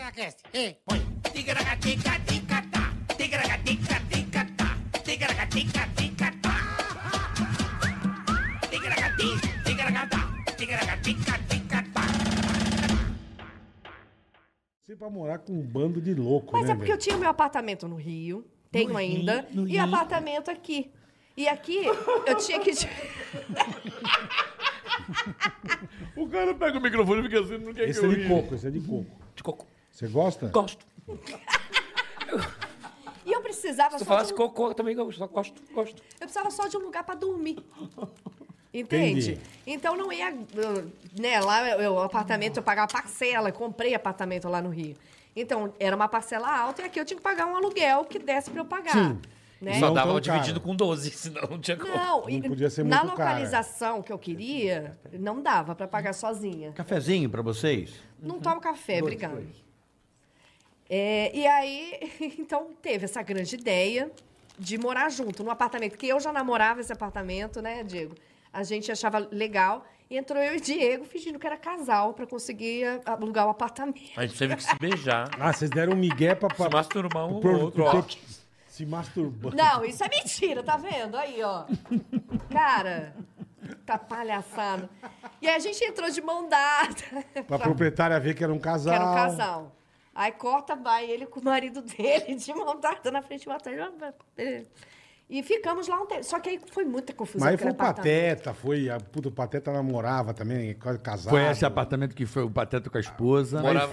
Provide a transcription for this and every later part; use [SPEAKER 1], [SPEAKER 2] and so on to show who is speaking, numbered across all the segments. [SPEAKER 1] Tigracast. Ei, põe. Tigracatica, ticatá. Tigracatica, ticatá. Tigracatica, ticatá. Tigracati, tigracatá. Tigracatica, ticatá.
[SPEAKER 2] Você pra morar com um bando de louco,
[SPEAKER 3] Mas
[SPEAKER 2] né,
[SPEAKER 3] é porque eu
[SPEAKER 2] velho?
[SPEAKER 3] tinha meu apartamento no Rio, tenho
[SPEAKER 4] Rio,
[SPEAKER 3] ainda,
[SPEAKER 4] no
[SPEAKER 3] e
[SPEAKER 4] Rio.
[SPEAKER 3] apartamento aqui. E aqui eu tinha que.
[SPEAKER 5] O cara pega o microfone e fica assim, não quer
[SPEAKER 2] Esse
[SPEAKER 5] que
[SPEAKER 2] é
[SPEAKER 5] eu
[SPEAKER 2] de
[SPEAKER 5] ria.
[SPEAKER 2] coco, esse é de coco.
[SPEAKER 4] De coco.
[SPEAKER 2] Você gosta?
[SPEAKER 4] Gosto.
[SPEAKER 3] E eu precisava
[SPEAKER 4] Se eu
[SPEAKER 3] só. De
[SPEAKER 4] falasse
[SPEAKER 3] um...
[SPEAKER 4] cocô, eu também gosto. Só gosto, gosto.
[SPEAKER 3] Eu precisava só de um lugar pra dormir. Entende?
[SPEAKER 2] Entendi.
[SPEAKER 3] Então não ia. eu- Né, lá eu, o apartamento eu pagava parcela, comprei apartamento lá no Rio. Então, era uma parcela alta e aqui eu tinha que pagar um aluguel que desse pra eu pagar.
[SPEAKER 2] Sim.
[SPEAKER 3] Né?
[SPEAKER 4] Só
[SPEAKER 2] Não
[SPEAKER 4] dava
[SPEAKER 2] tão
[SPEAKER 4] dividido
[SPEAKER 2] caro.
[SPEAKER 4] com 12, senão não tinha como.
[SPEAKER 3] Não,
[SPEAKER 2] Não
[SPEAKER 3] e
[SPEAKER 2] podia ser
[SPEAKER 3] na
[SPEAKER 2] muito cara.
[SPEAKER 3] localização que eu queria, não dava pra pagar sozinha.
[SPEAKER 6] Cafezinho pra vocês?
[SPEAKER 3] Não tomo café, obrigado. É, e aí, então, teve essa grande ideia de morar junto, num apartamento, que eu já namorava esse apartamento, né, Diego? A gente achava legal. E entrou eu e Diego fingindo que era casal pra conseguir a- alugar o apartamento.
[SPEAKER 4] A gente teve que se beijar.
[SPEAKER 2] Ah, vocês deram um migué pra... pra
[SPEAKER 4] Se masturbar um
[SPEAKER 2] pro-
[SPEAKER 4] ou outro.
[SPEAKER 2] pro-
[SPEAKER 4] ó.
[SPEAKER 2] Se masturbando.
[SPEAKER 3] Não, isso é mentira, tá vendo? Aí, ó. Cara, tá palhaçado. E aí a gente entrou de mão dada.
[SPEAKER 2] Pra proprietária ver que era um casal.
[SPEAKER 3] Que era um casal. Aí corta, vai ele com o marido dele, de mão dada na frente, mata ele. ah, E ficamos lá um tempo. Só que aí foi muita confusão.
[SPEAKER 2] Mas aí
[SPEAKER 3] porque
[SPEAKER 2] foi um o
[SPEAKER 3] era apartamento.
[SPEAKER 2] Pateta, foi... A puta, o Pateta namorava também, quase casado.
[SPEAKER 6] Foi esse apartamento que foi o Pateta com a esposa.
[SPEAKER 4] Morava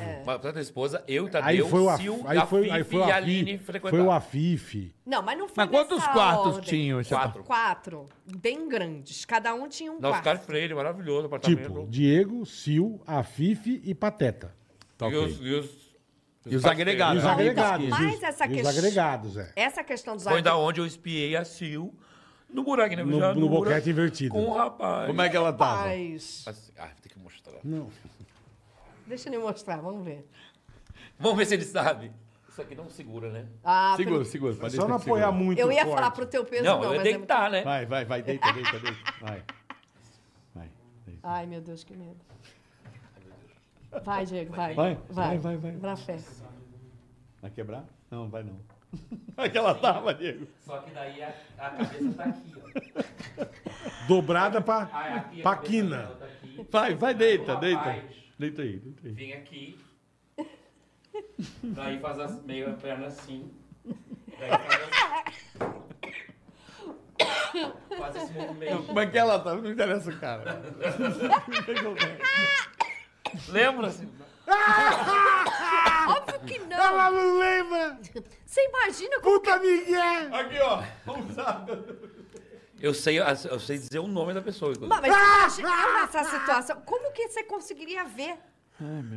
[SPEAKER 4] com a esposa, eu,
[SPEAKER 2] É. Aí
[SPEAKER 4] Tadeu,
[SPEAKER 2] foi o
[SPEAKER 4] Sil,
[SPEAKER 2] Afif, aí
[SPEAKER 4] a
[SPEAKER 2] foi,
[SPEAKER 4] Fifi
[SPEAKER 2] aí foi,
[SPEAKER 4] e a
[SPEAKER 2] o Afif,
[SPEAKER 4] Aline
[SPEAKER 2] foi o
[SPEAKER 4] frequentaram.
[SPEAKER 2] Afife.
[SPEAKER 3] Não, mas não foi
[SPEAKER 6] Mas quantos
[SPEAKER 3] nessa
[SPEAKER 6] quartos
[SPEAKER 3] ordem.
[SPEAKER 6] tinham esse
[SPEAKER 4] Quatro.
[SPEAKER 3] Quatro. Bem grandes. Cada um tinha um
[SPEAKER 4] Nosso
[SPEAKER 3] quarto.
[SPEAKER 4] cara Freire, maravilhoso, apartamento.
[SPEAKER 2] Tipo, Diego, Sil, Afife e Pateta.
[SPEAKER 6] Tá
[SPEAKER 4] E
[SPEAKER 6] ok.
[SPEAKER 4] os, e os-
[SPEAKER 6] E os agregados.
[SPEAKER 2] Os
[SPEAKER 3] Não,
[SPEAKER 2] agregados.
[SPEAKER 3] então, mas
[SPEAKER 2] os-
[SPEAKER 3] essa
[SPEAKER 2] e os
[SPEAKER 3] questão-
[SPEAKER 2] agregados, é.
[SPEAKER 3] Essa questão dos
[SPEAKER 4] Foi
[SPEAKER 3] agregados.
[SPEAKER 4] da onde eu espiei a Sil no buraco, né?
[SPEAKER 2] No-
[SPEAKER 4] Já
[SPEAKER 2] no
[SPEAKER 4] buraco,
[SPEAKER 2] boquete invertido.
[SPEAKER 4] Com o rapaz.
[SPEAKER 6] Como é que ela tava?
[SPEAKER 3] Mas-
[SPEAKER 4] Assim, ah, vou ter que mostrar.
[SPEAKER 2] Não.
[SPEAKER 3] Deixa eu lhe mostrar, vamos ver.
[SPEAKER 4] Vamos ver se ele sabe. Isso aqui não segura, né?
[SPEAKER 3] Ah,
[SPEAKER 6] Segura,
[SPEAKER 3] pelo-
[SPEAKER 6] segura. pode
[SPEAKER 2] É Só
[SPEAKER 6] deixar
[SPEAKER 2] não
[SPEAKER 6] que segura.
[SPEAKER 2] apoiar muito
[SPEAKER 3] Eu ia
[SPEAKER 2] forte.
[SPEAKER 3] falar pro teu peso, não,
[SPEAKER 4] Não, eu
[SPEAKER 3] mas
[SPEAKER 4] ia
[SPEAKER 3] é muito-
[SPEAKER 4] deitar, né?
[SPEAKER 6] Vai, vai, vai. Deita, deita, deita. Vai. Vai. deita.
[SPEAKER 3] Ai, meu Deus, que medo. Vai, Diego, vai.
[SPEAKER 6] Vai,
[SPEAKER 3] vai,
[SPEAKER 6] vai, vai, vai.
[SPEAKER 3] Na fé.
[SPEAKER 6] Vai quebrar? Não, vai não. Aquela
[SPEAKER 2] tá,
[SPEAKER 6] tava, Diego.
[SPEAKER 4] Só que daí a, cabeça tá aqui, ó.
[SPEAKER 2] Dobrada pra, pra quina.
[SPEAKER 6] Vai, vai, deita,
[SPEAKER 4] Rapaz.
[SPEAKER 6] deita. Deita aí, deita aí.
[SPEAKER 4] Vem aqui. Daí faz as, meio a perna assim. Daí faz, esse movimento.
[SPEAKER 6] Como é que ela tava? Não interessa o cara.
[SPEAKER 4] Lembra? assim?
[SPEAKER 3] Óbvio que não!
[SPEAKER 2] não lembra!
[SPEAKER 3] Você imagina como. é?
[SPEAKER 2] Puta Miguel!
[SPEAKER 6] Aqui, ó. Vamos lá.
[SPEAKER 4] Eu sei, as- eu sei dizer o nome da pessoa. inclusive.
[SPEAKER 3] Mas você imagina essa situação. Como que você conseguiria ver?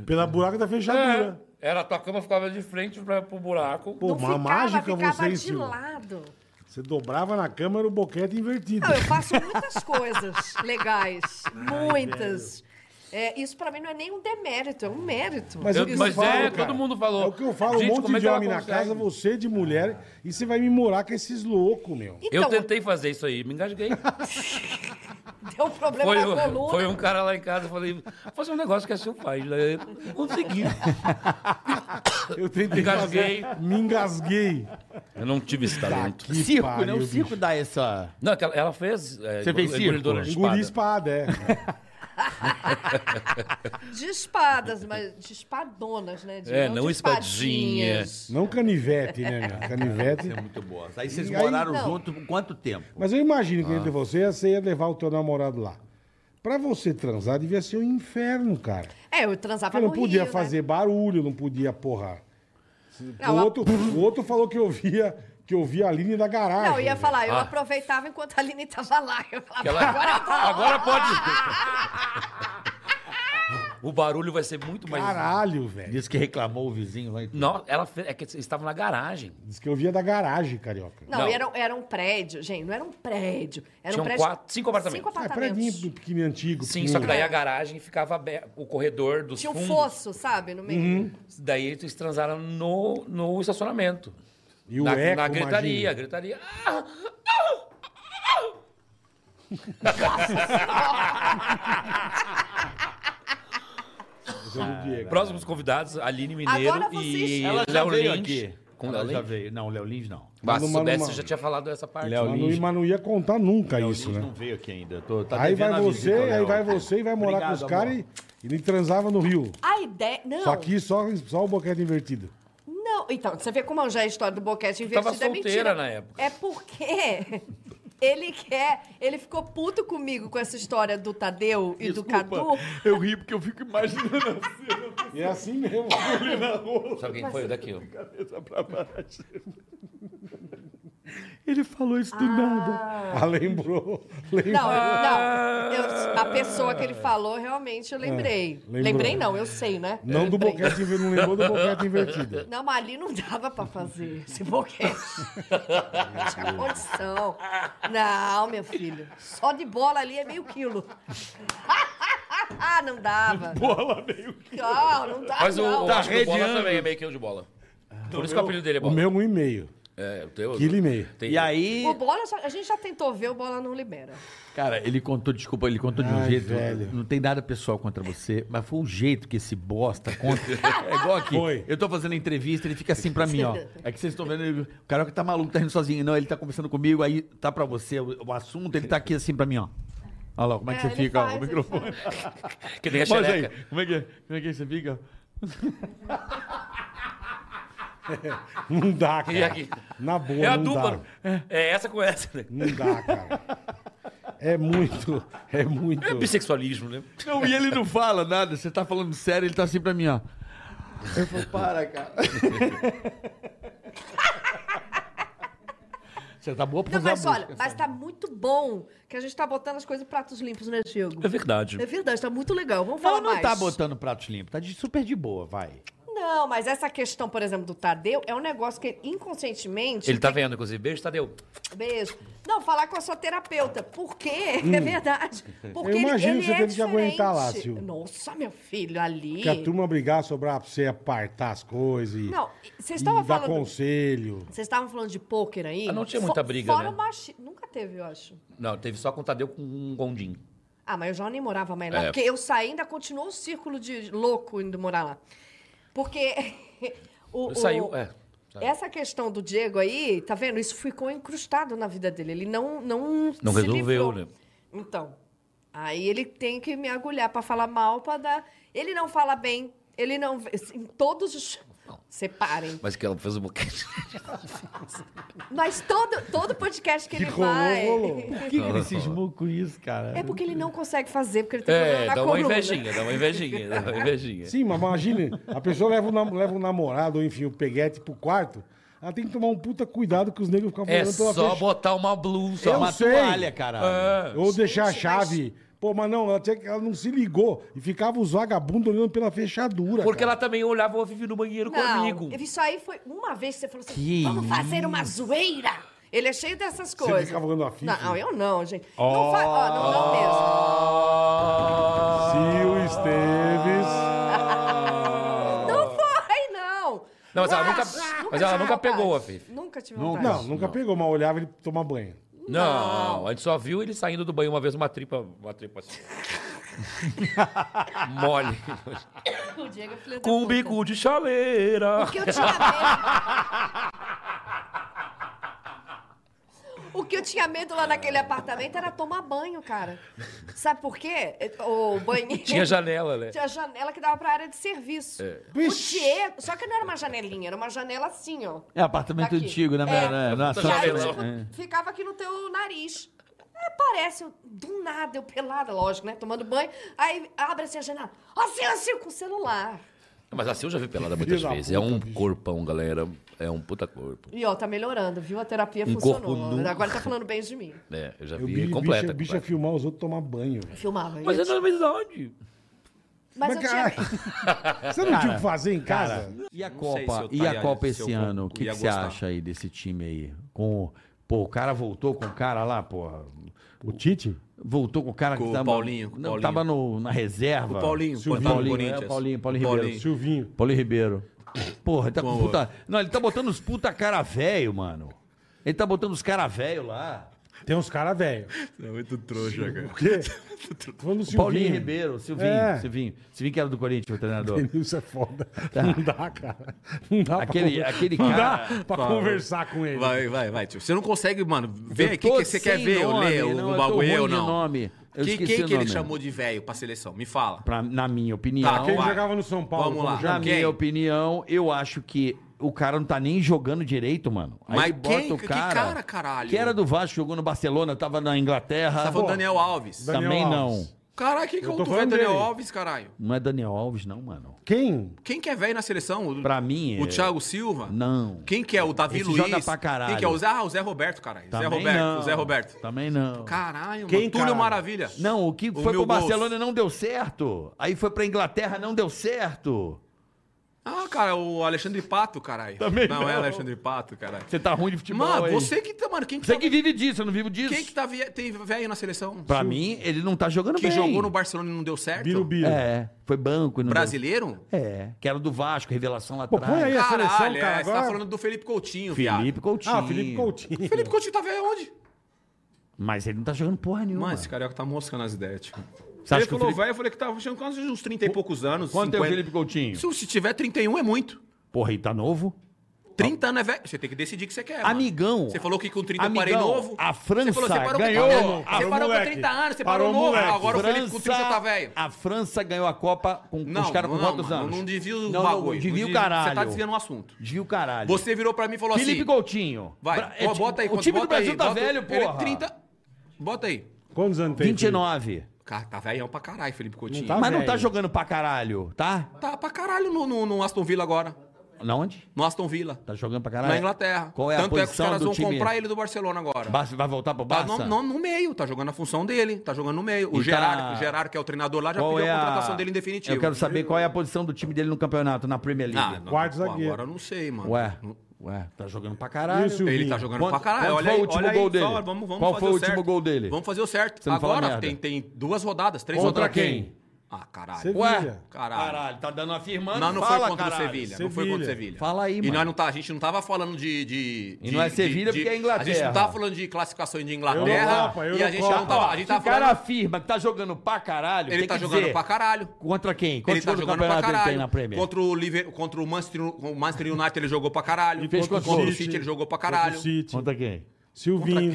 [SPEAKER 2] Pela buraca tá da fechadura.
[SPEAKER 4] É, era a tua cama ficava de frente pra, pro buraco.
[SPEAKER 2] Pô,
[SPEAKER 3] não
[SPEAKER 2] uma
[SPEAKER 3] ficava,
[SPEAKER 2] mágica
[SPEAKER 3] ficava
[SPEAKER 2] você e
[SPEAKER 3] de
[SPEAKER 2] Sil.
[SPEAKER 3] lado.
[SPEAKER 2] Você dobrava na cama, era o boquete invertido.
[SPEAKER 3] Não,
[SPEAKER 4] É.
[SPEAKER 3] eu faço muitas coisas legais. Muitas. É, isso pra mim não é nem um demérito, é um mérito.
[SPEAKER 2] Mas,
[SPEAKER 4] Eu-
[SPEAKER 2] o que eu
[SPEAKER 4] mas
[SPEAKER 2] falo,
[SPEAKER 4] é,
[SPEAKER 2] cara.
[SPEAKER 4] todo mundo falou.
[SPEAKER 2] É o que eu falo,
[SPEAKER 4] Gente,
[SPEAKER 2] um
[SPEAKER 4] como
[SPEAKER 2] monte
[SPEAKER 4] é
[SPEAKER 2] de
[SPEAKER 4] que ela
[SPEAKER 2] homem na
[SPEAKER 4] consegue?
[SPEAKER 2] casa, você de mulher, e você vai me morar com esses loucos, meu.
[SPEAKER 3] então,
[SPEAKER 4] Eu tentei fazer isso aí, me engasguei.
[SPEAKER 3] deu um problema
[SPEAKER 4] Foi,
[SPEAKER 3] na coluna.
[SPEAKER 4] foi um cara lá em casa, eu falei, vou fazer um negócio que é seu pai. Daí eu não consegui.
[SPEAKER 2] Eu tentei
[SPEAKER 4] Engasguei.
[SPEAKER 2] fazer- Me engasguei.
[SPEAKER 4] Eu não tive esse
[SPEAKER 6] Tá
[SPEAKER 4] talento.
[SPEAKER 2] Que
[SPEAKER 6] Circo,
[SPEAKER 2] pariu,
[SPEAKER 6] né? O circo
[SPEAKER 2] bicho.
[SPEAKER 6] dá essa.
[SPEAKER 4] Não, aquela- ela fez. É,
[SPEAKER 6] Você fez
[SPEAKER 4] engol-
[SPEAKER 6] circo?
[SPEAKER 4] engolidora de
[SPEAKER 2] Engoli
[SPEAKER 4] espada.
[SPEAKER 2] espada, é.
[SPEAKER 3] De espadas, mas de espadonas, né? De,
[SPEAKER 4] É, não
[SPEAKER 3] de
[SPEAKER 4] espadinha.
[SPEAKER 3] espadinhas.
[SPEAKER 2] Não canivete, né, meu? Canivete.
[SPEAKER 6] é Muito boa. Ah. Aí vocês
[SPEAKER 2] E
[SPEAKER 3] Então,
[SPEAKER 2] aí-
[SPEAKER 6] moraram
[SPEAKER 3] Não.
[SPEAKER 6] junto por quanto tempo?
[SPEAKER 2] Mas eu imagino que entre você, você ia levar o teu namorado lá. Pra você transar, devia ser um inferno, cara.
[SPEAKER 3] É, eu transava
[SPEAKER 2] Porque não
[SPEAKER 3] no
[SPEAKER 2] podia
[SPEAKER 3] Rio, né?
[SPEAKER 2] barulho, barulho, não podia porra.
[SPEAKER 3] Não,
[SPEAKER 2] o,
[SPEAKER 3] a-
[SPEAKER 2] outro, o outro falou que ouvia, que ouvia a Aline da garagem.
[SPEAKER 3] Não, eu ia
[SPEAKER 2] velho.
[SPEAKER 3] falar, eu
[SPEAKER 4] Ah.
[SPEAKER 3] aproveitava enquanto a Aline tava lá. Eu falava,
[SPEAKER 4] Que ela-
[SPEAKER 3] agora eu vou.
[SPEAKER 4] Agora pode. o barulho vai ser muito mais.
[SPEAKER 2] Caralho, velho.
[SPEAKER 6] Disse que reclamou o vizinho lá. Em...
[SPEAKER 4] Não, ela fez. É que eles estavam na garagem.
[SPEAKER 2] Diz que eu via da garagem, carioca.
[SPEAKER 3] Não,
[SPEAKER 4] Não.
[SPEAKER 3] Era, era um prédio, gente, não era um prédio. Era
[SPEAKER 4] Tinham
[SPEAKER 3] um prédio.
[SPEAKER 4] quatro- cinco apartamentos.
[SPEAKER 3] Cinco
[SPEAKER 2] É,
[SPEAKER 3] apartamentos.
[SPEAKER 2] prédio pequenininho, antigo.
[SPEAKER 4] Sim, só que daí
[SPEAKER 2] pequenininho.
[SPEAKER 4] a garagem ficava aberta, o corredor dos
[SPEAKER 3] Tinha um
[SPEAKER 4] fundos. Uhum.
[SPEAKER 3] fosso, sabe, no
[SPEAKER 2] Uhum.
[SPEAKER 3] meio.
[SPEAKER 7] Uhum.
[SPEAKER 4] Daí eles transaram no, no estacionamento.
[SPEAKER 2] E o
[SPEAKER 4] na,
[SPEAKER 2] eco,
[SPEAKER 4] na gritaria,
[SPEAKER 2] imagina.
[SPEAKER 4] gritaria. Ah!
[SPEAKER 2] do Diego.
[SPEAKER 4] Próximos convidados, Aline Mineiro
[SPEAKER 3] Agora vocês-
[SPEAKER 4] e
[SPEAKER 6] Ela já
[SPEAKER 4] Léo
[SPEAKER 6] veio
[SPEAKER 4] Lins.
[SPEAKER 6] aqui.
[SPEAKER 4] Com
[SPEAKER 6] ela
[SPEAKER 4] Léo
[SPEAKER 6] já
[SPEAKER 4] Lins?
[SPEAKER 6] veio. Não, o Léo Lins não.
[SPEAKER 4] Mas se
[SPEAKER 2] Numa-
[SPEAKER 4] soubesse,
[SPEAKER 2] numa-
[SPEAKER 4] já tinha falado dessa parte.
[SPEAKER 6] Léo
[SPEAKER 2] Mas
[SPEAKER 6] Lins.
[SPEAKER 2] não, mas não ia contar nunca
[SPEAKER 6] Léo
[SPEAKER 2] isso,
[SPEAKER 6] Lins
[SPEAKER 2] né?
[SPEAKER 6] não veio aqui ainda. Tô- tá
[SPEAKER 2] aí
[SPEAKER 6] devendo
[SPEAKER 2] vai
[SPEAKER 6] a
[SPEAKER 2] você,
[SPEAKER 6] visita,
[SPEAKER 2] aí
[SPEAKER 6] Léo.
[SPEAKER 2] vai você e vai morar
[SPEAKER 6] Obrigado,
[SPEAKER 2] com os caras
[SPEAKER 6] amor.
[SPEAKER 2] e, e nem transava no Rio.
[SPEAKER 3] A ideia. Não.
[SPEAKER 2] Só aqui, só, só o boquete invertido.
[SPEAKER 3] Não, então, você vê como já a história do boquete
[SPEAKER 4] tava
[SPEAKER 3] invertido é
[SPEAKER 4] solteira
[SPEAKER 3] mentira.
[SPEAKER 4] na época.
[SPEAKER 3] É porque ele quer. Ele ficou puto comigo com essa história do Tadeu e do
[SPEAKER 5] Desculpa,
[SPEAKER 3] Cadu.
[SPEAKER 5] Eu ri porque eu fico imaginando assim,
[SPEAKER 2] E é assim mesmo.
[SPEAKER 4] Sabe quem foi? Daqui, ó.
[SPEAKER 5] cabeça pra baixo. Ele falou isso do nada.
[SPEAKER 2] Ah, lembrou. lembrou.
[SPEAKER 3] Não, não. Eu- a pessoa que ele falou, realmente eu lembrei.
[SPEAKER 2] lembrou.
[SPEAKER 3] lembrei, não, eu sei, né?
[SPEAKER 2] Não do
[SPEAKER 3] Lembrei.
[SPEAKER 2] boquete invertido, não lembrou do boquete invertido.
[SPEAKER 3] Não, mas ali não dava pra fazer esse boquete.
[SPEAKER 6] é
[SPEAKER 3] Não tinha condição. Não, meu filho. Só de bola ali é meio quilo. Ah, não dava.
[SPEAKER 5] Bola meio que.
[SPEAKER 3] Não, não dava.
[SPEAKER 4] Mas o,
[SPEAKER 3] não. Tá,
[SPEAKER 4] o acho que o bola
[SPEAKER 6] redeando.
[SPEAKER 4] também é meio quilo de bola. Por isso que o apelido dele é
[SPEAKER 2] O
[SPEAKER 4] bola.
[SPEAKER 2] meu, um e meio.
[SPEAKER 4] É, o teu.
[SPEAKER 2] Quilo e meio.
[SPEAKER 4] Tem-
[SPEAKER 6] E aí.
[SPEAKER 3] O bola, só- a gente já tentou ver, o bola não libera.
[SPEAKER 6] Cara, ele contou, desculpa, ele contou de um
[SPEAKER 2] Ai,
[SPEAKER 6] jeito.
[SPEAKER 2] velho.
[SPEAKER 6] Não tem nada pessoal contra você, mas foi o jeito que esse bosta conta. É igual aqui.
[SPEAKER 2] Foi.
[SPEAKER 6] Eu tô fazendo entrevista, ele fica assim pra mim, ó. É que vocês estão vendo, ele- o Carioca tá maluco, tá rindo sozinho. Não, ele tá conversando comigo, aí tá pra você o, o assunto, ele tá aqui assim pra mim, ó. Olha lá, como é que
[SPEAKER 3] É,
[SPEAKER 6] você
[SPEAKER 3] ele
[SPEAKER 6] fica, ó,
[SPEAKER 3] faz,
[SPEAKER 6] o
[SPEAKER 3] ele
[SPEAKER 6] microfone.
[SPEAKER 4] Que tem a
[SPEAKER 6] Mas
[SPEAKER 4] xereca.
[SPEAKER 6] aí, como é que, é? como é que você fica?
[SPEAKER 2] Não dá,
[SPEAKER 4] E
[SPEAKER 2] cara.
[SPEAKER 4] aqui?
[SPEAKER 2] Na boa,
[SPEAKER 4] É a
[SPEAKER 2] não
[SPEAKER 4] dupla.
[SPEAKER 2] dá.
[SPEAKER 4] É essa com essa, né?
[SPEAKER 2] Não dá, cara. É muito, é muito.
[SPEAKER 4] É bissexualismo, né?
[SPEAKER 6] Não, e ele não fala nada, você tá falando sério, ele tá assim pra mim, ó. Eu falo, para, cara. Você tá boa pra
[SPEAKER 3] Não,
[SPEAKER 6] fazer
[SPEAKER 3] mas
[SPEAKER 6] a música.
[SPEAKER 3] olha, mas tá muito bom que a gente tá botando as coisas em pratos limpos, né, Diego?
[SPEAKER 4] É verdade.
[SPEAKER 3] É verdade, tá muito legal. Vamos
[SPEAKER 6] Não,
[SPEAKER 3] falar
[SPEAKER 6] não
[SPEAKER 3] mais.
[SPEAKER 6] tá botando pratos limpos, tá de super de boa, vai.
[SPEAKER 3] Não, mas essa questão, por exemplo, do Tadeu, é um negócio que inconscientemente...
[SPEAKER 4] Ele tá vendo, inclusive. Beijo, Tadeu.
[SPEAKER 3] Beijo. Não, falar com a sua terapeuta. Por quê? É verdade. Porque
[SPEAKER 2] Hum. Eu
[SPEAKER 3] ele-
[SPEAKER 2] imagino
[SPEAKER 3] ele,
[SPEAKER 2] que você
[SPEAKER 3] é
[SPEAKER 2] teve que aguentar lá,
[SPEAKER 3] diferente.
[SPEAKER 2] Sil.
[SPEAKER 3] Nossa, meu filho, ali...
[SPEAKER 2] Que a turma brigar, sobrar pra você apartar as coisas. e-
[SPEAKER 3] Não, e- vocês
[SPEAKER 2] e
[SPEAKER 3] estavam
[SPEAKER 2] dar
[SPEAKER 3] falando...
[SPEAKER 2] conselho.
[SPEAKER 3] Vocês estavam falando de pôquer aí?
[SPEAKER 4] Ah, não tinha muita briga,
[SPEAKER 3] fora
[SPEAKER 4] né?
[SPEAKER 3] o machi... Nunca teve, eu acho.
[SPEAKER 4] Não, teve só com o Tadeu com um gondim.
[SPEAKER 3] Ah, mas eu já nem morava mais
[SPEAKER 4] É.
[SPEAKER 3] lá. Porque eu saí, ainda continuou o círculo de louco indo morar lá. Porque... o, o-
[SPEAKER 4] Saiu, é. Saiu.
[SPEAKER 3] Essa questão do Diego aí, tá vendo? Isso ficou encrustado na vida dele. Ele não não,
[SPEAKER 4] Não
[SPEAKER 3] se
[SPEAKER 4] resolveu,
[SPEAKER 3] livrou.
[SPEAKER 4] né?
[SPEAKER 3] Então, aí ele tem que me agulhar pra falar mal, pra dar. Ele não fala bem, ele não assim, em todos os separem.
[SPEAKER 4] Mas que ela fez um boquete.
[SPEAKER 3] Mas todo todo podcast que,
[SPEAKER 2] Que
[SPEAKER 3] ele
[SPEAKER 2] rolou,
[SPEAKER 3] vai
[SPEAKER 2] rolou.
[SPEAKER 6] Por que, que ele cismou com isso, cara?
[SPEAKER 3] é porque ele não consegue fazer, porque ele tem
[SPEAKER 4] É,
[SPEAKER 3] problema na
[SPEAKER 4] dá uma
[SPEAKER 3] coluna.
[SPEAKER 4] invejinha, dá uma invejinha, dá
[SPEAKER 8] né?
[SPEAKER 4] uma invejinha.
[SPEAKER 2] É. Sim, mas imagine, a pessoa leva o, nam- leva o namorado, ou enfim, o peguete pro quarto, ela tem que tomar um puta cuidado que os negros ficam
[SPEAKER 4] É
[SPEAKER 2] pela
[SPEAKER 4] só
[SPEAKER 2] fech-
[SPEAKER 4] botar uma blusa.
[SPEAKER 2] Eu
[SPEAKER 6] uma
[SPEAKER 2] sei. É.
[SPEAKER 6] toalha, cara.
[SPEAKER 2] Ou deixar a
[SPEAKER 3] mas-
[SPEAKER 2] chave. Pô, mas não, ela, tinha que- ela não se ligou. E ficava os vagabundos olhando pela fechadura.
[SPEAKER 4] Porque
[SPEAKER 2] cara.
[SPEAKER 4] ela também olhava o Vivi no banheiro
[SPEAKER 3] Não,
[SPEAKER 4] comigo.
[SPEAKER 3] isso aí foi uma vez que você falou assim,
[SPEAKER 6] Que
[SPEAKER 3] vamos fazer uma zoeira. Ele é cheio dessas coisas.
[SPEAKER 2] ficava jogando a FIFA?
[SPEAKER 3] Não, eu não, gente. Não, fa... ó, não, não
[SPEAKER 4] Ah.
[SPEAKER 3] mesmo.
[SPEAKER 2] Sil Esteves.
[SPEAKER 3] Não foi, não.
[SPEAKER 4] Não, mas ela
[SPEAKER 3] Ah,
[SPEAKER 4] nunca- mas ela
[SPEAKER 3] tive
[SPEAKER 4] nunca
[SPEAKER 3] vontade.
[SPEAKER 4] pegou a Fifi.
[SPEAKER 3] Nunca tive
[SPEAKER 6] Nunca.
[SPEAKER 3] vontade.
[SPEAKER 2] Não, nunca pegou, mas olhava ele tomar banho.
[SPEAKER 4] Não, a gente só viu ele saindo do banho uma vez, uma tripa, uma tripa assim. Mole.
[SPEAKER 3] O Diego é filho da
[SPEAKER 4] Com
[SPEAKER 3] puta.
[SPEAKER 4] bico de chaleira.
[SPEAKER 3] O que eu tinha medo... O que eu tinha medo lá naquele apartamento era tomar banho, cara. Sabe por quê? O banheiro...
[SPEAKER 4] Tinha janela, né? É.
[SPEAKER 3] Tinha janela que dava pra área de serviço. O
[SPEAKER 2] Vixe.
[SPEAKER 3] Diego... Só que não era uma janelinha, era uma janela assim, ó.
[SPEAKER 6] É apartamento
[SPEAKER 3] Aqui.
[SPEAKER 6] antigo, né?
[SPEAKER 3] É.
[SPEAKER 6] né, na
[SPEAKER 8] Tá
[SPEAKER 3] E
[SPEAKER 6] sala,
[SPEAKER 3] aí,
[SPEAKER 4] Janelão.
[SPEAKER 3] tipo,
[SPEAKER 6] É.
[SPEAKER 3] ficava aqui no teu nariz. Aí Aparece, eu, do nada, eu pelada, lógico, né? Tomando banho. Aí abre assim a janela. Assim, assim, com o celular.
[SPEAKER 4] Mas assim eu já vi pelada muitas
[SPEAKER 2] da
[SPEAKER 4] vezes.
[SPEAKER 2] puta,
[SPEAKER 4] é um corpão, galera. É um puta corpo.
[SPEAKER 3] E ó, tá melhorando, viu? A terapia
[SPEAKER 4] Um
[SPEAKER 3] funcionou.
[SPEAKER 4] corpo nu.
[SPEAKER 3] Agora tá falando bem de mim.
[SPEAKER 4] É, eu já
[SPEAKER 2] Eu
[SPEAKER 4] vi
[SPEAKER 2] vi
[SPEAKER 4] completa.
[SPEAKER 2] o bicho é ia
[SPEAKER 4] completa.
[SPEAKER 2] filmar os outros tomar banho. velho.
[SPEAKER 3] Filmava.
[SPEAKER 4] Mas é
[SPEAKER 3] gente.
[SPEAKER 4] na amizade.
[SPEAKER 3] Mas eu tinha...
[SPEAKER 2] cara, você não tinha o que fazer em casa?
[SPEAKER 6] E a
[SPEAKER 8] sei se
[SPEAKER 6] Copa,
[SPEAKER 8] eu
[SPEAKER 6] e a
[SPEAKER 8] estaria-
[SPEAKER 6] Copa
[SPEAKER 8] se
[SPEAKER 6] esse
[SPEAKER 8] eu
[SPEAKER 6] ano? O que,
[SPEAKER 8] ia
[SPEAKER 6] que você
[SPEAKER 8] gostar.
[SPEAKER 6] acha aí desse time aí? Com, pô, o cara voltou com o cara lá, porra.
[SPEAKER 2] O Tite?
[SPEAKER 6] Voltou com o cara
[SPEAKER 8] Com
[SPEAKER 6] que
[SPEAKER 8] o
[SPEAKER 6] tava,
[SPEAKER 8] Paulinho, com o
[SPEAKER 6] tá não,
[SPEAKER 8] Paulinho.
[SPEAKER 6] tava no, na reserva.
[SPEAKER 8] O Paulinho,
[SPEAKER 6] Silvinho,
[SPEAKER 8] coitado do
[SPEAKER 6] Paulinho,
[SPEAKER 8] Corinthians.
[SPEAKER 6] é, Paulinho, Paulinho
[SPEAKER 8] O
[SPEAKER 6] Ribeiro.
[SPEAKER 8] Paulinho.
[SPEAKER 2] Silvinho.
[SPEAKER 6] Paulinho Ribeiro. Porra, ele tá com
[SPEAKER 8] Com o-
[SPEAKER 6] puta. Não, ele tá botando os puta cara velho, mano. Ele tá botando os cara velho lá.
[SPEAKER 2] Tem uns caras velhos.
[SPEAKER 8] É muito trouxa, cara. é
[SPEAKER 2] O quê? Tô falando do Silvinho.
[SPEAKER 6] Paulinho Ribeiro, Silvinho,
[SPEAKER 2] É.
[SPEAKER 6] Silvinho. Silvinho que era do Corinthians, o treinador.
[SPEAKER 2] Denilson é foda. Não dá, cara. Não dá
[SPEAKER 6] Tá. Aquele-
[SPEAKER 2] pra, conver-
[SPEAKER 6] aquele
[SPEAKER 2] não
[SPEAKER 6] cara-
[SPEAKER 2] dá pra conversar com ele.
[SPEAKER 8] Vai, vai, vai. tio. Você não consegue, mano, ver o
[SPEAKER 6] Eu
[SPEAKER 8] que,
[SPEAKER 6] tô
[SPEAKER 8] que você quer
[SPEAKER 6] sem
[SPEAKER 8] ver, eu
[SPEAKER 6] nome,
[SPEAKER 8] ler
[SPEAKER 6] não,
[SPEAKER 8] o
[SPEAKER 6] eu tô ruim
[SPEAKER 8] bagulho ou
[SPEAKER 6] de
[SPEAKER 8] não.
[SPEAKER 6] nome. Eu
[SPEAKER 8] Que-
[SPEAKER 6] esqueci
[SPEAKER 8] quem
[SPEAKER 6] o
[SPEAKER 8] que ele
[SPEAKER 6] nome.
[SPEAKER 8] chamou de velho pra seleção? Me fala.
[SPEAKER 6] Pra- na minha opinião.
[SPEAKER 8] Tá,
[SPEAKER 2] Quem
[SPEAKER 8] vai.
[SPEAKER 2] jogava no São Paulo?
[SPEAKER 8] Vamos lá.
[SPEAKER 2] como
[SPEAKER 6] Na
[SPEAKER 2] chama?
[SPEAKER 8] Quem?
[SPEAKER 6] minha opinião, eu acho que o cara não tá nem jogando direito, mano. Aí
[SPEAKER 8] Mas
[SPEAKER 6] bota
[SPEAKER 8] quem?
[SPEAKER 6] o
[SPEAKER 8] Que
[SPEAKER 6] cara,
[SPEAKER 8] cara, caralho?
[SPEAKER 6] Que era do Vasco, jogou no Barcelona, tava na Inglaterra.
[SPEAKER 8] Tava o
[SPEAKER 2] pô.
[SPEAKER 8] Daniel Alves.
[SPEAKER 2] Daniel
[SPEAKER 6] também
[SPEAKER 2] Alves.
[SPEAKER 8] Caralho, quem que é
[SPEAKER 2] Eu
[SPEAKER 8] o
[SPEAKER 2] tô
[SPEAKER 8] tu velho
[SPEAKER 2] falando
[SPEAKER 8] Daniel
[SPEAKER 2] dele.
[SPEAKER 8] Alves, caralho?
[SPEAKER 6] Não é Daniel Alves, não, mano.
[SPEAKER 2] Quem?
[SPEAKER 8] Quem que é velho na seleção? O,
[SPEAKER 6] Pra mim,
[SPEAKER 8] O
[SPEAKER 6] é-
[SPEAKER 8] Thiago Silva?
[SPEAKER 6] Não.
[SPEAKER 8] Quem que é? O Davi
[SPEAKER 6] Esse
[SPEAKER 8] Luiz?
[SPEAKER 6] joga pra caralho.
[SPEAKER 8] Quem que é? O Zé, ah, o Zé Roberto, caralho.
[SPEAKER 6] Também
[SPEAKER 8] Zé Roberto,
[SPEAKER 6] não.
[SPEAKER 8] o Zé Roberto.
[SPEAKER 6] Também não.
[SPEAKER 8] Caralho,
[SPEAKER 2] Quem,
[SPEAKER 8] mano. Túlio
[SPEAKER 2] cara?
[SPEAKER 8] Maravilha.
[SPEAKER 6] Não, o que foi
[SPEAKER 8] meu
[SPEAKER 6] pro
[SPEAKER 8] bolso.
[SPEAKER 6] Barcelona não deu certo. Aí foi pra Inglaterra, não deu certo.
[SPEAKER 8] Ah, cara, o Alexandre Pato, caralho.
[SPEAKER 6] Também
[SPEAKER 8] não, é
[SPEAKER 6] não.
[SPEAKER 8] Alexandre Pato, caralho.
[SPEAKER 6] Você tá ruim de futebol.
[SPEAKER 8] Mano,
[SPEAKER 6] aí.
[SPEAKER 8] você que tá, mano, quem que,
[SPEAKER 6] Você
[SPEAKER 8] tá,
[SPEAKER 6] que vive disso, eu não vivo disso.
[SPEAKER 8] quem que tá vie- tem velho na seleção?
[SPEAKER 6] Pra mim, ele não tá jogando
[SPEAKER 8] um que
[SPEAKER 6] bem.
[SPEAKER 8] jogou no Barcelona e não deu certo?
[SPEAKER 2] Birubiru.
[SPEAKER 6] É, foi banco. e Não
[SPEAKER 8] Brasileiro?
[SPEAKER 6] deu- É, que era do Vasco, revelação lá
[SPEAKER 2] Pô,
[SPEAKER 6] atrás.
[SPEAKER 2] põe aí a
[SPEAKER 8] Caralho,
[SPEAKER 2] seleção,
[SPEAKER 8] é,
[SPEAKER 2] cara.
[SPEAKER 8] você
[SPEAKER 2] Agora...
[SPEAKER 8] tá falando do Felipe Coutinho, viado.
[SPEAKER 6] Felipe Coutinho.
[SPEAKER 2] Ah, Felipe Coutinho.
[SPEAKER 8] Felipe Coutinho tá velho aonde?
[SPEAKER 6] Mas ele não tá jogando porra nenhuma.
[SPEAKER 8] Mano, esse carioca tá moscando as ideias, tio.
[SPEAKER 6] Você acha
[SPEAKER 8] ele
[SPEAKER 6] que o
[SPEAKER 8] falou
[SPEAKER 6] Felipe-
[SPEAKER 8] velho, eu falei que tava achando quase uns 30 e poucos anos.
[SPEAKER 6] Quanto é o
[SPEAKER 8] 50.
[SPEAKER 6] Felipe Coutinho?
[SPEAKER 8] Se, se tiver 31 é muito.
[SPEAKER 6] Porra, ele tá novo?
[SPEAKER 8] 30 anos é velho. Você tem que decidir o que você quer. mano.
[SPEAKER 6] Amigão.
[SPEAKER 8] Você falou que com 30
[SPEAKER 6] Amigão,
[SPEAKER 8] eu parei novo.
[SPEAKER 6] A
[SPEAKER 8] Você
[SPEAKER 6] França
[SPEAKER 8] falou, você parou
[SPEAKER 6] ganhou.
[SPEAKER 8] com 30
[SPEAKER 2] moleque.
[SPEAKER 8] Você
[SPEAKER 2] Parou,
[SPEAKER 8] parou com
[SPEAKER 2] moleque.
[SPEAKER 8] 30 anos, você
[SPEAKER 2] Parou,
[SPEAKER 8] parou, novo.
[SPEAKER 2] moleque.
[SPEAKER 8] Agora o Felipe Coutinho já tá velho.
[SPEAKER 6] A França ganhou a Copa com, com os caras com
[SPEAKER 8] não,
[SPEAKER 6] quantos
[SPEAKER 8] mano,
[SPEAKER 6] anos?
[SPEAKER 8] Não desvia o
[SPEAKER 6] Não, não,
[SPEAKER 8] bagulho.
[SPEAKER 6] Desvia
[SPEAKER 8] não
[SPEAKER 6] o caralho.
[SPEAKER 8] Você tá desviando o assunto.
[SPEAKER 6] Desvia o caralho.
[SPEAKER 8] Você virou pra mim e falou
[SPEAKER 6] Felipe
[SPEAKER 8] assim...
[SPEAKER 6] Coutinho.
[SPEAKER 8] Vai,
[SPEAKER 6] Bra- é
[SPEAKER 8] ó,
[SPEAKER 6] ti-
[SPEAKER 8] bota aí.
[SPEAKER 6] O time do
[SPEAKER 8] bota
[SPEAKER 6] Brasil
[SPEAKER 8] aí,
[SPEAKER 6] tá
[SPEAKER 8] bota-
[SPEAKER 6] velho,
[SPEAKER 8] ele é
[SPEAKER 6] porra.
[SPEAKER 8] 30... Bota aí.
[SPEAKER 2] Quantos anos tem?
[SPEAKER 6] 29.
[SPEAKER 8] Cara, tá velhão pra caralho, Felipe Coutinho.
[SPEAKER 2] tá
[SPEAKER 6] Mas não tá
[SPEAKER 2] velho.
[SPEAKER 6] jogando pra caralho, tá?
[SPEAKER 8] Tá pra caralho no, no, no Aston Villa agora.
[SPEAKER 6] Na onde?
[SPEAKER 8] No Aston Villa.
[SPEAKER 6] Tá jogando pra caralho?
[SPEAKER 8] Na Inglaterra.
[SPEAKER 6] Qual é a
[SPEAKER 8] Tanto é que os
[SPEAKER 6] posição
[SPEAKER 8] caras
[SPEAKER 6] do
[SPEAKER 8] vão
[SPEAKER 6] time?
[SPEAKER 8] comprar ele do Barcelona agora.
[SPEAKER 6] Barça- vai voltar pro
[SPEAKER 8] Tá
[SPEAKER 6] Barça?
[SPEAKER 8] no, no- no meio, tá jogando a função dele, tá jogando no meio.
[SPEAKER 6] E
[SPEAKER 8] O
[SPEAKER 6] tá-
[SPEAKER 8] Gerard, o Gerard, que é o treinador lá, já
[SPEAKER 6] Qual
[SPEAKER 8] pediu
[SPEAKER 6] é
[SPEAKER 8] a contratação dele em definitivo.
[SPEAKER 6] Eu quero saber qual é a posição do time dele no campeonato, na Premier
[SPEAKER 8] Ah,
[SPEAKER 6] League.
[SPEAKER 8] não,
[SPEAKER 2] Quarto
[SPEAKER 8] pô,
[SPEAKER 2] zagueiro.
[SPEAKER 8] Agora eu não sei, mano.
[SPEAKER 6] Ué, ué, tá jogando pra caralho.
[SPEAKER 2] E o Silvinho?
[SPEAKER 8] Ele tá jogando
[SPEAKER 6] Quanto-
[SPEAKER 8] pra caralho.
[SPEAKER 6] quanto
[SPEAKER 8] olha
[SPEAKER 6] foi
[SPEAKER 8] aí,
[SPEAKER 6] o último
[SPEAKER 8] olha aí,
[SPEAKER 6] gol dele?
[SPEAKER 8] só, vamos, vamos
[SPEAKER 6] Qual
[SPEAKER 8] fazer
[SPEAKER 6] foi o
[SPEAKER 8] certo.
[SPEAKER 6] último gol dele?
[SPEAKER 8] Vamos fazer o certo.
[SPEAKER 6] Você não fala
[SPEAKER 8] Agora
[SPEAKER 6] merda.
[SPEAKER 8] tem, tem duas rodadas, três
[SPEAKER 6] Contra
[SPEAKER 8] rodadas.
[SPEAKER 6] quem?
[SPEAKER 8] Ah, caralho.
[SPEAKER 2] Você-
[SPEAKER 6] Ué,
[SPEAKER 8] Caralho.
[SPEAKER 6] tá dando afirmando.
[SPEAKER 8] Não, não
[SPEAKER 6] fala,
[SPEAKER 8] foi contra
[SPEAKER 6] caralho.
[SPEAKER 8] o Sevilha. Não foi contra o
[SPEAKER 2] Sevilha.
[SPEAKER 8] Sevilha.
[SPEAKER 6] Fala aí,
[SPEAKER 8] e
[SPEAKER 6] mano.
[SPEAKER 8] Nós não tá, a gente não tava falando de. de-
[SPEAKER 6] E
[SPEAKER 8] de-
[SPEAKER 6] não é
[SPEAKER 8] de-
[SPEAKER 6] Sevilha
[SPEAKER 8] de-
[SPEAKER 6] porque é
[SPEAKER 8] A gente
[SPEAKER 6] Inglaterra.
[SPEAKER 8] não tava falando de classificações de Inglaterra.
[SPEAKER 2] Europa,
[SPEAKER 8] e a gente
[SPEAKER 2] Eurocopa.
[SPEAKER 8] não tava. A gente
[SPEAKER 6] Se o
[SPEAKER 8] tava
[SPEAKER 6] cara
[SPEAKER 8] falando.
[SPEAKER 6] afirma que tá jogando pra caralho,
[SPEAKER 8] Ele
[SPEAKER 6] tem
[SPEAKER 8] tá
[SPEAKER 6] que
[SPEAKER 8] jogando
[SPEAKER 6] dizer
[SPEAKER 8] pra caralho.
[SPEAKER 6] Contra quem? Quantos
[SPEAKER 8] Ele tá
[SPEAKER 6] gols no
[SPEAKER 8] jogando pra
[SPEAKER 6] campeonato ele tem na
[SPEAKER 8] caralho.
[SPEAKER 6] Premier?
[SPEAKER 8] Contra o, Liver, contra o, Manchester, o Manchester United ele jogou pra caralho.
[SPEAKER 2] E
[SPEAKER 6] fez
[SPEAKER 8] contra
[SPEAKER 6] quantos
[SPEAKER 8] o
[SPEAKER 6] gols?
[SPEAKER 8] City ele jogou pra caralho.
[SPEAKER 2] City.
[SPEAKER 6] Contra quem?
[SPEAKER 2] Silvinho.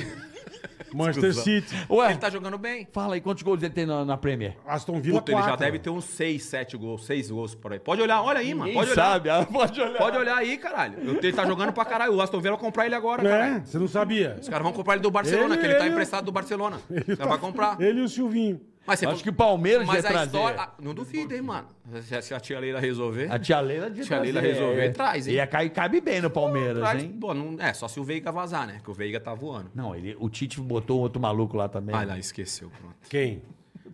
[SPEAKER 2] Manchester City.
[SPEAKER 6] Ué,
[SPEAKER 8] Ele tá jogando bem.
[SPEAKER 6] fala aí quantos gols ele tem na, na Premier.
[SPEAKER 2] Aston Villa
[SPEAKER 8] Puta, ele já
[SPEAKER 2] 4.
[SPEAKER 8] deve ter uns 6, 7 gols, 6 gols por aí. Pode olhar, olha aí, mano.
[SPEAKER 6] Ninguém
[SPEAKER 8] Pode olhar.
[SPEAKER 6] sabe, ah, pode olhar.
[SPEAKER 8] Pode olhar aí, caralho. Ele tá jogando pra caralho. O Aston Villa vai comprar ele agora,
[SPEAKER 2] É,
[SPEAKER 8] caralho.
[SPEAKER 2] você não sabia.
[SPEAKER 8] Os caras vão comprar ele do Barcelona,
[SPEAKER 2] Ele-
[SPEAKER 8] que ele tá
[SPEAKER 2] ele- tá
[SPEAKER 8] emprestado do Barcelona. Os caras vão comprar.
[SPEAKER 2] Ele e o Silvinho.
[SPEAKER 8] Mas você
[SPEAKER 6] Acho que o Palmeiras
[SPEAKER 8] Mas
[SPEAKER 6] ia
[SPEAKER 8] a
[SPEAKER 6] trazer.
[SPEAKER 8] história. ah, Não duvida, hein, mano. Se, se a tia Leila resolver.
[SPEAKER 6] A tia Leila de
[SPEAKER 8] Tia Leila resolver, traz, hein?
[SPEAKER 6] E a Caio cabe bem no Palmeiras,
[SPEAKER 8] Traz-
[SPEAKER 6] hein?
[SPEAKER 8] Pô, não, é, só se o Veiga vazar, né? Que o Veiga tá voando.
[SPEAKER 6] Não, ele, o Tite botou um outro maluco lá também.
[SPEAKER 8] Ah, não, esqueceu, pronto.
[SPEAKER 2] Quem?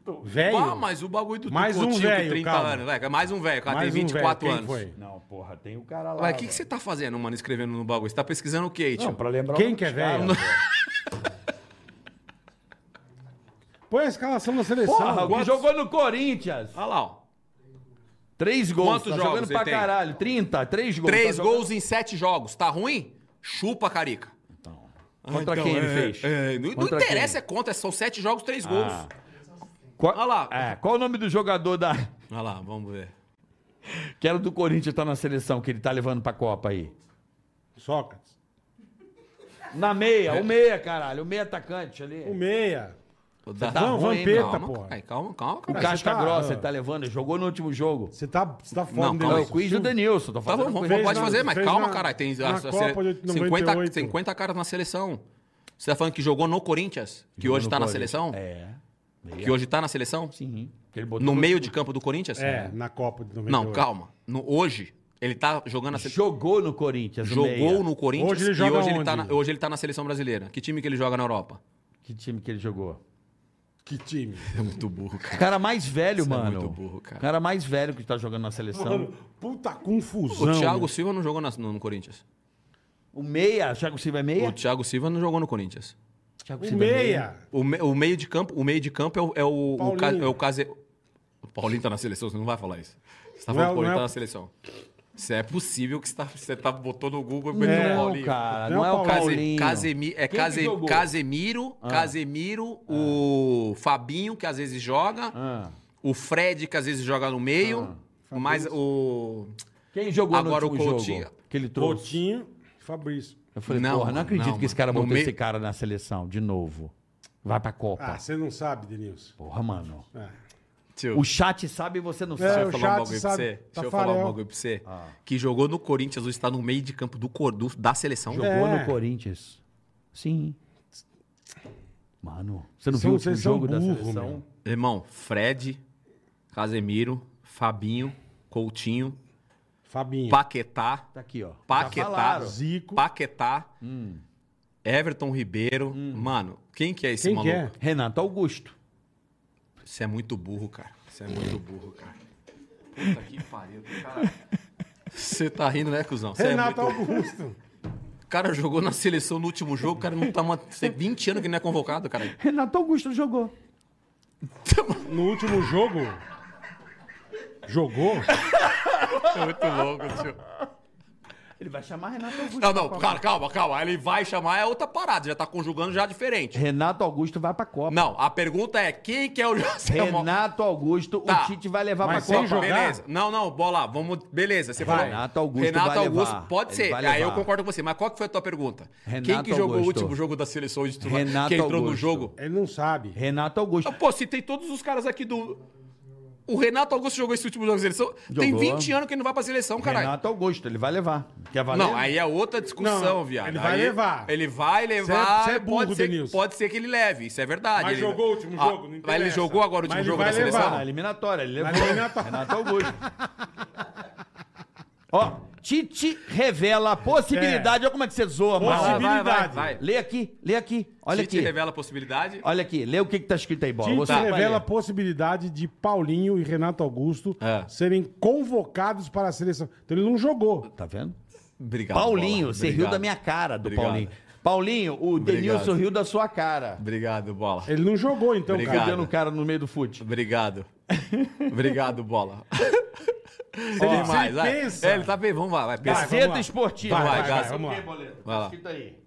[SPEAKER 8] Ah,
[SPEAKER 2] Velho?
[SPEAKER 8] mas o bagulho do
[SPEAKER 2] Mais um
[SPEAKER 8] Coutinho,
[SPEAKER 2] velho, calma.
[SPEAKER 8] anos. Vai, mais um velho, o cara tem
[SPEAKER 2] Mais um velho,
[SPEAKER 8] 24
[SPEAKER 2] quem
[SPEAKER 8] anos.
[SPEAKER 2] foi?
[SPEAKER 6] Não, porra, tem o cara lá.
[SPEAKER 8] Ué, o que, que você tá fazendo, mano, escrevendo no bagulho? Você tá pesquisando o quê, tio?
[SPEAKER 6] Não, pra lembrar
[SPEAKER 2] Quem
[SPEAKER 6] o
[SPEAKER 2] que é
[SPEAKER 6] dos caras,
[SPEAKER 2] velho?
[SPEAKER 6] pô.
[SPEAKER 2] Põe a escalação da seleção.
[SPEAKER 6] Porra, o que jogou no Corinthians.
[SPEAKER 8] Olha lá, ó.
[SPEAKER 6] Três gols.
[SPEAKER 8] Quantos
[SPEAKER 6] tá
[SPEAKER 8] jogos
[SPEAKER 6] jogando
[SPEAKER 8] ele
[SPEAKER 6] pra
[SPEAKER 8] tem?
[SPEAKER 6] caralho. 30, três gols.
[SPEAKER 8] Três
[SPEAKER 6] tá jogando-
[SPEAKER 8] gols em sete jogos. Tá ruim? Chupa, Carica.
[SPEAKER 2] Ah,
[SPEAKER 6] Contra
[SPEAKER 2] então,
[SPEAKER 6] quem
[SPEAKER 2] é,
[SPEAKER 6] ele fez?
[SPEAKER 8] não não
[SPEAKER 6] Contra Ah,
[SPEAKER 8] interessa, é contra. São sete jogos, três gols.
[SPEAKER 6] Qual,
[SPEAKER 8] Olha lá.
[SPEAKER 6] É, qual o nome do jogador da...
[SPEAKER 8] Olha lá, vamos ver.
[SPEAKER 6] que era do Corinthians tá na seleção, que ele tá levando pra Copa aí?
[SPEAKER 2] Sócrates.
[SPEAKER 6] Na é meia, o meia, caralho. O meia atacante
[SPEAKER 2] O
[SPEAKER 6] ali.
[SPEAKER 2] É meia.
[SPEAKER 8] Dá-
[SPEAKER 6] tá
[SPEAKER 2] Não,
[SPEAKER 6] ruim,
[SPEAKER 2] Vampeta,
[SPEAKER 8] calma,
[SPEAKER 2] porra.
[SPEAKER 8] cara, calma, calma,
[SPEAKER 6] O
[SPEAKER 8] calma.
[SPEAKER 6] Casca
[SPEAKER 2] tá-
[SPEAKER 6] Grossa ele tá levando. Ele jogou no último jogo.
[SPEAKER 2] Você tá, você tá fora
[SPEAKER 8] Não,
[SPEAKER 6] É
[SPEAKER 8] calma
[SPEAKER 6] o quiz do Denilson. Tô
[SPEAKER 8] Tá
[SPEAKER 6] fazendo
[SPEAKER 8] bom,
[SPEAKER 6] quiz.
[SPEAKER 8] vamos,
[SPEAKER 2] Fez
[SPEAKER 8] pode
[SPEAKER 2] na-
[SPEAKER 8] fazer, mas
[SPEAKER 2] fez
[SPEAKER 8] calma,
[SPEAKER 2] na-
[SPEAKER 8] caralho. Tem
[SPEAKER 2] na
[SPEAKER 8] a, a sele-
[SPEAKER 2] Copa de
[SPEAKER 8] 50,
[SPEAKER 2] 98.
[SPEAKER 8] 50 caras na seleção. Você tá falando que jogou no Corinthians? Que hoje
[SPEAKER 6] no
[SPEAKER 8] tá na
[SPEAKER 6] Corinthians.
[SPEAKER 8] seleção?
[SPEAKER 6] É.
[SPEAKER 8] Que hoje tá na seleção?
[SPEAKER 6] Sim. Que ele botou
[SPEAKER 8] No meio de campo do Corinthians?
[SPEAKER 2] É, na Copa de 98.
[SPEAKER 8] Não, calma. No- hoje, ele tá jogando na seleção.
[SPEAKER 6] Jogou no Corinthians. o meia.
[SPEAKER 8] Jogou no Corinthians
[SPEAKER 2] Hoje ele
[SPEAKER 8] e
[SPEAKER 2] joga
[SPEAKER 8] hoje ele, tá
[SPEAKER 2] onde?
[SPEAKER 8] na, hoje ele tá na seleção brasileira. Que time que ele joga na Europa?
[SPEAKER 6] Que time que ele jogou?
[SPEAKER 2] Que time.
[SPEAKER 8] É muito burro, cara.
[SPEAKER 6] O cara mais velho,
[SPEAKER 8] Você é
[SPEAKER 6] mano.
[SPEAKER 8] muito burro, cara.
[SPEAKER 6] O cara mais velho que tá jogando na seleção.
[SPEAKER 2] Mano, puta
[SPEAKER 8] O
[SPEAKER 2] confusão.
[SPEAKER 8] Thiago
[SPEAKER 2] meu.
[SPEAKER 8] Silva não jogou na- no, no Corinthians.
[SPEAKER 6] O meia, Thiago Silva é meia?
[SPEAKER 8] O Thiago Silva não jogou no Corinthians.
[SPEAKER 9] Um
[SPEAKER 6] Thiago
[SPEAKER 2] O meia.
[SPEAKER 8] O, me- o meio de campo, o meio de campo é o é o, o,
[SPEAKER 2] Paulinho.
[SPEAKER 8] ca- é o Case- o Paulinho tá na seleção, você não vai falar isso. Você tá
[SPEAKER 2] Não
[SPEAKER 8] falando que
[SPEAKER 2] é-
[SPEAKER 8] o Paulinho
[SPEAKER 2] não é-
[SPEAKER 8] tá na seleção. Se é possível que você, tá, você tá, botou no Google e
[SPEAKER 6] Não,
[SPEAKER 8] meteu o Paulinho.
[SPEAKER 6] cara,
[SPEAKER 2] Não,
[SPEAKER 6] não, é o
[SPEAKER 2] Paulinho.
[SPEAKER 8] Case,
[SPEAKER 6] Paulinho.
[SPEAKER 8] Casemi- é
[SPEAKER 6] Quem
[SPEAKER 8] Case-
[SPEAKER 6] que jogou? Ah.
[SPEAKER 8] Casemiro, Casemiro, o Fabinho, que às vezes joga,
[SPEAKER 6] Ah.
[SPEAKER 8] o Fred, que às vezes joga no meio, mas o.
[SPEAKER 6] Quem jogou
[SPEAKER 8] Agora
[SPEAKER 6] no último
[SPEAKER 8] o Coutinho.
[SPEAKER 6] jogo que ele trouxe?
[SPEAKER 2] Coutinho, Fabrício.
[SPEAKER 6] Eu falei,
[SPEAKER 8] Não,
[SPEAKER 6] porra, não
[SPEAKER 8] mano,
[SPEAKER 6] acredito
[SPEAKER 8] não,
[SPEAKER 6] que esse
[SPEAKER 8] mano.
[SPEAKER 6] cara
[SPEAKER 8] No
[SPEAKER 6] botou
[SPEAKER 8] meio-
[SPEAKER 6] esse cara na seleção de novo. Vai pra Copa.
[SPEAKER 2] Ah, você não sabe, Denilson.
[SPEAKER 6] Porra, mano.
[SPEAKER 2] Ah.
[SPEAKER 8] Deixa eu-
[SPEAKER 6] O chat sabe e você não
[SPEAKER 2] É,
[SPEAKER 8] Deixa
[SPEAKER 2] o
[SPEAKER 8] eu
[SPEAKER 6] sabe. Ah.
[SPEAKER 8] falar um
[SPEAKER 2] chat
[SPEAKER 8] bagulho pra
[SPEAKER 2] sabe, Tá
[SPEAKER 8] você. Deixa eu
[SPEAKER 2] Tafarel.
[SPEAKER 8] falar um bagulho pra você. Que jogou no Corinthians, hoje está no meio de campo do, cor- do- da seleção.
[SPEAKER 6] Jogou
[SPEAKER 2] É.
[SPEAKER 6] no Corinthians. Sim. Mano, você não
[SPEAKER 2] São-
[SPEAKER 6] viu o
[SPEAKER 2] vocês
[SPEAKER 6] último
[SPEAKER 2] são
[SPEAKER 6] jogo da
[SPEAKER 2] burro,
[SPEAKER 6] seleção?
[SPEAKER 2] meu.
[SPEAKER 8] Irmão, Fred, Casemiro, Fabinho, Coutinho,
[SPEAKER 2] Fabinho.
[SPEAKER 8] Paquetá,
[SPEAKER 6] Tá aqui, ó.
[SPEAKER 8] Paquetá.
[SPEAKER 6] Já falaram.
[SPEAKER 2] Zico.
[SPEAKER 8] Paquetá,
[SPEAKER 6] Hum.
[SPEAKER 8] Everton Ribeiro. Mano, quem que é esse
[SPEAKER 2] Quem que
[SPEAKER 8] maluco?
[SPEAKER 2] é?
[SPEAKER 6] Renato Hum. tá Augusto.
[SPEAKER 8] Você é muito burro, cara. Você é muito burro, cara. Puta que pariu, cara. Você tá rindo, né, cuzão? Você é
[SPEAKER 2] Renato
[SPEAKER 8] muito-
[SPEAKER 2] Augusto.
[SPEAKER 8] O cara jogou na seleção no último jogo, o cara não tá. Uma... Tem 20 anos que não é convocado, cara.
[SPEAKER 6] Renato Augusto jogou.
[SPEAKER 2] No último jogo. Jogou?
[SPEAKER 8] É muito louco, tio.
[SPEAKER 6] Ele vai chamar Renato Augusto.
[SPEAKER 8] Não, não, cara, calma, calma. Ele vai chamar é outra parada, já tá conjugando já diferente.
[SPEAKER 6] Renato Augusto vai pra Copa.
[SPEAKER 8] Não, a pergunta é: quem que é o José Mo-
[SPEAKER 6] Renato Augusto,
[SPEAKER 8] Tá.
[SPEAKER 6] o Tite vai levar
[SPEAKER 2] Mas
[SPEAKER 6] pra Copa.
[SPEAKER 2] sem jogar?
[SPEAKER 8] Beleza. Não, não, bola. Vamos. Beleza, você falou.
[SPEAKER 6] Renato Augusto
[SPEAKER 8] Renato
[SPEAKER 6] vai
[SPEAKER 8] Augusto,
[SPEAKER 6] levar.
[SPEAKER 8] pode
[SPEAKER 6] Ele
[SPEAKER 8] ser.
[SPEAKER 6] vai
[SPEAKER 8] Aí eu
[SPEAKER 6] levar.
[SPEAKER 8] concordo com você. Mas qual que foi a tua pergunta? Quem
[SPEAKER 6] Renato
[SPEAKER 8] que jogou
[SPEAKER 6] Augusto.
[SPEAKER 8] o último jogo da seleção de titular?
[SPEAKER 6] Renato
[SPEAKER 8] que entrou
[SPEAKER 6] Augusto.
[SPEAKER 8] no jogo?
[SPEAKER 2] Ele não sabe.
[SPEAKER 6] Renato Augusto.
[SPEAKER 8] Ah, Pô, se tem todos os caras aqui do. O Renato Augusto jogou esse último jogo da seleção. Tem
[SPEAKER 6] Jogou.
[SPEAKER 8] 20 anos que ele não vai pra seleção, caralho.
[SPEAKER 6] Renato Augusto, ele vai levar. Quer valer?
[SPEAKER 8] Não, aí é outra discussão,
[SPEAKER 2] Tá Não,
[SPEAKER 8] viado.
[SPEAKER 2] ele vai
[SPEAKER 8] Aí
[SPEAKER 2] levar.
[SPEAKER 8] Ele vai levar.
[SPEAKER 2] Você é- você é burro,
[SPEAKER 8] pode, ser,
[SPEAKER 2] Denilson.
[SPEAKER 8] pode ser que ele leve, isso é verdade.
[SPEAKER 2] Mas
[SPEAKER 8] Ele- Ah,
[SPEAKER 2] jogou o último jogo, não
[SPEAKER 8] Mas ele
[SPEAKER 2] interessa.
[SPEAKER 8] jogou agora o último
[SPEAKER 2] Mas ele
[SPEAKER 8] jogo da
[SPEAKER 2] vai levar.
[SPEAKER 6] Tá, na
[SPEAKER 8] seleção?
[SPEAKER 6] eliminatória, ele
[SPEAKER 2] Na
[SPEAKER 6] levou.
[SPEAKER 2] eliminatória.
[SPEAKER 6] Renato Augusto. Ó, Tite
[SPEAKER 2] É.
[SPEAKER 6] revela a possibilidade. Olha como é que você zoa,
[SPEAKER 2] Possibilidade.
[SPEAKER 6] mano.
[SPEAKER 8] Vai, vai, vai.
[SPEAKER 6] Lê aqui, lê aqui. Olha
[SPEAKER 8] Tite
[SPEAKER 6] aqui.
[SPEAKER 8] revela a possibilidade.
[SPEAKER 6] Olha aqui, lê o que, que tá escrito aí, bola.
[SPEAKER 2] Tite
[SPEAKER 6] Você vai
[SPEAKER 2] revela a
[SPEAKER 6] ler.
[SPEAKER 2] possibilidade de Paulinho e Renato Augusto
[SPEAKER 8] É.
[SPEAKER 2] serem convocados para a seleção. Então ele não jogou.
[SPEAKER 6] Tá vendo?
[SPEAKER 8] Obrigado.
[SPEAKER 6] Paulinho,
[SPEAKER 8] Bola.
[SPEAKER 6] você riu
[SPEAKER 8] Obrigado.
[SPEAKER 6] da minha cara, do
[SPEAKER 8] Obrigado.
[SPEAKER 6] Paulinho. Paulinho, o
[SPEAKER 8] Obrigado.
[SPEAKER 6] Denilson riu da sua cara.
[SPEAKER 8] Obrigado, bola.
[SPEAKER 2] Ele não jogou, então,
[SPEAKER 8] Obrigado.
[SPEAKER 2] cara.
[SPEAKER 6] Dando o cara no meio do fute.
[SPEAKER 8] Obrigado. Obrigado, bola. Tem
[SPEAKER 2] se ele
[SPEAKER 8] vai.
[SPEAKER 2] pensa-
[SPEAKER 8] É, ele tá bem, vamos lá, vai, pensa.
[SPEAKER 2] vamos lá.
[SPEAKER 6] Gazeta Esportiva.
[SPEAKER 8] Vai,
[SPEAKER 2] Vai, vai,
[SPEAKER 8] Gaza.
[SPEAKER 2] vamos lá.
[SPEAKER 6] Boleto?
[SPEAKER 8] Vai lá.
[SPEAKER 6] Escrito aí.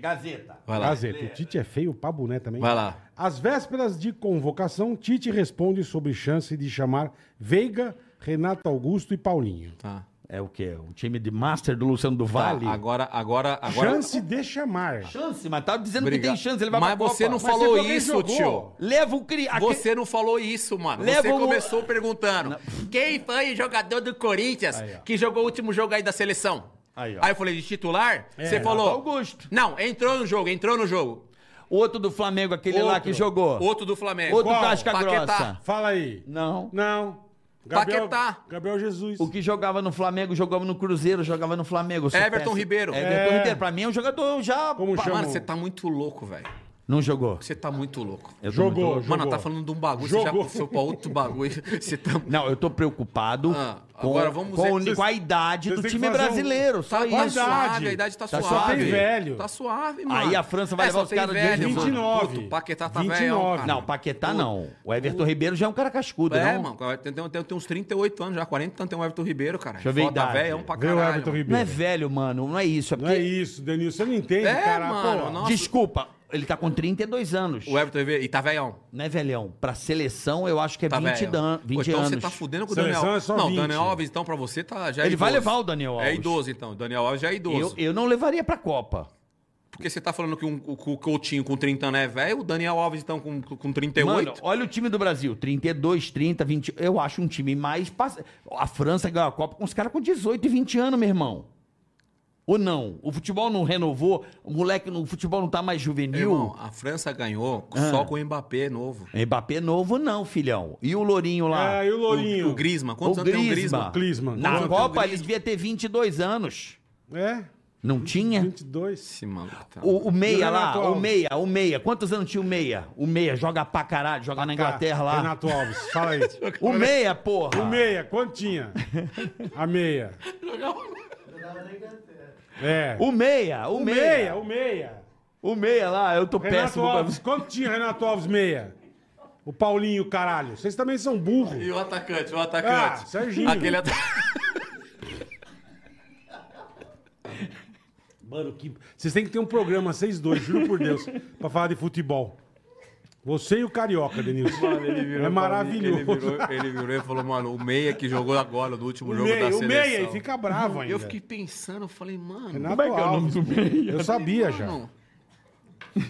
[SPEAKER 6] Gazeta.
[SPEAKER 8] Vai lá.
[SPEAKER 2] Gazeta, o Tite é feio, o Pabuné também.
[SPEAKER 8] Vai lá.
[SPEAKER 2] Às vésperas de convocação, Tite responde sobre chance de chamar Veiga, Renato Augusto e Paulinho.
[SPEAKER 8] Tá.
[SPEAKER 6] É o quê? O time de master do Luciano do Vale?
[SPEAKER 8] Tá, agora, agora, agora.
[SPEAKER 2] Chance de chamar.
[SPEAKER 6] Chance, mas tá dizendo que
[SPEAKER 8] Obrigado.
[SPEAKER 6] tem chance, ele vai
[SPEAKER 8] Mas
[SPEAKER 6] pra Copa.
[SPEAKER 8] você não
[SPEAKER 2] Mas
[SPEAKER 8] falou
[SPEAKER 2] você também
[SPEAKER 8] isso,
[SPEAKER 2] jogou.
[SPEAKER 8] tio.
[SPEAKER 6] Leva o cri... aque-
[SPEAKER 8] Você não falou isso, mano.
[SPEAKER 6] Leva
[SPEAKER 8] você
[SPEAKER 6] o-
[SPEAKER 8] começou perguntando: quem foi o jogador do Corinthians que jogou o último jogo aí da seleção?
[SPEAKER 6] Aí, ó.
[SPEAKER 8] eu falei de titular? você
[SPEAKER 2] Renato
[SPEAKER 8] falou.
[SPEAKER 6] Augusto.
[SPEAKER 8] Não, entrou no jogo, entrou no jogo.
[SPEAKER 6] Outro do Flamengo, aquele lá que jogou.
[SPEAKER 8] Outro do Flamengo.
[SPEAKER 6] Outro
[SPEAKER 2] Qual?
[SPEAKER 6] casca
[SPEAKER 8] Paquetá.
[SPEAKER 6] grossa.
[SPEAKER 2] Fala aí.
[SPEAKER 6] Não.
[SPEAKER 2] Não.
[SPEAKER 8] Paquetá.
[SPEAKER 2] Gabriel Jesus.
[SPEAKER 6] O que jogava no Flamengo, jogava no Cruzeiro, jogava no Flamengo. Eu sou
[SPEAKER 8] Everton
[SPEAKER 6] péssimo.
[SPEAKER 8] Ribeiro.
[SPEAKER 6] Everton
[SPEAKER 2] É.
[SPEAKER 6] Ribeiro. Pra mim é um jogador já...
[SPEAKER 2] Como
[SPEAKER 6] Pa-
[SPEAKER 2] chama?
[SPEAKER 8] Mano, você tá muito louco, velho.
[SPEAKER 6] Não jogou.
[SPEAKER 8] Você tá muito louco.
[SPEAKER 6] Eu tô muito
[SPEAKER 2] Jogou,
[SPEAKER 6] louco.
[SPEAKER 2] jogou.
[SPEAKER 8] Mano, tá falando de um bagulho,
[SPEAKER 2] Jogou.
[SPEAKER 8] você já passou pra outro bagulho. Você tá.
[SPEAKER 6] Não, eu tô preocupado
[SPEAKER 8] Ah,
[SPEAKER 6] com,
[SPEAKER 8] agora vamos
[SPEAKER 6] com,
[SPEAKER 8] ver-
[SPEAKER 6] com a idade
[SPEAKER 2] Vocês
[SPEAKER 6] do
[SPEAKER 2] têm que
[SPEAKER 6] time
[SPEAKER 2] fazer um-
[SPEAKER 6] brasileiro. Só
[SPEAKER 8] Tá,
[SPEAKER 6] isso.
[SPEAKER 8] tá
[SPEAKER 2] idade.
[SPEAKER 8] suave, a idade tá,
[SPEAKER 6] Tá
[SPEAKER 8] suave.
[SPEAKER 6] só tem
[SPEAKER 2] velho.
[SPEAKER 8] Tá suave, mano.
[SPEAKER 6] Aí a França vai
[SPEAKER 8] É,
[SPEAKER 6] levar
[SPEAKER 8] só
[SPEAKER 6] os
[SPEAKER 8] tem
[SPEAKER 6] caras de
[SPEAKER 8] velho, mano.
[SPEAKER 2] 29.
[SPEAKER 8] Puto, o Paquetá tá
[SPEAKER 2] 29.
[SPEAKER 8] velho, cara.
[SPEAKER 6] Não, Paquetá não. O Everton Ribeiro já é um cara cascudo,
[SPEAKER 8] É,
[SPEAKER 6] não?
[SPEAKER 8] mano, tem, tem, tem, tem uns 38 anos já, 40 anos tem o Everton Ribeiro, cara.
[SPEAKER 6] Deixa eu ver a idade.
[SPEAKER 8] velho, é um pra
[SPEAKER 2] Vê
[SPEAKER 8] caralho.
[SPEAKER 2] o Everton
[SPEAKER 8] mano.
[SPEAKER 6] Não é
[SPEAKER 2] Ribeiro.
[SPEAKER 6] velho, mano. Não é isso. É
[SPEAKER 2] Não
[SPEAKER 6] porque...
[SPEAKER 2] é isso, Denilson. Você não entende,
[SPEAKER 8] É,
[SPEAKER 2] cara.
[SPEAKER 8] mano,
[SPEAKER 2] Pô,
[SPEAKER 8] não- Nossa.
[SPEAKER 6] Desculpa, ele tá com 32 anos.
[SPEAKER 8] O Everton Ribeiro, e tá velhão.
[SPEAKER 6] Não é velhão. Pra seleção, eu acho que é
[SPEAKER 8] Tá
[SPEAKER 6] 20,
[SPEAKER 8] velhão.
[SPEAKER 6] dan...
[SPEAKER 8] Pô,
[SPEAKER 6] 20
[SPEAKER 8] então
[SPEAKER 6] anos.
[SPEAKER 8] você tá fudendo com o
[SPEAKER 2] Seleção
[SPEAKER 8] Daniel
[SPEAKER 2] é só
[SPEAKER 8] não,
[SPEAKER 2] 20.
[SPEAKER 8] Daniel Alves, então, pra você, tá, já é
[SPEAKER 6] Ele vai
[SPEAKER 8] idoso.
[SPEAKER 6] levar o Daniel
[SPEAKER 8] É
[SPEAKER 6] Alves.
[SPEAKER 8] idoso, então. Daniel Alves já é
[SPEAKER 6] eu,
[SPEAKER 8] idoso.
[SPEAKER 6] eu não levaria pra Copa.
[SPEAKER 8] Porque você tá falando que um, o, o Coutinho com 30 anos é velho, o Daniel Alves, então, com, com 38.
[SPEAKER 6] Mano, olha o time do Brasil. 32, 30, 20. Eu acho um time mais... passe- A França ganhou a Copa com os caras com 18 e 20 anos, meu irmão. Ou não? O futebol não renovou? O moleque, no- o futebol não tá mais juvenil?
[SPEAKER 8] Irmão, a França ganhou
[SPEAKER 6] Ah.
[SPEAKER 8] só com o Mbappé novo.
[SPEAKER 6] Mbappé novo não, filhão. E o Lourinho lá?
[SPEAKER 2] É, e o Lourinho?
[SPEAKER 8] O, o Griezmann, quantos anos tem o Griezmann?
[SPEAKER 2] Griezmann.
[SPEAKER 6] Na
[SPEAKER 2] Quantos
[SPEAKER 8] anos tem
[SPEAKER 6] Copa
[SPEAKER 8] o
[SPEAKER 6] ele devia ter 22 anos.
[SPEAKER 2] É?
[SPEAKER 6] Não tinha?
[SPEAKER 2] 22.
[SPEAKER 8] Esse maluco tá...
[SPEAKER 6] O, o
[SPEAKER 2] E o
[SPEAKER 6] meia
[SPEAKER 2] Renato
[SPEAKER 6] lá, o
[SPEAKER 2] Alves?
[SPEAKER 6] meia, o meia. Quantos anos tinha o meia? O meia joga pra caralho, joga na Inglaterra lá.
[SPEAKER 2] Renato Alves, fala aí.
[SPEAKER 6] O meia, porra.
[SPEAKER 2] O meia, quanto tinha? A meia. É.
[SPEAKER 6] O meia, o,
[SPEAKER 2] O
[SPEAKER 6] meia.
[SPEAKER 2] meia, o meia.
[SPEAKER 6] O meia lá, eu tô
[SPEAKER 2] Renato
[SPEAKER 6] péssimo pra
[SPEAKER 2] Alves,
[SPEAKER 6] você.
[SPEAKER 2] quanto tinha Renato Alves meia? O Paulinho, caralho. Vocês também são burros.
[SPEAKER 8] E o atacante, é o
[SPEAKER 2] Ah,
[SPEAKER 8] atacante.
[SPEAKER 2] Serginho.
[SPEAKER 8] Aquele atacante.
[SPEAKER 2] Mano, que... vocês têm que ter um programa, vocês dois, juro por Deus, pra falar de futebol. Você e o Carioca, Denilson. é maravilhoso. É
[SPEAKER 8] Ele virou, ele virou e falou, mano, o meia que jogou agora no último
[SPEAKER 2] o
[SPEAKER 8] jogo
[SPEAKER 2] meia,
[SPEAKER 8] da
[SPEAKER 2] o
[SPEAKER 8] seleção.
[SPEAKER 2] meia, e fica bravo ainda.
[SPEAKER 8] Eu fiquei pensando, eu falei, mano...
[SPEAKER 2] Renato
[SPEAKER 5] Como é que é o nome
[SPEAKER 2] Alves.
[SPEAKER 5] do meia?
[SPEAKER 2] Eu sabia já.
[SPEAKER 8] mano.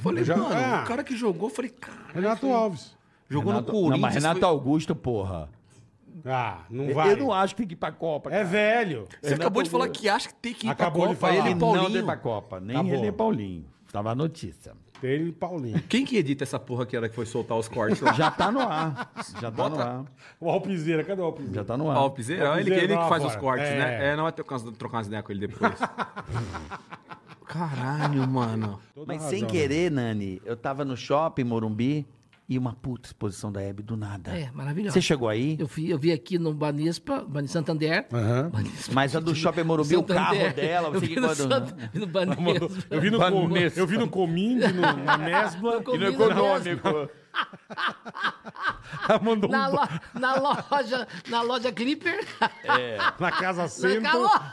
[SPEAKER 8] Falei,
[SPEAKER 2] Já-
[SPEAKER 8] mano,
[SPEAKER 2] Ah.
[SPEAKER 8] o cara que jogou, eu falei, cara,
[SPEAKER 2] Renato Alves.
[SPEAKER 8] jogou
[SPEAKER 6] Renato-
[SPEAKER 8] no Corinthians.
[SPEAKER 6] Não, mas Renato
[SPEAKER 8] foi-
[SPEAKER 6] Augusto, porra.
[SPEAKER 2] Ah, não
[SPEAKER 6] Eu-
[SPEAKER 2] vai.
[SPEAKER 6] Eu não acho que tem que ir pra Copa.
[SPEAKER 2] É velho.
[SPEAKER 8] Você acabou de falar que acha que
[SPEAKER 6] é
[SPEAKER 8] tem que ir
[SPEAKER 2] Acabou de
[SPEAKER 8] pra Copa,
[SPEAKER 2] falar.
[SPEAKER 8] ele e
[SPEAKER 6] Ele
[SPEAKER 8] Paulinho.
[SPEAKER 6] não tem pra Copa. Nem
[SPEAKER 2] Acabou.
[SPEAKER 6] ele nem Paulinho. Tava a notícia.
[SPEAKER 2] Tem ele e Paulinho.
[SPEAKER 8] Quem que edita essa porra que era que foi soltar os cortes lá?
[SPEAKER 6] Já tá no ar. Já tá no ar.
[SPEAKER 2] O Alpizeira, cadê o Alpizeira?
[SPEAKER 6] Já tá no ar.
[SPEAKER 8] Ah, o Piseiro,
[SPEAKER 2] Ah, o
[SPEAKER 8] ele, que-
[SPEAKER 2] Piseiro
[SPEAKER 8] ele
[SPEAKER 2] tá
[SPEAKER 8] que
[SPEAKER 2] lá
[SPEAKER 8] faz os
[SPEAKER 2] fora.
[SPEAKER 8] cortes,
[SPEAKER 2] É.
[SPEAKER 8] né? É, não vai trocar, trocar umas ideias com ele depois. Caralho, mano.
[SPEAKER 2] Toda
[SPEAKER 6] Mas
[SPEAKER 2] razão,
[SPEAKER 6] sem
[SPEAKER 2] né?
[SPEAKER 6] querer, Nani, eu tava no shopping Morumbi e uma puta exposição da Hebe do nada.
[SPEAKER 10] É, maravilhosa.
[SPEAKER 6] Tá. Você chegou aí?
[SPEAKER 10] Eu, fui, eu vi aqui no Banespa, Ban- Santander.
[SPEAKER 2] Aham.
[SPEAKER 10] Banespa.
[SPEAKER 6] Mas a do shopping Morumbi, o carro
[SPEAKER 10] Santander.
[SPEAKER 6] dela,
[SPEAKER 10] eu
[SPEAKER 6] você
[SPEAKER 10] vi
[SPEAKER 6] que
[SPEAKER 10] no,
[SPEAKER 6] gosta do-
[SPEAKER 10] Sant... vi no Banespa.
[SPEAKER 2] Eu vi no,
[SPEAKER 6] Tá
[SPEAKER 2] com...
[SPEAKER 6] no mesmo.
[SPEAKER 2] eu vi no Coming, no... na Mesbla.
[SPEAKER 10] Comi no Banespa.
[SPEAKER 2] Ela mandou
[SPEAKER 10] na,
[SPEAKER 2] um... ba-
[SPEAKER 10] lo- na loja, na loja Clipper.
[SPEAKER 6] É.
[SPEAKER 2] na Casa
[SPEAKER 10] Na
[SPEAKER 2] Centro.
[SPEAKER 10] calor.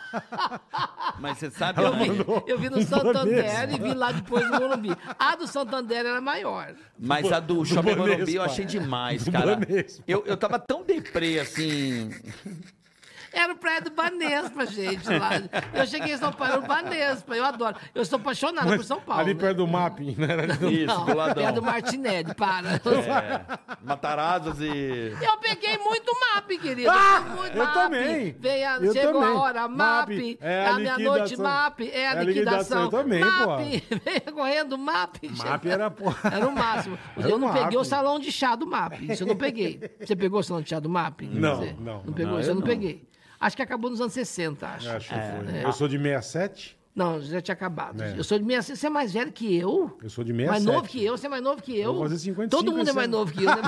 [SPEAKER 6] Mas você sabe,
[SPEAKER 10] Eu
[SPEAKER 6] Nani,
[SPEAKER 10] vi, eu vi no Santander e vi lá depois no Morumbi. A do Santander era maior.
[SPEAKER 6] Mas a do Shopping
[SPEAKER 2] Banespa.
[SPEAKER 6] Morumbi eu achei demais, cara.
[SPEAKER 2] Banespa.
[SPEAKER 6] Eu, eu tava tão deprê, assim...
[SPEAKER 10] Era o prédio do Banespa, gente. Lá. Eu cheguei em São Paulo, era o Banespa. Eu adoro. Eu sou apaixonada por São Paulo.
[SPEAKER 2] Ali
[SPEAKER 10] né?
[SPEAKER 2] perto do mapping, né?
[SPEAKER 6] Isso,
[SPEAKER 10] Não,
[SPEAKER 6] do É.
[SPEAKER 10] é do
[SPEAKER 6] ladão.
[SPEAKER 10] Martinelli, para.
[SPEAKER 6] Matarazos e...
[SPEAKER 10] Eu peguei muito MAP, querido.
[SPEAKER 2] Ah,
[SPEAKER 10] Peguei muito
[SPEAKER 2] eu também.
[SPEAKER 10] Vem a-
[SPEAKER 2] Eu
[SPEAKER 10] chegou
[SPEAKER 2] também.
[SPEAKER 10] a hora, MAP.
[SPEAKER 2] MAP, é
[SPEAKER 10] É
[SPEAKER 2] a
[SPEAKER 10] a meia-noite,
[SPEAKER 2] liquidação.
[SPEAKER 10] MAP. É a
[SPEAKER 2] É a
[SPEAKER 10] liquidação.
[SPEAKER 2] liquidação, eu também,
[SPEAKER 10] MAP.
[SPEAKER 2] pô.
[SPEAKER 10] Venha correndo, MAP.
[SPEAKER 2] MAP era, pô.
[SPEAKER 6] É,
[SPEAKER 10] Era o máximo.
[SPEAKER 2] Era o
[SPEAKER 10] eu não
[SPEAKER 2] MAP.
[SPEAKER 10] peguei o salão de chá do MAP. Isso eu não peguei. Você pegou o salão de chá do MAP?
[SPEAKER 2] Não,
[SPEAKER 10] Você?
[SPEAKER 2] não.
[SPEAKER 10] Não pegou
[SPEAKER 6] Não,
[SPEAKER 10] isso?
[SPEAKER 6] eu
[SPEAKER 10] Eu não,
[SPEAKER 6] não.
[SPEAKER 10] peguei. Acho que acabou nos anos 60, acho. É,
[SPEAKER 2] Acho que foi. É, Eu sou de 67.
[SPEAKER 10] Não, já tinha acabado.
[SPEAKER 2] É.
[SPEAKER 10] Eu sou de 66. Você é mais velho que eu?
[SPEAKER 2] Eu sou de
[SPEAKER 10] Mais
[SPEAKER 2] 67.
[SPEAKER 10] novo que eu, você é mais novo que eu.
[SPEAKER 2] vou fazer 55
[SPEAKER 10] Todo mundo
[SPEAKER 2] esse
[SPEAKER 10] é mais
[SPEAKER 2] ano.
[SPEAKER 10] novo que eu. Né?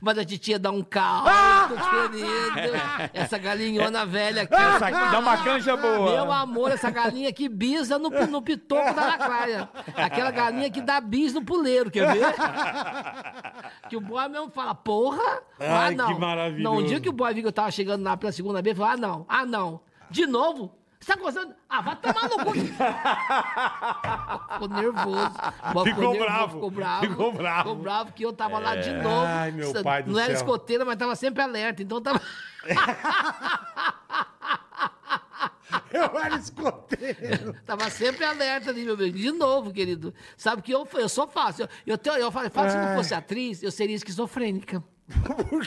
[SPEAKER 10] Mas a titia dá um caldo, querido. Essa galinhona velha aqui.
[SPEAKER 6] Essa- dá uma canja boa.
[SPEAKER 10] Meu amor, essa galinha que bisa no, no pitoco da lacraia. Aquela galinha que dá bis no puleiro, quer ver? Que o boy mesmo fala, porra.
[SPEAKER 2] Ai,
[SPEAKER 10] ah, não.
[SPEAKER 2] que maravilhoso.
[SPEAKER 10] Não, um dia que o boy viu que eu tava chegando lá pela segunda vez, falou, ah, não. Ah, não. De novo? Você tá gostando? Ah, vai tomar no cu. ficou nervoso. O boy
[SPEAKER 2] Ficou bravo.
[SPEAKER 10] Ficou bravo.
[SPEAKER 2] Ficou bravo. É.
[SPEAKER 10] Ficou bravo que eu tava lá de novo.
[SPEAKER 2] Ai, meu pai do
[SPEAKER 10] Não era
[SPEAKER 2] céu.
[SPEAKER 10] escoteira, mas tava sempre alerta. Então tava...
[SPEAKER 2] Eu era escoteiro.
[SPEAKER 10] É. Tava sempre alerta ali, meu bem. De novo, querido. Sabe que eu, eu sou fácil. Eu, eu, tenho- eu falei, fala, se
[SPEAKER 2] É.
[SPEAKER 10] eu não fosse atriz, eu seria esquizofrênica.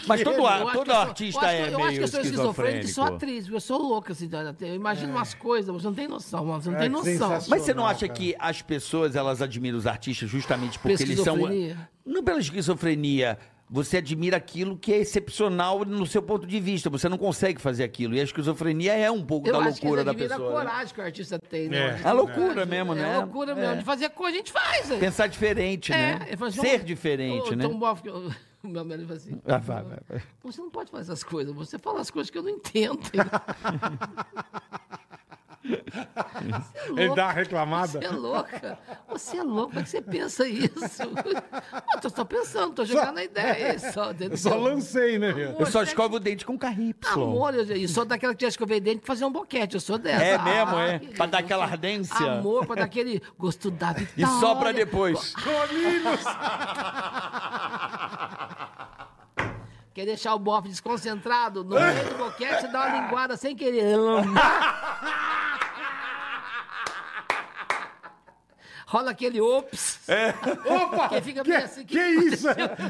[SPEAKER 6] Mas todo,
[SPEAKER 10] Eu
[SPEAKER 6] a-
[SPEAKER 10] acho que
[SPEAKER 6] todo
[SPEAKER 10] eu sou-
[SPEAKER 6] artista
[SPEAKER 10] eu acho que- eu
[SPEAKER 6] é
[SPEAKER 10] acho que
[SPEAKER 6] meio
[SPEAKER 10] eu sou esquizofrênico e sou
[SPEAKER 6] esquizofrênico.
[SPEAKER 10] atriz, eu sou louca, assim, eu eu imagino umas coisas, você não tem noção, mano, você não
[SPEAKER 2] É,
[SPEAKER 10] tem
[SPEAKER 2] que
[SPEAKER 10] noção.
[SPEAKER 2] sensacional.
[SPEAKER 6] Mas você não acha
[SPEAKER 2] Cara.
[SPEAKER 6] que as pessoas elas admiram os artistas justamente porque
[SPEAKER 10] Pela
[SPEAKER 6] eles são. um
[SPEAKER 10] esquizofrenia?
[SPEAKER 6] Não pela esquizofrenia. Você admira aquilo que é excepcional no seu ponto de vista. Você não consegue fazer aquilo. E a esquizofrenia é um pouco
[SPEAKER 10] Eu
[SPEAKER 6] da
[SPEAKER 10] acho que
[SPEAKER 6] loucura
[SPEAKER 10] eles
[SPEAKER 6] da
[SPEAKER 10] admiram a
[SPEAKER 6] pessoa. né?
[SPEAKER 10] coragem que o artista tem,
[SPEAKER 2] É.
[SPEAKER 10] né?
[SPEAKER 6] É a loucura mesmo, né?
[SPEAKER 10] É loucura mesmo, de fazer coisa a gente faz. né?
[SPEAKER 6] Pensar diferente,
[SPEAKER 10] É,
[SPEAKER 6] né?
[SPEAKER 10] eu falo assim,
[SPEAKER 6] Ser
[SPEAKER 10] "Ô,
[SPEAKER 6] diferente,
[SPEAKER 10] ô,
[SPEAKER 6] né?
[SPEAKER 10] Tom Boff, que eu- o meu marido fala assim,
[SPEAKER 6] Ah, vai, vai, vai.
[SPEAKER 10] você não pode fazer essas coisas, você fala as coisas que eu não entendo.
[SPEAKER 2] Ele dá uma reclamada.
[SPEAKER 10] Você é louca. Você é louca. Como é que você pensa isso? Eu tô só pensando, tô jogando a ideia. Só,
[SPEAKER 2] Eu só lancei, né? meu?
[SPEAKER 6] Eu só escovo o dente com carrinho.
[SPEAKER 10] Amor, eu, eu sou daquela que tinha escovei dente pra fazer um boquete. Eu sou dessa.
[SPEAKER 6] É mesmo, é?
[SPEAKER 10] querido,
[SPEAKER 6] Pra dar aquela
[SPEAKER 10] eu sou-
[SPEAKER 6] ardência.
[SPEAKER 10] Amor, pra dar aquele gosto da
[SPEAKER 6] E
[SPEAKER 10] vitória.
[SPEAKER 6] sopra depois.
[SPEAKER 10] Quer deixar o bofe desconcentrado? No meio do boquete, você dá uma linguada sem querer. Rola aquele ops.
[SPEAKER 6] É.
[SPEAKER 2] Opa!
[SPEAKER 10] Que fica
[SPEAKER 2] que,
[SPEAKER 10] meio assim,
[SPEAKER 2] que isso?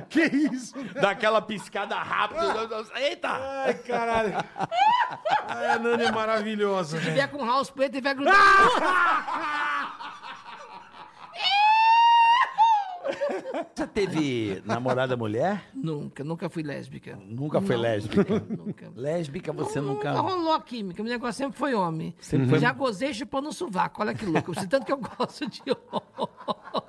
[SPEAKER 2] que isso?
[SPEAKER 6] Dá aquela piscada rápida. Eita!
[SPEAKER 2] Ai, caralho. Ai, a Nani é maravilhosa, velho.
[SPEAKER 10] Vier com house preto e vai grudar.
[SPEAKER 6] Você teve namorada mulher?
[SPEAKER 10] Nunca, nunca fui lésbica.
[SPEAKER 6] Nunca foi lésbica.
[SPEAKER 10] Nunca.
[SPEAKER 6] Lésbica você nunca.
[SPEAKER 10] rolou a química. Meu negócio sempre foi homem.
[SPEAKER 6] Sempre foi-
[SPEAKER 10] Já gozei chupando o sovaco. Olha que louco. Eu sei tanto que eu gosto de homem.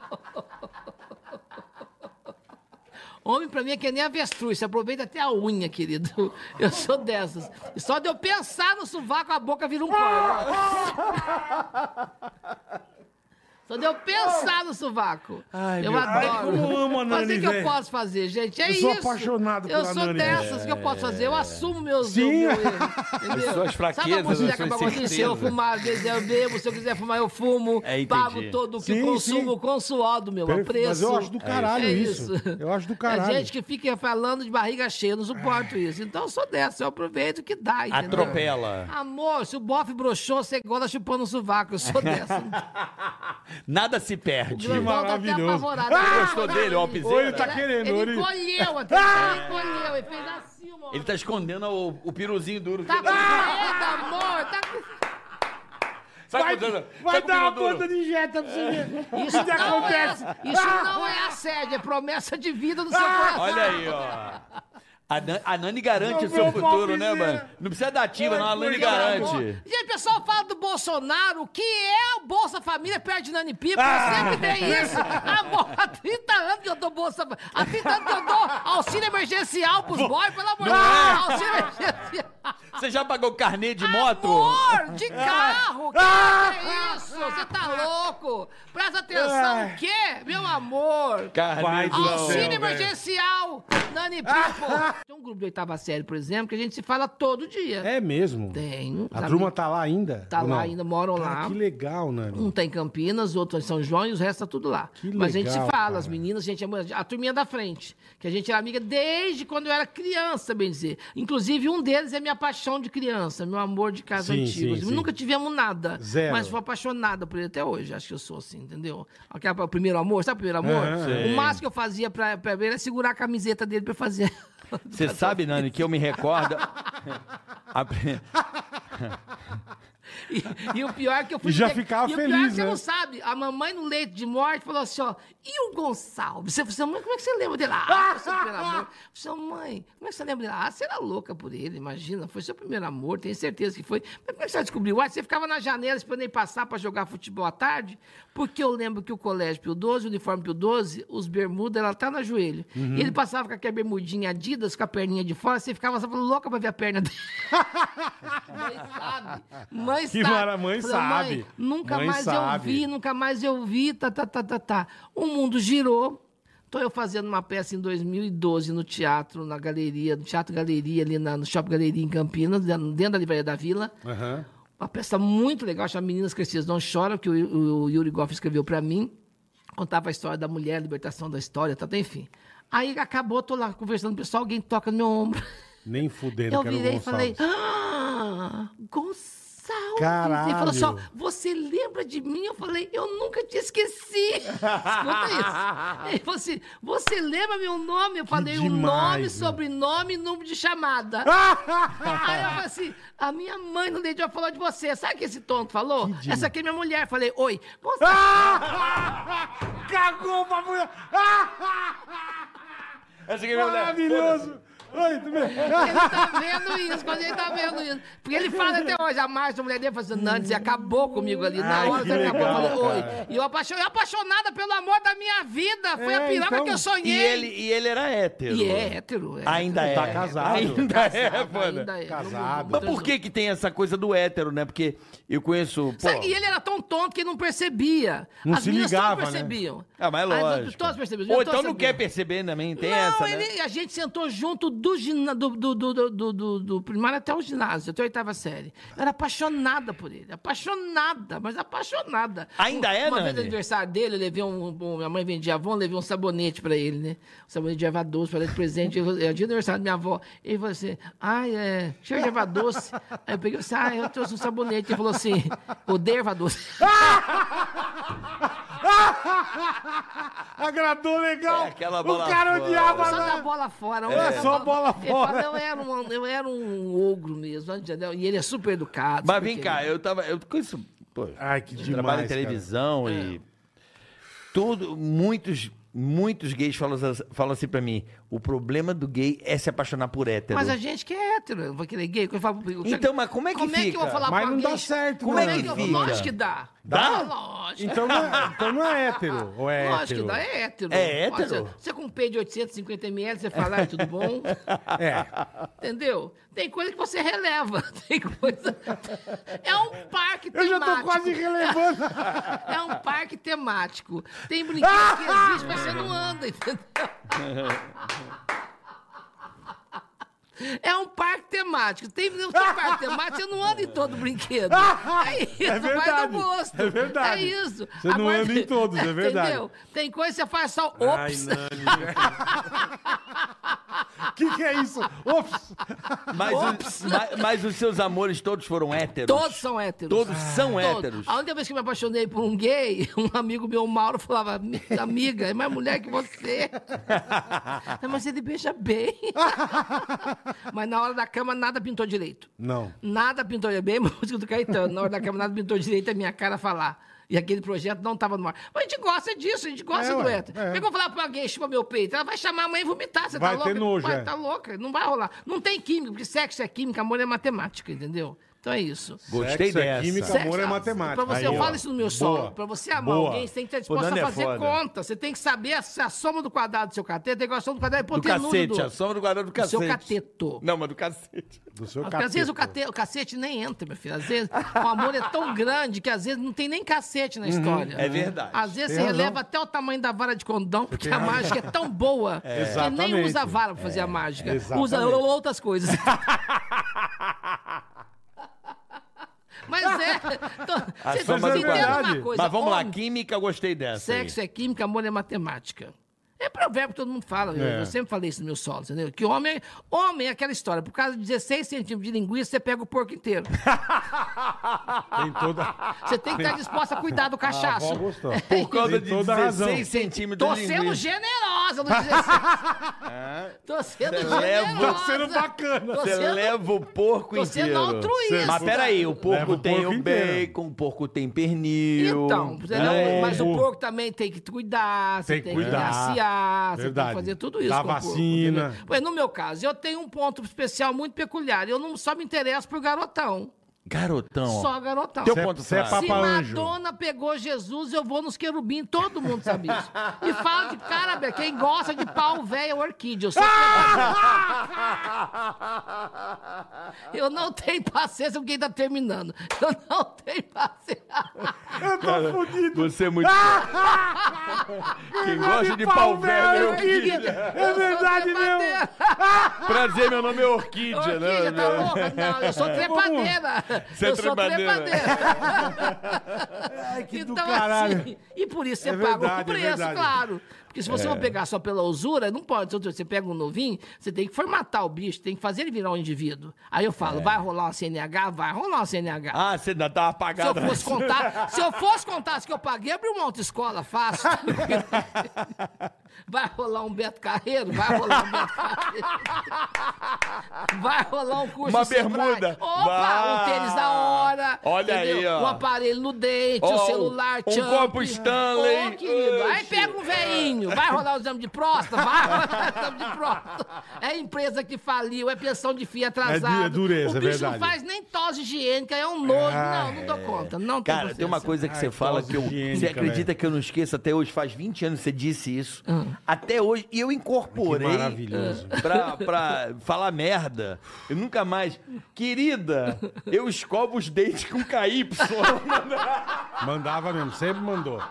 [SPEAKER 10] Homem pra mim é que nem avestruz. Você aproveita até a unha, querido. Eu sou dessas. E só de eu pensar no sovaco, a boca vira um pó. Só deu pensar no sovaco. eu adoro.
[SPEAKER 2] Ai, como eu amo a
[SPEAKER 10] Mas o
[SPEAKER 2] Nani,
[SPEAKER 10] que que eu
[SPEAKER 2] velho.
[SPEAKER 10] posso fazer, gente? É
[SPEAKER 2] Eu
[SPEAKER 10] isso.
[SPEAKER 2] sou apaixonado
[SPEAKER 10] Eu
[SPEAKER 2] pela
[SPEAKER 10] sou
[SPEAKER 2] Nani,
[SPEAKER 10] dessas que eu posso fazer. Eu assumo meus
[SPEAKER 2] Sim.
[SPEAKER 10] meu erro, entendeu?
[SPEAKER 6] As suas
[SPEAKER 10] Sabe a
[SPEAKER 6] fraquezas,
[SPEAKER 10] música
[SPEAKER 6] as
[SPEAKER 10] que
[SPEAKER 6] suas
[SPEAKER 10] acabou assim? Se eu
[SPEAKER 6] certezas.
[SPEAKER 10] fumar, às vezes eu bebo. Se eu quiser fumar, eu fumo.
[SPEAKER 6] É, entendi.
[SPEAKER 10] Pago todo o que
[SPEAKER 2] Sim,
[SPEAKER 10] consumo
[SPEAKER 2] sim.
[SPEAKER 10] com o suor do meu
[SPEAKER 2] Perfe-
[SPEAKER 10] preço.
[SPEAKER 2] Mas eu acho do caralho
[SPEAKER 10] É
[SPEAKER 2] isso. Eu acho do caralho.
[SPEAKER 10] É gente que fica falando de barriga cheia. Eu não suporto isso. Então eu sou dessa. Eu aproveito o que dá, entendeu?
[SPEAKER 6] Atropela.
[SPEAKER 10] Amor, se o bofe broxou, você gosta chupando o sovaco. Eu sou dessa.
[SPEAKER 6] Nada se perde.
[SPEAKER 10] Grandão tá até
[SPEAKER 2] maravilhoso.
[SPEAKER 10] apavorado.
[SPEAKER 6] Ah, gostou dele, ó, piseira.
[SPEAKER 2] Ele tá querendo, Ah!
[SPEAKER 10] Ele,
[SPEAKER 2] ele-
[SPEAKER 10] encolheu aqui. Ele encolheu. Ele fez assim, ó.
[SPEAKER 6] Ele tá escondendo o, o piruzinho duro.
[SPEAKER 10] Tá com medo, amor. Tá com...
[SPEAKER 2] Vai,
[SPEAKER 6] tá
[SPEAKER 2] vai dar uma
[SPEAKER 6] duro.
[SPEAKER 2] ponta de jeta pra você ver.
[SPEAKER 10] Isso, não,
[SPEAKER 2] acontece. Ah!
[SPEAKER 10] É, isso não é assédio, é promessa de vida do seu coração.
[SPEAKER 6] Olha aí, ó. A Nani, a Nani garante
[SPEAKER 2] Não,
[SPEAKER 6] o seu
[SPEAKER 2] meu
[SPEAKER 6] futuro, né,
[SPEAKER 2] palpiteira.
[SPEAKER 6] mano? Não precisa dar ativa,
[SPEAKER 2] Ai,
[SPEAKER 6] não. A Nani
[SPEAKER 2] coisa
[SPEAKER 6] garante.
[SPEAKER 10] Amor. Gente, o pessoal fala do Bolsonaro, o que é o Bolsa Família perto de Nani Pipo,
[SPEAKER 2] Ah!
[SPEAKER 10] eu sempre dei isso. Amor, há 30 anos que eu dou Bolsa há 30 anos que eu dou auxílio emergencial pros boys, pelo amor de
[SPEAKER 2] é?
[SPEAKER 10] Deus, auxílio emergencial.
[SPEAKER 6] Você já pagou carnê de moto?
[SPEAKER 10] Amor, de carro,
[SPEAKER 2] Ah!
[SPEAKER 10] cara, que isso? Você tá louco? Presta atenção, o quê? Meu amor,
[SPEAKER 2] Vai
[SPEAKER 6] Carnê
[SPEAKER 2] do
[SPEAKER 6] de
[SPEAKER 2] céu. Ah!
[SPEAKER 10] Auxílio emergencial! Nani Pipo! Tem um grupo de oitava série, por exemplo, que a gente se fala todo dia.
[SPEAKER 2] É mesmo.
[SPEAKER 10] Tem.
[SPEAKER 2] A
[SPEAKER 10] sabe?
[SPEAKER 2] turma tá lá ainda?
[SPEAKER 10] Tá
[SPEAKER 2] ou
[SPEAKER 10] lá
[SPEAKER 2] não?
[SPEAKER 10] ainda, moram
[SPEAKER 2] Cara,
[SPEAKER 10] lá.
[SPEAKER 2] Que legal,
[SPEAKER 10] Um
[SPEAKER 2] Nani.
[SPEAKER 10] tá em Campinas, outro em São João e os restos tá tudo lá.
[SPEAKER 2] Que
[SPEAKER 10] Mas a gente se
[SPEAKER 2] legal,
[SPEAKER 10] fala,
[SPEAKER 2] cara.
[SPEAKER 10] as meninas, a gente é mu- a turminha da frente, que a gente era amiga desde quando eu era criança, bem dizer. Inclusive, um deles é minha paixão de criança, meu amor de casa
[SPEAKER 2] Sim,
[SPEAKER 10] antigo.
[SPEAKER 2] sim,
[SPEAKER 10] assim.
[SPEAKER 2] sim.
[SPEAKER 10] Nunca tivemos nada,
[SPEAKER 2] Zero.
[SPEAKER 10] mas sou apaixonada por ele até hoje, acho que eu sou assim, entendeu? Aquela, o primeiro amor, sabe o primeiro amor?
[SPEAKER 2] Aham,
[SPEAKER 6] sim.
[SPEAKER 10] o máximo que eu fazia pra, pra ele era segurar a camiseta dele pra eu fazer.
[SPEAKER 6] Você sabe, Nani, que eu me recordo. A-
[SPEAKER 10] E, e o pior é que eu fui.
[SPEAKER 2] E já
[SPEAKER 10] ter-
[SPEAKER 2] ficava
[SPEAKER 10] e o pior é
[SPEAKER 2] feliz,
[SPEAKER 10] que você
[SPEAKER 2] né?
[SPEAKER 10] não sabe. A mamãe no leito de morte falou assim: ó, e o Gonçalves? Você falou assim, mãe, como é que você lembra dele? Ah, foi seu primeiro amor. Falei, mãe, como é que você lembra dele? Ah, você era louca por ele, imagina. Foi seu primeiro amor, tenho certeza que foi. Mas como é que você descobriu? Ah, você ficava na janela esperando ele passar pra jogar futebol à tarde, porque eu lembro que o colégio Pio 12, o uniforme Pio 12, os bermudas, ela tá no joelho.
[SPEAKER 2] Uhum.
[SPEAKER 10] E ele passava com aquela bermudinha Adidas, com a perninha de fora, você ficava só louca pra ver a perna dele. Mãe sabe. Mãe
[SPEAKER 2] Que
[SPEAKER 10] sabe.
[SPEAKER 2] mara- mãe
[SPEAKER 10] Falei,
[SPEAKER 2] sabe.
[SPEAKER 10] nunca
[SPEAKER 2] Mãe
[SPEAKER 10] mais eu
[SPEAKER 2] sabe.
[SPEAKER 10] vi, nunca mais eu vi, tá, tá, tá, tá, tá. O mundo girou. Tô eu fazendo uma peça em 2012 no teatro, na galeria, no Teatro Galeria, ali na- no Shopping Galeria em Campinas, dentro dentro da Livraria da Vila.
[SPEAKER 2] Aham.
[SPEAKER 10] Uma peça muito legal, chama Meninas Crescidas Não Choram, que o, o Yuri Goff escreveu pra mim. Contava a história da mulher, a libertação da história, tá, tá, enfim. Aí acabou, tô lá conversando com o pessoal, alguém toca no meu ombro.
[SPEAKER 2] Nem fudendo,
[SPEAKER 10] Eu
[SPEAKER 2] que era o
[SPEAKER 10] virei e falei,
[SPEAKER 2] Gonçalves.
[SPEAKER 10] ah, Gonçalves.
[SPEAKER 2] Caralho.
[SPEAKER 10] Ele falou assim, ó, você lembra de mim? Eu falei, eu nunca te esqueci. Escuta isso. Ele falou assim, você lembra meu nome? Eu falei, o
[SPEAKER 2] demais, né?"
[SPEAKER 10] nome,
[SPEAKER 2] meu.
[SPEAKER 10] sobrenome e número de chamada. Aí eu falei assim, a minha mãe no dia falou de você. Sabe o que esse tonto falou? Essa aqui é minha mulher. Eu falei, oi, Gonçalves.
[SPEAKER 2] Cagou pra mulher!
[SPEAKER 6] Essa aqui é minha mulher.
[SPEAKER 2] Maravilhoso! Oi, tudo bem?
[SPEAKER 10] Ele tá vendo isso, quando ele tá vendo isso. Porque ele fala até hoje, a Márcia, a mulher dele, fala assim, Nani, você acabou comigo ali. Na
[SPEAKER 2] Ai,
[SPEAKER 10] hora
[SPEAKER 2] que
[SPEAKER 10] você acabou.
[SPEAKER 2] legal,
[SPEAKER 10] é eu falei,
[SPEAKER 2] cara.
[SPEAKER 10] Oi. E eu apaixo- eu apaixonada pelo amor da minha vida. Foi
[SPEAKER 2] É,
[SPEAKER 10] a piroca
[SPEAKER 2] então.
[SPEAKER 10] que eu sonhei.
[SPEAKER 6] E ele, e ele era hétero.
[SPEAKER 10] E é hétero. É.
[SPEAKER 6] Ainda é.
[SPEAKER 2] Tá casado.
[SPEAKER 6] Ainda é, mano.
[SPEAKER 10] é.
[SPEAKER 2] Casado.
[SPEAKER 6] Mas por que que tem essa coisa do hétero, né? Porque eu conheço... Pô,
[SPEAKER 10] Sabe, e ele era tão tonto que não percebia.
[SPEAKER 2] Não
[SPEAKER 10] As
[SPEAKER 2] se
[SPEAKER 10] meninas
[SPEAKER 2] ligava, né?
[SPEAKER 10] todas percebiam.
[SPEAKER 6] Ah, mas é
[SPEAKER 10] As outras
[SPEAKER 6] lógico.
[SPEAKER 10] todas percebiam.
[SPEAKER 6] Ou
[SPEAKER 10] Eu
[SPEAKER 6] então
[SPEAKER 10] todas
[SPEAKER 6] não
[SPEAKER 10] sabia.
[SPEAKER 6] quer perceber também, tem
[SPEAKER 10] não,
[SPEAKER 6] essa, né?
[SPEAKER 10] ele- a gente sentou junto do, gina- do, do, do, do, do- do- do primário até o ginásio, até a oitava série. Eu era apaixonada por ele, apaixonada, mas apaixonada.
[SPEAKER 6] Ainda é,
[SPEAKER 10] Uma vez
[SPEAKER 6] Nani?
[SPEAKER 10] no aniversário dele, eu levei um, um- Minha mãe vendia avó, eu levei um sabonete pra ele, né? Um sabonete de erva doce pra ele de presente. Eu, é o dia do aniversário da minha avó. Ele falou assim: ai, é. Cheiro de erva doce. Aí eu peguei e disse: ah, eu trouxe um sabonete. Ele falou assim: odeio erva doce.
[SPEAKER 2] Agradou legal!
[SPEAKER 6] É, aquela
[SPEAKER 2] o
[SPEAKER 6] bola
[SPEAKER 2] cara
[SPEAKER 6] fora.
[SPEAKER 2] odiava
[SPEAKER 10] Só da
[SPEAKER 2] né?
[SPEAKER 10] bola fora.
[SPEAKER 2] É,
[SPEAKER 10] da
[SPEAKER 2] só bola
[SPEAKER 10] Ele fala,
[SPEAKER 2] fora.
[SPEAKER 10] eu, era um, eu era um ogro mesmo, entendeu? E ele é super educado.
[SPEAKER 6] Mas
[SPEAKER 10] super
[SPEAKER 6] vem cá, eu tava... Eu conheço... Pô,
[SPEAKER 2] Ai, que demais,
[SPEAKER 6] trabalho em
[SPEAKER 2] cara.
[SPEAKER 6] televisão
[SPEAKER 10] É.
[SPEAKER 6] e... Tudo, muitos... Muitos gays falam, falam assim pra mim, O problema do gay é se apaixonar por hétero.
[SPEAKER 10] Mas a gente que é hétero, eu não vou querer gay. que eu falo pro-
[SPEAKER 6] Então, mas como é que
[SPEAKER 10] Como é que
[SPEAKER 6] fica?
[SPEAKER 10] eu vou falar
[SPEAKER 2] Mas
[SPEAKER 10] pra
[SPEAKER 2] não dá
[SPEAKER 10] alguém?
[SPEAKER 2] certo,
[SPEAKER 10] Como
[SPEAKER 6] né,
[SPEAKER 10] é que
[SPEAKER 6] Davi?
[SPEAKER 10] eu... Lógico que dá.
[SPEAKER 6] Dá?
[SPEAKER 10] Lógico.
[SPEAKER 2] Então não é, então não é hétero. Ou é
[SPEAKER 10] Lógico
[SPEAKER 2] hétero?
[SPEAKER 10] que dá, é hétero.
[SPEAKER 6] É
[SPEAKER 10] Olha,
[SPEAKER 6] hétero?
[SPEAKER 10] Você, você com um P de 850 ml, você fala, "Ai, tudo bom?
[SPEAKER 2] É.
[SPEAKER 10] Entendeu? Tem coisa que você releva, tem coisa... É um parque
[SPEAKER 2] Eu já
[SPEAKER 10] temático.
[SPEAKER 2] tô quase relevando.
[SPEAKER 10] É um parque temático. Tem brinquedo que existe, mas você não anda, entendeu? É um parque temático. Tem, tem parque temático, você não anda em todo brinquedo. É isso, vai
[SPEAKER 2] É verdade,
[SPEAKER 10] do gosto.
[SPEAKER 2] é verdade.
[SPEAKER 10] É isso.
[SPEAKER 2] Você não anda em todos, é verdade.
[SPEAKER 10] Entendeu? Tem coisa que você faz só
[SPEAKER 2] Ai,
[SPEAKER 10] ops.
[SPEAKER 2] O que, que é isso? Ops!
[SPEAKER 6] Mas, os, ma- mas os seus amores todos foram héteros?
[SPEAKER 10] Todos são héteros. Ah.
[SPEAKER 6] Todos
[SPEAKER 2] Ah.
[SPEAKER 6] são
[SPEAKER 10] Todos.
[SPEAKER 6] héteros.
[SPEAKER 10] A única vez que eu me apaixonei por um gay, um amigo meu, Mauro, falava: "Mi- Amiga, é mais mulher que você. Mas ele beija bem. Mas na hora da cama, nada pintou direito.
[SPEAKER 2] Não.
[SPEAKER 10] Nada pintou direito. Bem, a música do Caetano. Na hora da cama, nada pintou direito a minha cara falar. E aquele projeto não estava no ar. Mas a gente gosta disso, a gente gosta
[SPEAKER 2] É,
[SPEAKER 10] do
[SPEAKER 2] ué,
[SPEAKER 10] hétero.
[SPEAKER 2] é.
[SPEAKER 10] Como é que eu vou falar pra alguém, chupa meu peito? Ela vai chamar a mãe e vomitar. Você
[SPEAKER 2] Vai
[SPEAKER 10] tá
[SPEAKER 2] ter
[SPEAKER 10] louca?
[SPEAKER 2] nojo,
[SPEAKER 10] Vai,
[SPEAKER 2] é.
[SPEAKER 10] tá louca. Não vai rolar. Não tem química, porque sexo é química, amor é matemática, entendeu? Então é isso.
[SPEAKER 6] Gostei
[SPEAKER 2] Sexo é
[SPEAKER 6] dessa.
[SPEAKER 2] química.
[SPEAKER 10] Sexo,
[SPEAKER 2] amor é
[SPEAKER 10] ah,
[SPEAKER 2] matemática.
[SPEAKER 10] Pra você,
[SPEAKER 2] Aí,
[SPEAKER 10] eu
[SPEAKER 2] ó.
[SPEAKER 10] falo isso no meu
[SPEAKER 2] Boa.
[SPEAKER 10] solo. Pra você amar
[SPEAKER 2] Boa.
[SPEAKER 10] alguém, você tem que estar disposto
[SPEAKER 6] Dani
[SPEAKER 10] a
[SPEAKER 6] é
[SPEAKER 10] fazer
[SPEAKER 6] foda.
[SPEAKER 10] conta. Você tem que saber a soma do quadrado do seu cateto, tem que a soma do quadrado é e
[SPEAKER 6] Do
[SPEAKER 10] hipotenusa
[SPEAKER 6] cacete, a soma do quadrado do
[SPEAKER 10] do
[SPEAKER 6] cacete.
[SPEAKER 10] seu cateto.
[SPEAKER 6] Não, mas do cacete.
[SPEAKER 2] Do seu
[SPEAKER 10] Porque às vezes o,
[SPEAKER 2] é capeta.
[SPEAKER 10] cate- o cacete nem entra, meu filho. Às vezes o amor é tão grande que às vezes não tem nem cacete na história.
[SPEAKER 6] é verdade.
[SPEAKER 10] Às vezes
[SPEAKER 2] Tem
[SPEAKER 10] você
[SPEAKER 2] razão.
[SPEAKER 10] releva até o tamanho da vara de condão, porque a mágica é tão boa que nem
[SPEAKER 2] Exatamente. É,
[SPEAKER 10] usa a vara pra fazer a mágica. Usa
[SPEAKER 2] exatamente.
[SPEAKER 10] outras coisas. Mas é. Então,
[SPEAKER 6] A
[SPEAKER 10] você-
[SPEAKER 6] soma
[SPEAKER 10] você
[SPEAKER 6] do
[SPEAKER 10] entenda
[SPEAKER 2] quadrado.
[SPEAKER 10] uma coisa.
[SPEAKER 6] Mas vamos lá,
[SPEAKER 10] homem,
[SPEAKER 6] química, eu gostei dessa.
[SPEAKER 10] Sexo é química, amor é matemática. É provérbio que todo mundo fala. eu-
[SPEAKER 2] É.
[SPEAKER 10] Eu, sempre falei isso no meu solo, entendeu? Que homem, homem é aquela história. Por causa de 16 centímetros de linguiça, você pega o porco inteiro.
[SPEAKER 2] Tem toda.
[SPEAKER 10] Você tem que estar disposto a cuidar do
[SPEAKER 2] A
[SPEAKER 10] cachaço.
[SPEAKER 2] avó gostou.
[SPEAKER 6] aí. Por causa
[SPEAKER 2] Tem
[SPEAKER 6] de
[SPEAKER 2] toda a
[SPEAKER 6] 16
[SPEAKER 2] razão.
[SPEAKER 6] centímetros
[SPEAKER 10] Tô
[SPEAKER 6] de
[SPEAKER 10] sendo
[SPEAKER 6] linguiça.
[SPEAKER 10] generosa no 16. Tô sendo
[SPEAKER 6] Você leva-
[SPEAKER 10] generosa.
[SPEAKER 2] Tô sendo bacana.
[SPEAKER 10] Tô
[SPEAKER 6] Você
[SPEAKER 10] sendo-
[SPEAKER 6] leva o porco
[SPEAKER 10] Tô sendo
[SPEAKER 6] inteiro.
[SPEAKER 10] altruísta.
[SPEAKER 6] Mas peraí, o
[SPEAKER 2] Leva
[SPEAKER 6] porco
[SPEAKER 2] o
[SPEAKER 6] tem
[SPEAKER 2] porco
[SPEAKER 6] o
[SPEAKER 2] inteiro.
[SPEAKER 6] bacon, o porco tem pernil.
[SPEAKER 10] Então, você não-
[SPEAKER 6] né?
[SPEAKER 10] mas o
[SPEAKER 2] Ovo.
[SPEAKER 10] porco também tem que cuidar, você
[SPEAKER 2] É. Tem
[SPEAKER 10] tem,
[SPEAKER 2] que
[SPEAKER 10] que
[SPEAKER 2] cuidar.
[SPEAKER 10] aciar, você tem
[SPEAKER 2] Verdade.
[SPEAKER 10] que fazer tudo isso.
[SPEAKER 2] Dar
[SPEAKER 10] com o porco,
[SPEAKER 2] vacina.
[SPEAKER 10] entendeu? Pois, no meu caso, eu tenho um ponto especial muito peculiar. Eu não só me interesso por garotão,
[SPEAKER 6] Garotão. ó.
[SPEAKER 10] só garotão.
[SPEAKER 6] Teu
[SPEAKER 2] Cê-
[SPEAKER 6] ponto
[SPEAKER 2] cê é
[SPEAKER 6] fraco.
[SPEAKER 10] Se
[SPEAKER 2] Papa Anjo.
[SPEAKER 10] Madonna pegou Jesus, eu vou nos querubim. Todo mundo sabe isso. E fala de cara, velho, quem gosta de pau velho é orquídea. Eu, sou eu não tenho paciência com quem tá terminando. Eu não tenho paciência.
[SPEAKER 2] Eu tô fudido.
[SPEAKER 6] Você é muito. Quem gosta de pau velho, é orquídea.
[SPEAKER 2] É verdade mesmo.
[SPEAKER 6] Prazer, meu nome é Orquídea,
[SPEAKER 10] Orquídea,
[SPEAKER 6] né?
[SPEAKER 10] tá louca? Não, eu sou trepadeira.
[SPEAKER 6] Você é
[SPEAKER 10] eu sou
[SPEAKER 2] né?
[SPEAKER 6] trepadeira.
[SPEAKER 10] trepadeira.
[SPEAKER 2] que do caralho.
[SPEAKER 10] assim. e por isso você
[SPEAKER 2] É
[SPEAKER 10] paga
[SPEAKER 2] verdade, é
[SPEAKER 10] o preço,
[SPEAKER 2] verdade.
[SPEAKER 10] claro. Porque se
[SPEAKER 6] É.
[SPEAKER 10] você for pegar só pela usura, não pode. Se Você pega um novinho, você tem que formatar o bicho, tem que fazer ele virar um indivíduo. Aí eu falo, vai rolar uma CNH? Vai rolar uma CNH.
[SPEAKER 6] É. Ah, você ainda tava
[SPEAKER 10] Se eu
[SPEAKER 6] apagado.
[SPEAKER 10] fosse contar, se eu fosse contar as que eu paguei, abri uma autoescola fácil. Vai rolar um Beto Carreiro? Vai rolar um Beto Carreiro. Vai rolar um curso
[SPEAKER 6] Uma
[SPEAKER 10] do Sebrae.
[SPEAKER 6] bermuda.
[SPEAKER 10] Opa,
[SPEAKER 6] Vai.
[SPEAKER 10] um tênis da hora.
[SPEAKER 6] Olha aí, ó.
[SPEAKER 10] Um aparelho no dente,
[SPEAKER 6] Ó,
[SPEAKER 10] um celular,
[SPEAKER 6] um
[SPEAKER 10] champ.
[SPEAKER 6] copo Stanley.
[SPEAKER 10] Ô, querido. Aí
[SPEAKER 6] Oxe.
[SPEAKER 10] pega um veinho. Vai rolar o exame de próstata? Vai rolar o exame de próstata. É empresa que faliu, é pensão de fia atrasada.
[SPEAKER 2] é dureza,
[SPEAKER 10] o bicho
[SPEAKER 2] é verdade.
[SPEAKER 10] não faz nem tosse higiênica, é um nojo. não, não dou conta. Não tem
[SPEAKER 6] Cara, tem uma
[SPEAKER 10] paciência.
[SPEAKER 6] coisa que você
[SPEAKER 2] Ai,
[SPEAKER 6] fala
[SPEAKER 2] dose
[SPEAKER 6] que eu. Você
[SPEAKER 2] higiênica,
[SPEAKER 6] acredita
[SPEAKER 2] velho.
[SPEAKER 6] que eu não esqueço até hoje? Faz 20 anos que você disse isso.
[SPEAKER 10] Hum.
[SPEAKER 6] Até hoje. E eu incorporei.
[SPEAKER 2] Que maravilhoso.
[SPEAKER 6] Pra, pra falar merda. Eu nunca mais. Querida, eu escovo os dentes com KY.
[SPEAKER 2] Mandava mesmo, sempre mandou.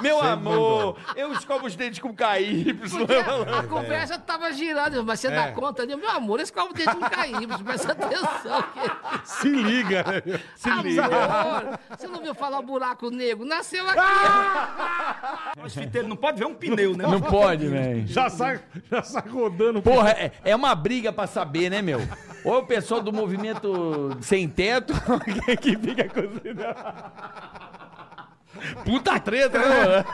[SPEAKER 6] Meu
[SPEAKER 2] Sempre
[SPEAKER 6] amor, eu escovo os dentes com KY.
[SPEAKER 10] Porque a conversa tava girando, mas você dá
[SPEAKER 2] É.
[SPEAKER 10] conta ali, meu amor, esse copo dente não caiu, presta atenção. Que...
[SPEAKER 2] Se liga, né? Se
[SPEAKER 10] Amor, você não ouviu falar buraco negro? Nasceu aqui.
[SPEAKER 11] Fiteiro, não pode ver um pneu, né?
[SPEAKER 6] Não pode, velho.
[SPEAKER 2] Já sai, já sai rodando.
[SPEAKER 6] Porra, é, é uma briga pra saber, né, meu? Ou é o pessoal do movimento sem teto que- que fica cozinhando. Puta treta, né,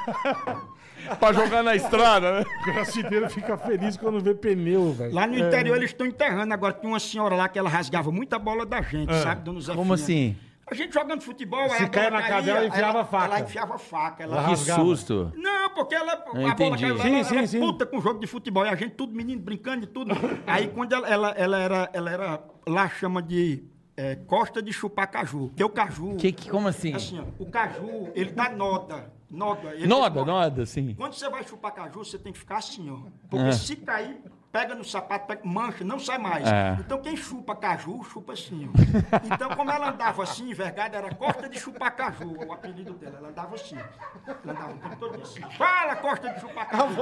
[SPEAKER 6] mano? pra jogar na estrada, né?
[SPEAKER 2] É. O brasileiro fica feliz quando vê pneu, velho. É.
[SPEAKER 11] Lá no
[SPEAKER 12] assim?
[SPEAKER 11] interior eles estão enterrando. Agora tinha uma senhora lá que ela rasgava muita bola da gente, sabe, dona Zefinha? A gente jogando futebol,
[SPEAKER 2] É. Se
[SPEAKER 11] a
[SPEAKER 2] caia
[SPEAKER 11] bola
[SPEAKER 2] na cadela,
[SPEAKER 11] caía,
[SPEAKER 2] enfiava
[SPEAKER 11] ela-
[SPEAKER 2] a faca.
[SPEAKER 11] Ela enfiava a faca. Ela...
[SPEAKER 2] Ela
[SPEAKER 6] Que
[SPEAKER 2] rasgava.
[SPEAKER 6] susto.
[SPEAKER 11] Não, porque ela,
[SPEAKER 12] Ah,
[SPEAKER 11] a bola
[SPEAKER 6] entendi.
[SPEAKER 11] caiu, ela,
[SPEAKER 2] Sim,
[SPEAKER 11] ela
[SPEAKER 2] sim,
[SPEAKER 11] era
[SPEAKER 2] sim.
[SPEAKER 11] puta com o jogo de futebol. E a gente, tudo menino, brincando e tudo. Aí quando ela, ela, ela era, ela era, lá chama de é, costa de chupar caju. Porque o caju,
[SPEAKER 12] Que, que, como assim?
[SPEAKER 11] assim, ó, o caju, ele dá noda. Noda. Ele
[SPEAKER 12] Noda, noda, sim.
[SPEAKER 11] Quando você vai chupar caju, você tem que ficar assim, ó. Porque se cair, pega no sapato, pega- mancha, não sai mais.
[SPEAKER 12] É.
[SPEAKER 11] Então quem chupa caju, chupa assim, ó. Então, como ela andava assim, envergada, era Costa de Chupar Caju, o apelido dela. Ela andava assim. Ela andava o tempo todo assim. Fala, Costa de Chupar Caju.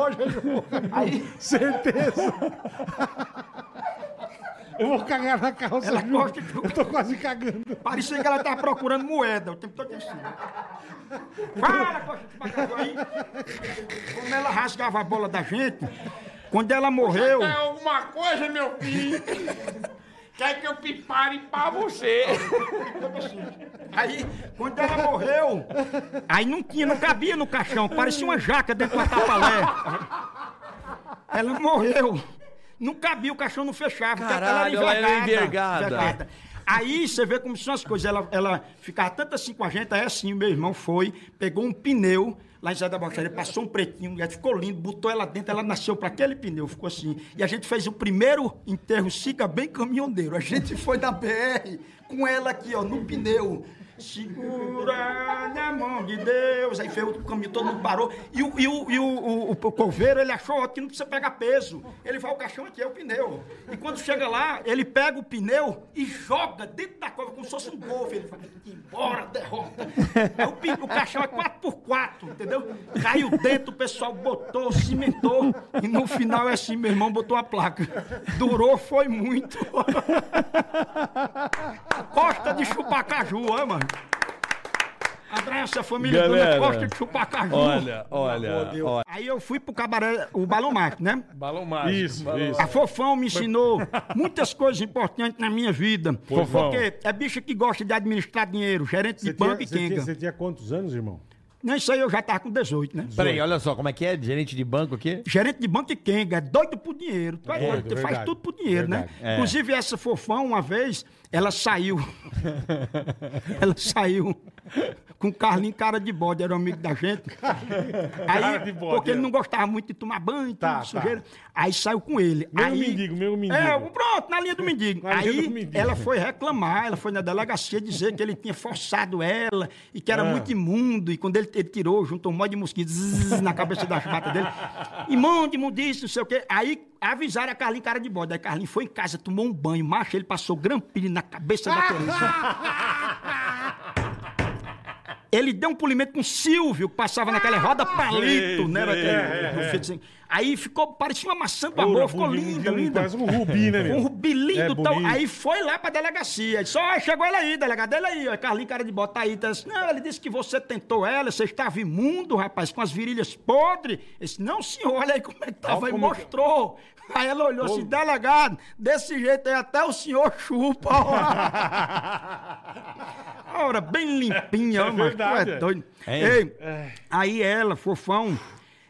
[SPEAKER 11] Aí,
[SPEAKER 2] Certeza. Eu vou cagar na calça,
[SPEAKER 11] Ela
[SPEAKER 2] juro.
[SPEAKER 11] gosta de-
[SPEAKER 2] Eu tô quase cagando.
[SPEAKER 11] parecia que ela estava procurando moeda, o tempo todo assim. ó. Fala, Costa de Chupar Caju. Aí, como ela rasgava a bola da gente, quando ela morreu...
[SPEAKER 1] É alguma coisa, meu filho? Quer que eu prepare pra você?
[SPEAKER 11] Aí, quando ela morreu, aí não tinha, não cabia no caixão, parecia uma jaca dentro da tapalé. Ela morreu. Não cabia, o caixão não fechava,
[SPEAKER 12] Caralho, ela era envergada.
[SPEAKER 11] Aí você vê como são as coisas. Ela, ela ficava tanto assim com a gente, aí assim, meu irmão foi, pegou um pneu lá em Zé da Baixaria, passou um pretinho, ela ficou lindo, botou ela dentro, ela nasceu para aquele pneu, ficou assim. E a gente fez o primeiro enterro sica bem caminhoneiro. A gente foi na BR com ela aqui, ó, no pneu. Segura na mão de Deus. Aí veio o caminho, todo mundo parou. E o, e o, e o, o, o coveiro, ele achou ó, que não precisa pegar peso. Ele vai, o caixão aqui é o pneu. E quando chega lá, ele pega o pneu e joga dentro da cova, como se fosse um golfe. Ele fala, embora, derrota. Aí o, pi- o caixão é 4x4, entendeu? Caiu dentro, o pessoal botou, cimentou. E no final é assim, meu irmão botou a placa. Durou, foi muito. Costa de Chupacaju, ó, mano. Abraço a família
[SPEAKER 12] Galera,
[SPEAKER 11] Dona Costa de Chupacaju.
[SPEAKER 12] Olha, olha, olha.
[SPEAKER 11] Aí eu fui pro cabaré, o Balão Mágico, né?
[SPEAKER 4] Balão mágico.
[SPEAKER 2] Isso, isso.
[SPEAKER 11] A Fofão me ensinou muitas coisas importantes na minha vida.
[SPEAKER 2] Fofão.
[SPEAKER 11] Porque é bicha que gosta de administrar dinheiro, gerente de
[SPEAKER 2] Você tinha,
[SPEAKER 11] banco e
[SPEAKER 2] você, tinha,
[SPEAKER 11] quenga.
[SPEAKER 2] você tinha quantos anos, irmão?
[SPEAKER 11] Nem sei, eu já tava com 18, né?
[SPEAKER 12] Peraí, olha só, como é que é? Gerente de banco aqui?
[SPEAKER 11] Gerente de banco e quenga, é doido por dinheiro. Tu é
[SPEAKER 2] Doido,
[SPEAKER 11] doido, tu faz
[SPEAKER 2] verdade.
[SPEAKER 11] tudo por dinheiro, né?
[SPEAKER 12] é.
[SPEAKER 11] Inclusive, essa fofão, uma vez, ela saiu. ela saiu com o Carlinho cara de bode, era um amigo da gente.
[SPEAKER 2] Cara
[SPEAKER 11] Aí,
[SPEAKER 2] de bode,
[SPEAKER 11] porque ele
[SPEAKER 2] é.
[SPEAKER 11] não gostava muito de tomar banho,
[SPEAKER 2] Tá,
[SPEAKER 11] tá,
[SPEAKER 2] tá.
[SPEAKER 11] sujeira. Aí saiu com ele.
[SPEAKER 2] Meu
[SPEAKER 11] aí,
[SPEAKER 2] mendigo, meu mendigo.
[SPEAKER 11] É, pronto, na linha do mendigo.
[SPEAKER 2] Na linha
[SPEAKER 11] aí
[SPEAKER 2] do mendigo.
[SPEAKER 11] ela foi reclamar, ela foi na delegacia dizer que ele tinha forçado ela e que era
[SPEAKER 2] Ah.
[SPEAKER 11] muito imundo. E quando ele, ele tirou, juntou um monte de mosquito zzz, na cabeça da chibata dele. Imundo, imundício, não sei o quê. Aí avisaram a Carlinhos cara de bode. Aí Carlinhos foi em casa, tomou um banho, macho, ele passou grampilho na
[SPEAKER 2] é
[SPEAKER 11] cabeça da Teresa. Ele deu um polimento com o Silvio, que passava naquela
[SPEAKER 2] Ah!
[SPEAKER 11] roda palito, né? Era
[SPEAKER 2] É,
[SPEAKER 11] aquele- no fim de- Aí ficou, parecia uma maçã com amor,
[SPEAKER 2] Ouro,
[SPEAKER 11] ficou
[SPEAKER 2] bonito,
[SPEAKER 11] linda,
[SPEAKER 2] bonito,
[SPEAKER 11] linda.
[SPEAKER 2] Parece um rubi, né, meu?
[SPEAKER 11] Um rubilinho
[SPEAKER 2] É,
[SPEAKER 11] do tal.
[SPEAKER 2] bonito.
[SPEAKER 11] Aí foi lá pra delegacia. Disse, ó, chegou ela aí, delegado, ela aí, ó. Carlinho, cara de bota aí. Tá assim, não, ele disse que você tentou ela, você estava imundo, rapaz, com as virilhas podres. Ele disse, não, senhor, olha aí como é que tava.
[SPEAKER 2] Olha
[SPEAKER 11] Aí
[SPEAKER 2] como-
[SPEAKER 11] mostrou. Aí ela olhou assim, delegado, desse jeito aí até o senhor chupa, ó. Ora, bem limpinha, ó, mas tu
[SPEAKER 2] verdade, é.
[SPEAKER 11] é doido. Ei, aí ela, fofão,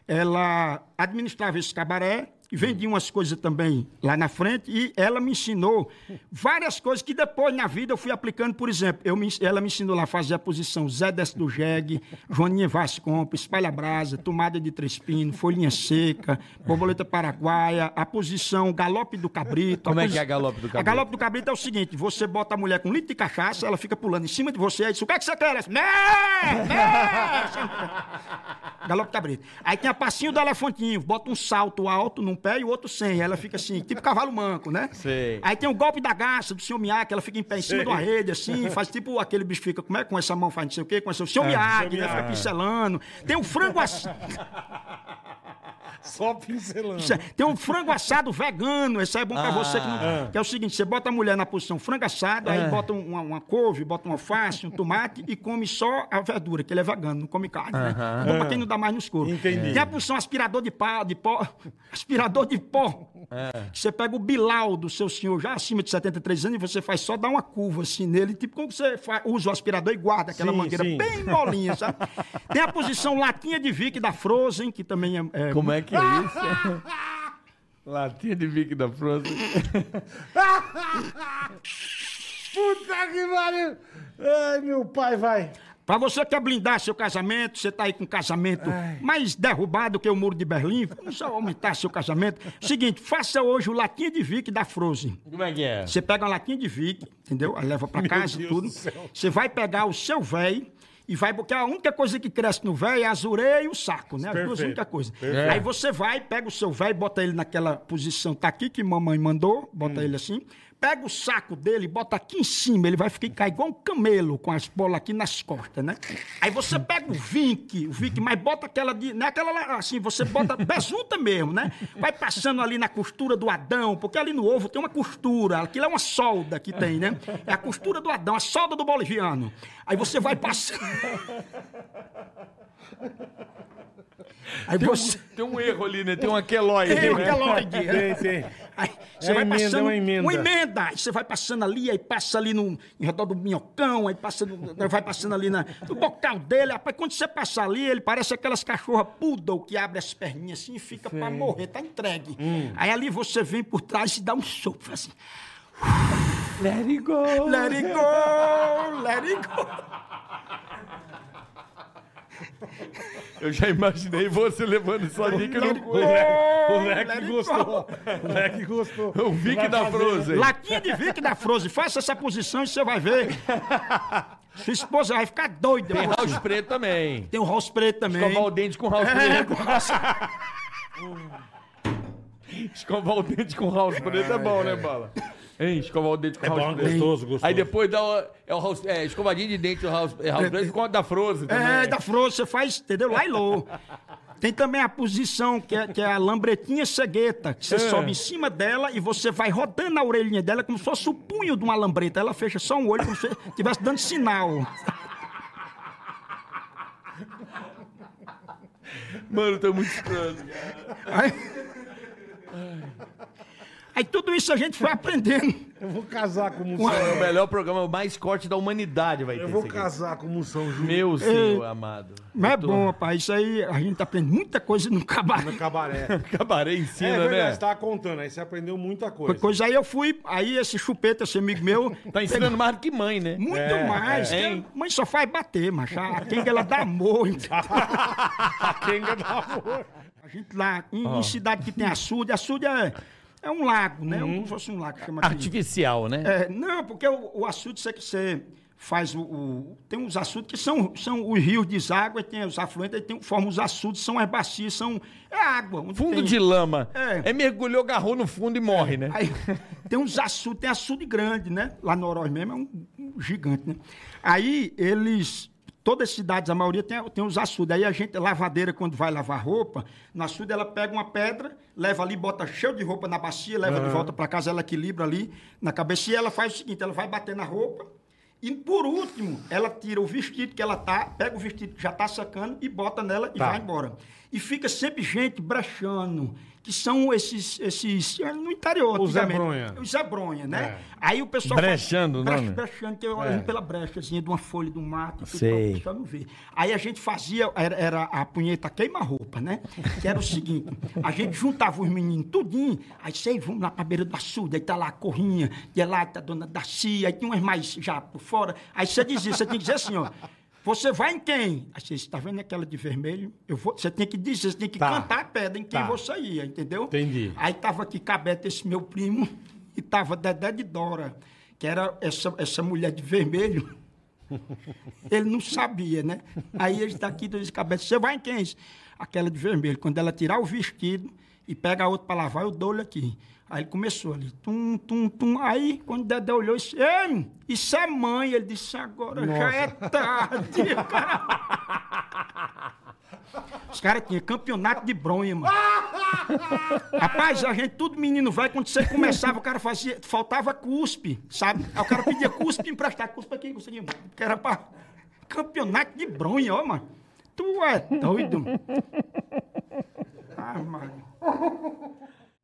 [SPEAKER 11] ela administrava esse cabaré e vendia umas coisas também lá na frente e ela me ensinou várias coisas que depois na vida eu fui aplicando, por exemplo, eu me ens- ela me ensinou lá a fazer a posição Zé Desce do Jegue, Joaninha Vaz Compra, Espalha Brasa, Tomada de Três Pinos, Folhinha Seca, Borboleta Paraguaia, a posição Galope do Cabrito.
[SPEAKER 12] Como é
[SPEAKER 11] posi-
[SPEAKER 12] que é a Galope do
[SPEAKER 11] A
[SPEAKER 12] Cabrito?
[SPEAKER 11] Galope do Cabrito é o seguinte, você bota a mulher com um litro de cachaça, ela fica pulando em cima de você, aí diz, o que é que você quer? Ela diz, "Mé, mé." Galope cabrito. Aí tem a passinho do elefantinho, bota um salto alto num pé e o outro sem. Ela fica assim, tipo cavalo manco, né?
[SPEAKER 12] Sei.
[SPEAKER 11] Aí tem o golpe da garça do senhor Miyake, ela fica em pé em cima de uma rede, assim, faz tipo aquele bicho fica, como é? Com essa mão faz não sei o quê, com essa. O senhor Miyake, né? Fica pincelando. Tem o frango assim. assado.
[SPEAKER 2] Só pincelando.
[SPEAKER 11] Isso é- Tem um frango assado vegano, esse aí é bom
[SPEAKER 12] Ah.
[SPEAKER 11] pra você que não. Que é o seguinte: você bota a mulher na posição frango assado,
[SPEAKER 12] É.
[SPEAKER 11] aí bota um- uma, uma couve, bota um alface, um tomate e come só a verdura, que ele é vegano, não come carne. né? É Bom pra quem não dá mais nos coros.
[SPEAKER 2] Entendi.
[SPEAKER 11] Tem a posição aspirador de pá, de pó. Aspirador de pó.
[SPEAKER 12] É.
[SPEAKER 11] Que Você pega o bilau do seu senhor já acima de 73 anos e você faz só dar uma curva assim nele, tipo como você fa- usa o aspirador e guarda aquela
[SPEAKER 2] Sim,
[SPEAKER 11] mangueira
[SPEAKER 2] sim.
[SPEAKER 11] bem molinha, sabe? Tem a posição latinha de Vic da Frozen, que também é- é
[SPEAKER 12] Como é que é isso? Latinha de Vic da França.
[SPEAKER 2] Puta que pariu! Ai, meu pai, vai.
[SPEAKER 11] Pra você que quer blindar seu casamento, você tá aí com um casamento mais derrubado que o muro de Berlim, vamos só aumentar seu casamento. Seguinte, faça hoje o latinha de Vic da Frozen.
[SPEAKER 12] Como é que é?
[SPEAKER 11] Você pega uma latinha de Vic, entendeu? Aí leva pra
[SPEAKER 12] Meu
[SPEAKER 11] casa e
[SPEAKER 12] Deus
[SPEAKER 11] tudo.
[SPEAKER 12] do céu.
[SPEAKER 11] Você vai pegar o seu véi e vai, porque a única coisa que cresce no véi é a zureia e o saco, né? As duas
[SPEAKER 2] Perfeito.
[SPEAKER 11] únicas coisas.
[SPEAKER 2] Perfeito.
[SPEAKER 11] Aí você vai, pega o seu véi, bota ele naquela posição, tá aqui, que mamãe mandou, bota ele assim. Pega o saco dele, bota aqui em cima, ele vai ficar igual um camelo com as bolas aqui nas costas, né? Aí você pega o vinque, o vinque, mas bota aquela de. Não é aquela lá, assim, você bota besunta mesmo, né? Vai passando ali na costura do Adão, porque ali no ovo tem uma costura, aquilo é uma solda que tem, né? É a costura do Adão, a solda do boliviano. Aí você vai passando. Aí
[SPEAKER 5] Tem um-
[SPEAKER 11] você.
[SPEAKER 5] Tem um erro ali, né? Tem um queloide.
[SPEAKER 11] Tem um
[SPEAKER 5] né?
[SPEAKER 11] queloide.
[SPEAKER 2] Tem, tem.
[SPEAKER 11] Aí,
[SPEAKER 2] É
[SPEAKER 11] você
[SPEAKER 2] uma
[SPEAKER 11] vai
[SPEAKER 2] emenda, é
[SPEAKER 11] passando
[SPEAKER 2] uma emenda.
[SPEAKER 11] emenda. Aí você vai passando ali, aí passa ali no, em redor do minhocão, aí passa no- né, vai passando ali na, no bocal dele. Rapaz, quando você passar ali, ele parece aquelas cachorras poodle que abre as perninhas assim e fica pra morrer, tá entregue. Aí ali você vem por trás e dá um sopro assim.
[SPEAKER 12] Let it go.
[SPEAKER 1] Hum.
[SPEAKER 11] Let it go, let it go.
[SPEAKER 5] Eu já imaginei você levando isso ali que eu não né?
[SPEAKER 2] O leque, o
[SPEAKER 11] Let
[SPEAKER 2] leque
[SPEAKER 11] it
[SPEAKER 2] gostou. O leque gostou.
[SPEAKER 5] O Vic da Frozen.
[SPEAKER 11] Latinha de Vic da Frozen, faça essa posição e você vai ver. Sua esposa vai ficar doida.
[SPEAKER 12] Tem
[SPEAKER 11] com você.
[SPEAKER 12] house preto também.
[SPEAKER 11] Tem o rosto preto também.
[SPEAKER 12] Escovar o dente com house
[SPEAKER 11] É,
[SPEAKER 12] preto.
[SPEAKER 11] com house-
[SPEAKER 5] Escovar o dente com house preto é bom, né, Bala? Hein, escovar o dente com
[SPEAKER 2] É
[SPEAKER 5] house
[SPEAKER 2] bom,
[SPEAKER 5] preto.
[SPEAKER 2] gostoso, gostoso.
[SPEAKER 12] Aí depois dá o, é o house, é, escovadinho de dente do house, é house preto com a da Frozen também.
[SPEAKER 11] É, da frouxa, você faz, entendeu? Lá e low. Tem também a posição, que é, que é a lambretinha cegueta, que você sobe em cima dela e você vai rodando a orelhinha dela como se fosse o punho de uma lambreta. Ela fecha só um olho como se estivesse dando sinal.
[SPEAKER 5] Mano, tá muito estranho.
[SPEAKER 11] Aí, Aí tudo isso a gente foi aprendendo.
[SPEAKER 2] Eu vou casar com o Moção.
[SPEAKER 12] É o melhor programa, o mais corte da humanidade vai ter
[SPEAKER 2] Eu vou
[SPEAKER 12] esse aqui.
[SPEAKER 2] casar com o Moção Júnior.
[SPEAKER 13] É.
[SPEAKER 12] Meu senhor amado.
[SPEAKER 11] Mas é bom, rapaz. Isso aí a gente aprende muita coisa no cabaré.
[SPEAKER 2] No cabaré.
[SPEAKER 12] Cabaré
[SPEAKER 2] É,
[SPEAKER 12] ensina,
[SPEAKER 2] verdade,
[SPEAKER 12] né?
[SPEAKER 2] você tava contando. Aí você aprendeu muita
[SPEAKER 11] Foi
[SPEAKER 2] coisa.
[SPEAKER 11] coisa aí eu fui, aí esse chupeta, esse amigo meu,
[SPEAKER 12] Tá ensinando mais do que mãe, né?
[SPEAKER 11] muito mais.
[SPEAKER 12] é.
[SPEAKER 11] que
[SPEAKER 12] Hein?
[SPEAKER 11] a mãe só faz bater, macho. A quem que ela dá amor. entendeu?
[SPEAKER 2] Kenga da Amor.
[SPEAKER 11] A gente lá, em, em cidade que tem açude, açude é, é um lago, né?
[SPEAKER 12] Uhum.
[SPEAKER 11] Como se fosse um lago que chama aqui.
[SPEAKER 12] Artificial, né?
[SPEAKER 11] É, não, porque o, o açude você, você faz o, o- Tem uns açudes que são, são os rios deságua, e tem os afluentes, aí tem, formam os açudes, são as bacias, são. É água. onde
[SPEAKER 12] Fundo
[SPEAKER 11] tem-
[SPEAKER 12] de lama.
[SPEAKER 11] É.
[SPEAKER 12] É. mergulhou, agarrou no fundo e morre, né?
[SPEAKER 11] Aí, tem uns açudes, tem açude grande, né? Lá no Oroz mesmo é um, um gigante, né? Aí eles. Todas as cidades, a maioria tem, tem os açudes. Aí a gente, lavadeira, quando vai lavar roupa, no açude ela pega uma pedra, leva ali, bota cheio de roupa na bacia, leva de volta pra casa, ela equilibra ali na cabeça. E ela faz o seguinte: ela vai bater na roupa. E por último, ela tira o vestido que ela tá, pega o vestido que já tá secando e bota nela e vai embora. E fica sempre gente brechando, que são esses, esses é, no interior,
[SPEAKER 2] Os Zé
[SPEAKER 11] antigamente.
[SPEAKER 2] Bronha.
[SPEAKER 11] Os Zé Bronha, né? Aí o pessoal
[SPEAKER 12] Brechando,
[SPEAKER 11] fala,
[SPEAKER 12] não, né?
[SPEAKER 11] brechando, que eu olhando pela brechazinha de uma folha de um mato, e tudo,
[SPEAKER 12] Sei.
[SPEAKER 11] pra o pessoal não ver. Aí a gente fazia, era, era a punheta queima-roupa, né? Que era o seguinte, a gente juntava os meninos tudinho, aí vocês vão lá pra beira do açude, aí tá lá a corrinha, e é lá tá a dona Dacia, aí tinha umas mais já por fora. Aí você dizia, você tinha que dizer assim, ó, você vai em quem? Aí você tá vendo aquela de vermelho? Eu vou, você tem que dizer, você tem que
[SPEAKER 2] Tá.
[SPEAKER 11] cantar a pedra em quem
[SPEAKER 2] Tá.
[SPEAKER 11] você ia, entendeu?
[SPEAKER 2] Entendi.
[SPEAKER 11] Aí tava aqui Cabeta, esse meu primo, e tava Dedé de Dora, que era essa, essa mulher de vermelho. Ele não sabia, né? Aí ele está aqui, disse, Cabeta, você vai em quem? Aquela de vermelho. Quando ela tirar o vestido e pega a outra para lavar, eu dou-lhe aqui. Aí ele começou ali, tum, tum, tum. Aí, quando Dedé olhou, disse, ei, isso é mãe. Ele disse, agora já é tarde. Os caras tinham campeonato de bronha, mano. Rapaz, a gente, tudo menino vai, quando você começava, o cara fazia, faltava cuspe, sabe? Aí o cara pedia cuspe emprestar, cuspe pra quem conseguia, porque era pra campeonato de bronha, ó, mano. Tu é doido, mano. Ah, mano.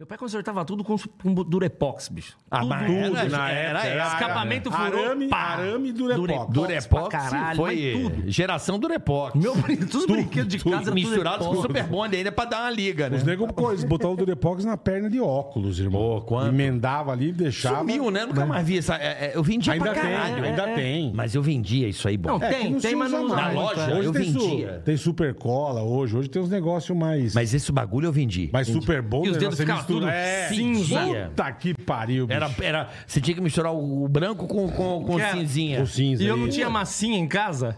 [SPEAKER 13] Meu pai consertava tudo com, com durepox, bicho.
[SPEAKER 2] Ah,
[SPEAKER 13] tudo,
[SPEAKER 2] mas era- na época era-
[SPEAKER 13] escapamento
[SPEAKER 2] era
[SPEAKER 13] furou,
[SPEAKER 2] arame- arame e durepox.
[SPEAKER 13] Durepox, pra caralho,
[SPEAKER 6] foi
[SPEAKER 13] mas tudo.
[SPEAKER 6] geração Durepox.
[SPEAKER 13] Meu, todos os brinquedos de casa é era
[SPEAKER 6] misturados com
[SPEAKER 13] Durepox.
[SPEAKER 6] o Super Bond ainda pra dar uma liga, né?
[SPEAKER 2] Os negros pô, eles botavam o Durepox na perna de óculos, irmão. Emendava ali, deixava.
[SPEAKER 6] Sumiu, né? Nunca mais vi essa. é, é, eu vendia
[SPEAKER 2] Ainda
[SPEAKER 6] pra
[SPEAKER 2] tem,
[SPEAKER 6] caralho.
[SPEAKER 2] ainda
[SPEAKER 6] É, é.
[SPEAKER 2] tem. é
[SPEAKER 13] Mas eu vendia isso aí, bom.
[SPEAKER 6] Não, tem,
[SPEAKER 2] que
[SPEAKER 13] tem,
[SPEAKER 2] se
[SPEAKER 13] mas
[SPEAKER 2] usa
[SPEAKER 13] não
[SPEAKER 2] mais.
[SPEAKER 13] na loja,
[SPEAKER 2] Hoje
[SPEAKER 13] eu
[SPEAKER 2] tem su-
[SPEAKER 13] vendia.
[SPEAKER 2] tem super cola hoje, hoje tem uns negócios mais.
[SPEAKER 13] Mas esse bagulho eu vendi.
[SPEAKER 2] Mas
[SPEAKER 13] Vendi.
[SPEAKER 2] super bom,
[SPEAKER 13] E os
[SPEAKER 2] né?
[SPEAKER 13] dedos
[SPEAKER 2] Você
[SPEAKER 13] ficavam
[SPEAKER 2] mistura-
[SPEAKER 13] tudo
[SPEAKER 2] É,
[SPEAKER 13] cinza.
[SPEAKER 2] Puta que pariu, bicho.
[SPEAKER 13] Era-
[SPEAKER 6] Era, você tinha que misturar o branco com, com, com
[SPEAKER 13] Cara,
[SPEAKER 6] cinzinha.
[SPEAKER 2] Com cinza. Ah.
[SPEAKER 13] E eu não
[SPEAKER 2] aí.
[SPEAKER 13] tinha massinha em casa.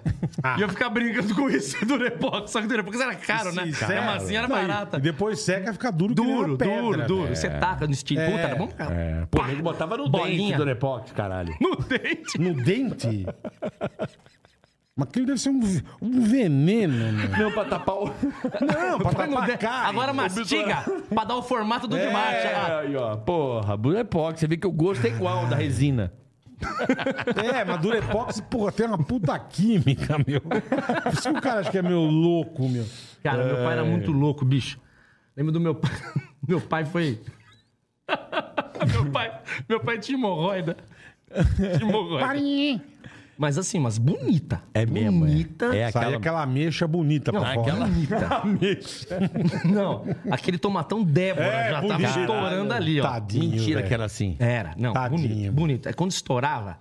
[SPEAKER 13] E eu ficava brincando com isso do Repox. Só que o Durepox era caro, né?
[SPEAKER 2] Sincero.
[SPEAKER 13] A massinha era
[SPEAKER 2] Não, e-
[SPEAKER 13] barata.
[SPEAKER 2] E depois seca, fica duro, que nem uma
[SPEAKER 13] Duro,
[SPEAKER 2] pedra,
[SPEAKER 13] duro, duro.
[SPEAKER 2] velho. É.
[SPEAKER 13] Você taca no estilo. Puta, era bom pra caralho.
[SPEAKER 6] É, pô, o nego botava no
[SPEAKER 13] Bolinha.
[SPEAKER 6] dente do Durepox, caralho.
[SPEAKER 13] No dente.
[SPEAKER 2] No dente? Mas aquilo deve ser um, ve- um veneno, mano.
[SPEAKER 6] Não, pra tapar o.
[SPEAKER 2] Não, pra
[SPEAKER 13] Põe no
[SPEAKER 2] tapar a
[SPEAKER 13] dedo.
[SPEAKER 2] cara.
[SPEAKER 13] Agora mastiga pra dar o formato do de marcha.
[SPEAKER 6] É, aí, ó. Porra, Durepox. Você vê que o gosto é igual da resina.
[SPEAKER 2] É, mas Durepox, porra, tem uma puta química, meu. Por isso que o cara acha que é meu louco, meu. É.
[SPEAKER 13] Cara, meu pai era muito louco, bicho. Lembro do meu pai. Meu pai foi. meu, pai, meu pai tinha hemorroida. Tinha hemorroida. Mas assim, mas bonita.
[SPEAKER 6] É mesmo, é.
[SPEAKER 13] Bonita.
[SPEAKER 6] É
[SPEAKER 2] Sai
[SPEAKER 6] aquela-
[SPEAKER 2] aquela mecha bonita
[SPEAKER 13] Não,
[SPEAKER 2] pra fora.
[SPEAKER 6] aquela-
[SPEAKER 13] Bonita. Não, aquele tomatão Débora
[SPEAKER 2] É,
[SPEAKER 13] já
[SPEAKER 2] bonita.
[SPEAKER 13] tava estourando ali, ó.
[SPEAKER 2] Tadinho,
[SPEAKER 6] Mentira
[SPEAKER 2] velho.
[SPEAKER 6] que era assim.
[SPEAKER 13] Era, não,
[SPEAKER 2] Tadinho,
[SPEAKER 13] bonito,
[SPEAKER 2] mano.
[SPEAKER 13] bonito. É quando estourava.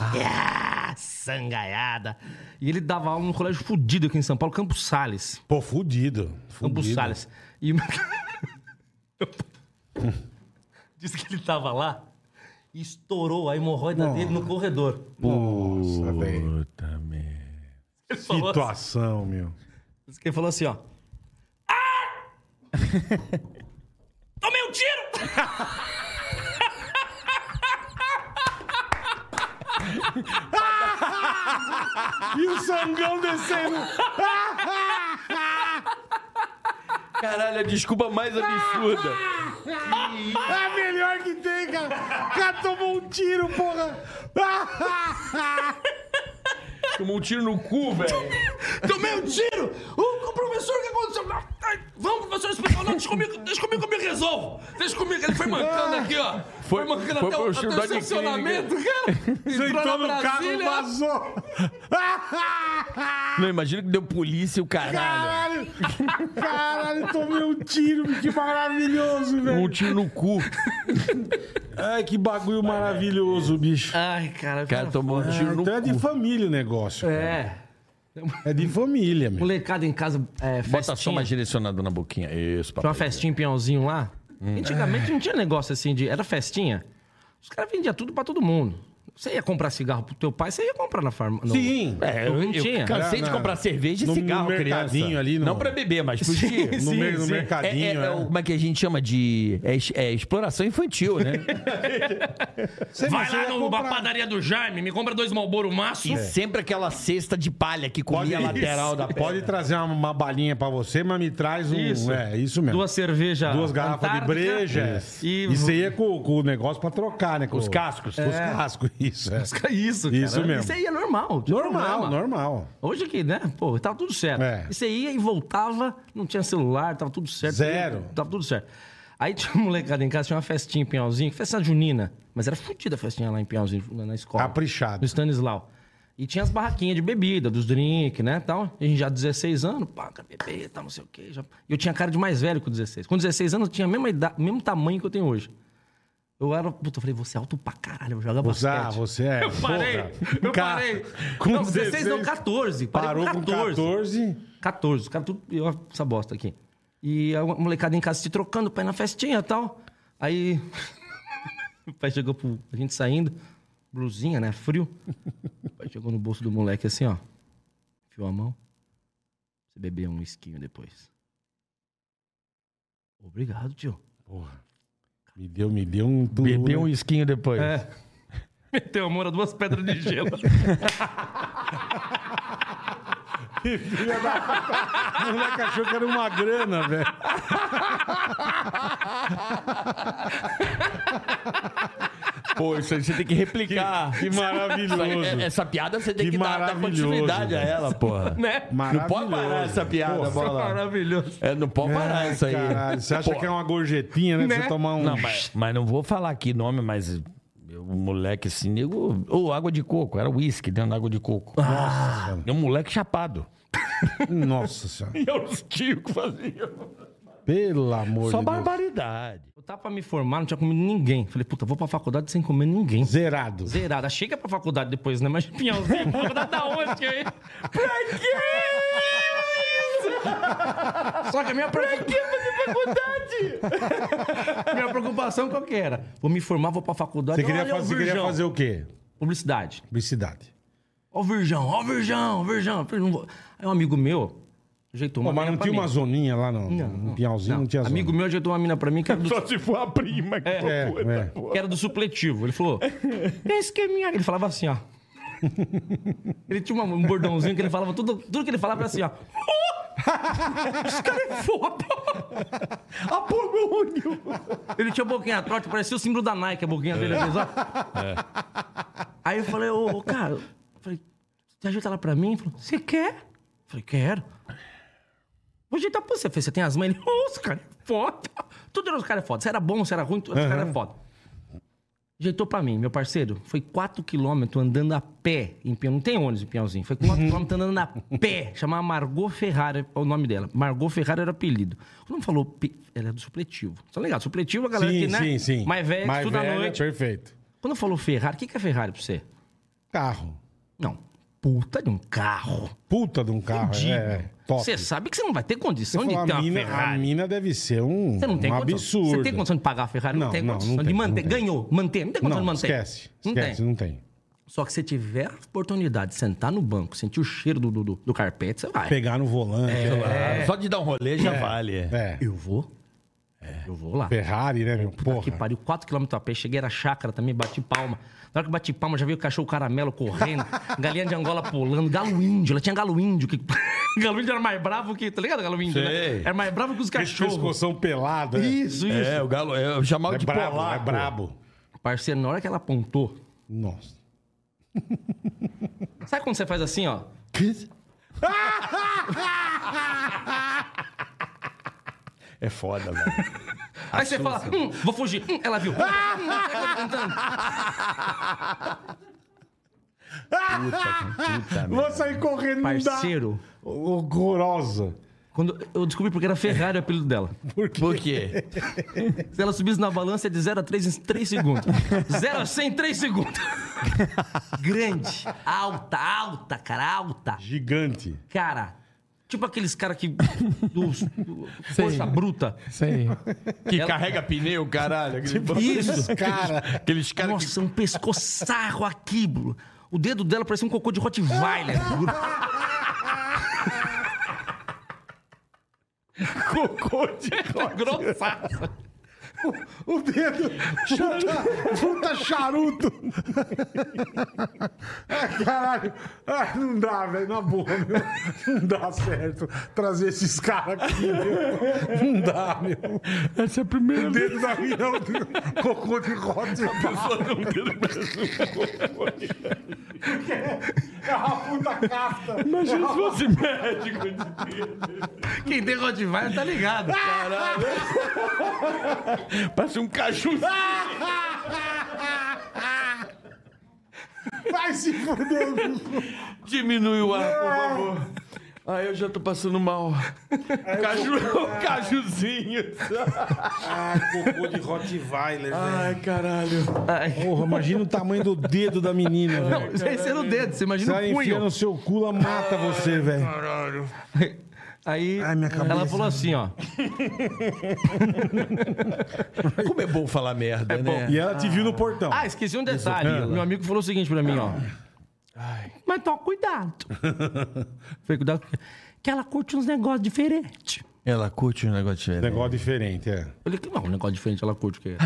[SPEAKER 13] Ah, sangaiada. E ele dava aula no colégio fudido aqui em São Paulo, Campos Salles.
[SPEAKER 2] Pô, fudido.
[SPEAKER 13] Campos
[SPEAKER 2] fudido.
[SPEAKER 13] Salles. E. Diz que ele tava lá e estourou a hemorroida dele no corredor.
[SPEAKER 2] Nossa, velho.
[SPEAKER 6] Puta merda.
[SPEAKER 13] Ele falou, assim,
[SPEAKER 2] Situação, meu.
[SPEAKER 13] diz que ele falou assim, ó. "Ah! Tomei um tiro!
[SPEAKER 2] E o sangão descendo.
[SPEAKER 6] Caralho, a desculpa mais absurda.
[SPEAKER 2] É a melhor que tem, cara. O cara tomou um tiro, porra.
[SPEAKER 6] Tomou um tiro no cu, velho.
[SPEAKER 13] Tomei um tiro!
[SPEAKER 2] Uh!
[SPEAKER 13] O, o professor, o que aconteceu? Ai, Vamos, professor, hospital, não, deixa comigo, deixa comigo que eu me resolvo! Deixa comigo, ele foi
[SPEAKER 2] Ah.
[SPEAKER 13] mancando aqui, ó. Foi, mancando
[SPEAKER 12] foi
[SPEAKER 13] até, o-
[SPEAKER 12] pro
[SPEAKER 13] até o
[SPEAKER 12] Children's
[SPEAKER 13] estacionamento, cara.
[SPEAKER 2] Sentou
[SPEAKER 13] Entrou
[SPEAKER 2] no
[SPEAKER 13] na
[SPEAKER 2] carro e
[SPEAKER 13] Brasília.
[SPEAKER 2] vazou.
[SPEAKER 6] Não, imagina que deu polícia e o caralho.
[SPEAKER 2] Caralho. Caralho, tomei um tiro.
[SPEAKER 13] assim.
[SPEAKER 2] Que maravilhoso,
[SPEAKER 6] Um
[SPEAKER 2] velho.
[SPEAKER 6] tiro no cu.
[SPEAKER 2] Ai, que bagulho maravilhoso, bicho.
[SPEAKER 13] Ai, cara,
[SPEAKER 6] O cara tomou um tiro
[SPEAKER 2] Ah,
[SPEAKER 6] no
[SPEAKER 2] então é de
[SPEAKER 6] cu.
[SPEAKER 2] família o negócio. cara.
[SPEAKER 13] É.
[SPEAKER 2] É de família, meu.
[SPEAKER 13] Molecada em casa, é,
[SPEAKER 6] Bota só
[SPEAKER 13] festinha.
[SPEAKER 6] uma direcionada na boquinha. Isso,
[SPEAKER 13] Tinha uma
[SPEAKER 6] papai.
[SPEAKER 13] festinha em Pinhãozinho lá.
[SPEAKER 2] Hum.
[SPEAKER 13] Antigamente
[SPEAKER 2] É.
[SPEAKER 13] não tinha negócio assim de. Era festinha. Os caras vendiam tudo pra todo mundo. Você ia comprar cigarro pro teu pai, você ia comprar na farmácia.
[SPEAKER 2] Sim.
[SPEAKER 6] É,
[SPEAKER 13] Não
[SPEAKER 6] eu,
[SPEAKER 13] tinha.
[SPEAKER 6] eu cansei de
[SPEAKER 2] Não, não.
[SPEAKER 6] comprar cerveja e
[SPEAKER 2] No
[SPEAKER 6] cigarro,
[SPEAKER 2] mercadinho
[SPEAKER 6] criança.
[SPEAKER 2] ali, no-
[SPEAKER 6] Não pra beber, mas pro tio.
[SPEAKER 2] No,
[SPEAKER 13] Sim,
[SPEAKER 2] mer- no
[SPEAKER 13] sim.
[SPEAKER 6] É, é,
[SPEAKER 2] mercadinho.
[SPEAKER 6] é
[SPEAKER 2] é.
[SPEAKER 6] o- como é que a gente chama de. É, es- é exploração infantil, né?
[SPEAKER 2] Você-
[SPEAKER 13] Vai
[SPEAKER 2] você
[SPEAKER 13] lá
[SPEAKER 2] ia
[SPEAKER 13] no-
[SPEAKER 2] comprar-
[SPEAKER 13] na padaria do Jaime, me compra dois Malboro maço.
[SPEAKER 6] E sempre aquela cesta de palha que
[SPEAKER 2] Ah, É. Pode,
[SPEAKER 6] comia a lateral da
[SPEAKER 2] pode
[SPEAKER 6] pedra.
[SPEAKER 2] trazer uma, uma balinha pra você, mas me traz um.
[SPEAKER 13] Isso.
[SPEAKER 2] É, isso mesmo.
[SPEAKER 13] Duas cervejas.
[SPEAKER 2] Duas garrafas
[SPEAKER 13] Antártica.
[SPEAKER 2] de breja.
[SPEAKER 13] E-
[SPEAKER 2] E, você ia com, com o negócio pra trocar, né? Com
[SPEAKER 6] Os cascos.
[SPEAKER 2] Com Os cascos, isso. É.
[SPEAKER 13] Isso, cara.
[SPEAKER 2] Isso mesmo.
[SPEAKER 13] Isso aí é normal. tinha
[SPEAKER 2] Normal,
[SPEAKER 13] problema.
[SPEAKER 2] normal.
[SPEAKER 13] Hoje aqui, né? Pô, tava tudo certo.
[SPEAKER 2] É.
[SPEAKER 13] E você ia e voltava, não tinha celular, tava tudo certo.
[SPEAKER 2] Zero.
[SPEAKER 13] Tava tudo certo. Aí tinha um molecada em casa, tinha uma festinha em Pinhalzinho, festa junina. Mas era fodida a festinha lá em Pinhalzinho, na na escola.
[SPEAKER 2] Caprichado.
[SPEAKER 13] No Stanislau. E tinha as barraquinhas de bebida, dos drinks, né, tal. E a gente já 16 anos, pá, quer beber, tal, não sei o quê. Já... E eu tinha cara de mais velho com 16. Com 16 anos, eu tinha a mesma idade, mesmo tamanho que eu tenho hoje. Eu era... Puta, eu falei, você é alto pra caralho, eu jogo
[SPEAKER 2] Você, ah,
[SPEAKER 13] basquete.
[SPEAKER 2] você é.
[SPEAKER 13] Eu parei, eu
[SPEAKER 2] Cara,
[SPEAKER 13] parei.
[SPEAKER 2] com
[SPEAKER 13] não, 16, não,
[SPEAKER 2] 16,
[SPEAKER 13] 14. Parei
[SPEAKER 2] Parou com 14.
[SPEAKER 13] 14, os caras tudo. Eu, essa bosta aqui. E a molecada em casa se trocando, pai na festinha e tal. Aí. o pai chegou pro. A gente saindo, blusinha, né? Frio. O pai chegou no bolso do moleque assim, ó. Enfiou a mão. Você bebeu um esquinho depois. Obrigado, tio.
[SPEAKER 2] Me deu, me deu um. É.
[SPEAKER 6] Bebeu um esquinho depois.
[SPEAKER 13] Meteu a mora duas pedras de gelo.
[SPEAKER 2] O moleque achou que era uma grana, velho.
[SPEAKER 6] Pô, Pô, isso aí você tem que replicar.
[SPEAKER 2] Que- que maravilhoso.
[SPEAKER 6] Essa, essa piada você tem
[SPEAKER 2] Que
[SPEAKER 6] que, dar, dar
[SPEAKER 2] maravilhoso,
[SPEAKER 6] continuidade a
[SPEAKER 2] velho.
[SPEAKER 6] ela, porra.
[SPEAKER 2] Né?
[SPEAKER 6] Não pode parar
[SPEAKER 2] Maravilhoso.
[SPEAKER 6] essa piada,
[SPEAKER 2] Porra,
[SPEAKER 6] bola.
[SPEAKER 13] Maravilhoso.
[SPEAKER 6] É, não pode parar
[SPEAKER 2] Ai,
[SPEAKER 6] isso aí.
[SPEAKER 2] caralho, você acha que é uma gorjetinha, né? Pra você tomar um.
[SPEAKER 6] Não, mas, mas não vou falar aqui nome, mas o moleque assim, nego. Ô, água de coco, era uísque dentro da água de coco.
[SPEAKER 2] Ah.
[SPEAKER 6] Nossa, é um moleque chapado.
[SPEAKER 2] Nossa senhora.
[SPEAKER 6] E eu os tios que faziam.
[SPEAKER 2] Pelo amor
[SPEAKER 6] Só
[SPEAKER 2] de Deus.
[SPEAKER 6] barbaridade.
[SPEAKER 13] Eu tava pra me formar, não tinha comido ninguém. Falei, puta, vou pra faculdade sem comer ninguém.
[SPEAKER 2] Zerado.
[SPEAKER 13] Zerado. Achei que ia pra faculdade depois, né? Mas pinhãozinho, faculdade da onde que é isso? Pra quê? Só que a minha preocupação... minha preocupação qual que era? Vou me formar, vou pra faculdade.
[SPEAKER 2] Você queria,
[SPEAKER 13] Olha o
[SPEAKER 2] fazer, você queria
[SPEAKER 13] virgão.
[SPEAKER 2] fazer o quê?
[SPEAKER 13] Publicidade.
[SPEAKER 2] Publicidade.
[SPEAKER 13] Ó o Virgão, ó o Virgão, ó o Virgão. Eu falei, não vou. Aí um amigo meu ajeitou uma
[SPEAKER 2] Pô, mas
[SPEAKER 13] mina
[SPEAKER 2] não
[SPEAKER 13] pra
[SPEAKER 2] tinha
[SPEAKER 13] mim.
[SPEAKER 2] uma zoninha lá, não. Um pinhalzinho, não, tinha zona.
[SPEAKER 13] Amigo meu ajeitou uma mina pra mim que era do,
[SPEAKER 6] se for a prima. que
[SPEAKER 2] É,
[SPEAKER 6] loucura.
[SPEAKER 2] é.
[SPEAKER 13] que era do supletivo. Ele falou, esse que é minha... Ele falava assim, ó. Ele tinha uma- um bordãozinho que ele falava, tudo, tudo que ele falava era assim, ó. Esse cara é foda! A Polônio! Ele tinha a boquinha trote, parecia o símbolo da Nike, a boquinha
[SPEAKER 6] É.
[SPEAKER 13] dele. assim, sabe?
[SPEAKER 2] É.
[SPEAKER 13] Aí eu falei, ô, ô, cara, eu falei, você ajeita ela pra mim? Ele falou, você quer? Eu falei, quero. Vou ajeitar pra você. Eu falei, você tem as mães? Ele, ô, esse cara é foda. Tudo era os caras é foda. Se era bom, se era ruim, tudo os caras é foda. Ajeitou pra mim, meu parceiro. Foi 4km andando a pé em Pinhão. Não tem ônibus em Pinhãozinho. Foi
[SPEAKER 2] Uhum.
[SPEAKER 13] 4km andando a pé. Chamava Margot Ferrari, é o nome dela. Margot Ferrari era o apelido. Quando falou, pe- ela é do supletivo. Só legal, supletivo a galera
[SPEAKER 2] Sim,
[SPEAKER 13] que, né?
[SPEAKER 2] sim, sim.
[SPEAKER 13] Mais velha, que estuda à noite.
[SPEAKER 2] Perfeito.
[SPEAKER 13] Quando falou Ferrari, o que, que é Ferrari pra você?
[SPEAKER 2] Carro.
[SPEAKER 13] Não. Puta de um carro.
[SPEAKER 2] Puta de um carro.
[SPEAKER 13] Fudido.
[SPEAKER 2] É, é, top.
[SPEAKER 13] Você sabe que você não vai ter
[SPEAKER 2] Você
[SPEAKER 13] condição de
[SPEAKER 2] falou,
[SPEAKER 13] ter
[SPEAKER 2] a,
[SPEAKER 13] uma
[SPEAKER 2] mina, a
[SPEAKER 13] Ferrari.
[SPEAKER 2] mina deve ser um,
[SPEAKER 13] Você não tem
[SPEAKER 2] um
[SPEAKER 13] condição.
[SPEAKER 2] absurdo.
[SPEAKER 13] Você tem condição de pagar a Ferrari? Não,
[SPEAKER 2] Não,
[SPEAKER 13] tem
[SPEAKER 2] não, não
[SPEAKER 13] condição de
[SPEAKER 2] tem,
[SPEAKER 13] manter.
[SPEAKER 2] não tem.
[SPEAKER 13] Ganhou, manter. Não tem condição
[SPEAKER 2] Não,
[SPEAKER 13] de manter.
[SPEAKER 2] esquece.
[SPEAKER 13] Não
[SPEAKER 2] Esquece,
[SPEAKER 13] tem.
[SPEAKER 2] não tem.
[SPEAKER 13] Só que se tiver a oportunidade de sentar no banco, sentir o cheiro do, do, do- do carpete, você vai. É.
[SPEAKER 2] Pegar no volante.
[SPEAKER 6] Ah, Só de dar um rolê já vale.
[SPEAKER 2] É.
[SPEAKER 13] Eu vou.
[SPEAKER 6] É,
[SPEAKER 13] Eu vou lá.
[SPEAKER 2] Ferrari, né, meu? Porra.
[SPEAKER 13] Que pariu, 4km a pé, cheguei na chácara também, bati palma. Na hora que eu bati palma, já veio o cachorro caramelo correndo, galinha de Angola pulando, galo índio, ela tinha galo índio. Que... galo índio era mais bravo que. Tá ligado, galo índio? Né?
[SPEAKER 6] Sei.
[SPEAKER 13] Era mais bravo que os cachorros.
[SPEAKER 2] Pescoção pelado. é.
[SPEAKER 13] Isso, isso.
[SPEAKER 6] É, o galo, eu chamava
[SPEAKER 2] É
[SPEAKER 6] de
[SPEAKER 2] brabo,
[SPEAKER 6] polaco.
[SPEAKER 2] é brabo.
[SPEAKER 13] Parceiro, na hora que ela apontou,
[SPEAKER 2] Nossa.
[SPEAKER 13] sabe quando você faz assim, ó?
[SPEAKER 6] É foda, velho.
[SPEAKER 13] Aí você fala, hum, vou fugir. Hum, ela viu. Hum,
[SPEAKER 2] Ah!
[SPEAKER 13] hum, sai cantando.
[SPEAKER 2] Vou sair correndo, não dá.
[SPEAKER 13] Parceiro,
[SPEAKER 2] Horrorosa.
[SPEAKER 13] quando eu descobri porque era Ferrari o apelido dela.
[SPEAKER 6] Por quê?
[SPEAKER 13] Se ela subisse na balança é de 0 a 3 em 3 segundos. 0 a 100 em 3 segundos. Grande. Alta, alta, cara, alta.
[SPEAKER 2] Gigante.
[SPEAKER 13] Cara, tipo aqueles caras que. dos- do- força bruta.
[SPEAKER 5] Sim.
[SPEAKER 6] Que carrega pneu, caralho. Aquele ba-
[SPEAKER 13] Isso.
[SPEAKER 2] Tipo Cara,
[SPEAKER 6] Aqueles caras que
[SPEAKER 13] Nossa, um pescoçarro aqui, Bruno. O dedo dela parecia um cocô de Rottweiler. Bruno.
[SPEAKER 6] cocô de
[SPEAKER 13] Grossaço.
[SPEAKER 2] o dedo. Puta, puta charuto. Ah, Caralho. Ah, não dá, velho. Na boa, meu. Não dá certo trazer esses caras aqui, meu. Não dá, meu.
[SPEAKER 5] Essa é a primeira
[SPEAKER 2] O dedo da minha é o dedo- cocô de rote. É uma puta casta. É
[SPEAKER 5] Imagina se fosse médico de
[SPEAKER 13] Quem tem Rottweiler tá ligado.
[SPEAKER 6] Parece um caju.
[SPEAKER 2] Vai se fuder, meu.
[SPEAKER 6] Diminui o ar, por favor. Ai, eu já tô passando mal. Caju, cajuzinho.
[SPEAKER 2] Ah, cocô de Rottweiler, velho.
[SPEAKER 6] Ai, caralho.
[SPEAKER 13] Ai.
[SPEAKER 2] Porra, imagina o tamanho do dedo da menina,
[SPEAKER 13] Não,
[SPEAKER 2] velho.
[SPEAKER 13] isso aí você no dedo, você
[SPEAKER 2] Se
[SPEAKER 13] imagina
[SPEAKER 2] ela
[SPEAKER 13] o
[SPEAKER 2] enfia
[SPEAKER 13] punho.
[SPEAKER 2] no seu cu, ela mata você, velho.
[SPEAKER 13] Aí
[SPEAKER 2] Ai, minha
[SPEAKER 13] ela
[SPEAKER 2] cabeça.
[SPEAKER 13] falou assim, ó.
[SPEAKER 6] Como é bom falar merda, né?
[SPEAKER 2] E ela te viu no portão.
[SPEAKER 13] Ah, esqueci um detalhe. Meu amigo falou o seguinte pra mim, ó. Mas toma cuidado. Falei, cuidado. com o quê? Que ela curte uns negócios diferentes.
[SPEAKER 6] Ela curte um negócio diferente.
[SPEAKER 2] Negócio diferente, é.
[SPEAKER 13] Eu falei, que não, um negócio diferente ela curte o quê?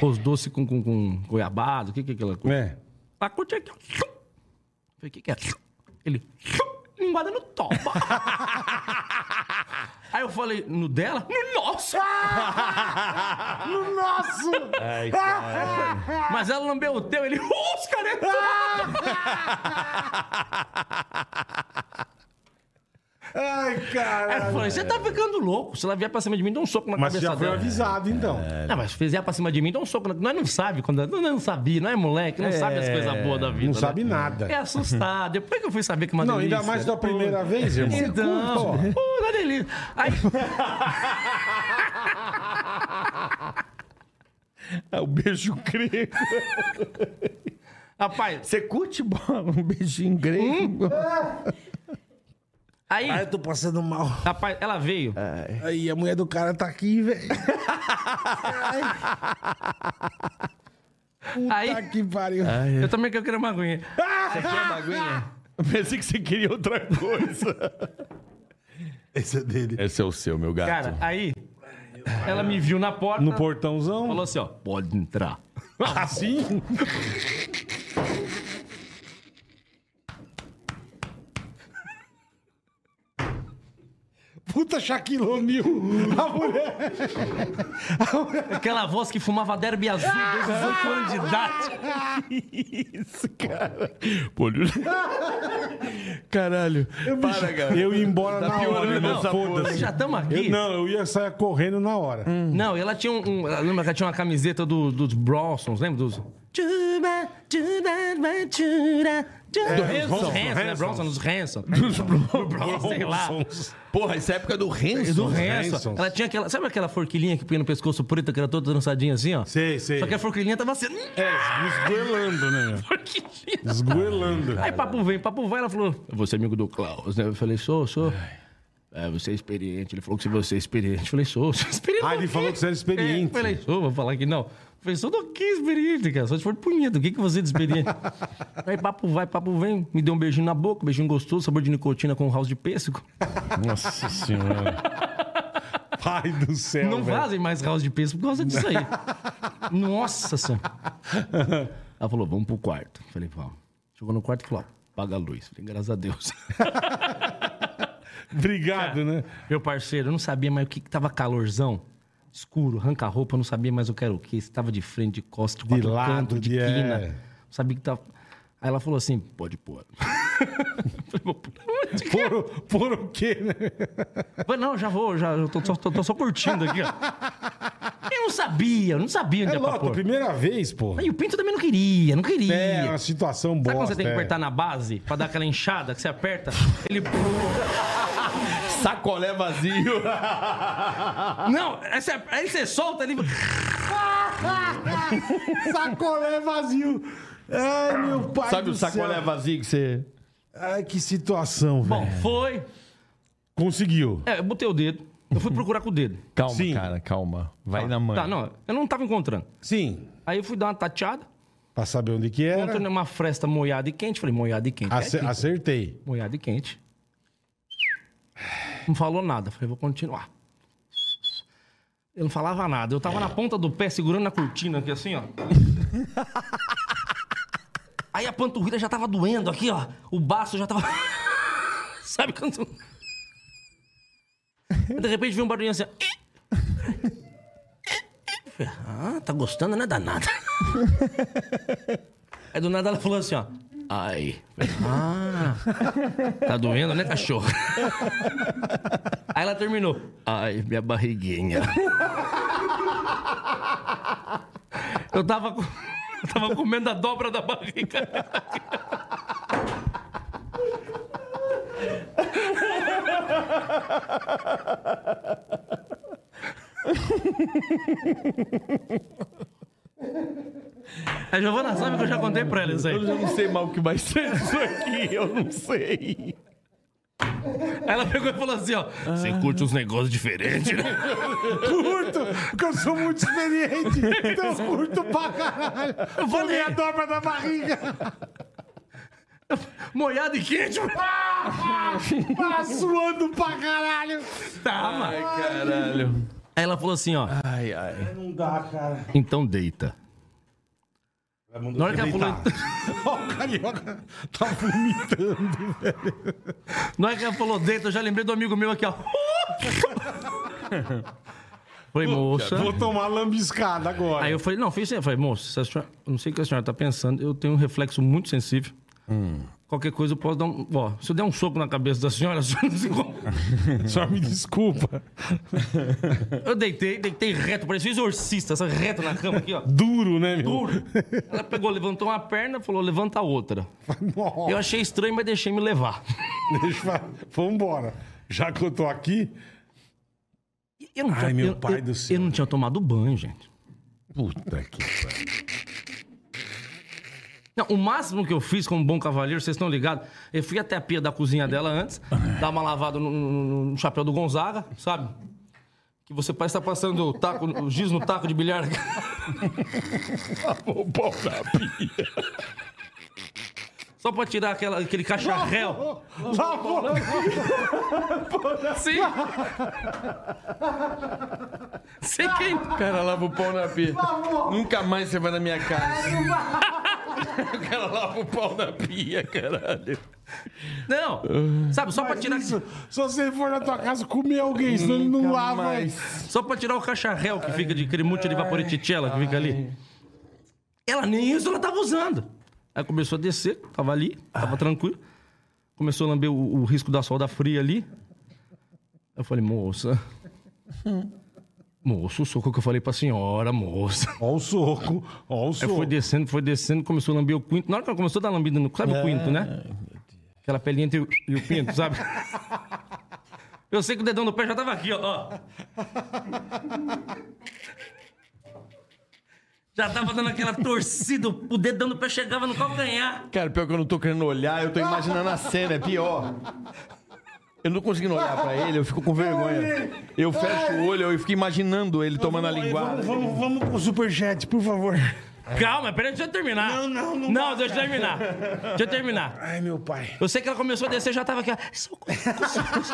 [SPEAKER 13] Os doces com, com, com goiabado, o que, que que ela curte?
[SPEAKER 2] É.
[SPEAKER 13] Ela curte aqui, ó. Falei, o que que é? Ele, linguada no toba. Aí eu falei, no dela? No nosso!
[SPEAKER 2] no nosso!
[SPEAKER 13] Ai, cara. Mas ela lambeu o teu, ele. "Oh, Os caras é tudo!"
[SPEAKER 2] Ai,
[SPEAKER 13] Aí eu falei,
[SPEAKER 2] caralho.
[SPEAKER 13] você tá ficando louco. Se ela vier pra cima de mim, dá um soco na
[SPEAKER 2] Mas
[SPEAKER 13] cabeça
[SPEAKER 2] já foi
[SPEAKER 13] dela. É.
[SPEAKER 2] avisado, então.
[SPEAKER 13] Não, mas se fizer pra cima de mim, dá um soco na... Nós não sabe quando... Nós não sabia, não é moleque, não
[SPEAKER 2] É,
[SPEAKER 13] sabe as coisas boas da vida.
[SPEAKER 2] não
[SPEAKER 13] né?
[SPEAKER 2] sabe nada.
[SPEAKER 13] É assustado. Depois que eu fui saber que uma
[SPEAKER 2] Não, ainda
[SPEAKER 13] delícia.
[SPEAKER 2] mais da
[SPEAKER 13] Pô.
[SPEAKER 2] primeira vez, irmão.
[SPEAKER 13] Então,
[SPEAKER 2] Pô.
[SPEAKER 13] pô,
[SPEAKER 1] tá
[SPEAKER 13] da delícia. Aí...
[SPEAKER 12] É o beijo grego.
[SPEAKER 13] Rapaz. Hum?
[SPEAKER 12] Você curte bola? Um beijinho grego?
[SPEAKER 13] Aí...
[SPEAKER 2] Ai, eu tô passando mal.
[SPEAKER 13] Rapaz, ela veio.
[SPEAKER 2] Aí, a mulher do cara tá aqui, velho. Puta
[SPEAKER 13] Aí-
[SPEAKER 2] que pariu.
[SPEAKER 13] Eu também quero querer uma aguinha. Você quer uma aguinha?
[SPEAKER 12] Eu pensei que você queria outra coisa.
[SPEAKER 2] Esse é dele.
[SPEAKER 12] Esse é o seu, meu gato.
[SPEAKER 13] Cara, aí... Ela me viu na porta.
[SPEAKER 2] No portãozão?
[SPEAKER 13] Falou assim, ó. Pode entrar.
[SPEAKER 12] Ah,
[SPEAKER 2] Assim? Puta Shaquille O'Neal. A mulher.
[SPEAKER 13] Aquela voz que fumava derby azul
[SPEAKER 12] Ah!
[SPEAKER 13] desde os 8 anos de idade.
[SPEAKER 12] Isso, cara. Pô, olha- Caralho. Para, cara.
[SPEAKER 2] Eu ia embora
[SPEAKER 12] Tá
[SPEAKER 2] na
[SPEAKER 12] piorando
[SPEAKER 2] hora, irmão.
[SPEAKER 12] essa
[SPEAKER 2] Foda-se.
[SPEAKER 13] Já estamos aqui.
[SPEAKER 2] Eu- Não, eu ia sair correndo na hora.
[SPEAKER 13] Não, ela tinha um. um- ela lembra que ela tinha uma camiseta do- dos Bronsons, lembra? Dos. Tchuba, tchuba, ba, tchura,
[SPEAKER 1] É,
[SPEAKER 12] É,
[SPEAKER 13] tchuba. Dos
[SPEAKER 2] Hanson,
[SPEAKER 13] Hanson, né?
[SPEAKER 2] Hansons.
[SPEAKER 13] Bronson, dos Hanson. Dos Bronson, sei lá.
[SPEAKER 12] Porra, essa
[SPEAKER 1] é
[SPEAKER 12] época do Renzo.
[SPEAKER 13] Do Hanson.
[SPEAKER 2] Hansons.
[SPEAKER 13] Ela tinha aquela. Sabe aquela forquilhinha que punha no pescoço preto, que era toda trançadinha assim, ó?
[SPEAKER 2] Sei, sei.
[SPEAKER 13] Só que a forquilhinha tava assim.
[SPEAKER 2] É, esgoelando, né?
[SPEAKER 13] Forquilhinha.
[SPEAKER 2] Esgoelando.
[SPEAKER 13] Aí papo vem, papo vai, ela falou. Eu vou ser amigo do Klaus, né? Eu falei, sou, sou. É, você é experiente. Ele falou que você é experiente. Eu falei, sou, sou experiente.
[SPEAKER 2] Ah, ele
[SPEAKER 13] do
[SPEAKER 2] falou
[SPEAKER 13] quê?
[SPEAKER 2] que você era experiente.
[SPEAKER 13] É, eu falei, sou, vou falar que não. Eu falei, sou do que experiente, cara? Só se for punheta, o que, que você é de experiente? Aí papo vai, papo vem. Me deu um beijinho na boca, beijinho gostoso, sabor de nicotina com um house de pêssego.
[SPEAKER 2] Nossa senhora. Pai do céu.
[SPEAKER 13] não
[SPEAKER 2] velho.
[SPEAKER 13] fazem mais house de pêssego por causa disso aí. Nossa senhora. Ela falou, vamos pro quarto. Eu falei, vamos. Chegou no quarto e falou, ó, apaga a luz. Eu falei, graças a Deus.
[SPEAKER 2] Obrigado, né?
[SPEAKER 13] Meu parceiro, eu não sabia mais o que, que tava calorzão. Escuro, arranca a roupa, eu não sabia mais o que era o que. Se tava de frente, de costa, de, quatro
[SPEAKER 2] lado,
[SPEAKER 13] cantos, de
[SPEAKER 2] de- é.
[SPEAKER 13] quina. Não sabia o que tava. Aí ela falou assim: pode pôr. Eu falei, "Vou pôr onde?"
[SPEAKER 2] Por, o- por o quê, né?
[SPEAKER 13] Eu falei, não, já vou, já eu tô, só- tô- tô só curtindo aqui, ó. Eu não sabia, eu não sabia onde
[SPEAKER 2] É
[SPEAKER 13] é pra
[SPEAKER 2] lógico,
[SPEAKER 13] pôr.
[SPEAKER 2] primeira vez, pô.
[SPEAKER 13] E o Pinto também não queria, não queria.
[SPEAKER 2] É, uma situação é. boa.
[SPEAKER 13] Sabe quando você tem que apertar na base pra dar aquela enxada que você aperta? Ele.
[SPEAKER 12] Sacolé vazio.
[SPEAKER 13] Não, aí você, aí você solta ele.
[SPEAKER 2] Sacolé vazio. Ai, meu pai.
[SPEAKER 12] Sabe
[SPEAKER 2] do
[SPEAKER 12] o sacolé
[SPEAKER 2] céu.
[SPEAKER 12] vazio que você.
[SPEAKER 2] Ai, que situação,
[SPEAKER 13] Bom,
[SPEAKER 2] velho.
[SPEAKER 13] foi.
[SPEAKER 2] Conseguiu.
[SPEAKER 13] É, eu botei o dedo. Eu fui procurar com o dedo.
[SPEAKER 12] Calma,
[SPEAKER 2] Sim.
[SPEAKER 12] cara, calma. Vai na mãe.
[SPEAKER 13] Tá, não, eu não tava encontrando.
[SPEAKER 2] Sim.
[SPEAKER 13] Aí eu fui dar uma tateada,
[SPEAKER 2] Pra saber onde que era.
[SPEAKER 13] encontrei numa fresta moiada e quente. Falei, moiada e quente. é
[SPEAKER 2] ace-
[SPEAKER 13] aqui.
[SPEAKER 2] acertei.
[SPEAKER 13] Moiada e quente. Não falou nada. Falei, vou continuar. Eu não falava nada. Eu tava na ponta do pé, segurando a cortina aqui, assim, ó. Aí a panturrilha já tava doendo aqui, ó. O baço já tava... Sabe quando... De repente veio um barulhinho assim, ó. Falei, Ah, tá gostando, né, danada? Aí do nada ela falou assim, ó. Ai. Falei, Ah. Tá doendo, né, cachorro? Aí ela terminou. Ai, minha barriguinha. Eu tava, com- eu tava comendo a dobra da barriga. A Giovana sabe que eu já contei pra ela isso aí.
[SPEAKER 12] Eu já não sei mal o que vai ser disso aqui, eu não sei.
[SPEAKER 1] Ah.
[SPEAKER 13] Aí Ela pegou e falou assim, ó. Você
[SPEAKER 12] Ah.
[SPEAKER 13] curte uns negócios diferentes, né?
[SPEAKER 2] Curto, porque eu sou muito experiente. Então eu curto pra caralho. Eu vou
[SPEAKER 13] falei.
[SPEAKER 2] a dobra da barriga.
[SPEAKER 13] Moiado e quente.
[SPEAKER 2] Tá suando pra caralho.
[SPEAKER 13] Tava.
[SPEAKER 12] Caralho.
[SPEAKER 13] Aí ela falou assim, ó.
[SPEAKER 12] Ai, ai.
[SPEAKER 2] Não dá, cara.
[SPEAKER 13] Então deita. Na hora que ela falou,
[SPEAKER 2] Deitar. Ó, o carioca tá vomitando.
[SPEAKER 13] na hora que ela falou deita, eu já lembrei do amigo meu aqui, ó. Falei, moça.
[SPEAKER 2] Vou tomar lambiscada agora.
[SPEAKER 13] Aí eu falei, não, fiz assim. Eu falei, moça, se a senhora- eu não sei o que a senhora tá pensando, eu tenho um reflexo muito sensível.
[SPEAKER 2] Hum.
[SPEAKER 13] Qualquer coisa eu posso dar um. Ó, se eu der um soco na cabeça da senhora, a senhora não se incomoda.
[SPEAKER 2] Só me desculpa.
[SPEAKER 13] Eu deitei, deitei reto, parecia um exorcista, essa reta na cama aqui, ó.
[SPEAKER 2] Duro, né, meu?
[SPEAKER 13] Duro. Ela pegou, levantou uma perna, falou, levanta a outra. Eu é achei estranho, mas deixei me levar.
[SPEAKER 2] Deixa eu... Vambora. Já que eu tô aqui.
[SPEAKER 13] Eu não
[SPEAKER 2] Ai,
[SPEAKER 13] tinha-
[SPEAKER 2] meu
[SPEAKER 13] eu-
[SPEAKER 2] pai
[SPEAKER 13] eu-
[SPEAKER 2] do céu.
[SPEAKER 13] Eu não tinha tomado banho, gente.
[SPEAKER 2] Puta que pariu.
[SPEAKER 13] Não, o máximo que eu fiz como bom cavalheiro, vocês estão ligados? Eu fui até a pia da cozinha dela antes, dar uma lavada no, no- no chapéu do Gonzaga, sabe? Que você parece estar passando o, taco, o giz no taco de bilhar.
[SPEAKER 2] o pau da pia.
[SPEAKER 13] Só pra tirar aquela- aquele cacharréu.
[SPEAKER 2] Lavou,
[SPEAKER 1] Sim.
[SPEAKER 13] Sei quem.
[SPEAKER 1] Cara, lava o pau na pia.
[SPEAKER 2] Tá
[SPEAKER 1] Nunca mais você vai na minha casa.
[SPEAKER 6] O cara lava o pau na pia, caralho.
[SPEAKER 13] Não! Sabe, só pra tirar.
[SPEAKER 2] Só se ele for na tua casa comer alguém, senão ele não lava.
[SPEAKER 13] Só pra tirar o cacharréu que fica de cremute de vaporeticella que fica ali. Ela nem isso ela tava usando. Aí começou a descer, tava ali, tava tranquilo. Começou a lamber o, o risco da solda fria ali. Eu falei, moça.
[SPEAKER 14] Hum.
[SPEAKER 13] Moço, o soco que eu falei pra senhora, moça.
[SPEAKER 2] Ó o soco, ó o
[SPEAKER 13] Aí foi
[SPEAKER 2] soco.
[SPEAKER 13] descendo, foi descendo, começou a lamber o quinto. Na hora que ela começou a dar lambida no...
[SPEAKER 2] É.
[SPEAKER 13] Sabe o quinto, né? Aquela pelinha entre o, e o pinto, sabe? Eu sei que o dedão do pé já tava aqui, ó, ó. Já tava dando aquela torcida, o dedão do pé chegava no calcanhar.
[SPEAKER 1] Cara, pior que eu não tô querendo olhar, eu tô imaginando a cena, é pior. Eu não tô conseguindo olhar pra ele, eu fico com vergonha. Eu fecho o olho, eu fico imaginando ele tomando a linguada.
[SPEAKER 2] Vamos, vamos, vamos com o superchat, por favor.
[SPEAKER 13] É. Calma, peraí, deixa eu terminar. Não, não, não. Não, deixa eu terminar. Deixa eu terminar.
[SPEAKER 2] Ai, meu pai.
[SPEAKER 13] Eu sei que ela começou a descer, já tava aqui, ó. Soco, soco, soco,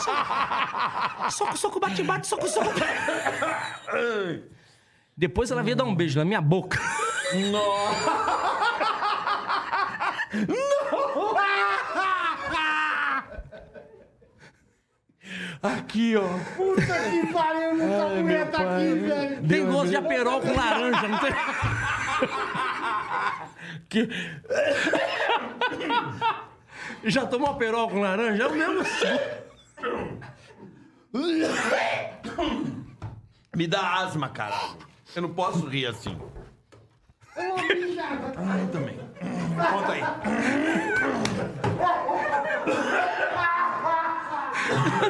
[SPEAKER 13] soco. Soco, soco, bate, bate, soco, soco. Depois ela veio dar um beijo na minha boca.
[SPEAKER 1] Aqui, ó.
[SPEAKER 15] Puta que pariu, nunca a mulher tá aqui, velho.
[SPEAKER 13] Tem gosto de aperol com laranja, não tem? Que- Já tomou aperol com laranja? Eu mesmo.
[SPEAKER 6] Me dá asma, caralho. Eu não posso rir assim. Ai, também. Conta aí.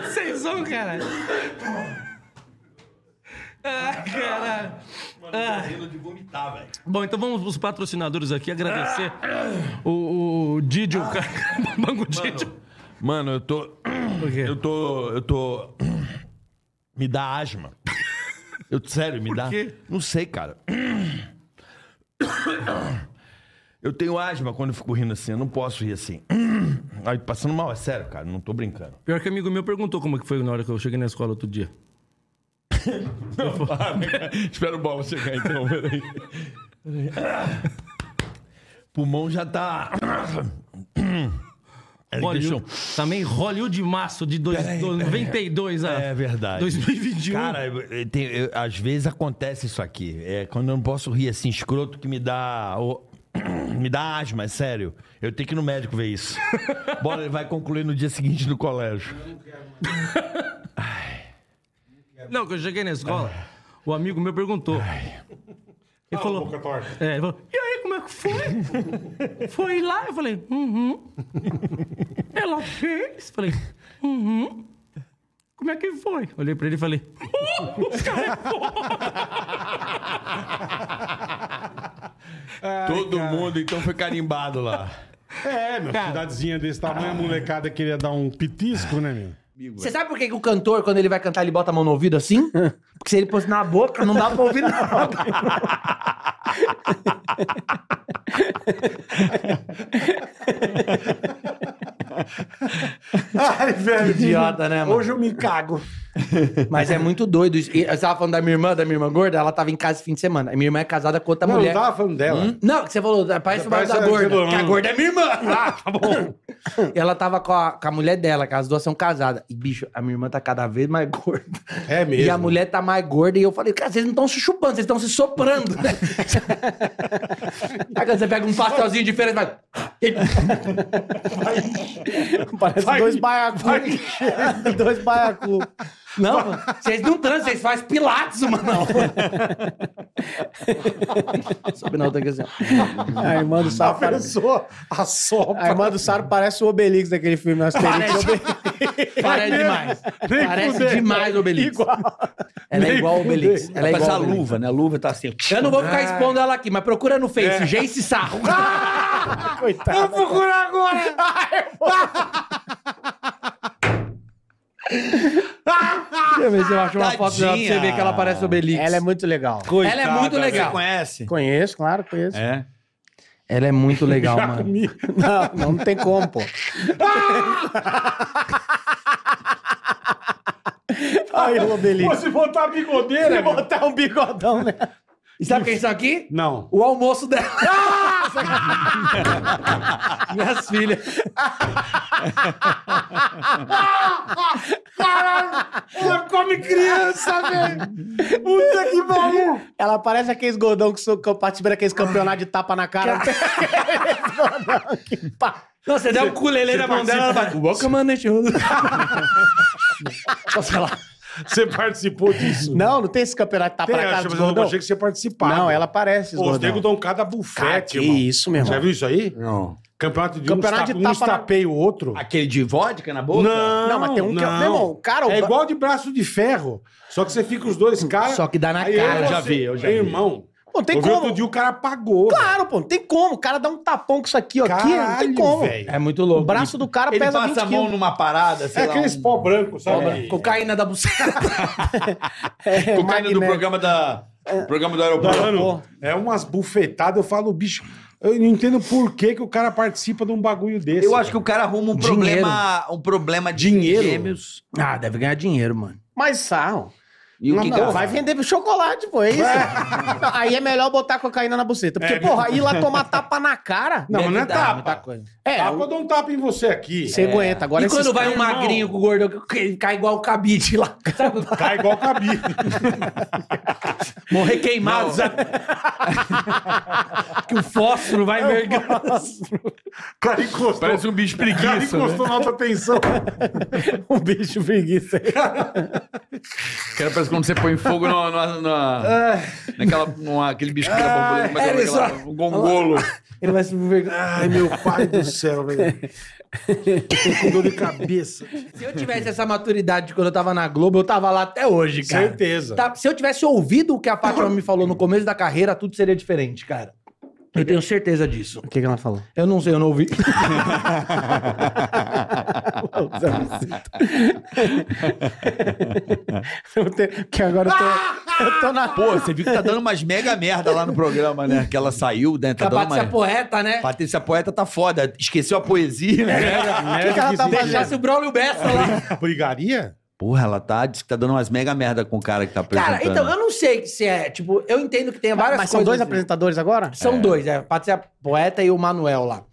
[SPEAKER 13] Vocês são, caralho. Ah, caralho. Ah.
[SPEAKER 6] de vomitar, velho.
[SPEAKER 13] Bom, então vamos os patrocinadores aqui agradecer
[SPEAKER 6] Ah.
[SPEAKER 13] o, o Didio, o cara, o Banco Didio.
[SPEAKER 6] Mano, eu tô. Eu tô. Eu tô. Me dá asma. Eu, sério, me dá.
[SPEAKER 13] quê?
[SPEAKER 6] Não sei, cara. Eu tenho asma quando eu fico rindo assim, eu não posso rir assim. Aí passando mal, é sério, cara, não tô brincando.
[SPEAKER 13] Pior que amigo meu perguntou como é que foi na hora que eu cheguei na escola outro dia.
[SPEAKER 6] Espera o bola chegar então, peraí. Pulmão já tá. É, deixa eu-
[SPEAKER 13] Hollywood, também Hollywood de março de dois,
[SPEAKER 6] Peraí,
[SPEAKER 13] do-
[SPEAKER 6] peraí.
[SPEAKER 13] 92 a
[SPEAKER 6] É verdade.
[SPEAKER 13] 2021.
[SPEAKER 6] Cara, eu- eu tenho- eu- às vezes acontece isso aqui. É quando eu não posso rir assim, escroto, que me dá. o- me dá asma, é sério. Eu tenho que ir no médico ver isso. Bora, ele vai concluir no dia seguinte no colégio.
[SPEAKER 13] Não, que eu cheguei na escola, o amigo meu perguntou. Ele falou, é, ele falou, e aí, como é que foi? foi lá? Eu falei, uhum. Ela fez? Falei, uhum. Como é que foi? Olhei pra ele e falei, uh, os caras é
[SPEAKER 6] Todo mundo então foi carimbado lá.
[SPEAKER 2] É, meu,
[SPEAKER 16] Cara.
[SPEAKER 2] cidadezinha desse tamanho, a molecada queria dar um pitisco, né, meu?
[SPEAKER 14] é.
[SPEAKER 16] Você sabe por que, que o cantor, quando ele vai cantar, ele bota a mão no ouvido assim? Porque se ele pôs na boca, não dá pra ouvir nada.
[SPEAKER 2] Ai, velho.
[SPEAKER 16] Idiota, né, mano?
[SPEAKER 2] Ah, Hoje é eu me cago.
[SPEAKER 16] né, Mas é muito doido. isso. E Você tava falando da minha irmã, da minha irmã gorda, ela tava em casa esse fim de semana. A minha irmã é casada com outra
[SPEAKER 2] Não, eu
[SPEAKER 16] mulher. Hum?
[SPEAKER 2] tava falando dela.
[SPEAKER 16] Não, que você falou, da- parece o barulho
[SPEAKER 2] Parece
[SPEAKER 16] da
[SPEAKER 2] a-
[SPEAKER 16] gorda.
[SPEAKER 2] do-
[SPEAKER 6] hum.
[SPEAKER 16] Que a gorda é minha irmã. Ah, tá bom. ela tava com a, com a mulher dela, que as duas são casadas. E, bicho, a minha irmã tá cada vez mais gorda.
[SPEAKER 2] É mesmo.
[SPEAKER 16] E a mulher tá mais gorda. E eu falei, cara, vocês não estão se chupando, vocês estão se soprando. Aí quando você pega um pastelzinho diferente, vai...
[SPEAKER 14] Parece dois baiacu. dois baiacu.
[SPEAKER 16] Não, vocês não transam, vocês fazem pilates, mano. Sobe na outra aqui assim, ó.
[SPEAKER 14] A irmã
[SPEAKER 2] Tá
[SPEAKER 14] do Saro.
[SPEAKER 16] A
[SPEAKER 14] parece- A irmã do Saro parece o Obelix daquele filme. um Parece,
[SPEAKER 16] Parece demais. Parece
[SPEAKER 13] né?
[SPEAKER 16] demais o Obelix. Ela é igual o Obelix. Ela é igual
[SPEAKER 6] Mas a
[SPEAKER 16] ao Obelix.
[SPEAKER 6] luva, né? A luva tá assim.
[SPEAKER 16] Eu não vou
[SPEAKER 14] Ah.
[SPEAKER 16] ficar expondo ela aqui, mas procura no Face,
[SPEAKER 6] É.
[SPEAKER 16] Jace Sarro.
[SPEAKER 14] Ah, Coitado.
[SPEAKER 16] Vou procurar
[SPEAKER 1] agora!
[SPEAKER 14] Deixa eu ver se eu acho
[SPEAKER 16] Tadinha.
[SPEAKER 14] uma foto dela pra você ver que ela parece o Obelix. Ela é muito legal.
[SPEAKER 16] Coitada, Ela é muito legal. você
[SPEAKER 14] conhece? Conheço, claro, conheço.
[SPEAKER 6] É.
[SPEAKER 16] Ela é muito legal,
[SPEAKER 14] Já
[SPEAKER 16] mano.
[SPEAKER 14] comi. Não, não, não tem como, pô. Aí, o Obelix.
[SPEAKER 2] Pô, se botar a bigodeira.
[SPEAKER 14] Se botar um bigodão, né?
[SPEAKER 16] E sabe quem são aqui?
[SPEAKER 2] Não. Ah!
[SPEAKER 16] O almoço dela. Minhas filhas.
[SPEAKER 1] Caralho! Ela come criança, velho! Puta que pariu!
[SPEAKER 14] Ela parece aqueles gordão que, são- que participa daqueles campeonatos de tapa na cara.
[SPEAKER 16] Não, você der um culelê na mão dela, ela vai. Boca, mano, Posso lá.
[SPEAKER 2] Você participou disso?
[SPEAKER 14] Não, não tem esse campeonato de
[SPEAKER 16] Tá
[SPEAKER 14] tapa
[SPEAKER 2] Tem,
[SPEAKER 14] na cara
[SPEAKER 2] acho,
[SPEAKER 14] dos
[SPEAKER 2] mas eu
[SPEAKER 14] gordão?
[SPEAKER 2] achei que você participava.
[SPEAKER 14] Não, ela parece, os
[SPEAKER 2] Pô, Os
[SPEAKER 14] gordão.
[SPEAKER 2] negros dão cada bufete,
[SPEAKER 14] Cara, que isso, meu irmão.
[SPEAKER 2] Já viu isso aí? Não. Campeonato de um
[SPEAKER 14] Campeonato
[SPEAKER 2] uns,
[SPEAKER 14] de
[SPEAKER 2] tapa, uns
[SPEAKER 14] tapa na-
[SPEAKER 2] tapeia o outro.
[SPEAKER 6] Aquele de vodka na boca?
[SPEAKER 2] Não,
[SPEAKER 14] Não, mas tem um que é- meu irmão, o cara- o
[SPEAKER 2] É
[SPEAKER 14] ba-
[SPEAKER 2] igual de braço de ferro. Só que você fica os dois caras.
[SPEAKER 14] Só que dá na
[SPEAKER 2] aí
[SPEAKER 14] cara.
[SPEAKER 2] eu
[SPEAKER 14] Eu já
[SPEAKER 2] você-
[SPEAKER 14] vi, eu já vi.
[SPEAKER 2] Irmão.
[SPEAKER 14] Pô, tem
[SPEAKER 2] Eu vi
[SPEAKER 14] como.
[SPEAKER 2] outro dia o cara apagou.
[SPEAKER 14] Claro, pô, não tem como. O cara dá um tapão com isso aqui, ó. aqui, não tem
[SPEAKER 2] Caralho,
[SPEAKER 14] como.
[SPEAKER 2] velho.
[SPEAKER 16] É muito louco.
[SPEAKER 14] O braço do cara
[SPEAKER 6] Ele
[SPEAKER 14] pesa 20
[SPEAKER 6] passa a mão
[SPEAKER 14] quilos.
[SPEAKER 6] numa
[SPEAKER 17] assim,
[SPEAKER 6] parada, sei
[SPEAKER 2] É
[SPEAKER 6] lá,
[SPEAKER 2] aqueles
[SPEAKER 6] um-
[SPEAKER 2] pó branco, sabe?
[SPEAKER 6] Pó branco.
[SPEAKER 16] Cocaína da buceta.
[SPEAKER 14] É,
[SPEAKER 6] Cocaína do
[SPEAKER 14] magnético. É.
[SPEAKER 6] programa da. Programa do aeroporto.
[SPEAKER 2] Mano, é umas bufetadas. Eu falo, bicho, eu não entendo por que, que o cara participa de um bagulho desse.
[SPEAKER 6] Eu acho que o cara arruma um problema. Um problema de
[SPEAKER 16] Dinheiro?
[SPEAKER 6] gêmeos.
[SPEAKER 16] Ah, deve ganhar dinheiro, mano.
[SPEAKER 14] Mas sarro.
[SPEAKER 6] E o
[SPEAKER 14] Não,
[SPEAKER 6] que
[SPEAKER 14] não,
[SPEAKER 6] gasta?
[SPEAKER 14] vai vender chocolate, pô, é isso. Não, aí é melhor botar cocaína na buceta. Porque,
[SPEAKER 2] É,
[SPEAKER 14] porra,
[SPEAKER 2] meu-
[SPEAKER 14] ir lá tomar tapa na cara.
[SPEAKER 2] Não, mas não é
[SPEAKER 16] Deve dar
[SPEAKER 2] tapa.
[SPEAKER 16] muita coisa.
[SPEAKER 14] É,
[SPEAKER 2] tapa, eu dou um tapa em você aqui.
[SPEAKER 6] É.
[SPEAKER 14] você aguenta. Agora
[SPEAKER 16] e quando
[SPEAKER 14] esses
[SPEAKER 16] vai um
[SPEAKER 14] caras-
[SPEAKER 16] magrinho com o gordão, que ele cai igual o cabide lá. Sabe?
[SPEAKER 2] Cai igual cabide.
[SPEAKER 16] Morrer queimado, sabe? que
[SPEAKER 2] um
[SPEAKER 16] o fósforo
[SPEAKER 14] É um
[SPEAKER 16] vai mergulhando.
[SPEAKER 2] O cara encostou.
[SPEAKER 6] Parece um bicho
[SPEAKER 2] O cara
[SPEAKER 6] preguiça. Né?
[SPEAKER 2] encostou na alta tensão.
[SPEAKER 14] Um bicho preguiça.
[SPEAKER 6] Cara, parece quando você põe fogo no, no, na,
[SPEAKER 14] É.
[SPEAKER 6] naquela, numa, aquele bicho que fica borboleta, como é que é
[SPEAKER 16] Ele só-
[SPEAKER 6] aquela- um gongolo.
[SPEAKER 16] Ele vai se vergonha.
[SPEAKER 14] Ah,
[SPEAKER 2] Ai, meu pai do céu, velho. Tô com dor de cabeça.
[SPEAKER 16] Se eu tivesse essa maturidade de quando eu tava na Globo, eu tava lá até hoje, cara.
[SPEAKER 2] Certeza.
[SPEAKER 16] Tá? Se eu tivesse ouvido o que a Fátima me falou no começo da carreira, tudo seria diferente, cara. Eu tenho certeza disso.
[SPEAKER 14] O que, que ela falou?
[SPEAKER 16] Eu não sei, eu não ouvi.
[SPEAKER 14] Eu tenho- Porque agora eu
[SPEAKER 6] Ah!
[SPEAKER 14] tô, eu tô na.
[SPEAKER 6] Pô, você viu que tá dando umas mega merda lá no programa, né? Que ela saiu, né? Tá
[SPEAKER 16] a
[SPEAKER 6] dando
[SPEAKER 16] Patrícia
[SPEAKER 6] uma...
[SPEAKER 16] Poeta, né?
[SPEAKER 6] Patrícia Poeta tá foda. Esqueceu a poesia, né?
[SPEAKER 14] O que, que ela tá
[SPEAKER 16] Deixasse o
[SPEAKER 14] fazendo?
[SPEAKER 16] Braulio Bessa lá.
[SPEAKER 2] Brigaria?
[SPEAKER 6] Porra, ela tá, diz que tá dando umas mega merda com o cara que tá apresentando.
[SPEAKER 16] Cara, então, eu não sei se é, tipo, eu entendo que tem várias coisas...
[SPEAKER 14] Mas são dois
[SPEAKER 16] assim.
[SPEAKER 14] apresentadores agora?
[SPEAKER 16] São dois, é. A Patrícia Poeta e o Manuel lá.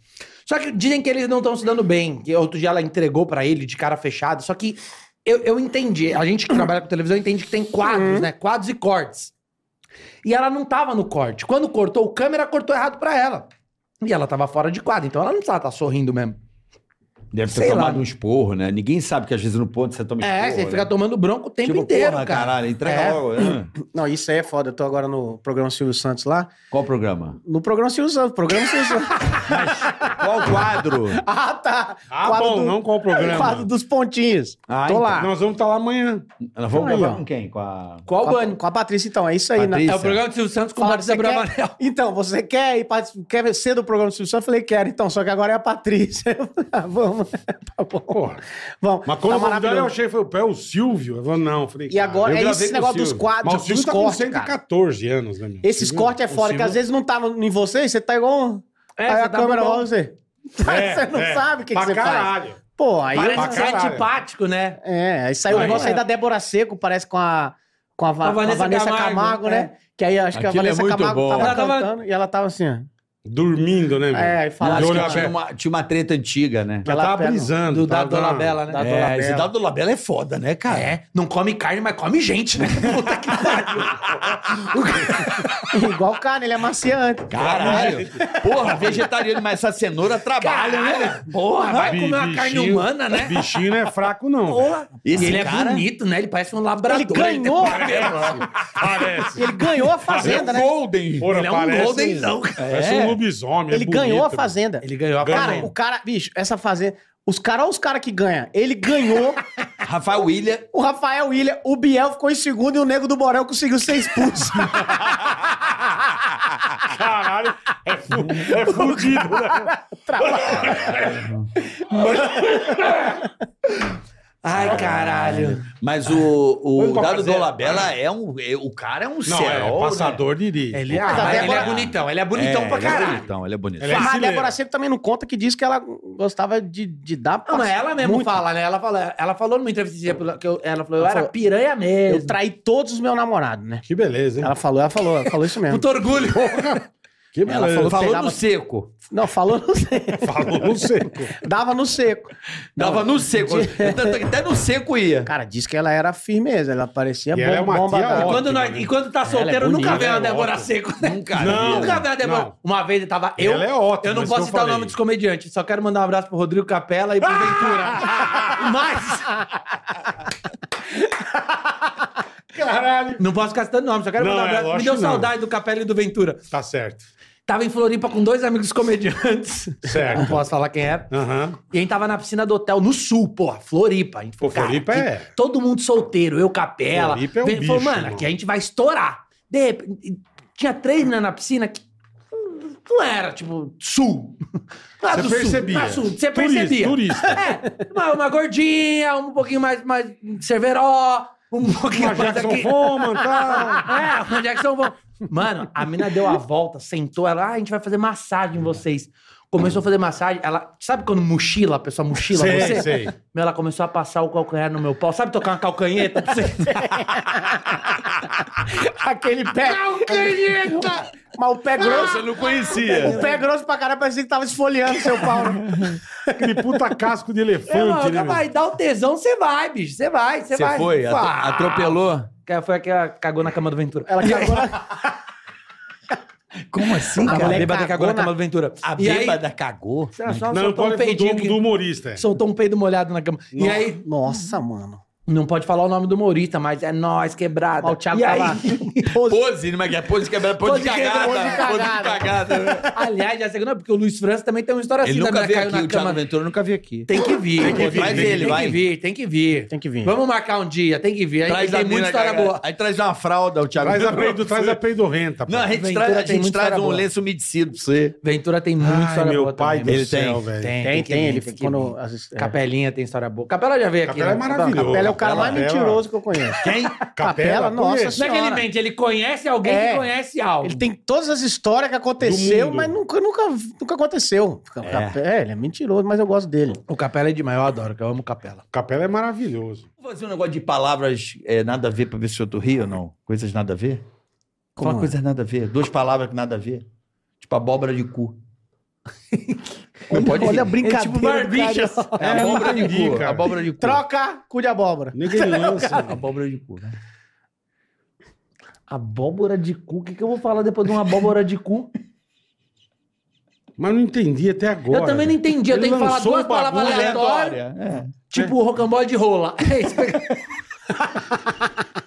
[SPEAKER 16] Só que dizem que eles não estão se dando bem. Que outro dia ela entregou pra ele de cara fechada. Só que eu, eu entendi. A gente que trabalha com televisão entende que tem quadros, né? Quadros e cortes. E ela não tava no corte. Quando cortou o câmera, cortou errado pra ela. E ela tava fora de quadro, então ela não precisava estar sorrindo mesmo.
[SPEAKER 6] Deve ter
[SPEAKER 16] sei lá.
[SPEAKER 6] tomado um esporro, né? Ninguém sabe que às vezes no ponto você toma esporro.
[SPEAKER 16] É, você
[SPEAKER 6] né?
[SPEAKER 16] fica tomando bronco o tempo
[SPEAKER 6] Tipo,
[SPEAKER 16] inteiro,
[SPEAKER 6] porra,
[SPEAKER 16] cara.
[SPEAKER 6] caralho, entrega
[SPEAKER 16] É.
[SPEAKER 6] logo. né?
[SPEAKER 14] Não, isso aí é foda. Eu tô agora no programa Silvio Santos lá.
[SPEAKER 6] Qual programa?
[SPEAKER 14] No programa Silvio Santos, programa Silvio Santos.
[SPEAKER 6] Qual quadro?
[SPEAKER 14] ah, tá.
[SPEAKER 2] Ah, bom, não qual o programa.
[SPEAKER 14] Quadro dos pontinhos.
[SPEAKER 6] Ah,
[SPEAKER 14] tô
[SPEAKER 6] então.
[SPEAKER 14] lá.
[SPEAKER 2] Nós vamos estar lá amanhã.
[SPEAKER 6] Nós vamos
[SPEAKER 14] Aí,
[SPEAKER 6] gravar
[SPEAKER 14] ó.
[SPEAKER 6] com quem? Com a...
[SPEAKER 16] Qual
[SPEAKER 14] Com
[SPEAKER 16] o
[SPEAKER 14] a-
[SPEAKER 16] Bani?
[SPEAKER 14] Com a Patrícia, então. É isso aí. né?
[SPEAKER 6] Patrícia.
[SPEAKER 16] É o programa do Silvio Santos com o
[SPEAKER 14] Fala,
[SPEAKER 16] Patrícia
[SPEAKER 14] "Você quer-
[SPEAKER 16] Bravanel.
[SPEAKER 14] Então, você quer ir particip- quer ser do programa do Silvio Santos? Eu falei, quero, então, só que agora é a Patrícia. Ah, Vamos, tá bom. Vamos.
[SPEAKER 2] Mas quando eu
[SPEAKER 14] tá
[SPEAKER 2] convidaram, eu
[SPEAKER 14] maravilhoso.
[SPEAKER 2] achei, foi o pé, o Silvio. Eu falei, não, falei,
[SPEAKER 14] E agora
[SPEAKER 2] eu
[SPEAKER 14] é
[SPEAKER 2] gravei
[SPEAKER 14] esse
[SPEAKER 2] com o
[SPEAKER 14] negócio dos
[SPEAKER 2] Silvio.
[SPEAKER 14] quadros,
[SPEAKER 2] Mas o Silvio
[SPEAKER 14] dos
[SPEAKER 2] tá com
[SPEAKER 14] cortes,
[SPEAKER 2] 114 anos, né, meu?
[SPEAKER 14] Esses
[SPEAKER 2] Silvio-
[SPEAKER 14] cortes é
[SPEAKER 2] o
[SPEAKER 14] fora, que
[SPEAKER 2] Silvio-
[SPEAKER 14] às vezes não tá no- em você, você tá igual. um-
[SPEAKER 16] É,
[SPEAKER 14] aí
[SPEAKER 16] você
[SPEAKER 14] a
[SPEAKER 16] tá
[SPEAKER 14] câmera
[SPEAKER 16] bobão.
[SPEAKER 14] olha você.
[SPEAKER 2] É,
[SPEAKER 14] você não
[SPEAKER 2] é.
[SPEAKER 14] sabe o que, que
[SPEAKER 2] Pra
[SPEAKER 14] você faz.
[SPEAKER 2] caralho.
[SPEAKER 14] Pô, aí
[SPEAKER 16] Parece
[SPEAKER 14] eu-
[SPEAKER 16] que você é antipático, né?
[SPEAKER 14] É, aí saiu o
[SPEAKER 16] Aí,
[SPEAKER 14] negócio aí
[SPEAKER 16] é.
[SPEAKER 14] da Débora Seco, parece com a, com a, Va-
[SPEAKER 16] Com a
[SPEAKER 14] com a Vanessa,
[SPEAKER 16] Vanessa
[SPEAKER 14] Camargo,
[SPEAKER 16] Camargo,
[SPEAKER 14] né?
[SPEAKER 16] é.
[SPEAKER 14] Que aí acho que a
[SPEAKER 16] Aquilo é
[SPEAKER 14] Vanessa
[SPEAKER 16] muito
[SPEAKER 14] Camargo
[SPEAKER 16] bom.
[SPEAKER 14] tava
[SPEAKER 16] Ela tava-
[SPEAKER 14] cantando e ela tava assim, ó.
[SPEAKER 2] Dormindo, né, meu?
[SPEAKER 14] É, e falaram
[SPEAKER 6] assim,
[SPEAKER 2] De
[SPEAKER 14] que
[SPEAKER 2] olho
[SPEAKER 14] tinha
[SPEAKER 2] aberto.
[SPEAKER 6] Uma- tinha uma treta antiga, né?
[SPEAKER 14] Que ela
[SPEAKER 6] Ela
[SPEAKER 14] pega-
[SPEAKER 6] Do Dado Dolabella, né?
[SPEAKER 16] Dado
[SPEAKER 6] é,
[SPEAKER 16] Dolabella.
[SPEAKER 6] esse Dado Dolabella é foda, né, cara? É.
[SPEAKER 16] Não come carne, mas come gente, né?
[SPEAKER 14] Igual o cara, ele é maciante.
[SPEAKER 6] Caralho. Porra, vegetariano, mas essa cenoura trabalha, né? Porra, vai
[SPEAKER 2] Bi-
[SPEAKER 6] comer uma carne
[SPEAKER 2] bichinho-
[SPEAKER 6] humana, né?
[SPEAKER 2] Bichinho não é fraco, não.
[SPEAKER 6] Porra.
[SPEAKER 16] Esse
[SPEAKER 6] Esse
[SPEAKER 16] ele
[SPEAKER 6] cara-
[SPEAKER 16] é bonito, né? Ele parece um labrador.
[SPEAKER 14] Ele ganhou.
[SPEAKER 2] Parece.
[SPEAKER 14] Ele ganhou a fazenda, né?
[SPEAKER 6] Golden.
[SPEAKER 2] Porra,
[SPEAKER 14] Ele é um
[SPEAKER 2] parece
[SPEAKER 14] Goldenzão.
[SPEAKER 2] Parece um
[SPEAKER 14] É.
[SPEAKER 2] lobisomem. é
[SPEAKER 14] Ele ganhou a
[SPEAKER 2] bonito,
[SPEAKER 14] fazenda.
[SPEAKER 16] Ele ganhou a
[SPEAKER 14] cara,
[SPEAKER 2] fazenda.
[SPEAKER 14] o cara, bicho, essa fazenda. Os caras, olha os caras que ganham. Ele ganhou.
[SPEAKER 6] Rafael William.
[SPEAKER 14] O Rafael William, o Biel ficou em segundo e o Nego do Borel conseguiu ser expulso.
[SPEAKER 2] Caralho, é, fu é fudido, né?
[SPEAKER 6] Ai, caralho. Mas o,
[SPEAKER 2] Vamos
[SPEAKER 6] o
[SPEAKER 2] pra
[SPEAKER 6] Dado
[SPEAKER 2] fazer.
[SPEAKER 6] Dolabella é um. é- o cara é um
[SPEAKER 2] Não, é
[SPEAKER 6] cerol, né?
[SPEAKER 2] passador de lixo.
[SPEAKER 6] Ele é,
[SPEAKER 14] Mas a
[SPEAKER 6] mas ele
[SPEAKER 14] Débora-
[SPEAKER 6] é bonitão, ele é bonitão
[SPEAKER 14] É,
[SPEAKER 6] pra
[SPEAKER 14] ele é
[SPEAKER 6] caralho.
[SPEAKER 14] bonitão,
[SPEAKER 6] ele é bonito.
[SPEAKER 14] Mas a Débora Seco também não conta que diz que ela gostava de, de dar
[SPEAKER 16] Não, mas ela mesmo
[SPEAKER 14] muito.
[SPEAKER 16] fala, né? Ela, fala, ela falou numa entrevista que eu- ela falou, eu
[SPEAKER 14] Ela
[SPEAKER 16] era
[SPEAKER 14] falou,
[SPEAKER 16] piranha mesmo.
[SPEAKER 14] Eu traí todos os meus namorados, né?
[SPEAKER 2] Que beleza, hein?
[SPEAKER 14] Ela falou, ela falou, ela falou isso mesmo.
[SPEAKER 16] Puto orgulho.
[SPEAKER 2] Que
[SPEAKER 14] Ela falou,
[SPEAKER 6] Falou
[SPEAKER 14] pegava-
[SPEAKER 6] no seco.
[SPEAKER 14] Não, falou no seco.
[SPEAKER 2] Falou no seco.
[SPEAKER 14] Dava no seco.
[SPEAKER 6] Dava no seco. Tanto que Até no seco ia.
[SPEAKER 14] Cara, diz que ela era firmeza, ela parecia
[SPEAKER 6] E ela é uma tia
[SPEAKER 14] da-
[SPEAKER 16] E quando, nós- e quando tá solteiro,
[SPEAKER 14] Ela é
[SPEAKER 16] nunca
[SPEAKER 14] bonita,
[SPEAKER 16] vê uma
[SPEAKER 14] ela é
[SPEAKER 16] Débora
[SPEAKER 14] ótima.
[SPEAKER 16] Seco, né? Nunca,
[SPEAKER 14] Não,
[SPEAKER 16] nunca vê uma Débora.
[SPEAKER 14] não.
[SPEAKER 16] Uma vez eu tava. Eu,
[SPEAKER 14] Ela é ótima,
[SPEAKER 16] eu não
[SPEAKER 14] mas
[SPEAKER 16] posso
[SPEAKER 14] não
[SPEAKER 16] citar o
[SPEAKER 14] falei.
[SPEAKER 16] nome dos comediantes, só quero mandar um abraço pro Rodrigo Capela e pro Ventura. Mas.
[SPEAKER 2] Caralho.
[SPEAKER 16] Não posso ficar citando nome, só quero
[SPEAKER 2] Não,
[SPEAKER 16] mandar um
[SPEAKER 2] é,
[SPEAKER 16] abraço. Me
[SPEAKER 2] lógico
[SPEAKER 16] deu
[SPEAKER 2] que não.
[SPEAKER 16] saudade do Capela e do Ventura.
[SPEAKER 2] Tá certo.
[SPEAKER 16] Tava em Floripa com dois amigos comediantes.
[SPEAKER 2] Certo.
[SPEAKER 16] Não posso falar quem era.
[SPEAKER 2] Aham.
[SPEAKER 16] E a gente tava na piscina do hotel, no sul, porra, Floripa. A gente falou, cara,
[SPEAKER 2] Floripa
[SPEAKER 16] aqui
[SPEAKER 2] é-
[SPEAKER 16] Todo mundo solteiro, eu, Capela.
[SPEAKER 2] Floripa é um
[SPEAKER 16] Vem- falou,
[SPEAKER 2] bicho,
[SPEAKER 16] mano,
[SPEAKER 2] irmão.
[SPEAKER 16] aqui a gente vai estourar. De repente, tinha três meninas na piscina que não era, tipo, sul. Lá
[SPEAKER 2] Você
[SPEAKER 16] do
[SPEAKER 2] percebia.
[SPEAKER 16] Sul, lá do sul, você
[SPEAKER 2] Turista,
[SPEAKER 16] percebia.
[SPEAKER 2] turista.
[SPEAKER 16] É, uma, uma gordinha, um pouquinho mais, mais cerveró, um pouquinho
[SPEAKER 2] Uma
[SPEAKER 16] mais
[SPEAKER 2] Jackson
[SPEAKER 16] aqui.
[SPEAKER 2] Foman, tal.
[SPEAKER 16] É, uma Jackson Foman. Mano, a mina deu a volta, sentou, ela, ah, a gente vai fazer massagem em vocês. Começou a fazer massagem, ela, sabe quando mochila, a pessoa mochila
[SPEAKER 2] Sei,
[SPEAKER 16] você?
[SPEAKER 2] sei.
[SPEAKER 16] Meu, Ela começou a passar o calcanhar no meu pau, sabe tocar uma calcanheta pra você?
[SPEAKER 14] Aquele pé.
[SPEAKER 1] Calcanheta!
[SPEAKER 14] Mas o pé grosso.
[SPEAKER 1] Ah, eu não
[SPEAKER 2] conhecia.
[SPEAKER 14] O pé É grosso pra caralho parecia que tava esfoliando seu pau. né?
[SPEAKER 2] Aquele puta casco de elefante,
[SPEAKER 16] Meu,
[SPEAKER 2] né? meu?
[SPEAKER 16] vai, dá o tesão, você vai, bicho, você vai, você
[SPEAKER 6] Você
[SPEAKER 16] vai.
[SPEAKER 6] foi? Atro-
[SPEAKER 16] Vai.
[SPEAKER 6] Atropelou?
[SPEAKER 16] Cara, Foi a que ela cagou na cama do Ventura.
[SPEAKER 14] Ela cagou na...
[SPEAKER 6] Como assim,
[SPEAKER 16] A
[SPEAKER 6] cara?
[SPEAKER 16] bêbada cagou na cama do Ventura.
[SPEAKER 6] A
[SPEAKER 16] E aí-
[SPEAKER 6] bêbada cagou?
[SPEAKER 16] Ela só
[SPEAKER 2] Não,
[SPEAKER 16] soltou
[SPEAKER 2] pode
[SPEAKER 16] um peidinho
[SPEAKER 2] do,
[SPEAKER 16] que-
[SPEAKER 2] do humorista. é.
[SPEAKER 16] Soltou um peido molhado na cama. E aí,
[SPEAKER 14] Nossa, mano.
[SPEAKER 16] não pode falar o nome do humorista, mas é nós, quebrada.
[SPEAKER 14] Mas o Thiago
[SPEAKER 16] e
[SPEAKER 14] tá
[SPEAKER 16] aí,
[SPEAKER 14] lá.
[SPEAKER 6] Pose, pose né, mas que é pose quebrada, pose,
[SPEAKER 16] Pose
[SPEAKER 6] de cagada.
[SPEAKER 16] quebrada,
[SPEAKER 6] Pose de cagada. né?
[SPEAKER 16] Aliás, já sei que não, porque o Luiz França também tem uma história assim.
[SPEAKER 6] Ele
[SPEAKER 16] da
[SPEAKER 6] nunca
[SPEAKER 16] mina
[SPEAKER 6] veio
[SPEAKER 16] caiu
[SPEAKER 6] aqui, o Thiago Ventura nunca veio aqui.
[SPEAKER 16] Tem que vir,
[SPEAKER 6] Tem que
[SPEAKER 16] pô,
[SPEAKER 6] vir,
[SPEAKER 16] traz
[SPEAKER 6] tem que
[SPEAKER 16] ele,
[SPEAKER 6] vir,
[SPEAKER 16] tem
[SPEAKER 6] vai.
[SPEAKER 16] que vir, tem que vir.
[SPEAKER 14] Tem que vir.
[SPEAKER 16] Vamos marcar um dia, tem que vir. Aí
[SPEAKER 6] Traz a
[SPEAKER 16] tem
[SPEAKER 6] mina
[SPEAKER 16] muita história
[SPEAKER 6] cagada.
[SPEAKER 16] boa.
[SPEAKER 6] Aí traz uma fralda, o Thiago.
[SPEAKER 2] Traz a peido, traz a peido renta.
[SPEAKER 6] Não, a gente
[SPEAKER 16] Ventura
[SPEAKER 6] traz, a
[SPEAKER 16] tem
[SPEAKER 6] gente
[SPEAKER 16] muita
[SPEAKER 6] traz
[SPEAKER 16] história
[SPEAKER 6] um
[SPEAKER 16] boa.
[SPEAKER 6] lenço umedecido pra você.
[SPEAKER 16] Ventura tem muita
[SPEAKER 2] Ai,
[SPEAKER 16] história
[SPEAKER 2] meu
[SPEAKER 16] boa
[SPEAKER 2] pai
[SPEAKER 16] também.
[SPEAKER 2] do
[SPEAKER 6] Ele
[SPEAKER 2] céu,
[SPEAKER 6] tem.
[SPEAKER 2] velho.
[SPEAKER 16] Tem,
[SPEAKER 14] Tem,
[SPEAKER 16] que
[SPEAKER 14] tem,
[SPEAKER 16] vir,
[SPEAKER 14] ele
[SPEAKER 16] que
[SPEAKER 14] quando-
[SPEAKER 16] vir.
[SPEAKER 14] as hist- é.
[SPEAKER 16] Capelinha tem história boa. Capela já veio aqui.
[SPEAKER 2] Capela é
[SPEAKER 16] né?
[SPEAKER 2] maravilhoso.
[SPEAKER 14] Capela é o cara
[SPEAKER 2] Capela,
[SPEAKER 14] mais mentiroso que eu conheço.
[SPEAKER 6] Quem?
[SPEAKER 14] Capela, nossa
[SPEAKER 2] conheço.
[SPEAKER 16] Não é que ele
[SPEAKER 14] Senhora.
[SPEAKER 16] mente, ele conhece alguém
[SPEAKER 14] É.
[SPEAKER 16] que conhece algo.
[SPEAKER 14] Ele tem todas as histórias que
[SPEAKER 2] Do
[SPEAKER 14] aconteceu,
[SPEAKER 2] mundo.
[SPEAKER 14] mas nunca, nunca, nunca aconteceu. Capela, ele é mentiroso, mas eu gosto dele.
[SPEAKER 16] O Capela é demais, eu adoro, que eu amo o Capela.
[SPEAKER 2] Capela é maravilhoso.
[SPEAKER 6] Vou fazer um negócio de palavras é, nada a ver pra ver se eu tô rindo ou não. Coisas nada a ver?
[SPEAKER 14] Como
[SPEAKER 6] Fala
[SPEAKER 14] é?
[SPEAKER 6] coisas nada a ver. Duas palavras que nada a ver. Tipo abóbora de cu. Não pode
[SPEAKER 14] Olha a
[SPEAKER 6] rir.
[SPEAKER 14] brincadeira.
[SPEAKER 16] tipo
[SPEAKER 14] do É cara.
[SPEAKER 16] barbichas.
[SPEAKER 6] É
[SPEAKER 2] eu não
[SPEAKER 6] abóbora de
[SPEAKER 2] entendi,
[SPEAKER 6] cu.
[SPEAKER 2] cara.
[SPEAKER 6] Abóbora de cu.
[SPEAKER 14] Troca cu de abóbora.
[SPEAKER 2] Ninguém lança. né?
[SPEAKER 6] Abóbora de cu, né?
[SPEAKER 16] Abóbora de cu, o que, que eu vou falar depois de uma abóbora de cu?
[SPEAKER 2] Mas não entendi até agora.
[SPEAKER 16] eu também não entendi, eu
[SPEAKER 2] Ele
[SPEAKER 16] tenho que falar
[SPEAKER 2] lançou
[SPEAKER 16] duas
[SPEAKER 2] um
[SPEAKER 16] palavras
[SPEAKER 2] bagulho
[SPEAKER 16] aleatórias,
[SPEAKER 6] É.
[SPEAKER 16] tipo rocambole de rola. É isso que-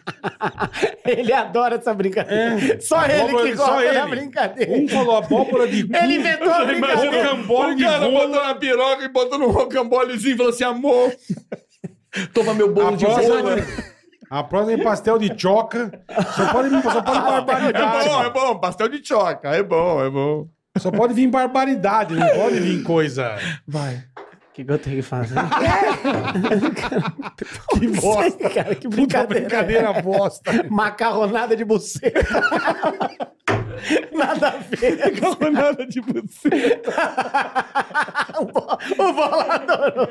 [SPEAKER 14] Ele adora essa brincadeira. Só ele
[SPEAKER 2] Abóbora-
[SPEAKER 14] que gosta
[SPEAKER 2] É.
[SPEAKER 14] né?
[SPEAKER 2] só
[SPEAKER 14] da
[SPEAKER 2] ele.
[SPEAKER 14] brincadeira.
[SPEAKER 2] Um falou abóbora de cu.
[SPEAKER 14] Ele inventou a brincadeira.
[SPEAKER 1] um
[SPEAKER 2] Rocambole de rola.
[SPEAKER 6] na piroca e botou no rocambolezinho e falou assim, amor, toma meu
[SPEAKER 2] A
[SPEAKER 6] bolo de
[SPEAKER 2] próxima,
[SPEAKER 6] rola.
[SPEAKER 2] a próxima é pastel de choca. Só pode, vir- só
[SPEAKER 6] Ah,
[SPEAKER 2] pode barbaridade.
[SPEAKER 6] é bom, pastel de choca, é bom, é bom.
[SPEAKER 2] Só pode vir barbaridade, não pode vir coisa.
[SPEAKER 14] Vai. O que, que eu tenho que fazer?
[SPEAKER 2] Que bosta.
[SPEAKER 14] cara, que
[SPEAKER 2] Puta
[SPEAKER 14] brincadeira.
[SPEAKER 2] brincadeira bosta.
[SPEAKER 14] Macarronada de buceta. Nada a ver.
[SPEAKER 5] Calonada de você.
[SPEAKER 14] o bola adorou.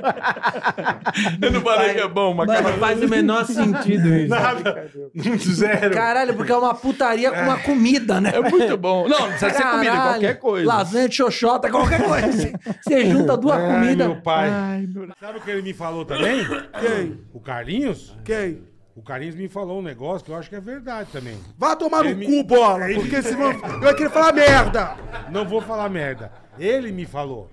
[SPEAKER 5] Eu não falei que é bom, mas...
[SPEAKER 16] Mano, faz o menor sentido isso.
[SPEAKER 5] Nada.
[SPEAKER 2] Zero.
[SPEAKER 16] Caralho, porque é uma putaria com uma comida, né?
[SPEAKER 5] É muito bom. Não, não precisa ser comida,
[SPEAKER 16] Caralho.
[SPEAKER 5] qualquer coisa.
[SPEAKER 16] Lasanha, xoxota, qualquer coisa. Você- Você junta duas
[SPEAKER 2] Ai,
[SPEAKER 16] comidas.
[SPEAKER 2] Meu pai.
[SPEAKER 14] Ah.
[SPEAKER 2] Sabe o que ele me falou também? Quem? O Carlinhos? Quem? O Carlinhos me falou um negócio que eu acho que é verdade também.
[SPEAKER 18] Vá tomar no
[SPEAKER 2] Ele me-
[SPEAKER 18] cu, bola,
[SPEAKER 2] Ele-
[SPEAKER 18] porque esse mano- eu vai querer falar merda.
[SPEAKER 2] Não vou falar merda. Ele me falou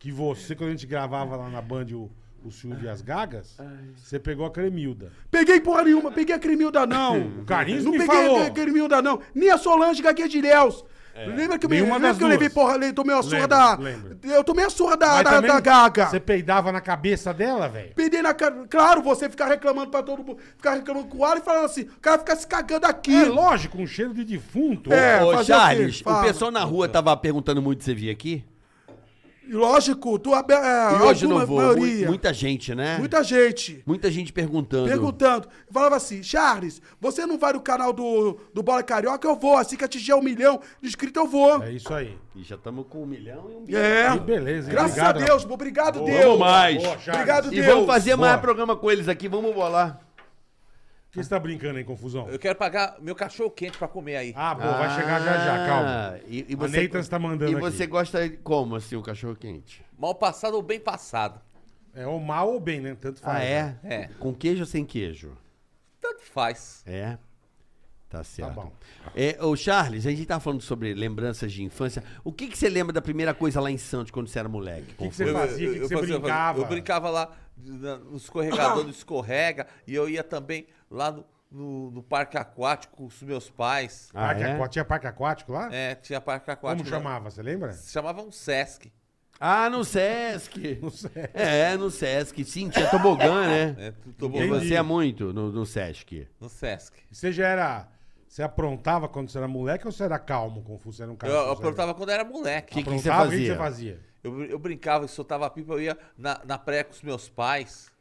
[SPEAKER 2] que você, quando a gente gravava lá na Band o, o Silvio e as Gagas, você pegou a Cremilda.
[SPEAKER 18] Peguei porra nenhuma, peguei a Cremilda não.
[SPEAKER 2] O Carlinhos
[SPEAKER 18] não
[SPEAKER 2] me
[SPEAKER 18] peguei
[SPEAKER 2] falou.
[SPEAKER 18] a Cremilda não. Nem a Solange HQ de Deus.
[SPEAKER 2] É,
[SPEAKER 18] Lembra que, eu, me-
[SPEAKER 2] nenhuma
[SPEAKER 18] lembra
[SPEAKER 2] das
[SPEAKER 18] que eu levei
[SPEAKER 2] duas.
[SPEAKER 18] porra, le- tomei uma surra
[SPEAKER 2] Lembro,
[SPEAKER 18] da.
[SPEAKER 2] lembro.
[SPEAKER 18] Eu tomei a surra da,
[SPEAKER 2] Mas
[SPEAKER 18] da,
[SPEAKER 2] também
[SPEAKER 18] da Gaga.
[SPEAKER 2] Você peidava na cabeça dela, velho?
[SPEAKER 18] Peidei na cara. Claro, você ficar reclamando pra todo mundo, ficar reclamando com o ar e falando assim, o cara fica se cagando aqui.
[SPEAKER 2] É lógico, um cheiro de defunto.
[SPEAKER 18] É,
[SPEAKER 6] Ô,
[SPEAKER 18] fazer o quê?
[SPEAKER 6] Charles, o,
[SPEAKER 18] Fala.
[SPEAKER 6] pessoal na rua tava perguntando muito se você vinha aqui.
[SPEAKER 18] Lógico, tu abe- é,
[SPEAKER 6] e hoje
[SPEAKER 18] alguma
[SPEAKER 6] não vou. Mu-
[SPEAKER 18] maioria.
[SPEAKER 6] Muita gente, né?
[SPEAKER 18] Muita gente.
[SPEAKER 6] Muita gente perguntando.
[SPEAKER 18] Perguntando. Eu Falava assim, Charles, você não vai no canal do, do Bola Carioca? Eu vou. Assim que atingir um milhão de inscritos, eu vou.
[SPEAKER 2] É isso aí.
[SPEAKER 6] E já estamos com um milhão e um
[SPEAKER 18] É.
[SPEAKER 6] bilhão.
[SPEAKER 2] beleza,
[SPEAKER 18] Graças
[SPEAKER 6] Obrigado,
[SPEAKER 18] a Deus. Obrigado,
[SPEAKER 6] Boa.
[SPEAKER 18] Deus.
[SPEAKER 6] Vamos mais.
[SPEAKER 18] Boa, Charles. Obrigado,
[SPEAKER 6] e
[SPEAKER 18] Deus.
[SPEAKER 6] vamos fazer mais
[SPEAKER 18] Boa.
[SPEAKER 6] programa com eles aqui. Vamos bolar.
[SPEAKER 2] O que você tá brincando aí, confusão?
[SPEAKER 17] Eu quero pagar meu cachorro quente pra comer aí.
[SPEAKER 2] Ah, pô, vai chegar já já, calma.
[SPEAKER 6] Ah, E, e
[SPEAKER 2] A
[SPEAKER 6] você,
[SPEAKER 2] Nathan está mandando
[SPEAKER 6] E
[SPEAKER 2] aqui.
[SPEAKER 6] você gosta de como, assim, o cachorro quente?
[SPEAKER 17] Mal passado ou bem passado.
[SPEAKER 2] É ou mal ou bem, né? Tanto
[SPEAKER 6] Ah,
[SPEAKER 2] faz.
[SPEAKER 6] é?
[SPEAKER 17] É.
[SPEAKER 6] Com queijo ou sem queijo?
[SPEAKER 17] Tanto faz.
[SPEAKER 6] É. Tá certo.
[SPEAKER 17] bom.
[SPEAKER 6] É, ô, Charles, a gente tava falando sobre lembranças de infância. O que que você lembra da primeira coisa lá em Santos quando você era moleque?
[SPEAKER 2] que você fazia? O que que você
[SPEAKER 17] eu
[SPEAKER 2] brincava?
[SPEAKER 17] Eu brincava lá na- no escorregador do escorrega e eu ia também lá no, no- no parque aquático com os meus pais.
[SPEAKER 18] Ah,
[SPEAKER 2] Parque
[SPEAKER 18] é?
[SPEAKER 2] aqua- Tinha parque aquático lá?
[SPEAKER 17] É, tinha parque aquático.
[SPEAKER 2] Como
[SPEAKER 17] lá.
[SPEAKER 2] chamava, você lembra?
[SPEAKER 17] Se chamava um Sesc.
[SPEAKER 6] Ah, no Sesc. No Sesc. É, no Sesc. Sim, tinha tobogã, né?
[SPEAKER 17] É,
[SPEAKER 2] tobogã.
[SPEAKER 6] E Você é muito no, no Sesc.
[SPEAKER 17] No Sesc.
[SPEAKER 2] Você já era. Você aprontava quando você era moleque ou você era calmo, confuso? Você era um
[SPEAKER 17] Eu,
[SPEAKER 2] cara.
[SPEAKER 17] eu
[SPEAKER 2] confuso?
[SPEAKER 17] aprontava quando era moleque.
[SPEAKER 2] Que que você Aprontava? O que que você fazia?
[SPEAKER 17] Eu, br- eu brincava, eu soltava a pipa, eu ia na, na praia com os meus pais.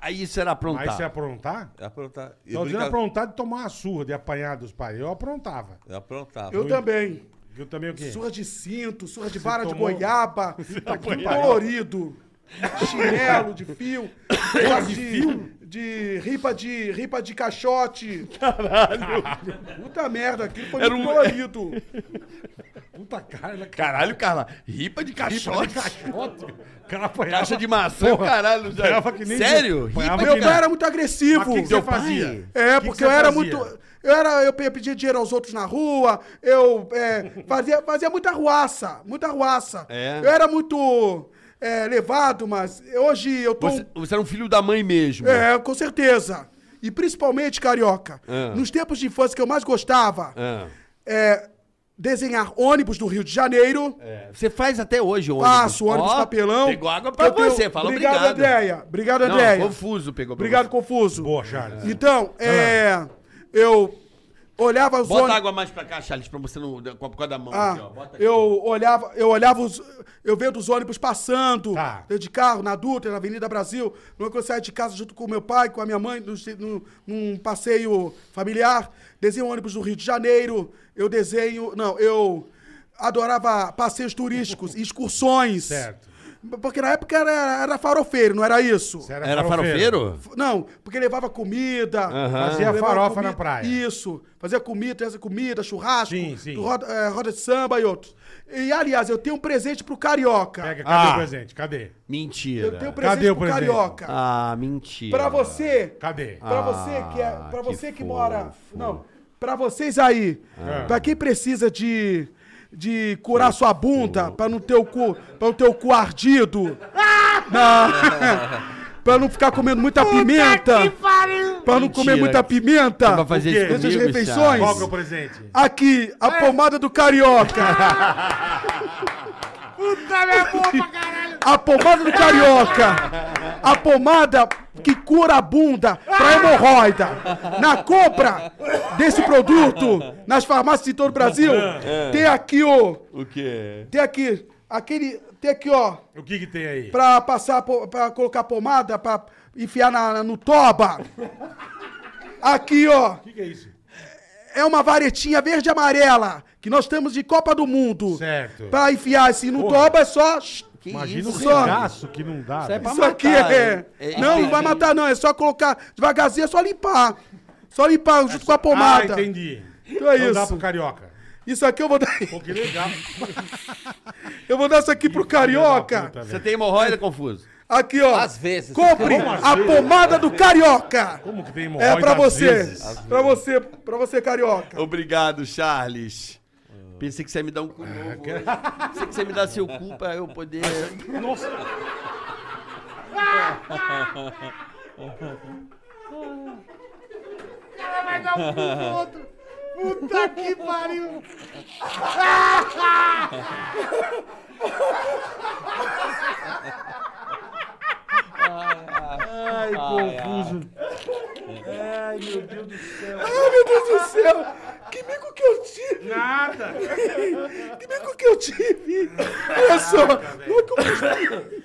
[SPEAKER 6] Aí isso era
[SPEAKER 2] Aí você ia aprontar?
[SPEAKER 17] Aprontar. Eu
[SPEAKER 2] Tô dizendo
[SPEAKER 17] brincava-
[SPEAKER 2] aprontar de tomar uma surra, de apanhar dos pais. Eu aprontava.
[SPEAKER 17] Eu aprontava.
[SPEAKER 18] Eu também.
[SPEAKER 2] Eu também o quê?
[SPEAKER 18] Surra de cinto, surra de vara
[SPEAKER 2] tomou-
[SPEAKER 18] de goiaba, tá tudo
[SPEAKER 2] apanhava.
[SPEAKER 18] colorido. Chinelo de fio, ripa de, de ripa de ripa de caixote. Caralho. Puta merda, aquilo foi
[SPEAKER 5] Era
[SPEAKER 18] muito
[SPEAKER 5] um-
[SPEAKER 18] colorido.
[SPEAKER 2] Puta cara,
[SPEAKER 6] Caralho, Carla. Ripa de caixote.
[SPEAKER 2] caixote. Cara apanhava.
[SPEAKER 6] Caixa de maçã, caralho.
[SPEAKER 2] apanhava que nem-
[SPEAKER 6] Sério?
[SPEAKER 2] apanhava
[SPEAKER 18] Meu
[SPEAKER 2] que-
[SPEAKER 18] pai era muito agressivo.
[SPEAKER 2] Mas que que você
[SPEAKER 18] Seu
[SPEAKER 2] fazia?
[SPEAKER 18] É,
[SPEAKER 2] Que que
[SPEAKER 18] porque
[SPEAKER 2] você
[SPEAKER 18] eu
[SPEAKER 2] fazia?
[SPEAKER 18] era muito. Eu, era, eu pe- pedia dinheiro aos outros na rua, eu é, fazia, fazia muita ruaça, muita ruaça.
[SPEAKER 6] É.
[SPEAKER 18] Eu era muito é, levado, mas hoje eu tô.
[SPEAKER 6] Você, você era um filho da mãe mesmo.
[SPEAKER 18] É, com certeza. E principalmente, carioca,
[SPEAKER 6] Ah.
[SPEAKER 18] nos tempos de infância que eu mais gostava
[SPEAKER 6] Ah.
[SPEAKER 18] é desenhar ônibus do Rio de Janeiro.
[SPEAKER 6] É, Você faz até hoje ônibus.
[SPEAKER 18] Faço ônibus
[SPEAKER 6] Ó,
[SPEAKER 18] papelão.
[SPEAKER 6] Pegou água pra
[SPEAKER 18] Eu tenho-
[SPEAKER 6] você, fala obrigado.
[SPEAKER 18] Obrigado, Andréia. Obrigado,
[SPEAKER 6] Não,
[SPEAKER 18] Andréia.
[SPEAKER 6] Confuso pegou pra
[SPEAKER 18] Obrigado,
[SPEAKER 6] você.
[SPEAKER 18] Confuso.
[SPEAKER 2] Boa, Charles. Ah.
[SPEAKER 18] Então, é, eu olhava os
[SPEAKER 6] Bota
[SPEAKER 18] ônibus.
[SPEAKER 6] água mais pra cá, Charles, pra você não. Com a por causa da mão aqui, ó.
[SPEAKER 18] Ah,
[SPEAKER 6] Bota aqui.
[SPEAKER 18] eu olhava, eu olhava os. Eu vendo os ônibus passando
[SPEAKER 2] Tá.
[SPEAKER 18] eu de carro, na Dutra, na Avenida Brasil. No que eu saía de casa junto com meu pai, com a minha mãe, num, num- num passeio familiar. Desenho ônibus do Rio de Janeiro. Eu desenho. Não, eu adorava passeios turísticos, excursões.
[SPEAKER 2] Certo.
[SPEAKER 18] Porque na época era, era farofeiro, não era isso?
[SPEAKER 2] era Era farofeiro? farofeiro?
[SPEAKER 18] F- Não, porque levava comida.
[SPEAKER 2] Aham. Fazia
[SPEAKER 18] levava
[SPEAKER 2] farofa
[SPEAKER 18] comida-
[SPEAKER 2] na praia.
[SPEAKER 18] Isso. Fazia comida, essa comida, churrasco,
[SPEAKER 2] Sim, sim.
[SPEAKER 18] do Roda, é, roda de samba e outros. E, aliás, eu tenho um presente pro Carioca.
[SPEAKER 2] Pega, cadê
[SPEAKER 6] Ah.
[SPEAKER 2] o presente? Cadê?
[SPEAKER 6] Mentira.
[SPEAKER 18] Eu tenho presente Cadê o pro presente? carioca.
[SPEAKER 6] Ah, mentira.
[SPEAKER 18] Pra você.
[SPEAKER 2] Cadê?
[SPEAKER 18] Pra
[SPEAKER 6] Ah,
[SPEAKER 18] você que é, para
[SPEAKER 6] que
[SPEAKER 18] você que mora, não, pra vocês aí,
[SPEAKER 6] Ah.
[SPEAKER 18] pra quem precisa de de curar sua bunda, pra não ter o cu, para não ter o cu ardido. Não. Pra não ficar comendo muita pimenta. Pra não
[SPEAKER 2] Mentira.
[SPEAKER 18] comer muita pimenta.
[SPEAKER 2] Você vai fazer
[SPEAKER 18] O quê?
[SPEAKER 2] isso
[SPEAKER 18] Durante as
[SPEAKER 2] comigo,
[SPEAKER 18] refeições.
[SPEAKER 2] Charles? Qual que é o presente?
[SPEAKER 18] Aqui, a pomada do carioca.
[SPEAKER 1] Puta minha boca, caralho!
[SPEAKER 18] A pomada do carioca. A pomada que cura a bunda pra hemorroida. Na compra desse produto nas farmácias de todo o Brasil,
[SPEAKER 2] É.
[SPEAKER 18] tem aqui o
[SPEAKER 6] O quê?
[SPEAKER 18] tem aqui aquele tem aqui ó
[SPEAKER 2] O que que tem aí?
[SPEAKER 18] pra passar po- pra colocar pomada pra enfiar na, na- no toba. Aqui ó,
[SPEAKER 2] O que que é isso?
[SPEAKER 18] é uma varetinha verde e amarela que nós temos de Copa do Mundo.
[SPEAKER 2] Certo.
[SPEAKER 18] Pra enfiar assim no toba é só.
[SPEAKER 2] Imagina
[SPEAKER 18] isso?
[SPEAKER 2] o regaço que não dá.
[SPEAKER 18] Isso,
[SPEAKER 2] velho.
[SPEAKER 18] aqui é. não, não vai matar, não. É só colocar devagarzinho, é só limpar. Só limpar junto com a
[SPEAKER 2] Ah,
[SPEAKER 18] pomada.
[SPEAKER 2] entendi.
[SPEAKER 18] Então é
[SPEAKER 2] Não dá
[SPEAKER 18] isso.
[SPEAKER 2] pro carioca.
[SPEAKER 18] Isso aqui eu vou dar.
[SPEAKER 2] Pô, que legal.
[SPEAKER 18] Eu vou dar isso aqui pro carioca.
[SPEAKER 5] Você tem hemorroida, Confuso?
[SPEAKER 18] Aqui, ó.
[SPEAKER 5] Às vezes.
[SPEAKER 18] Compre
[SPEAKER 5] Como às
[SPEAKER 18] a
[SPEAKER 5] vezes?
[SPEAKER 18] pomada do carioca.
[SPEAKER 2] Como que tem
[SPEAKER 18] É pra
[SPEAKER 5] às
[SPEAKER 18] você.
[SPEAKER 5] vezes?
[SPEAKER 18] Pra você, pra você, carioca.
[SPEAKER 5] Obrigado, Charles. Pensei que você ia me dar um cu novo. hoje. Pensei que você ia me dar seu cu pra eu poder...
[SPEAKER 2] Nossa.
[SPEAKER 14] Ah.
[SPEAKER 1] cara vai dar um pro outro. Puta que pariu.
[SPEAKER 2] Ai, confuso.
[SPEAKER 1] Ai, meu Deus do céu.
[SPEAKER 18] Ai, meu Deus do céu. Que mico que eu tive.
[SPEAKER 1] Nada.
[SPEAKER 18] que mico que eu tive. Olha só. Não é que eu-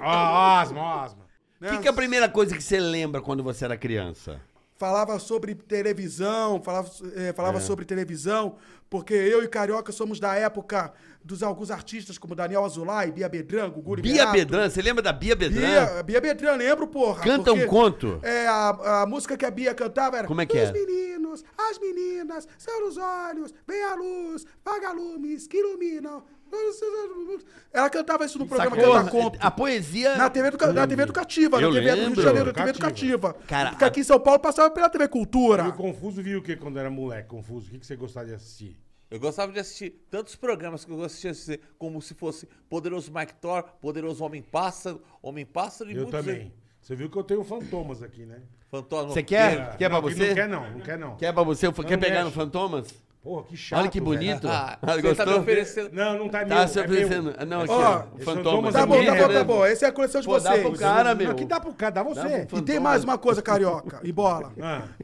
[SPEAKER 2] Ó, asma, ó, asma.
[SPEAKER 18] Né,
[SPEAKER 5] O Ah, que, que é a primeira coisa que você lembra quando você era criança?
[SPEAKER 18] Falava sobre televisão, falava, eh, falava
[SPEAKER 5] É.
[SPEAKER 18] sobre televisão, porque eu e Carioca somos da época dos alguns artistas como Daniel Azulay, Bia Bedran, Gugu
[SPEAKER 5] Bia
[SPEAKER 18] Liberato.
[SPEAKER 5] Bedran, você lembra da Bia Bedran?
[SPEAKER 18] Bia, Bia Bedran, lembro, porra.
[SPEAKER 5] Canta um
[SPEAKER 18] porque,
[SPEAKER 5] conto.
[SPEAKER 18] É, a, a música que a Bia cantava era...
[SPEAKER 5] Como é que
[SPEAKER 18] Os
[SPEAKER 5] é?
[SPEAKER 18] meninos, as meninas, são os olhos, vem a luz, vagalumes que iluminam... Ela cantava isso no programa
[SPEAKER 5] Sacou?
[SPEAKER 18] Cantar Conto.
[SPEAKER 5] A poesia...
[SPEAKER 18] Na TV, educa- na TV Educativa,
[SPEAKER 5] Eu
[SPEAKER 18] na TV do Rio
[SPEAKER 5] lembro.
[SPEAKER 18] de Janeiro, na TV Educativa.
[SPEAKER 5] Cara,
[SPEAKER 18] Porque aqui em São Paulo passava pela TV Cultura.
[SPEAKER 2] E o Confuso viu o que quando era moleque? Confuso, o que que você gostava de assistir?
[SPEAKER 17] Eu gostava de assistir tantos programas que eu gostava de assistir, como se fosse Poderoso Mike Thor, Poderoso Homem Pássaro, Homem Pássaro e
[SPEAKER 2] Eu
[SPEAKER 17] muitos
[SPEAKER 2] também. Você viu que eu tenho um fantomas aqui, né?
[SPEAKER 17] Fantoma.
[SPEAKER 5] Você quer?
[SPEAKER 6] É.
[SPEAKER 2] Não,
[SPEAKER 5] Quer pra
[SPEAKER 2] não, que
[SPEAKER 5] você?
[SPEAKER 2] Não quer não, não quer não.
[SPEAKER 5] Quer pra você? Quer
[SPEAKER 2] Não
[SPEAKER 5] pegar no
[SPEAKER 2] mexe.
[SPEAKER 5] Fantomas?
[SPEAKER 2] Porra, que chato,
[SPEAKER 5] Olha que bonito.
[SPEAKER 2] velho.
[SPEAKER 5] Ah, Olha,
[SPEAKER 2] Você
[SPEAKER 5] gostou?
[SPEAKER 2] tá me oferecendo- Não, não tá
[SPEAKER 5] Tá
[SPEAKER 2] meu, é
[SPEAKER 5] se
[SPEAKER 2] meu.
[SPEAKER 5] oferecendo. Ah, Não, aqui,
[SPEAKER 2] Ó,
[SPEAKER 5] ó. Fantomas.
[SPEAKER 2] esse Fantomas é meu.
[SPEAKER 5] Tá bom, tá
[SPEAKER 18] bom. Essa é a coleção de
[SPEAKER 5] Pô, dá
[SPEAKER 18] vocês.
[SPEAKER 5] pro cara, meu.
[SPEAKER 2] Não, que dá pro cara, dá
[SPEAKER 18] Dá
[SPEAKER 2] você.
[SPEAKER 18] pro E tem mais uma coisa, carioca, e bola.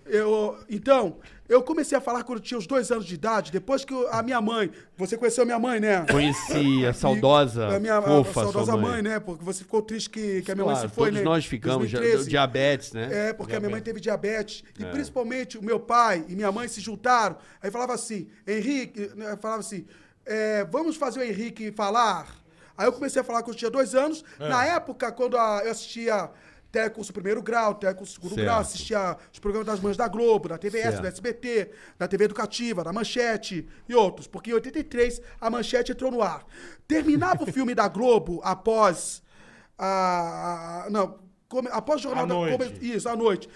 [SPEAKER 18] Eu, então, eu comecei a falar quando eu tinha uns dois anos de idade, depois que eu- a minha mãe. Você conheceu a minha mãe, né?
[SPEAKER 5] Conheci a
[SPEAKER 18] E-
[SPEAKER 5] saudosa,
[SPEAKER 18] A minha a
[SPEAKER 5] fofa,
[SPEAKER 18] saudosa
[SPEAKER 5] sua
[SPEAKER 18] mãe.
[SPEAKER 5] mãe.
[SPEAKER 18] né? Porque você ficou triste que, que a minha mãe
[SPEAKER 5] Claro,
[SPEAKER 18] se foi,
[SPEAKER 5] todos
[SPEAKER 18] né?
[SPEAKER 5] nós ficamos, já-
[SPEAKER 18] 2013.
[SPEAKER 5] diabetes, né?
[SPEAKER 18] É, porque a minha mãe teve diabetes. E
[SPEAKER 5] É.
[SPEAKER 18] principalmente o meu pai e minha mãe se juntaram. Aí falava assim, Henrique, né, falava assim, é, vamos fazer o Henrique falar. Aí eu comecei a falar quando eu tinha dois anos.
[SPEAKER 2] É.
[SPEAKER 18] Na época, quando a- eu assistia telecurso primeiro grau, telecurso segundo
[SPEAKER 2] Certo.
[SPEAKER 18] grau, assistia os programas das mães da Globo, da TVS,
[SPEAKER 2] Certo.
[SPEAKER 18] da SBT, da TV Educativa, da Manchete e outros. Porque em 83 a Manchete entrou no ar. Terminava o filme da Globo após a. a- não, come- após o Jornal
[SPEAKER 5] À
[SPEAKER 18] da
[SPEAKER 5] noite.
[SPEAKER 18] come- isso, à noite.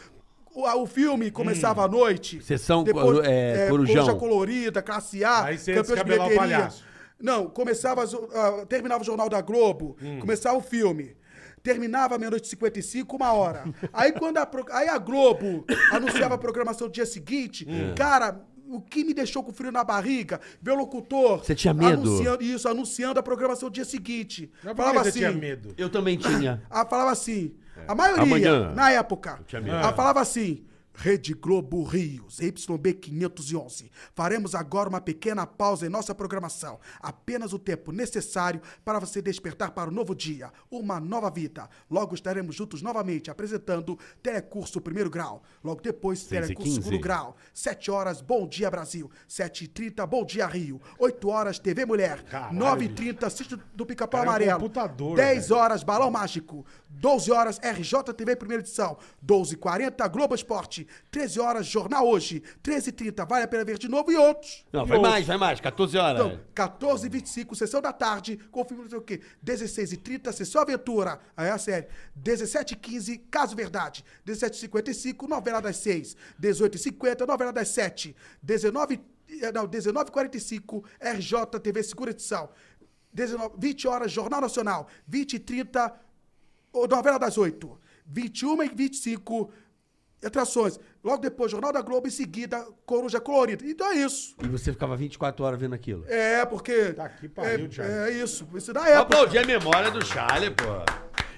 [SPEAKER 18] O, a- o filme
[SPEAKER 2] Hum.
[SPEAKER 18] começava à noite.
[SPEAKER 5] Sessão co- é, Corujão.
[SPEAKER 18] Coruja Colorida, Classe A,
[SPEAKER 2] Aí você
[SPEAKER 18] campeão de
[SPEAKER 2] descabelava o
[SPEAKER 18] bilheteria.
[SPEAKER 2] palhaço.
[SPEAKER 18] Não, começava, as- ah, terminava o Jornal da Globo,
[SPEAKER 2] Hum.
[SPEAKER 18] começava o filme. Terminava meia-noite e 55, uma hora. Aí quando a, pro- aí a Globo anunciava a programação do dia seguinte,
[SPEAKER 2] É.
[SPEAKER 5] Hum.
[SPEAKER 18] cara, o que me deixou com frio na barriga, ver o locutor...
[SPEAKER 5] Você tinha medo?
[SPEAKER 18] Anunciando, isso, anunciando a programação do dia seguinte.
[SPEAKER 2] Mas por que
[SPEAKER 18] Falava
[SPEAKER 2] você
[SPEAKER 18] assim...
[SPEAKER 2] tinha medo?
[SPEAKER 5] Eu também tinha.
[SPEAKER 18] Ela falava assim, a maioria,
[SPEAKER 5] É. Amanhã.
[SPEAKER 18] na época,
[SPEAKER 5] Eu tinha medo. É.
[SPEAKER 18] ela falava assim, Rede Globo Rios, YB 511. Faremos agora uma pequena pausa em nossa programação. Apenas o tempo necessário para você despertar para o novo dia, uma nova vida. Logo estaremos juntos novamente apresentando Telecurso Primeiro Grau. Logo depois,
[SPEAKER 5] Seis e
[SPEAKER 18] Telecurso Segundo
[SPEAKER 5] quinze.
[SPEAKER 18] Grau. 7 horas, Bom Dia Brasil. 7h30, Bom Dia Rio. 8 horas, TV Mulher. 9h30, Sítio do
[SPEAKER 2] Cara,
[SPEAKER 18] Pica-Pau
[SPEAKER 2] é um
[SPEAKER 18] Amarelo.
[SPEAKER 2] computador,
[SPEAKER 18] 10 horas, Balão Mágico. 12 horas, RJTV Primeira Edição. 12h40, Globo Esporte. 13 horas, Jornal Hoje. 13h30, Vale a Pena Ver de Novo e outros.
[SPEAKER 5] Não,
[SPEAKER 2] Tá
[SPEAKER 18] E
[SPEAKER 5] vai
[SPEAKER 18] outros.
[SPEAKER 5] mais, vai mais. 14 horas.
[SPEAKER 18] Então, 14h25, sessão da tarde, confirma não sei o quê. 16h30, sessão aventura. Aí é a série. 17h15, caso verdade. 17h55, novela das 6. 18h50, novela das 7. 19 eh, não, 19h45, RJ TV Segura Edição. 19, 20 horas, Jornal Nacional. 20 h 30 o- novela das 8. 21 e 25, atrações. Logo depois, Jornal da Globo, em seguida, Coruja Colorida. Então é isso.
[SPEAKER 5] E você ficava 24 horas vendo aquilo.
[SPEAKER 18] É, porque.
[SPEAKER 2] Tá aqui,
[SPEAKER 18] é, é isso, isso da época.
[SPEAKER 5] Aplaudir a memória do Charlie, pô.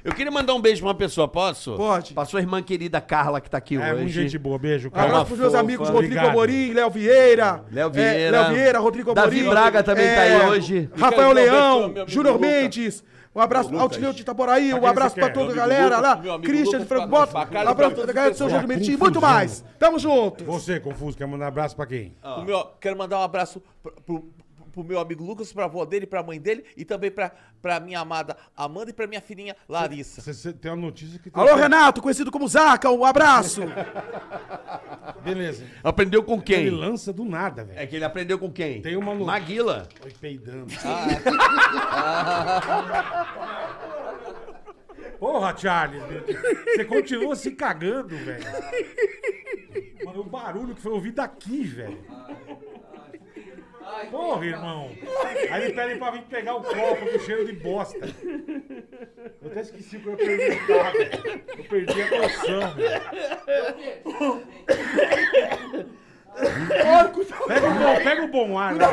[SPEAKER 6] Eu queria mandar um beijo pra uma pessoa, posso?
[SPEAKER 18] Pode.
[SPEAKER 6] Pra sua irmã querida Carla, que tá aqui hoje.
[SPEAKER 2] É, muito gente boa. Beijo,
[SPEAKER 6] Carla.
[SPEAKER 18] Abraço pros meus amigos Rodrigo Amorim, Léo Vieira.
[SPEAKER 6] Léo
[SPEAKER 18] é,
[SPEAKER 6] Vieira.
[SPEAKER 18] Léo Vieira, Rodrigo
[SPEAKER 6] Davi
[SPEAKER 18] Amorim. é,
[SPEAKER 6] Braga também tá aí hoje.
[SPEAKER 18] Rafael
[SPEAKER 6] Ricardo Alberto,
[SPEAKER 18] Leão,
[SPEAKER 6] meu amigo
[SPEAKER 18] Júnior
[SPEAKER 6] Lucas.
[SPEAKER 18] Mendes. Um abraço, Altineu de Itaboraí,
[SPEAKER 6] Pra
[SPEAKER 18] um
[SPEAKER 6] quem
[SPEAKER 18] abraço
[SPEAKER 6] você
[SPEAKER 18] pra
[SPEAKER 6] quer?
[SPEAKER 18] toda a
[SPEAKER 6] Meu amigo
[SPEAKER 18] galera
[SPEAKER 6] Lucas,
[SPEAKER 18] lá.
[SPEAKER 6] meu amigo
[SPEAKER 18] Christian de
[SPEAKER 6] Lucas,
[SPEAKER 18] Franco
[SPEAKER 6] pra-
[SPEAKER 18] Bota,
[SPEAKER 6] pra
[SPEAKER 18] abraço
[SPEAKER 6] Carlos
[SPEAKER 18] pra
[SPEAKER 6] Alberto,
[SPEAKER 18] toda a galera do São
[SPEAKER 6] é
[SPEAKER 18] João
[SPEAKER 6] a
[SPEAKER 18] do Meriti,
[SPEAKER 6] confusão.
[SPEAKER 18] muito mais. Tamo junto.
[SPEAKER 2] Você, Confuso, quer mandar um abraço pra quem?
[SPEAKER 17] Pro meu- quero mandar um abraço pro, pro- pro meu amigo Lucas, pra avó dele, pra mãe dele e também pra, pra minha amada Amanda e pra minha filhinha Larissa.
[SPEAKER 2] Você, você tem uma notícia que...
[SPEAKER 18] Alô, Renato, conhecido como Zaca, um abraço.
[SPEAKER 2] Beleza.
[SPEAKER 6] Aprendeu com quem?
[SPEAKER 2] Ele lança do nada, velho.
[SPEAKER 6] É que ele aprendeu com quem?
[SPEAKER 2] Tem uma luta.
[SPEAKER 6] Maguila.
[SPEAKER 2] Foi peidando.
[SPEAKER 1] Ah.
[SPEAKER 2] Porra, Charles. meu. Você continua se cagando, velho. Mano, o barulho que foi ouvido aqui, velho. Porra, irmão. Aí ele pede pra vir pegar o copo com cheiro de bosta. Eu até esqueci o que eu ia perguntar, velho. Eu perdi a noção, velho. Pega o bom, pega o bom ar, né?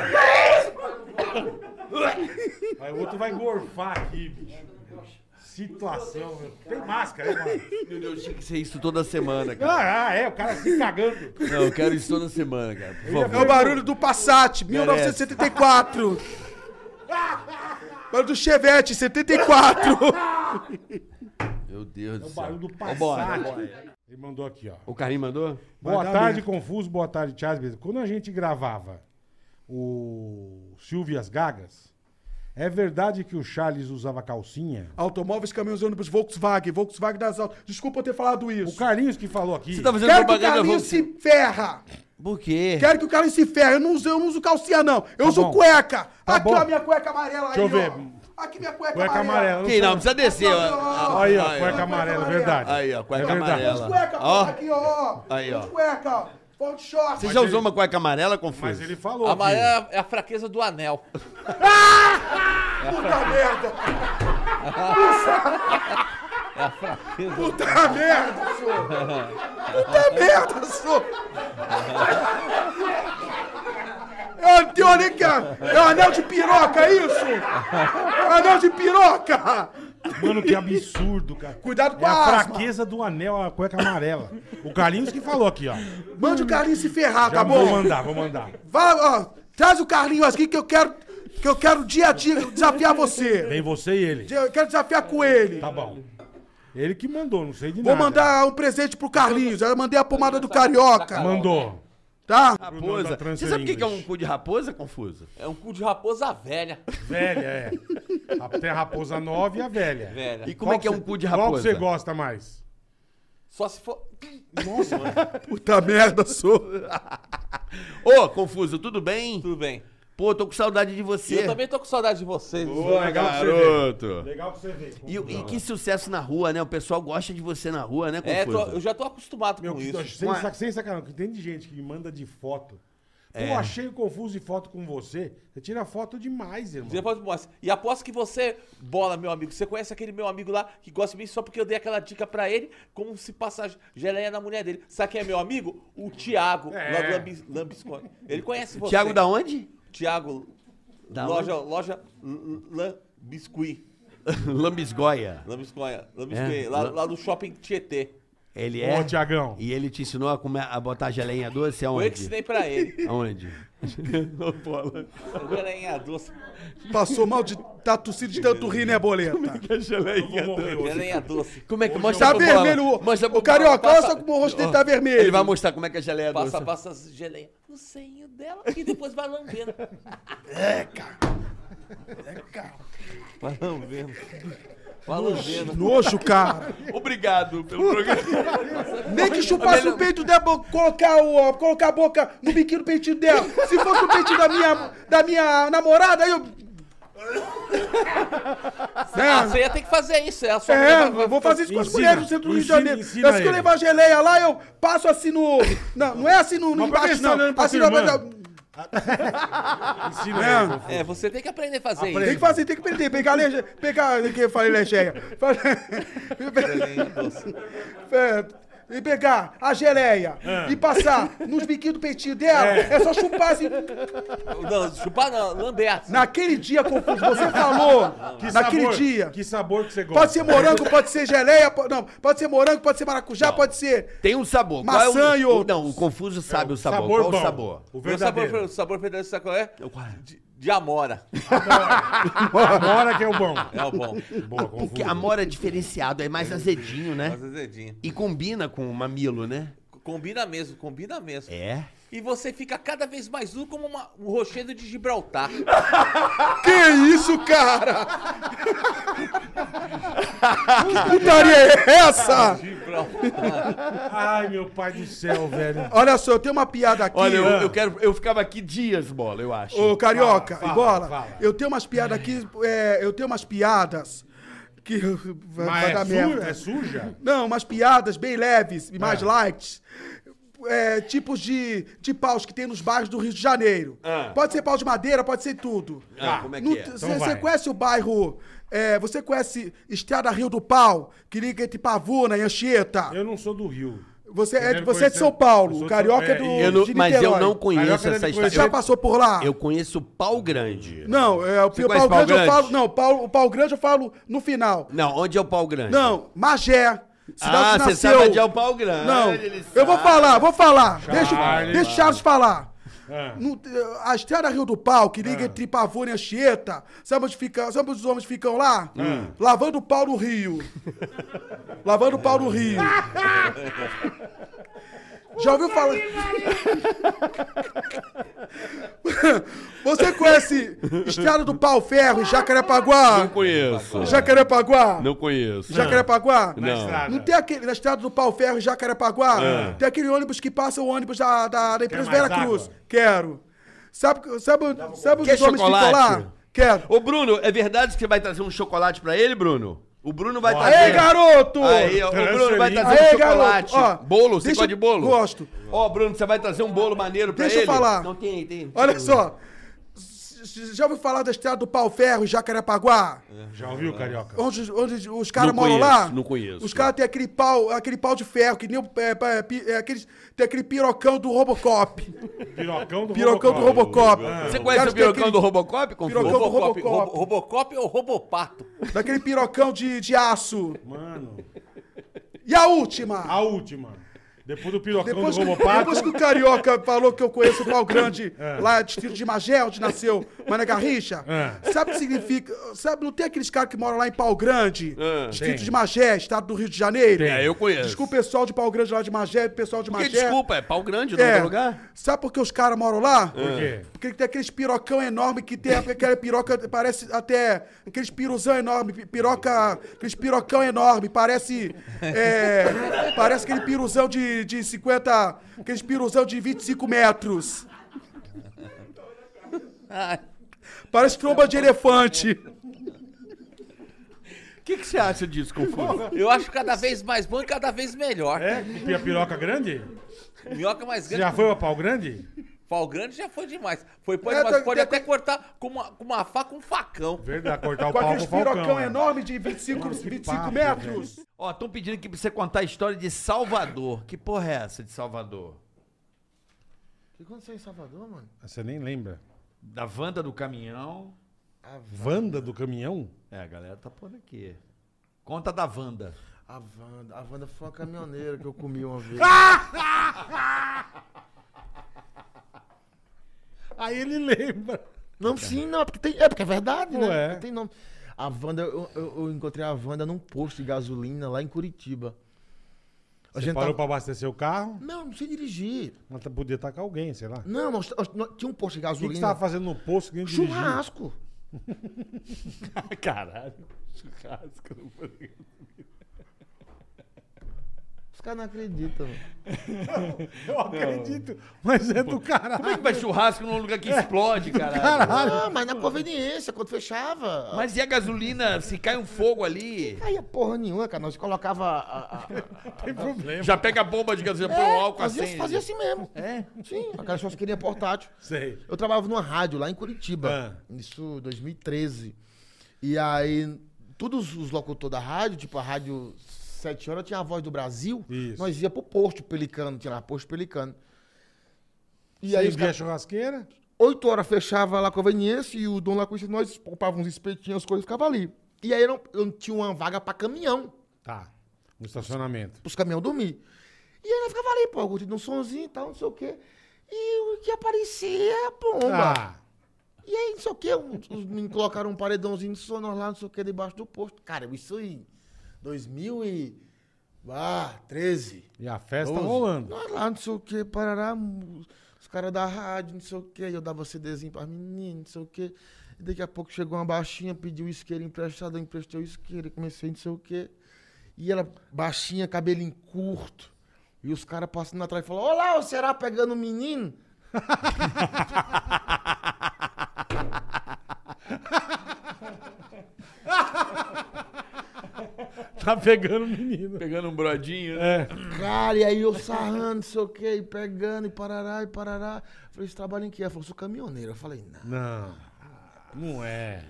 [SPEAKER 2] Aí o outro vai gorfar aqui, bicho. Situação, meu. Tem máscara, né, mano?
[SPEAKER 6] Meu Deus, tinha que ser isso toda semana, cara.
[SPEAKER 2] Ah, é, o cara se cagando.
[SPEAKER 6] Não, eu quero isso toda semana, cara. Por
[SPEAKER 18] É
[SPEAKER 6] favor.
[SPEAKER 18] o barulho do Passat,
[SPEAKER 6] Merece.
[SPEAKER 18] 1974. Barulho do Chevette, 74.
[SPEAKER 6] Meu Deus do
[SPEAKER 2] É o
[SPEAKER 6] céu.
[SPEAKER 2] barulho do
[SPEAKER 6] Vambora,
[SPEAKER 2] Passat.
[SPEAKER 6] vambora.
[SPEAKER 2] Ele mandou aqui, ó.
[SPEAKER 6] O Karim mandou?
[SPEAKER 2] Boa tarde, Confuso. Boa tarde, Charles. Bezerra. Quando a gente gravava o Silvio e as Gagas, é verdade que o Charles usava calcinha?
[SPEAKER 18] Automóveis, caminhões e ônibus, Volkswagen, Volkswagen das altas. Desculpa eu ter falado isso.
[SPEAKER 2] O Carlinhos que falou aqui.
[SPEAKER 6] Você tá fazendo
[SPEAKER 18] Quero que o
[SPEAKER 6] propaganda, É. Volks-
[SPEAKER 18] Carlinhos se ferra.
[SPEAKER 6] Por quê?
[SPEAKER 18] Quero que o Carlinhos se ferra. Eu não uso, eu não uso calcinha, não. Eu uso
[SPEAKER 2] bom.
[SPEAKER 18] cueca.
[SPEAKER 2] Tá
[SPEAKER 18] Aqui,
[SPEAKER 2] bom.
[SPEAKER 18] ó, a minha cueca amarela
[SPEAKER 2] Deixa eu
[SPEAKER 18] aí,
[SPEAKER 2] ver.
[SPEAKER 18] ó. Aqui minha cueca,
[SPEAKER 2] Cueca amarela.
[SPEAKER 6] Quem não, precisa descer. ó. Ah,
[SPEAKER 2] Aí, ó, cueca amarela, verdade.
[SPEAKER 6] Aí, ó, cueca
[SPEAKER 2] É verdade.
[SPEAKER 6] amarela.
[SPEAKER 18] Cueca,
[SPEAKER 6] Ó,
[SPEAKER 18] porra, aqui, ó. ó.
[SPEAKER 6] Aí, ó.
[SPEAKER 18] Cueca, ó. Pão de short.
[SPEAKER 6] Você já usou uma cueca amarela, Confuso?
[SPEAKER 2] Mas ele falou.
[SPEAKER 17] A Amarela é a fraqueza do anel.
[SPEAKER 18] Puta merda.
[SPEAKER 17] É a fraqueza.
[SPEAKER 18] Puta Ah, merda, senhor. Puta merda, senhor. É o teu anel que é, é um anel de piroca, é isso? É um anel de piroca.
[SPEAKER 2] Mano, que absurdo, cara.
[SPEAKER 18] Cuidado com
[SPEAKER 2] É
[SPEAKER 18] a
[SPEAKER 2] a
[SPEAKER 18] asma.
[SPEAKER 2] fraqueza do anel, a cueca amarela. O Carlinhos que falou aqui, ó.
[SPEAKER 18] Mande o Carlinhos se ferrar,
[SPEAKER 2] Já
[SPEAKER 18] tá bom?
[SPEAKER 2] Vou mandar, vou mandar.
[SPEAKER 18] Vai, ó, traz o Carlinhos aqui que eu quero, que eu quero dia a dia desafiar você.
[SPEAKER 2] Vem você e ele.
[SPEAKER 18] Eu quero desafiar com ele.
[SPEAKER 2] Tá bom. Ele que mandou, não sei de
[SPEAKER 18] Vou
[SPEAKER 2] nada.
[SPEAKER 18] mandar um presente pro Carlinhos. Eu mandei a pomada do Carioca.
[SPEAKER 2] Mandou.
[SPEAKER 18] Tá?
[SPEAKER 6] Raposa. Você sabe o que que Ah, é um cu de raposa, Confuso?
[SPEAKER 17] É um cu de raposa velha.
[SPEAKER 2] Velha, é. A- Tem a raposa nova e a velha.
[SPEAKER 17] Velha.
[SPEAKER 6] E como é que é um cu de
[SPEAKER 2] Qual que
[SPEAKER 6] raposa?
[SPEAKER 2] você gosta mais?
[SPEAKER 17] Só se for.
[SPEAKER 2] Nossa,
[SPEAKER 18] Puta merda, sou.
[SPEAKER 6] Ô, Confuso, tudo bem?
[SPEAKER 17] Tudo bem.
[SPEAKER 6] Pô, tô com saudade de você.
[SPEAKER 17] Eu também tô com saudade de vocês.
[SPEAKER 6] Boa,
[SPEAKER 17] Legal.
[SPEAKER 6] garoto.
[SPEAKER 2] Legal pra você ver.
[SPEAKER 6] E, e que sucesso na rua, né? O pessoal gosta de você na rua, né,
[SPEAKER 17] É,
[SPEAKER 6] Confuso?
[SPEAKER 17] tô- eu já tô acostumado com isso.
[SPEAKER 2] Sem, sac- sem sacanagem, que tem de gente que manda de foto. Pô,
[SPEAKER 6] É.
[SPEAKER 2] achei o confuso de foto com você. Você tira foto demais, irmão.
[SPEAKER 17] Depois eu mostro. E aposto que você, bola, meu amigo, você conhece é aquele meu amigo lá que gosta de mim só porque eu dei aquela dica pra ele, como se passar geleia na mulher dele. Sabe quem é meu amigo? O Thiago,
[SPEAKER 6] É.
[SPEAKER 17] lá do Lambi- Lambiscone. Ele conhece você.
[SPEAKER 6] Thiago da onde?
[SPEAKER 17] Thiago,
[SPEAKER 6] Da
[SPEAKER 17] loja, loja L- L- Lambiscuí.
[SPEAKER 6] Lambisgoia.
[SPEAKER 17] Lambisconha, Lambiscuí,
[SPEAKER 6] É,
[SPEAKER 17] lá,
[SPEAKER 6] Lam-
[SPEAKER 17] lá do shopping Tietê.
[SPEAKER 6] Ele é.
[SPEAKER 2] Ô, Tiagão.
[SPEAKER 6] E ele te ensinou a, comer, a botar geleinha doce aonde?
[SPEAKER 17] Foi eu que ensinei pra ele.
[SPEAKER 6] Aonde? Ô, bola. é
[SPEAKER 17] Geleinha doce.
[SPEAKER 18] Passou mal de tá tossindo de tanto rir, né, boleta?
[SPEAKER 6] é Geleinha doce.
[SPEAKER 17] Geleinha doce.
[SPEAKER 6] Como é que mostra
[SPEAKER 18] Tá
[SPEAKER 6] pro bola?
[SPEAKER 18] vermelho o-
[SPEAKER 6] Mostra pro
[SPEAKER 18] o carioca,
[SPEAKER 6] bola.
[SPEAKER 18] olha só como o rosto dele tá vermelho.
[SPEAKER 6] Ele vai mostrar como é que é geleia doce.
[SPEAKER 17] Passa, passa as geleinha no senho dela e depois vai lambendo.
[SPEAKER 18] É,
[SPEAKER 6] Vai lambendo.
[SPEAKER 17] Vai lambendo.
[SPEAKER 18] Nojo, cara.
[SPEAKER 6] Obrigado pelo programa.
[SPEAKER 18] Uh, Nem que chupasse o peito dela, colocar, o, colocar a boca no biquinho do peitinho dela. Se fosse o peitinho da minha, da minha namorada, aí eu.
[SPEAKER 17] Ah, você ia ter que fazer isso. É,
[SPEAKER 6] Tá
[SPEAKER 17] a sua
[SPEAKER 18] É,
[SPEAKER 17] mulher vai-
[SPEAKER 18] eu vou fazer isso com as
[SPEAKER 2] Ensina,
[SPEAKER 18] mulheres do centro do Rio de
[SPEAKER 2] ensina,
[SPEAKER 18] Janeiro.
[SPEAKER 2] ensina
[SPEAKER 18] Assim que eu
[SPEAKER 2] ele.
[SPEAKER 18] levar a geleia lá, eu passo assim no. Não, não é assim no, no
[SPEAKER 2] Mas pra que
[SPEAKER 18] embaixo,
[SPEAKER 2] você tá
[SPEAKER 18] não.
[SPEAKER 2] olhando pra
[SPEAKER 18] Assim
[SPEAKER 2] tua
[SPEAKER 18] na-
[SPEAKER 2] irmã? Ensina ele,
[SPEAKER 18] Não.
[SPEAKER 2] Confuso.
[SPEAKER 17] É, você tem que aprender a fazer
[SPEAKER 18] Tem que
[SPEAKER 17] isso.
[SPEAKER 18] fazer, tem que perder. Pegar legeia. Pegar. Que eu falei legeia. Fala-
[SPEAKER 17] Geleinha doce.
[SPEAKER 18] É, e pegar a geleia
[SPEAKER 17] Ah.
[SPEAKER 18] e passar nos biquinhos do peitinho dela,
[SPEAKER 17] É.
[SPEAKER 18] é, só chupar assim.
[SPEAKER 17] Não, chupar não, lamber. assim.
[SPEAKER 18] Naquele dia, Confúcio, você falou,
[SPEAKER 17] Que
[SPEAKER 18] naquele
[SPEAKER 17] sabor,
[SPEAKER 18] dia.
[SPEAKER 2] Que sabor que você gosta?
[SPEAKER 18] Pode ser morango, pode ser geleia, po- não, pode ser morango, pode ser maracujá, pode ser...
[SPEAKER 6] Tem um sabor. Qual é o-
[SPEAKER 18] Maçã e
[SPEAKER 6] o-
[SPEAKER 18] outros. É,
[SPEAKER 6] Não, o Confuso sabe o sabor.
[SPEAKER 18] sabor
[SPEAKER 6] Qual
[SPEAKER 18] bom.
[SPEAKER 6] o sabor?
[SPEAKER 2] O
[SPEAKER 17] Meu sabor, fe- o sabor federal, sabe qual é? De, de amora.
[SPEAKER 2] Amora que é o bom.
[SPEAKER 17] É o bom.
[SPEAKER 6] Ah, porque a mora é diferenciado, é mais azedinho, né? Mais
[SPEAKER 17] azedinho.
[SPEAKER 6] E combina com o mamilo, né?
[SPEAKER 17] Combina mesmo, combina mesmo.
[SPEAKER 6] É.
[SPEAKER 17] E você fica cada vez mais nu como uma- um rochedo de Gibraltar.
[SPEAKER 18] Que isso, cara?
[SPEAKER 17] Que
[SPEAKER 18] putaria é essa?
[SPEAKER 2] Ai, meu pai do céu, velho.
[SPEAKER 18] Olha só, eu tenho uma piada aqui.
[SPEAKER 6] Olha, eu, eu quero. Eu ficava aqui dias, bola, eu acho.
[SPEAKER 18] Ô, Carioca,
[SPEAKER 6] Fala,
[SPEAKER 18] e
[SPEAKER 6] fala,
[SPEAKER 18] bola,
[SPEAKER 6] fala.
[SPEAKER 18] eu tenho umas piadas aqui, é, eu tenho umas piadas que vai,
[SPEAKER 2] Mas
[SPEAKER 18] vai
[SPEAKER 2] é
[SPEAKER 18] dar
[SPEAKER 2] su-
[SPEAKER 18] merda.
[SPEAKER 2] é suja?
[SPEAKER 18] Não, umas piadas bem leves e
[SPEAKER 6] Ah.
[SPEAKER 18] mais light. É, tipos de, de paus que tem nos bairros do Rio de Janeiro.
[SPEAKER 2] Ah.
[SPEAKER 18] Pode ser pau de madeira, pode ser tudo.
[SPEAKER 2] Ah, como é que é?
[SPEAKER 18] Você
[SPEAKER 2] Então vai.
[SPEAKER 18] conhece o bairro... é, você conhece Estrada Rio do Pau, que liga entre Pavuna e Anchieta?
[SPEAKER 2] Eu não sou do Rio.
[SPEAKER 18] Você, é,
[SPEAKER 2] Primeiro
[SPEAKER 18] você é
[SPEAKER 2] conhecendo-
[SPEAKER 18] de São
[SPEAKER 2] eu
[SPEAKER 18] Paulo,
[SPEAKER 2] sou
[SPEAKER 18] o
[SPEAKER 2] de-
[SPEAKER 18] Carioca
[SPEAKER 2] é,
[SPEAKER 18] é do
[SPEAKER 6] Eu não-
[SPEAKER 18] de
[SPEAKER 6] mas eu
[SPEAKER 18] Niterói.
[SPEAKER 6] não é conheço essa história.
[SPEAKER 18] Já passou por lá?
[SPEAKER 6] Eu conheço o pau grande.
[SPEAKER 18] Não, é, o,
[SPEAKER 6] Você
[SPEAKER 18] o
[SPEAKER 6] conhece
[SPEAKER 18] pau
[SPEAKER 6] pau
[SPEAKER 18] grande, eu
[SPEAKER 6] grande?
[SPEAKER 18] falo. Não, o pau, o pau grande eu falo no final.
[SPEAKER 6] Não, onde é o pau grande?
[SPEAKER 18] Não, Magé.
[SPEAKER 6] Ah,
[SPEAKER 18] Cidade que
[SPEAKER 6] você
[SPEAKER 18] nasceu.
[SPEAKER 6] sabe onde é o pau grande,
[SPEAKER 18] Não.
[SPEAKER 6] ele
[SPEAKER 18] Eu vou falar, vou falar.
[SPEAKER 6] Charles,
[SPEAKER 18] deixa,
[SPEAKER 6] vai.
[SPEAKER 18] deixa o Charles falar.
[SPEAKER 17] Ah.
[SPEAKER 18] No- eh, a Estrada Rio do Pau, que liga entre Pavone e Anchieta, sabe onde, fica, sabe onde os homens ficam lá?
[SPEAKER 2] Hum.
[SPEAKER 18] Lavando o pau no Rio. Lavando o pau no Rio. Já ouviu falar? Você conhece Estrada do Pau Ferro, em Jacarepaguá?
[SPEAKER 12] Não conheço.
[SPEAKER 18] Jacarepaguá?
[SPEAKER 12] Não conheço.
[SPEAKER 18] Jacarepaguá?
[SPEAKER 12] Não. Na estrada.
[SPEAKER 18] Não tem aquele, na estrada do Pau Ferro, em Jacarepaguá?
[SPEAKER 12] Ah.
[SPEAKER 18] Tem aquele ônibus que passa o ônibus da, da, da empresa
[SPEAKER 12] mais
[SPEAKER 18] Vera Cruz. Quero. Sabe, sabe, sabe
[SPEAKER 6] Quer
[SPEAKER 18] os homens que ficam
[SPEAKER 6] chocolate?
[SPEAKER 18] lá? Quero.
[SPEAKER 6] Ô, Bruno, é verdade que você vai trazer um chocolate pra ele, Bruno? O Bruno vai
[SPEAKER 18] Aê,
[SPEAKER 6] trazer.
[SPEAKER 18] garoto!
[SPEAKER 6] Aí, ó, o Bruno vai trazer
[SPEAKER 18] Aê,
[SPEAKER 6] um chocolate.
[SPEAKER 18] garoto, ó,
[SPEAKER 6] bolo, você
[SPEAKER 18] deixa-
[SPEAKER 6] gosta de bolo?
[SPEAKER 18] gosto.
[SPEAKER 6] Ó, Bruno, você vai trazer um bolo maneiro pra
[SPEAKER 18] Deixa eu
[SPEAKER 6] ele?
[SPEAKER 18] falar.
[SPEAKER 6] Não tem, tem.
[SPEAKER 18] Olha só. S- Já ouviu falar da estrada do Pau Ferro, em Jacarepaguá?
[SPEAKER 2] Já ouviu, Carioca?
[SPEAKER 18] Onde, os- onde os caras
[SPEAKER 2] Não
[SPEAKER 18] moram
[SPEAKER 2] conheço,
[SPEAKER 18] lá?
[SPEAKER 2] não conheço.
[SPEAKER 18] Os caras têm aquele pau, aquele pau de ferro, que nem o, é, é, pi- é, aqueles- tem aquele pirocão do Robocop.
[SPEAKER 2] Pirocão do Ah.
[SPEAKER 18] Pirocão do Robocop.
[SPEAKER 6] Você conhece o pirocão do Robocop? Confúcio?
[SPEAKER 18] Pirocão do
[SPEAKER 6] Robocop,
[SPEAKER 18] Robocop.
[SPEAKER 17] Robocop ou Robopato?
[SPEAKER 18] Daquele pirocão de, de aço.
[SPEAKER 2] Mano.
[SPEAKER 18] E a última?
[SPEAKER 2] A última. Depois do pirocão
[SPEAKER 18] Depois
[SPEAKER 2] do
[SPEAKER 18] que,
[SPEAKER 2] Robopato.
[SPEAKER 18] depois que o Carioca falou que eu conheço o pau grande
[SPEAKER 2] É.
[SPEAKER 18] lá, distrito de Magé, onde nasceu Mané Garrincha,
[SPEAKER 2] É.
[SPEAKER 18] sabe o que significa? Sabe, não tem aqueles caras que moram lá em Pau Grande,
[SPEAKER 6] É.
[SPEAKER 18] distrito
[SPEAKER 6] Tem.
[SPEAKER 18] de Magé, estado do Rio de Janeiro?
[SPEAKER 6] Tem, eu conheço.
[SPEAKER 18] Desculpa o pessoal de Pau Grande lá de Magé, o pessoal de
[SPEAKER 6] Porque,
[SPEAKER 18] Magé.
[SPEAKER 6] desculpa, é pau grande, não é outro lugar? É.
[SPEAKER 18] Sabe por que os caras moram lá?
[SPEAKER 6] Por quê?
[SPEAKER 18] Porque tem aqueles pirocão enorme que tem aquela piroca, parece até. Aqueles piruzão enorme, pi- piroca. Aqueles pirocão enorme, parece. é, parece aquele piruzão de, de 50. Aqueles piruzão de 25 metros. Parece tromba de elefante.
[SPEAKER 6] O que, que você acha disso, Confúcio?
[SPEAKER 17] Eu acho cada vez mais bom e cada vez melhor.
[SPEAKER 2] É? E a piroca grande?
[SPEAKER 17] Minhoca mais
[SPEAKER 2] Você
[SPEAKER 17] grande.
[SPEAKER 2] já foi pra pau grande?
[SPEAKER 17] Pau grande já foi demais. Foi, pode,
[SPEAKER 18] É,
[SPEAKER 17] mas
[SPEAKER 18] tem-
[SPEAKER 17] pode
[SPEAKER 18] tem-
[SPEAKER 17] até cortar com uma, com uma faca, um facão.
[SPEAKER 2] Verdade, cortar
[SPEAKER 18] Com aqueles pirocão
[SPEAKER 6] é?
[SPEAKER 18] enorme de 25, 25
[SPEAKER 6] papo,
[SPEAKER 18] metros.
[SPEAKER 6] Ó, estão pedindo aqui pra você contar a história de Salvador. Que porra é essa de Salvador?
[SPEAKER 19] O que aconteceu é em Salvador, mano?
[SPEAKER 2] Você nem lembra.
[SPEAKER 6] Da Wanda do caminhão.
[SPEAKER 19] A
[SPEAKER 2] Vanda do caminhão?
[SPEAKER 6] É, a galera tá pondo aqui. Conta da Wanda.
[SPEAKER 19] A Wanda. A Wanda foi uma caminhoneira que eu comi uma vez.
[SPEAKER 2] Aí ele lembra.
[SPEAKER 19] Não, sim, não. é Porque tem, é porque é verdade,
[SPEAKER 2] Pô,
[SPEAKER 19] né?
[SPEAKER 2] é.
[SPEAKER 19] Tem nome. A Wanda, eu, eu- eu encontrei a Wanda num posto de gasolina lá em Curitiba. A
[SPEAKER 2] Você
[SPEAKER 19] gente
[SPEAKER 2] parou
[SPEAKER 19] tava-
[SPEAKER 2] pra abastecer o carro?
[SPEAKER 19] Não, não sei dirigir.
[SPEAKER 2] Mas tá, podia estar com alguém, sei lá.
[SPEAKER 19] Não, nós, nós- nós- tinha um posto de
[SPEAKER 2] O que,
[SPEAKER 19] gasolina.
[SPEAKER 2] que você tava fazendo no posto que nem dirigiu?
[SPEAKER 19] Churrasco.
[SPEAKER 6] Caralho. Churrasco. não foi legal.
[SPEAKER 19] Os caras não acreditam, mano.
[SPEAKER 2] Eu acredito, mas é do caralho. É,
[SPEAKER 6] Como é que vai churrasco num lugar que explode, caralho?
[SPEAKER 19] Não, Ah, mas na conveniência, quando fechava.
[SPEAKER 6] Mas e a gasolina? Se cai um fogo ali.
[SPEAKER 19] Caía porra nenhuma, cara. Nós colocava a- a- a-
[SPEAKER 2] Tem problema.
[SPEAKER 6] Já pega a bomba de gasolina, põe
[SPEAKER 19] É,
[SPEAKER 6] um álcool
[SPEAKER 19] fazia,
[SPEAKER 6] assim.
[SPEAKER 19] fazia assim mesmo. É? Sim, aquelas pessoas que queriam portátil.
[SPEAKER 2] Sei. Ah.
[SPEAKER 19] Eu trabalhava numa rádio lá em Curitiba. Isso em 2013. E aí, todos os locutores da rádio, tipo a rádio sete horas, tinha a voz do Brasil. Nós ia pro posto pelicano, tinha lá posto pelicano.
[SPEAKER 2] Você
[SPEAKER 19] os
[SPEAKER 2] via
[SPEAKER 19] caras-
[SPEAKER 2] churrasqueira?
[SPEAKER 19] Oito horas fechava lá com a conveniência e o dono lá com isso, nós poupava uns espetinhos, as coisas ficavam ali. E aí eu, não- eu não tinha uma vaga pra caminhão,
[SPEAKER 2] Tá. No estacionamento.
[SPEAKER 19] pros caminhões dormir. E aí eu ficava ali, pô, curtindo um sonzinho e tal, não sei o quê. E o que aparecia é a bomba.
[SPEAKER 2] Ah.
[SPEAKER 19] E aí, não sei o quê, uns- uns meninos colocaram um paredãozinho de sonor lá, não sei o quê, debaixo do posto. Cara, isso em 2000 e... Ah, 13.
[SPEAKER 2] E a festa
[SPEAKER 19] Doze.
[SPEAKER 2] rolando.
[SPEAKER 19] Nós Ah, lá, não sei o que, parará. mu- Os caras da rádio, não sei o que. Eu dava CDzinho pras meninas, não sei o que. E daqui a pouco chegou uma baixinha, pediu o isqueiro emprestado, eu emprestei o isqueiro e comecei não sei o que. E ela, baixinha, cabelinho curto. E os caras passando atrás e falou: Olá, o Será pegando o menino?
[SPEAKER 2] Tá pegando o menino.
[SPEAKER 17] Pegando um brodinho,
[SPEAKER 2] né?
[SPEAKER 19] Cara, e aí eu sarrando, não sei o que, e pegando, e parará, e parará. Falei, esse trabalho em que é? Falou, sou caminhoneiro. Eu falei, não.
[SPEAKER 2] Não. Não é.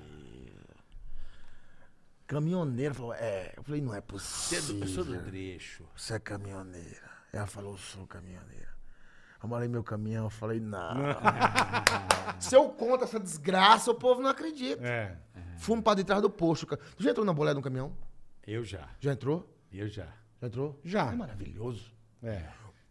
[SPEAKER 19] Caminhoneiro, falou, é. Eu falei, não é possível.
[SPEAKER 17] eu sou do trecho.
[SPEAKER 19] Você é caminhoneira. Ela falou, sou caminhoneira. Amarei meu caminhão, eu falei, não. Se eu conto essa desgraça, o povo não acredita.
[SPEAKER 2] É.
[SPEAKER 19] Fumo pra detrás do posto. cara. Tu já entrou na bolé de um caminhão?
[SPEAKER 17] Eu já.
[SPEAKER 19] Já entrou?
[SPEAKER 17] Eu já.
[SPEAKER 19] Já entrou?
[SPEAKER 2] Já.
[SPEAKER 19] É maravilhoso.
[SPEAKER 2] É.
[SPEAKER 19] É,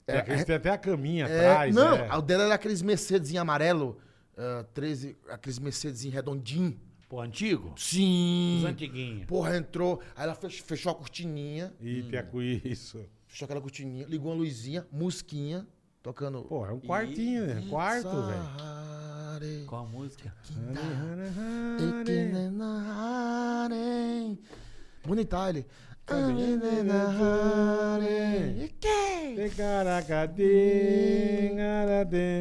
[SPEAKER 2] Tem, aqueles-
[SPEAKER 19] é-
[SPEAKER 2] tem até a caminha
[SPEAKER 19] É,
[SPEAKER 2] atrás.
[SPEAKER 19] não,
[SPEAKER 2] é.
[SPEAKER 19] o dela era aqueles Mercedes amarelo, ah, 13, aqueles Mercedes redondinho.
[SPEAKER 17] Pô, antigo?
[SPEAKER 19] Sim.
[SPEAKER 17] Os antiguinhos.
[SPEAKER 19] Porra, entrou. Aí ela fech- fechou a cortininha.
[SPEAKER 2] E tem a cu- isso.
[SPEAKER 19] Fechou aquela cortininha, ligou uma luzinha, musquinha, tocando.
[SPEAKER 2] Pô, é um quartinho, né? Quarto,
[SPEAKER 19] velho.
[SPEAKER 17] Qual a música?
[SPEAKER 19] Bonita ele.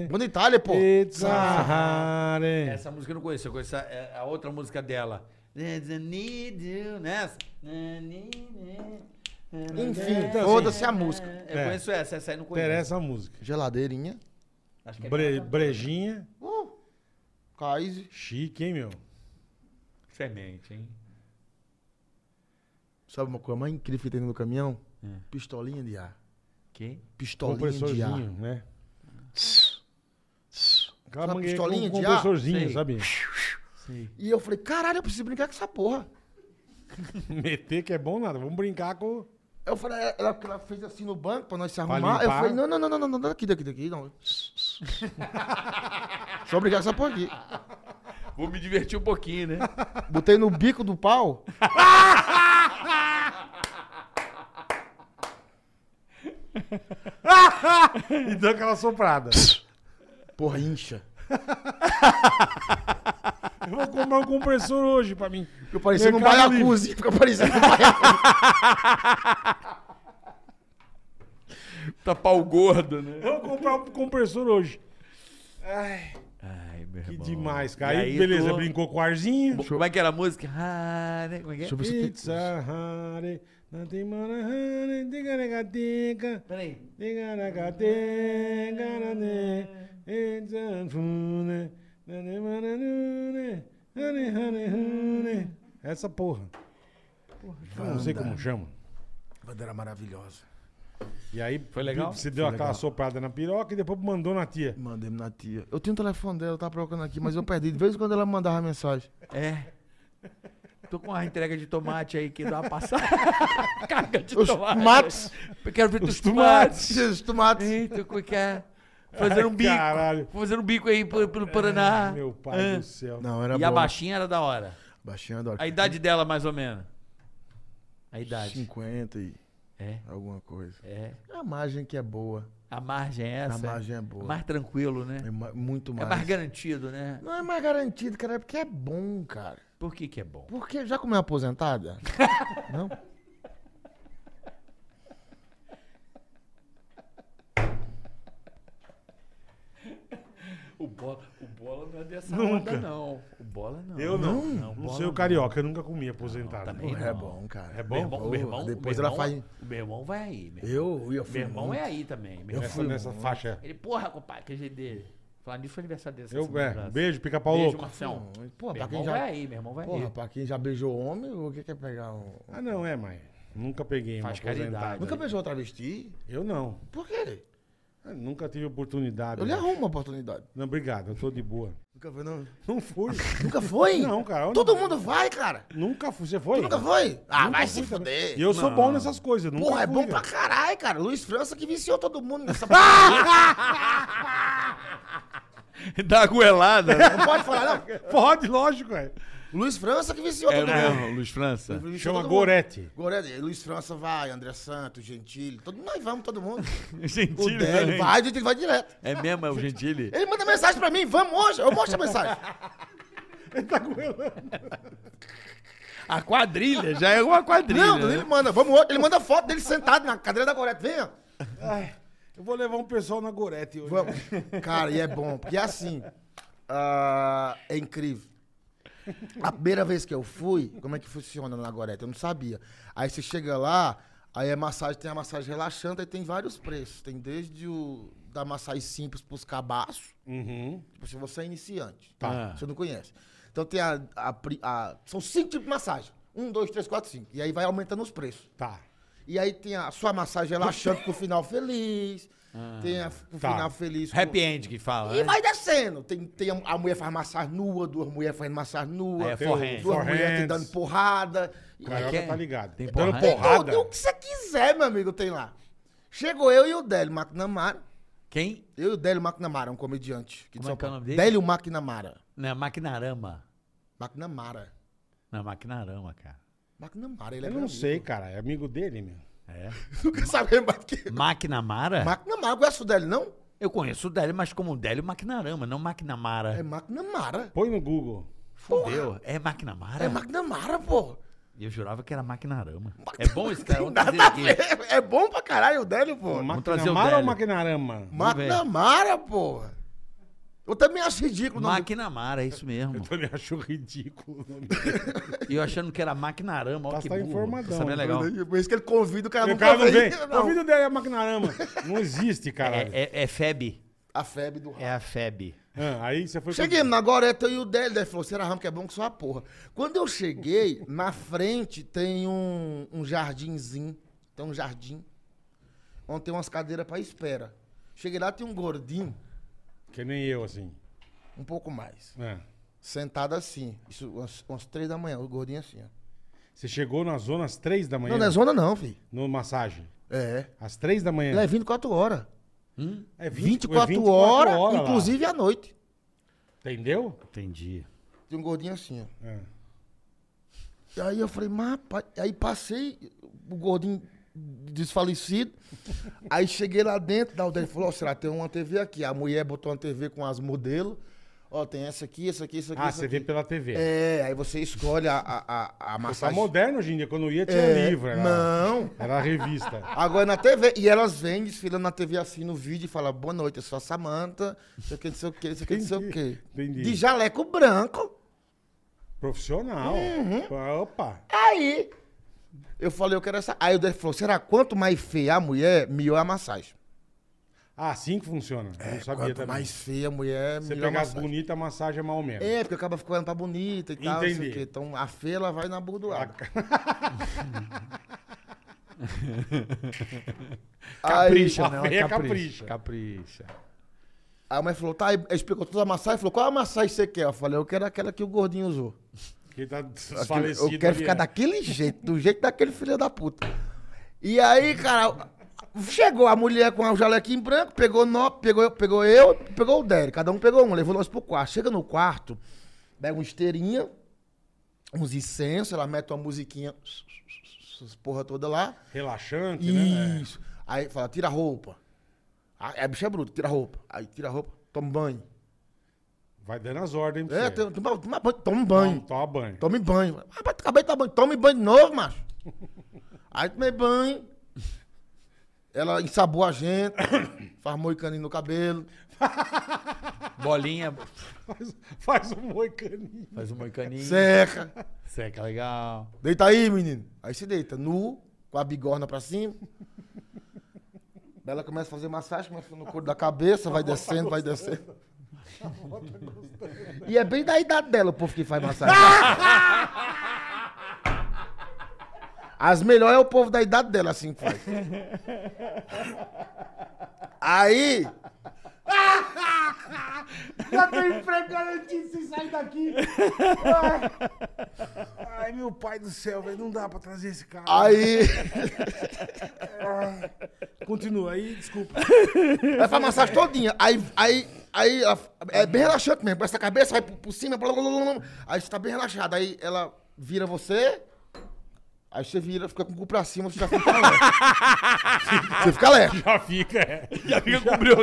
[SPEAKER 19] Bonita ele, pô.
[SPEAKER 6] Essa música eu não conheço, eu conheço a, é a outra música dela. There's a need you, nessa.
[SPEAKER 19] Enfim,
[SPEAKER 6] Então,
[SPEAKER 19] foda-se
[SPEAKER 6] assim,
[SPEAKER 19] a música.
[SPEAKER 6] Eu conheço essa, essa aí eu não conheço.
[SPEAKER 2] É. Interessa a música.
[SPEAKER 19] Geladeirinha.
[SPEAKER 6] Acho que é
[SPEAKER 2] Bre-
[SPEAKER 6] aquela-
[SPEAKER 2] brejinha.
[SPEAKER 19] Uh, Kaiser.
[SPEAKER 2] Chique, hein, meu?
[SPEAKER 17] Semente, hein?
[SPEAKER 19] Sabe uma coisa mais incrível que tem no caminhão? Pistolinha de ar.
[SPEAKER 17] Que?
[SPEAKER 19] Pistolinha de ar.
[SPEAKER 2] É. Compressorzinho, né? Aquela
[SPEAKER 19] Sabe,
[SPEAKER 2] mangueira
[SPEAKER 19] pistolinha
[SPEAKER 2] com
[SPEAKER 19] de ar?
[SPEAKER 2] compressorzinho,
[SPEAKER 19] Sei.
[SPEAKER 2] sabe?
[SPEAKER 19] E eu falei, caralho, eu preciso brincar com essa porra.
[SPEAKER 2] Meter que é bom nada. Vamos brincar com.
[SPEAKER 19] Eu falei, ela, ela fez assim no banco pra nós se
[SPEAKER 2] Pra
[SPEAKER 19] arrumar. Eu
[SPEAKER 2] limpar?
[SPEAKER 19] falei, não, não, não, não, não, não, daqui, daqui, daqui, não. Só brincar com essa porra aqui.
[SPEAKER 17] Vou me divertir um pouquinho, né?
[SPEAKER 19] Botei no bico do pau.
[SPEAKER 2] e deu aquela soprada.
[SPEAKER 19] Então Porra, incha.
[SPEAKER 2] Eu vou comprar um compressor hoje pra mim.
[SPEAKER 19] Fica parecendo um
[SPEAKER 2] Mercado Livre.
[SPEAKER 19] baiacuzi. Fica parecendo um baiacuzi.
[SPEAKER 17] Tá pau gordo, né?
[SPEAKER 2] Eu vou comprar um compressor hoje. Ai,
[SPEAKER 17] Ai, meu
[SPEAKER 2] que
[SPEAKER 17] irmão.
[SPEAKER 2] demais,
[SPEAKER 17] E
[SPEAKER 2] cara. Aí,
[SPEAKER 17] aí,
[SPEAKER 2] beleza,
[SPEAKER 17] tô-
[SPEAKER 2] brincou com o arzinho.
[SPEAKER 17] Como é que era a música? Ah, né? Como é que é?
[SPEAKER 2] Deixa eu ver se tem- Pizza Hare, na demora Hare, diga nega diga.
[SPEAKER 6] Peraí.
[SPEAKER 2] Diga nega diga, na ne, enza fune, na demora nune, hane hane hune. Essa porra. Eu não sei como chama.
[SPEAKER 19] Bandeira maravilhosa.
[SPEAKER 2] E aí,
[SPEAKER 19] Foi legal?
[SPEAKER 2] Você deu
[SPEAKER 19] Foi
[SPEAKER 2] aquela
[SPEAKER 19] legal.
[SPEAKER 2] soprada na piroca e depois mandou na tia.
[SPEAKER 19] Mandei na tia. Eu tenho o telefone dela, eu tava procurando aqui, mas eu perdi. De vez em quando ela me mandava mensagem.
[SPEAKER 6] É. Tô com uma entrega de tomate aí que dá uma passada. Carga de
[SPEAKER 19] Os
[SPEAKER 6] tomate.
[SPEAKER 19] tomates.
[SPEAKER 6] Eu quero ver
[SPEAKER 19] Os
[SPEAKER 6] os tomates.
[SPEAKER 19] tomates. Os tomates.
[SPEAKER 6] Eita, como é que é? Fazendo um
[SPEAKER 19] Ai,
[SPEAKER 6] bico.
[SPEAKER 19] caralho.
[SPEAKER 6] Fazendo um bico aí pelo, pelo Paraná.
[SPEAKER 2] meu pai do céu.
[SPEAKER 19] Não, era
[SPEAKER 6] E a
[SPEAKER 19] boa.
[SPEAKER 6] baixinha era da hora.
[SPEAKER 19] Baixinha da hora.
[SPEAKER 6] A idade dela, mais ou menos. A idade.
[SPEAKER 19] 50 e alguma coisa.
[SPEAKER 6] É.
[SPEAKER 19] A margem que é boa.
[SPEAKER 6] A margem é essa?
[SPEAKER 19] A margem é boa.
[SPEAKER 6] Mais tranquilo, né?
[SPEAKER 19] É ma- muito
[SPEAKER 6] É
[SPEAKER 19] mais.
[SPEAKER 6] mais garantido, né?
[SPEAKER 19] Não é mais garantido, cara, é porque é bom, cara.
[SPEAKER 6] Por que que é bom?
[SPEAKER 19] Porque já comeu aposentada? Não?
[SPEAKER 17] O bola, o bola não é dessa
[SPEAKER 2] Nunca.
[SPEAKER 17] onda, não. O bola não.
[SPEAKER 2] Eu não.
[SPEAKER 17] Não,
[SPEAKER 2] Não,
[SPEAKER 17] bola
[SPEAKER 2] sei o
[SPEAKER 17] não.
[SPEAKER 2] carioca, eu nunca comi aposentado.
[SPEAKER 17] também
[SPEAKER 2] Porra,
[SPEAKER 17] não.
[SPEAKER 2] É bom?
[SPEAKER 6] Meu irmão, meu irmão,
[SPEAKER 19] depois
[SPEAKER 6] meu
[SPEAKER 19] ela
[SPEAKER 6] irmão-
[SPEAKER 19] faz-
[SPEAKER 6] O meu irmão vai aí. Meu
[SPEAKER 19] Eu-
[SPEAKER 6] irmão.
[SPEAKER 19] eu fui
[SPEAKER 6] Meu irmão
[SPEAKER 19] muito.
[SPEAKER 6] é aí também. Meu
[SPEAKER 2] Eu
[SPEAKER 6] irmão.
[SPEAKER 2] fui Nessa muito. faixa.
[SPEAKER 6] Ele, porra, compadre, aquele jeito dele. Falando nisso, foi aniversário dele.
[SPEAKER 2] Eu- é, beijo, pica-pau
[SPEAKER 6] Beijo,
[SPEAKER 2] louco.
[SPEAKER 6] Marcião.
[SPEAKER 19] Pô,
[SPEAKER 6] meu
[SPEAKER 19] pra
[SPEAKER 6] irmão
[SPEAKER 19] quem já.
[SPEAKER 6] vai aí, meu irmão vai
[SPEAKER 19] Porra,
[SPEAKER 6] aí.
[SPEAKER 19] pra quem já beijou homem, o que que é pegar um.
[SPEAKER 2] Ah, não, é, mãe. Nunca peguei
[SPEAKER 19] Faz
[SPEAKER 2] uma aposentada.
[SPEAKER 19] caridade. Nunca beijou travesti?
[SPEAKER 2] Eu não.
[SPEAKER 19] Por quê?
[SPEAKER 2] Eu nunca tive oportunidade.
[SPEAKER 19] Eu lhe
[SPEAKER 2] acho.
[SPEAKER 19] arrumo uma oportunidade.
[SPEAKER 2] Não, obrigado, eu tô de boa.
[SPEAKER 19] Nunca foi, não?
[SPEAKER 2] Não fui.
[SPEAKER 19] Nunca foi?
[SPEAKER 2] Não, cara. eu
[SPEAKER 19] Todo
[SPEAKER 2] não-
[SPEAKER 19] mundo vai, cara.
[SPEAKER 2] Nunca fui. Você foi?
[SPEAKER 19] Tu nunca foi? Ah,
[SPEAKER 2] Nunca
[SPEAKER 19] vai
[SPEAKER 2] fui
[SPEAKER 19] se
[SPEAKER 2] também.
[SPEAKER 19] fuder.
[SPEAKER 2] E eu sou
[SPEAKER 19] Não.
[SPEAKER 2] bom nessas coisas. Nunca
[SPEAKER 19] Porra, é
[SPEAKER 2] fui,
[SPEAKER 19] bom
[SPEAKER 2] velho.
[SPEAKER 19] pra caralho, cara. Luiz França que viciou todo mundo nessa
[SPEAKER 5] Dá goelada. né?
[SPEAKER 19] Não pode falar, não.
[SPEAKER 2] Pode, lógico, é.
[SPEAKER 19] Luiz França que viciou
[SPEAKER 5] É
[SPEAKER 19] todo mundo.
[SPEAKER 5] mesmo, Luiz França.
[SPEAKER 19] Viciou
[SPEAKER 5] Chama
[SPEAKER 19] todo mundo.
[SPEAKER 5] Gorete.
[SPEAKER 19] Gorete. Luiz França vai, André Santos, Gentili. Todo... Nós vamos, todo mundo.
[SPEAKER 5] Gentili
[SPEAKER 19] O
[SPEAKER 6] né,
[SPEAKER 19] Délio
[SPEAKER 5] também.
[SPEAKER 19] vai, o Gentili vai direto.
[SPEAKER 5] É mesmo, é o Gentili?
[SPEAKER 19] Ele manda mensagem pra mim, vamos hoje. Eu mostro a mensagem.
[SPEAKER 2] Ele tá goelando.
[SPEAKER 5] A quadrilha, já é uma quadrilha.
[SPEAKER 19] Não,
[SPEAKER 5] né?
[SPEAKER 19] ele manda, vamos hoje. Ele manda foto dele sentado na cadeira da Gorete. Vem, ó.
[SPEAKER 2] Ai, eu vou levar um pessoal na Gorete hoje.
[SPEAKER 19] Vamos. Cara, e é bom, porque é assim. ah, é incrível. A primeira vez que eu fui, como é que funciona na Goreta? Eu não sabia. Aí você chega lá, aí é massagem, tem a massagem relaxante, aí tem vários preços. Tem desde o da massagem simples pros cabaços. Tipo, se você é iniciante,
[SPEAKER 2] Uhum. Tá.
[SPEAKER 19] você não conhece. Então tem a, a pri- a- São cinco tipos de massagem. Um, dois, três, quatro, cinco. E aí vai aumentando os preços.
[SPEAKER 2] Tá.
[SPEAKER 19] E aí tem a sua massagem relaxante com o final feliz. Tem a, o
[SPEAKER 5] Tá.
[SPEAKER 19] final feliz. com-
[SPEAKER 5] Happy end que fala.
[SPEAKER 19] e
[SPEAKER 5] né?
[SPEAKER 19] vai descendo. Tem, tem a, a mulher faz massagem nua, duas mulheres fazendo massagem nua.
[SPEAKER 5] Aí é forehand.
[SPEAKER 19] Duas mulheres
[SPEAKER 5] Forehand.
[SPEAKER 19] te dando porrada.
[SPEAKER 2] Como é que é? Tá ligado.
[SPEAKER 5] Tem
[SPEAKER 2] Dando
[SPEAKER 5] porrada?
[SPEAKER 2] porrada.
[SPEAKER 19] Tem tudo, o que você quiser, meu amigo, tem lá. Chegou eu e o Délio McNamara.
[SPEAKER 5] Quem?
[SPEAKER 19] Eu e o Délio McNamara, um comediante. Que de
[SPEAKER 5] Como
[SPEAKER 19] São
[SPEAKER 5] é que é o
[SPEAKER 19] Paulo.
[SPEAKER 5] nome dele?
[SPEAKER 19] Délio McNamara.
[SPEAKER 5] Não, é Maquinarama.
[SPEAKER 19] McNamara.
[SPEAKER 5] Não, Maquinarama, cara.
[SPEAKER 19] McNamara, ele é
[SPEAKER 2] Eu
[SPEAKER 19] meu
[SPEAKER 2] não
[SPEAKER 19] amigo.
[SPEAKER 2] sei, cara. É amigo dele, meu.
[SPEAKER 5] É.
[SPEAKER 19] Nunca sabemos mais que...
[SPEAKER 5] Maquinamara?
[SPEAKER 19] McNamara, conhece o Délio, não?
[SPEAKER 5] Eu conheço o Délio, mas como Délio Maquinarama, não Maquinamara.
[SPEAKER 19] É McNamara.
[SPEAKER 2] Põe no Google.
[SPEAKER 5] Fudeu. É Maquinamara?
[SPEAKER 19] É McNamara, pô.
[SPEAKER 5] Eu jurava que era Maquinarama. É bom esse cara? Vamos
[SPEAKER 19] Nada
[SPEAKER 5] trazer aqui.
[SPEAKER 19] a ver. É bom pra caralho o Délio, pô.
[SPEAKER 5] Vamos trazer o
[SPEAKER 2] Maquinamara ou
[SPEAKER 5] Délio.
[SPEAKER 2] Maquinarama?
[SPEAKER 19] McNamara, porra. Eu também acho ridículo. o nome
[SPEAKER 5] Maquinamara, é isso mesmo. Eu
[SPEAKER 2] também acho ridículo o nome
[SPEAKER 5] E eu achando que era Maquinarama, ó
[SPEAKER 2] Tá-
[SPEAKER 5] que
[SPEAKER 2] tá
[SPEAKER 5] burro.
[SPEAKER 2] informadão.
[SPEAKER 5] Isso é bem
[SPEAKER 6] então,
[SPEAKER 5] legal.
[SPEAKER 6] né?
[SPEAKER 19] Por isso que ele convida o cara
[SPEAKER 2] O
[SPEAKER 19] não
[SPEAKER 2] cara não vem.
[SPEAKER 19] não.
[SPEAKER 2] Convida o Délio a Maquinarama. Não existe, caralho.
[SPEAKER 5] É, é, é Feb.
[SPEAKER 19] A febre do ramo.
[SPEAKER 5] É a Feb.
[SPEAKER 2] Ah, aí você foi...
[SPEAKER 19] Cheguei na Goreta e o Délio daí falou: será ramo que é bom que só a porra. Quando eu cheguei, na frente tem um, um jardinzinho. Tem um jardim. Onde tem umas cadeiras pra espera. Cheguei lá, tem um gordinho,
[SPEAKER 2] Que nem eu, assim.
[SPEAKER 19] um pouco mais.
[SPEAKER 2] É.
[SPEAKER 19] Sentado assim. Isso, umas, umas três da manhã, o gordinho assim, ó.
[SPEAKER 2] Você chegou na zona às três da manhã?
[SPEAKER 19] Não, não é zona não, filho.
[SPEAKER 2] No massagem?
[SPEAKER 19] É.
[SPEAKER 2] Às três da manhã?
[SPEAKER 19] Ele é 24 horas.
[SPEAKER 5] Hum?
[SPEAKER 2] É 20,
[SPEAKER 19] 24, horas, inclusive à noite.
[SPEAKER 2] Entendeu?
[SPEAKER 5] Entendi.
[SPEAKER 19] Tem um gordinho assim, ó.
[SPEAKER 2] É.
[SPEAKER 19] E aí eu falei, mas rapaz, aí passei o gordinho desfalecido. aí cheguei lá dentro, da ele falou, ó, será que tem uma TV aqui? A mulher botou uma TV com as modelos. Ó, tem essa aqui, essa aqui, essa aqui.
[SPEAKER 2] Ah,
[SPEAKER 19] essa
[SPEAKER 2] você
[SPEAKER 19] aqui.
[SPEAKER 2] vê pela TV.
[SPEAKER 19] É, aí você escolhe a, a, a, a
[SPEAKER 2] Tá
[SPEAKER 19] massagem.
[SPEAKER 2] moderno hoje em dia. Quando eu ia, tinha um
[SPEAKER 19] É,
[SPEAKER 2] livro. Era,
[SPEAKER 19] não.
[SPEAKER 2] Era revista.
[SPEAKER 19] Agora na TV, e elas vêm desfilando na TV assim no vídeo e falam, boa noite, eu sou a Samanta, não sei o que, não sei o que, não sei o que, não sei o que.
[SPEAKER 2] Entendi.
[SPEAKER 19] De jaleco branco. Uhum.
[SPEAKER 2] Profissional. Opa.
[SPEAKER 19] Aí eu falei, eu quero essa. Aí o Délio falou, será quanto mais feia a mulher, melhor a massagem.
[SPEAKER 2] Ah, assim que funciona. Eu não sabia
[SPEAKER 19] É, quanto
[SPEAKER 2] também.
[SPEAKER 19] mais feia a mulher,
[SPEAKER 2] Você
[SPEAKER 19] melhor a
[SPEAKER 2] pegar as
[SPEAKER 19] massagem.
[SPEAKER 2] bonitas, a massagem é mal menos.
[SPEAKER 19] É, porque acaba ficando pra bonita e tal, não sei
[SPEAKER 2] Entendi.
[SPEAKER 19] o quê. Então a feia ela vai na bordoada.
[SPEAKER 5] Capricha,
[SPEAKER 19] Aí-
[SPEAKER 5] né?
[SPEAKER 19] A feia
[SPEAKER 5] capricha.
[SPEAKER 2] é
[SPEAKER 19] capricha.
[SPEAKER 5] Capricha.
[SPEAKER 19] Aí a mulher falou, tá, aí explicou toda a massagem, falou, qual a massagem você quer? Eu falei, eu quero aquela que o gordinho usou.
[SPEAKER 2] Quem tá
[SPEAKER 19] Eu
[SPEAKER 2] desfalecido.
[SPEAKER 19] quero
[SPEAKER 2] ali,
[SPEAKER 19] ficar
[SPEAKER 2] né?
[SPEAKER 19] daquele jeito, do jeito daquele filho da puta. E aí, cara, chegou a mulher com o jalequinho branco, pegou, nó, pegou, pegou eu, pegou o Derek, cada um pegou um, levou nós pro quarto. Chega no quarto, pega uma esteirinha, uns incensos, ela mete uma musiquinha, essas porra toda lá.
[SPEAKER 2] Relaxante, né?
[SPEAKER 19] Isso. Aí fala, tira a roupa. Aí a bicha é bruta, tira a roupa. Aí tira a roupa, toma banho.
[SPEAKER 2] Vai dando as ordens. pra
[SPEAKER 19] É,
[SPEAKER 2] você.
[SPEAKER 19] toma, toma, banho, toma um banho.
[SPEAKER 2] Toma, toma banho.
[SPEAKER 19] Tome banho. Rapaz, tu acabei de tomar banho. Tome banho de novo, macho. Aí tomei banho. Ela ensabou a gente. Faz moicaninho no cabelo.
[SPEAKER 5] Bolinha.
[SPEAKER 2] Faz, faz um moicaninho.
[SPEAKER 5] Faz um moicaninho.
[SPEAKER 19] Seca.
[SPEAKER 5] Seca, legal.
[SPEAKER 19] Deita aí, menino. Aí se deita, nu, com a bigorna pra cima. Daí Ela começa a fazer massagem, começa no couro da cabeça, vai descendo, vai descendo. E é bem da idade dela o povo que faz massagem. As melhores é o povo da idade dela, assim, que faz. Aí,
[SPEAKER 1] Já tô empregando antes de sair daqui.
[SPEAKER 18] Ai, meu pai do céu, velho, não dá pra trazer esse cara.
[SPEAKER 19] Aí.
[SPEAKER 18] Ai, Continua aí, desculpa.
[SPEAKER 19] Ela faz massagem todinha. Aí, aí, aí ela- é bem relaxante mesmo. Essa cabeça vai por, por cima, blá, blá, blá, blá, blá. aí você tá bem relaxado. Aí ela vira você, aí você vira, fica com o cu pra cima, você já fica leve. Você fica leve.
[SPEAKER 6] Já fica, é. Já fica com o brilho.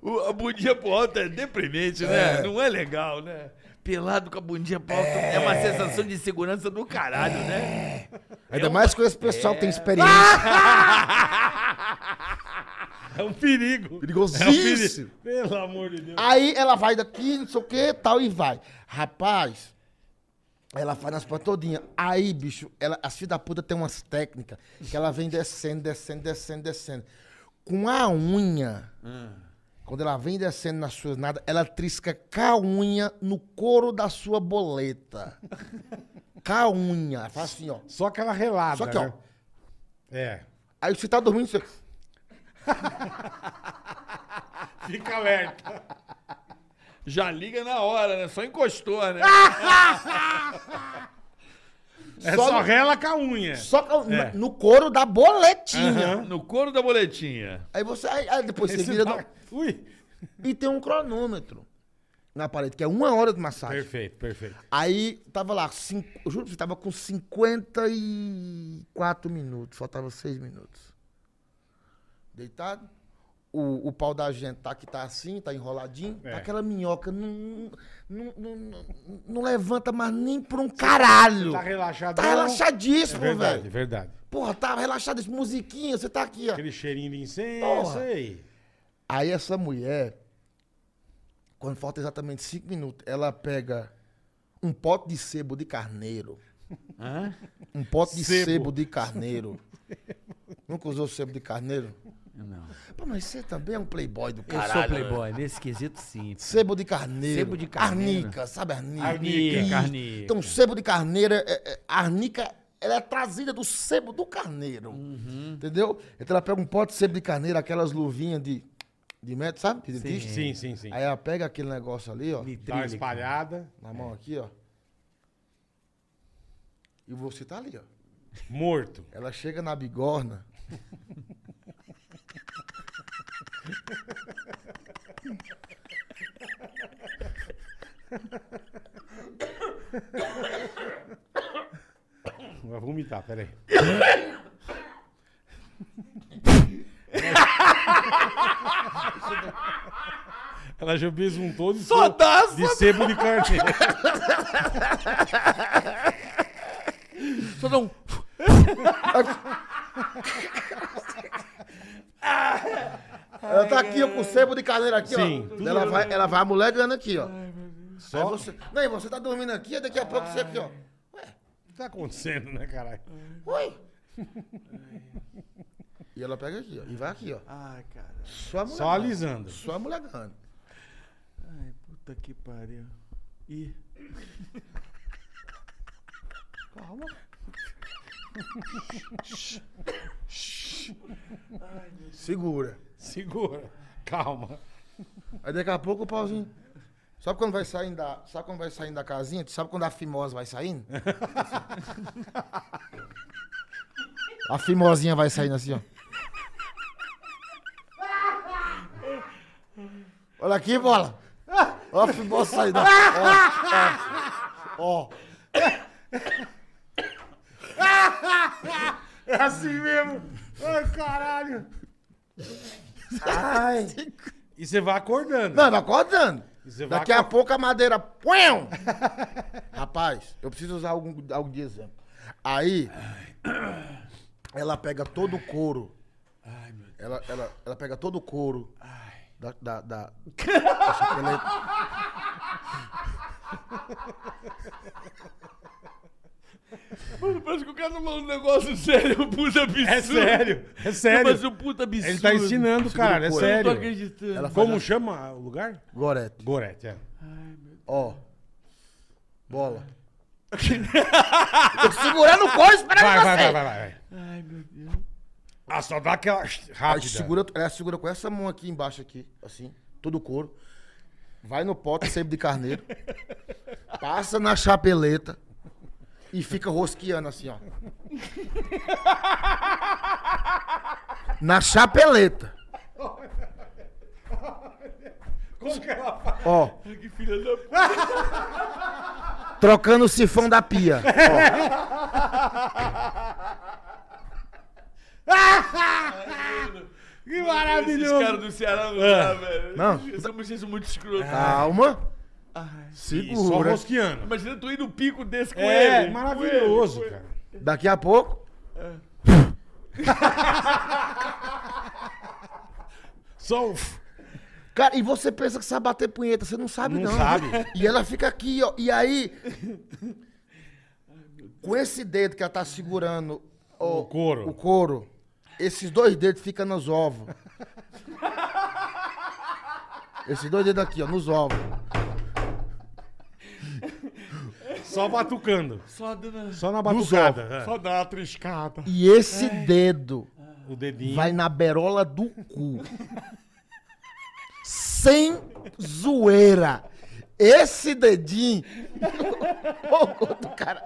[SPEAKER 6] o- A bundinha pro alto é deprimente, né?
[SPEAKER 19] É.
[SPEAKER 6] Não é legal, né? Pelado com a bundinha pro alto é, uma sensação de segurança do caralho, né?
[SPEAKER 19] Ainda mais com esse pessoal que tem experiência.
[SPEAKER 6] É um perigo. É um
[SPEAKER 19] Perigosíssimo.
[SPEAKER 2] Pelo amor de Deus.
[SPEAKER 19] Aí ela vai daqui, não sei o que, tal, e vai. Rapaz, ela faz nas portas todinhas. Aí, bicho, ela, as filhas da puta tem umas técnicas que ela vem descendo, descendo, descendo, descendo. Com a unha, quando ela vem descendo nas suas nada, ela trisca com a unha no couro da sua boleta. Com a unha. Ela faz assim, ó.
[SPEAKER 2] Só aquela relada.
[SPEAKER 19] Só que, ó.
[SPEAKER 2] né? É.
[SPEAKER 19] Aí você tá dormindo, você...
[SPEAKER 6] Fica alerta. Já liga na hora, né? Só encostou, né?
[SPEAKER 2] É só rela com a unha.
[SPEAKER 19] Só com-
[SPEAKER 6] É.
[SPEAKER 19] no couro da boletinha.
[SPEAKER 6] Aham, No couro da boletinha.
[SPEAKER 19] Aí você. Aí, aí depois você
[SPEAKER 6] Esse
[SPEAKER 19] vira.
[SPEAKER 6] dá-
[SPEAKER 19] no- E tem um cronômetro na parede, que é uma hora de massagem.
[SPEAKER 2] Perfeito, perfeito.
[SPEAKER 19] Tá Aí tava lá, cinco, eu juro, pra você tava com 54 minutos, faltava 6 minutos. Deitado. O, o pau da gente tá que tá assim, tá enroladinho.
[SPEAKER 1] É.
[SPEAKER 19] Tá aquela minhoca não, não, não, não- não levanta mais nem por um caralho.
[SPEAKER 2] Tá relaxado.
[SPEAKER 19] Tá relaxadíssimo,
[SPEAKER 2] é verdade,
[SPEAKER 19] velho.
[SPEAKER 2] É verdade.
[SPEAKER 19] Porra, tá relaxado, isso, musiquinha, você tá aqui, ó.
[SPEAKER 2] Aquele cheirinho de incenso.
[SPEAKER 19] Porra.
[SPEAKER 2] Aí.
[SPEAKER 19] Aí essa mulher, quando falta exatamente cinco minutos, ela pega um pote de sebo de carneiro. Um pote de
[SPEAKER 1] Sebo.
[SPEAKER 19] sebo, de carneiro. Nunca usou sebo de carneiro?
[SPEAKER 6] Não.
[SPEAKER 19] Pô, mas você também é um playboy do
[SPEAKER 6] Eu
[SPEAKER 19] caralho.
[SPEAKER 6] sou playboy, nesse quesito sim.
[SPEAKER 19] Sebo de carneiro.
[SPEAKER 6] Sebo de carneiro.
[SPEAKER 19] Arnica, sabe arnica?
[SPEAKER 6] Arnica,
[SPEAKER 19] Isso.
[SPEAKER 6] arnica.
[SPEAKER 19] Então, sebo de carneiro, é- é- a arnica, ela é trazida do sebo do carneiro.
[SPEAKER 6] Uhum.
[SPEAKER 19] Entendeu? Então ela pega um pote de sebo de carneiro, aquelas luvinhas de, de metro, sabe? De dentista.
[SPEAKER 2] Sim, sim, sim.
[SPEAKER 19] Aí ela pega aquele negócio ali, ó.
[SPEAKER 2] Dá uma espalhada.
[SPEAKER 19] Na mão aqui, ó. E você tá ali, ó.
[SPEAKER 2] Morto.
[SPEAKER 19] Ela chega na bigorna.
[SPEAKER 2] Vai vomitar, peraí. Ela já besuntou de,
[SPEAKER 1] Só
[SPEAKER 2] sebo-
[SPEAKER 1] dá, só
[SPEAKER 2] de
[SPEAKER 1] dá.
[SPEAKER 2] sebo de Tá carneiro.
[SPEAKER 1] Só dá um.
[SPEAKER 19] Ela tá aqui, ó, com o sebo de carneiro aqui,
[SPEAKER 1] Sim,
[SPEAKER 19] ó.
[SPEAKER 1] tudo
[SPEAKER 19] Ela
[SPEAKER 1] bem.
[SPEAKER 19] vai, ela vai, a mulher dando aqui, ó. Aí você, não, e você tá dormindo aqui, daqui a pouco você aqui, ó.
[SPEAKER 2] O que tá acontecendo, né, caralho?
[SPEAKER 19] Oi! E ela pega aqui, ó. E vai aqui, ó.
[SPEAKER 1] Ai, cara.
[SPEAKER 19] Só a mulher.
[SPEAKER 2] Só alisando.
[SPEAKER 19] Só a mulher ganhando.
[SPEAKER 1] Ai, puta que pariu. Ih. Calma. Ai, meu Deus.
[SPEAKER 19] Segura.
[SPEAKER 2] Segura. Calma.
[SPEAKER 19] Aí daqui a pouco o pauzinho. Sabe quando vai saindo da, sabe quando vai saindo da casinha? Tu sabe quando a fimosa vai saindo? a fimosinha vai saindo assim, ó. Olha aqui, bola. Olha a fimosa saindo. ó.
[SPEAKER 1] Ah,
[SPEAKER 19] Ó, ó, ó.
[SPEAKER 1] É assim mesmo. Ai, caralho.
[SPEAKER 19] Ai.
[SPEAKER 2] E você vai acordando.
[SPEAKER 19] Não, vai acordando.
[SPEAKER 2] Você vai
[SPEAKER 19] Daqui a pouco a madeira. Puiu! Rapaz, eu preciso usar algum, algo de exemplo. Aí, ela pega todo o couro. Ela, ela, ela pega todo o couro. Da. da, da- da chapeleta.
[SPEAKER 6] Mano, parece que o cara tá falando um negócio sério, um puta absurdo.
[SPEAKER 2] É sério, é sério.
[SPEAKER 6] Mas um puta absurdo.
[SPEAKER 2] Ele tá ensinando,
[SPEAKER 6] Segura
[SPEAKER 2] cara,
[SPEAKER 6] o
[SPEAKER 2] é
[SPEAKER 6] couro.
[SPEAKER 2] sério.
[SPEAKER 6] Eu não tô acreditando.
[SPEAKER 2] Como chama o lugar?
[SPEAKER 19] Gorete.
[SPEAKER 2] Gorete, é.
[SPEAKER 19] Ó. Bola.
[SPEAKER 16] Tô segurando o couro esperando
[SPEAKER 2] Vai,
[SPEAKER 16] você.
[SPEAKER 2] vai, vai, vai, vai.
[SPEAKER 19] Ai, meu Deus.
[SPEAKER 2] Ah, só dá aquela
[SPEAKER 19] Ela
[SPEAKER 2] rápida.
[SPEAKER 19] segura, ela segura com essa mão aqui embaixo, aqui, assim, todo o couro. Vai no pote, sempre de carneiro. passa na chapeleta e fica rosqueando assim, ó. Na chapeleta.
[SPEAKER 2] Como que ela faz?
[SPEAKER 19] Ó.
[SPEAKER 2] Que filha da puta.
[SPEAKER 19] Trocando o sifão da pia. ó.
[SPEAKER 2] que
[SPEAKER 17] Esses caras do Ceará
[SPEAKER 6] É.
[SPEAKER 17] não dá, velho.
[SPEAKER 19] Não.
[SPEAKER 17] Eles são vocês são muito escrotos.
[SPEAKER 19] Calma.
[SPEAKER 17] Ih,
[SPEAKER 6] Ah,
[SPEAKER 19] Segura.
[SPEAKER 17] só rosqueando. Imagina tu ir no pico desse com
[SPEAKER 19] É,
[SPEAKER 17] ele.
[SPEAKER 19] maravilhoso,
[SPEAKER 17] Com É. ele,
[SPEAKER 2] cara.
[SPEAKER 19] Daqui a pouco.
[SPEAKER 2] Só um.
[SPEAKER 19] Cara, e você pensa que sabe bater punheta, você não sabe, não.
[SPEAKER 2] Não sabe.
[SPEAKER 19] E ela fica aqui, ó. E aí. Com esse dedo que ela tá segurando o, couro. O couro. Esses dois dedos ficam nos ovos. Esses dois dedos aqui, ó, nos ovos.
[SPEAKER 2] Só batucando.
[SPEAKER 17] Só dando...
[SPEAKER 2] Só na
[SPEAKER 19] Nos
[SPEAKER 2] batucada.
[SPEAKER 19] ovos.
[SPEAKER 2] é.
[SPEAKER 17] Só dá uma triscada.
[SPEAKER 19] E esse
[SPEAKER 1] É.
[SPEAKER 19] dedo
[SPEAKER 2] O dedinho.
[SPEAKER 19] vai na berola do cu. Sem zoeira. Esse dedinho. Ô, ô, do caralho.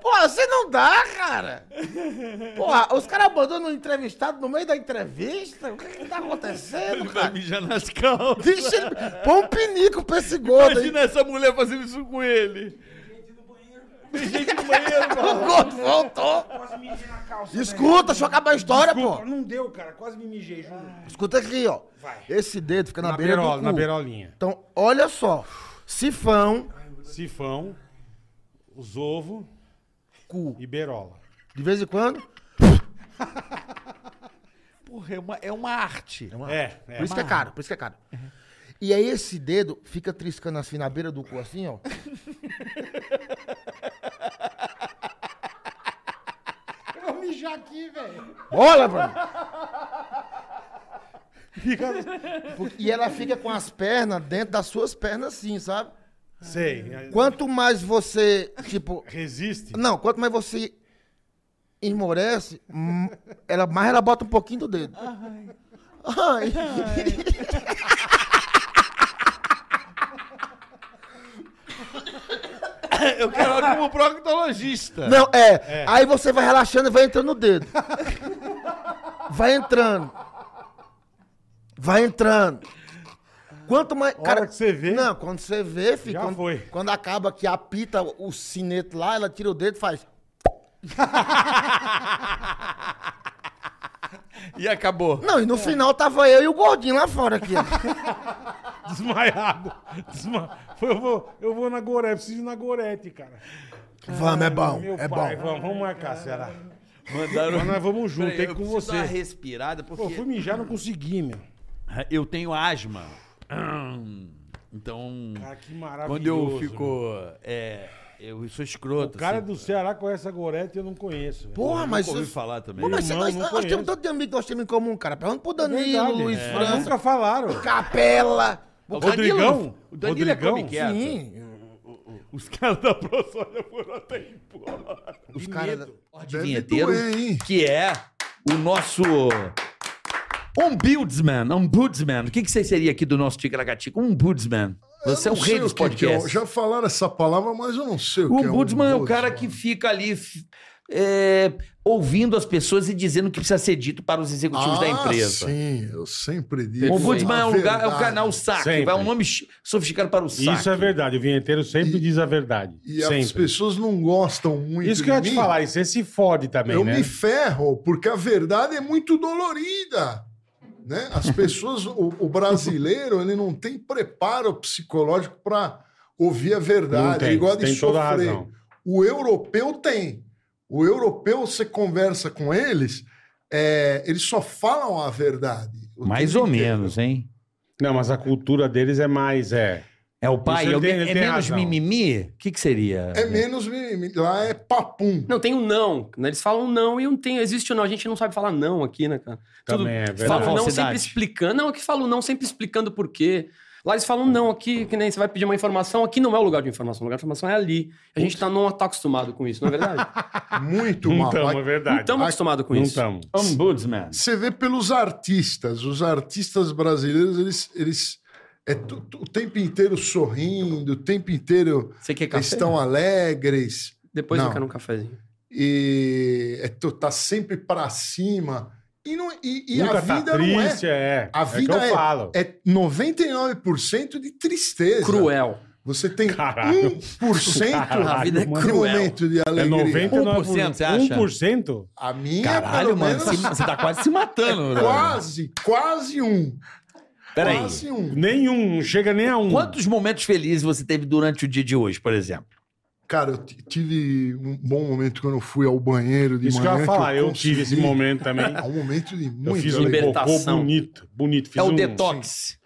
[SPEAKER 19] Porra, você não dá, cara! Porra, os caras abandonam um entrevistado no meio da entrevista? O que, que tá acontecendo, cara?
[SPEAKER 17] mijar nas calças.
[SPEAKER 19] Deixa ele... Põe um pinico pra esse gordo aí.
[SPEAKER 17] Imagina essa mulher fazendo isso com ele. Tem gente
[SPEAKER 19] um
[SPEAKER 17] no banheiro,
[SPEAKER 19] O gordo voltou.
[SPEAKER 2] Quase me mijei na calça. né?
[SPEAKER 19] Escuta, deixa eu acabar a história, pô.
[SPEAKER 2] Não deu, cara. Quase me mijei, juro.
[SPEAKER 19] Escuta aqui, ó. Esse dedo fica na,
[SPEAKER 2] Na
[SPEAKER 19] beira
[SPEAKER 2] berola,
[SPEAKER 19] do cu.
[SPEAKER 2] na berolinha.
[SPEAKER 19] Então, olha só. Sifão,
[SPEAKER 2] Sifão, os ovos,
[SPEAKER 19] cu
[SPEAKER 2] e berola.
[SPEAKER 19] de vez em quando.
[SPEAKER 17] Porra, é uma, é uma arte.
[SPEAKER 19] É, uma
[SPEAKER 2] É,
[SPEAKER 19] arte.
[SPEAKER 2] é. Uhum.
[SPEAKER 19] Por isso que é caro, por isso que é caro. E aí esse dedo fica triscando assim na beira do cu, assim, ó.
[SPEAKER 1] Eu vou mijar aqui, velho.
[SPEAKER 19] Bola, Bruno!
[SPEAKER 2] Fica...
[SPEAKER 19] E ela fica com as pernas dentro das suas pernas, assim, sabe?
[SPEAKER 2] Sei.
[SPEAKER 19] Quanto mais você, tipo.
[SPEAKER 2] Resiste?
[SPEAKER 19] Não, quanto mais você esmorece, hum, ela, mais ela bota um pouquinho do dedo. Ai.
[SPEAKER 17] Eu quero ela como proctologista.
[SPEAKER 19] Não, é, Aí você vai relaxando e vai entrando no dedo. Vai entrando. Vai entrando. Quanto mais. Cara,
[SPEAKER 2] que você vê.
[SPEAKER 19] Não, quando você vê, fica.
[SPEAKER 2] Já
[SPEAKER 19] quando,
[SPEAKER 2] foi.
[SPEAKER 19] quando acaba que apita o sineto lá, ela tira o dedo e faz.
[SPEAKER 17] E acabou.
[SPEAKER 19] Não,
[SPEAKER 2] É.
[SPEAKER 6] É.
[SPEAKER 19] e no final tava eu e o gordinho lá fora aqui. ó.
[SPEAKER 2] Desmaiado. Desma... Foi, Eu, vou, eu vou na Gorete, preciso ir na Gorete, cara.
[SPEAKER 19] Vamos, é bom,
[SPEAKER 2] Meu
[SPEAKER 19] é
[SPEAKER 2] pai,
[SPEAKER 19] bom.
[SPEAKER 2] Vamos, vamos marcar, Ceará.
[SPEAKER 6] Mandaram-
[SPEAKER 2] Mas nós vamos junto,
[SPEAKER 6] Peraí,
[SPEAKER 2] aí
[SPEAKER 6] eu
[SPEAKER 2] com
[SPEAKER 6] preciso
[SPEAKER 2] você.
[SPEAKER 6] dar uma respirada, porque-
[SPEAKER 2] Pô, fui mijar, não consegui, meu.
[SPEAKER 6] Eu tenho asma. Então.
[SPEAKER 2] Cara, que maravilhoso,
[SPEAKER 6] Quando eu fico. É, eu sou escroto.
[SPEAKER 2] O cara
[SPEAKER 6] assim.
[SPEAKER 2] do Ceará conhece a Gorete e eu não conheço. velho.
[SPEAKER 19] Porra,
[SPEAKER 6] nunca
[SPEAKER 19] mas.
[SPEAKER 6] ouvi
[SPEAKER 19] isso-
[SPEAKER 6] falar também.
[SPEAKER 19] Pô, mas
[SPEAKER 2] Irmão,
[SPEAKER 19] nós,
[SPEAKER 2] não
[SPEAKER 19] nós
[SPEAKER 2] conheço.
[SPEAKER 19] temos tanto de amigo que nós temos em comum, cara. Pergunta pro Danilo,
[SPEAKER 2] Verdade.
[SPEAKER 19] Luiz
[SPEAKER 2] É.
[SPEAKER 19] França.
[SPEAKER 2] Nunca falaram.
[SPEAKER 19] Capela.
[SPEAKER 2] O Rodrigão?
[SPEAKER 17] O Danilo é come quieto.
[SPEAKER 19] Sim.
[SPEAKER 17] Os caras da ProSoja foram até embora.
[SPEAKER 19] Os caras da-
[SPEAKER 6] de vinheteiro, que é o nosso ombudsman, ombudsman. O que, que você seria aqui do nosso Ticaracatica? Um ombudsman. Você é o
[SPEAKER 9] não sei
[SPEAKER 6] rei dos
[SPEAKER 9] o que que é,
[SPEAKER 6] podcasts.
[SPEAKER 9] já falaram essa palavra, mas eu não sei o,
[SPEAKER 6] O
[SPEAKER 9] que é.
[SPEAKER 6] ombudsman é o cara que fica ali f- é, ouvindo as pessoas e dizendo o que precisa ser dito para os executivos
[SPEAKER 9] Ah,
[SPEAKER 6] da empresa.
[SPEAKER 9] Sim, eu sempre digo.
[SPEAKER 6] O ombudsman é
[SPEAKER 9] a
[SPEAKER 6] um lugar, é o
[SPEAKER 9] verdade.
[SPEAKER 6] canal saque,
[SPEAKER 2] Sempre.
[SPEAKER 6] vai um nome ch- sofisticado para o saque.
[SPEAKER 2] Isso é verdade. O vinheteiro sempre diz a verdade.
[SPEAKER 9] E as
[SPEAKER 2] sempre.
[SPEAKER 9] pessoas não gostam muito
[SPEAKER 2] Isso que eu ia
[SPEAKER 9] de
[SPEAKER 2] te
[SPEAKER 9] mim.
[SPEAKER 2] falar, e você se fode também,
[SPEAKER 9] eu
[SPEAKER 2] né?
[SPEAKER 9] me ferro, porque a verdade é muito dolorida. Né? As pessoas, o, o brasileiro, ele não tem preparo psicológico para ouvir a
[SPEAKER 2] Não
[SPEAKER 9] verdade.
[SPEAKER 2] tem,
[SPEAKER 9] ele gosta
[SPEAKER 2] tem
[SPEAKER 9] de
[SPEAKER 2] toda a
[SPEAKER 9] sofrer.
[SPEAKER 2] razão.
[SPEAKER 9] O europeu tem. O europeu, você conversa com eles, é, eles só falam a verdade.
[SPEAKER 6] Mais ou menos, hein?
[SPEAKER 2] Não, mas a cultura deles é mais, é.
[SPEAKER 6] É o pai?
[SPEAKER 9] Isso ele
[SPEAKER 6] Alguém-
[SPEAKER 9] tem- ele
[SPEAKER 6] é
[SPEAKER 9] tem
[SPEAKER 6] menos
[SPEAKER 9] razão.
[SPEAKER 6] mimimi? O que, que seria?
[SPEAKER 9] É menos mimimi. Lá é papum.
[SPEAKER 7] Não, tem o não. né? Eles falam não e não tem. Existe o não. A gente não sabe falar não aqui, né, cara?
[SPEAKER 6] Também é verdade.
[SPEAKER 7] Fala o não
[SPEAKER 6] Falsidade.
[SPEAKER 7] sempre explicando. Não, aqui fala o não sempre explicando por quê. Lá eles falam não aqui, que nem você vai pedir uma informação. Aqui não é o lugar de informação. O lugar de informação é ali. A gente tá, não tá acostumado com isso, não é verdade?
[SPEAKER 9] Muito
[SPEAKER 7] Não
[SPEAKER 9] mal.
[SPEAKER 2] Então,
[SPEAKER 7] tamo, é verdade. Não tamo acostumado com isso.
[SPEAKER 9] Não
[SPEAKER 7] Não tamo.
[SPEAKER 9] estamos.
[SPEAKER 6] Ombudsman.
[SPEAKER 9] Você vê pelos artistas. Os artistas brasileiros, eles... eles é tu- tu- o tempo inteiro sorrindo, o tempo inteiro
[SPEAKER 7] Você quer café?
[SPEAKER 9] estão alegres.
[SPEAKER 7] Depois
[SPEAKER 9] não.
[SPEAKER 7] eu quero um cafezinho.
[SPEAKER 9] e é, tu tá sempre pra cima. E, não, e, e a
[SPEAKER 18] Nunca
[SPEAKER 9] vida
[SPEAKER 18] tá
[SPEAKER 9] não é.
[SPEAKER 18] triste, é.
[SPEAKER 9] A
[SPEAKER 18] É que
[SPEAKER 9] vida
[SPEAKER 18] eu
[SPEAKER 9] é,
[SPEAKER 18] falo.
[SPEAKER 9] é 99% de tristeza.
[SPEAKER 7] Cruel.
[SPEAKER 9] Você tem
[SPEAKER 18] Caralho.
[SPEAKER 9] 1%
[SPEAKER 18] Caralho,
[SPEAKER 9] a vida é
[SPEAKER 18] mano.
[SPEAKER 9] cruel. Um momento de alegria.
[SPEAKER 18] É
[SPEAKER 6] Um
[SPEAKER 7] Um
[SPEAKER 18] 99%, você acha?
[SPEAKER 2] 1%?
[SPEAKER 9] A minha,
[SPEAKER 6] Caralho,
[SPEAKER 9] pelo
[SPEAKER 6] mano,
[SPEAKER 9] menos- é
[SPEAKER 6] você- você tá quase se matando, né?
[SPEAKER 9] quase, quase um.
[SPEAKER 6] Peraí.
[SPEAKER 9] Quase um.
[SPEAKER 6] Nenhum, não chega nem a um. Quantos momentos felizes você teve durante o dia de hoje, por exemplo?
[SPEAKER 9] Cara, eu t- tive um bom momento quando eu fui ao banheiro de
[SPEAKER 6] Isso que eu
[SPEAKER 9] manhã.
[SPEAKER 6] ia falar, eu
[SPEAKER 9] consegui.
[SPEAKER 6] tive esse momento também.
[SPEAKER 9] É um momento de muito
[SPEAKER 2] fiz um cocô bonito, bonito. Fiz
[SPEAKER 9] É o
[SPEAKER 2] um-
[SPEAKER 9] detox.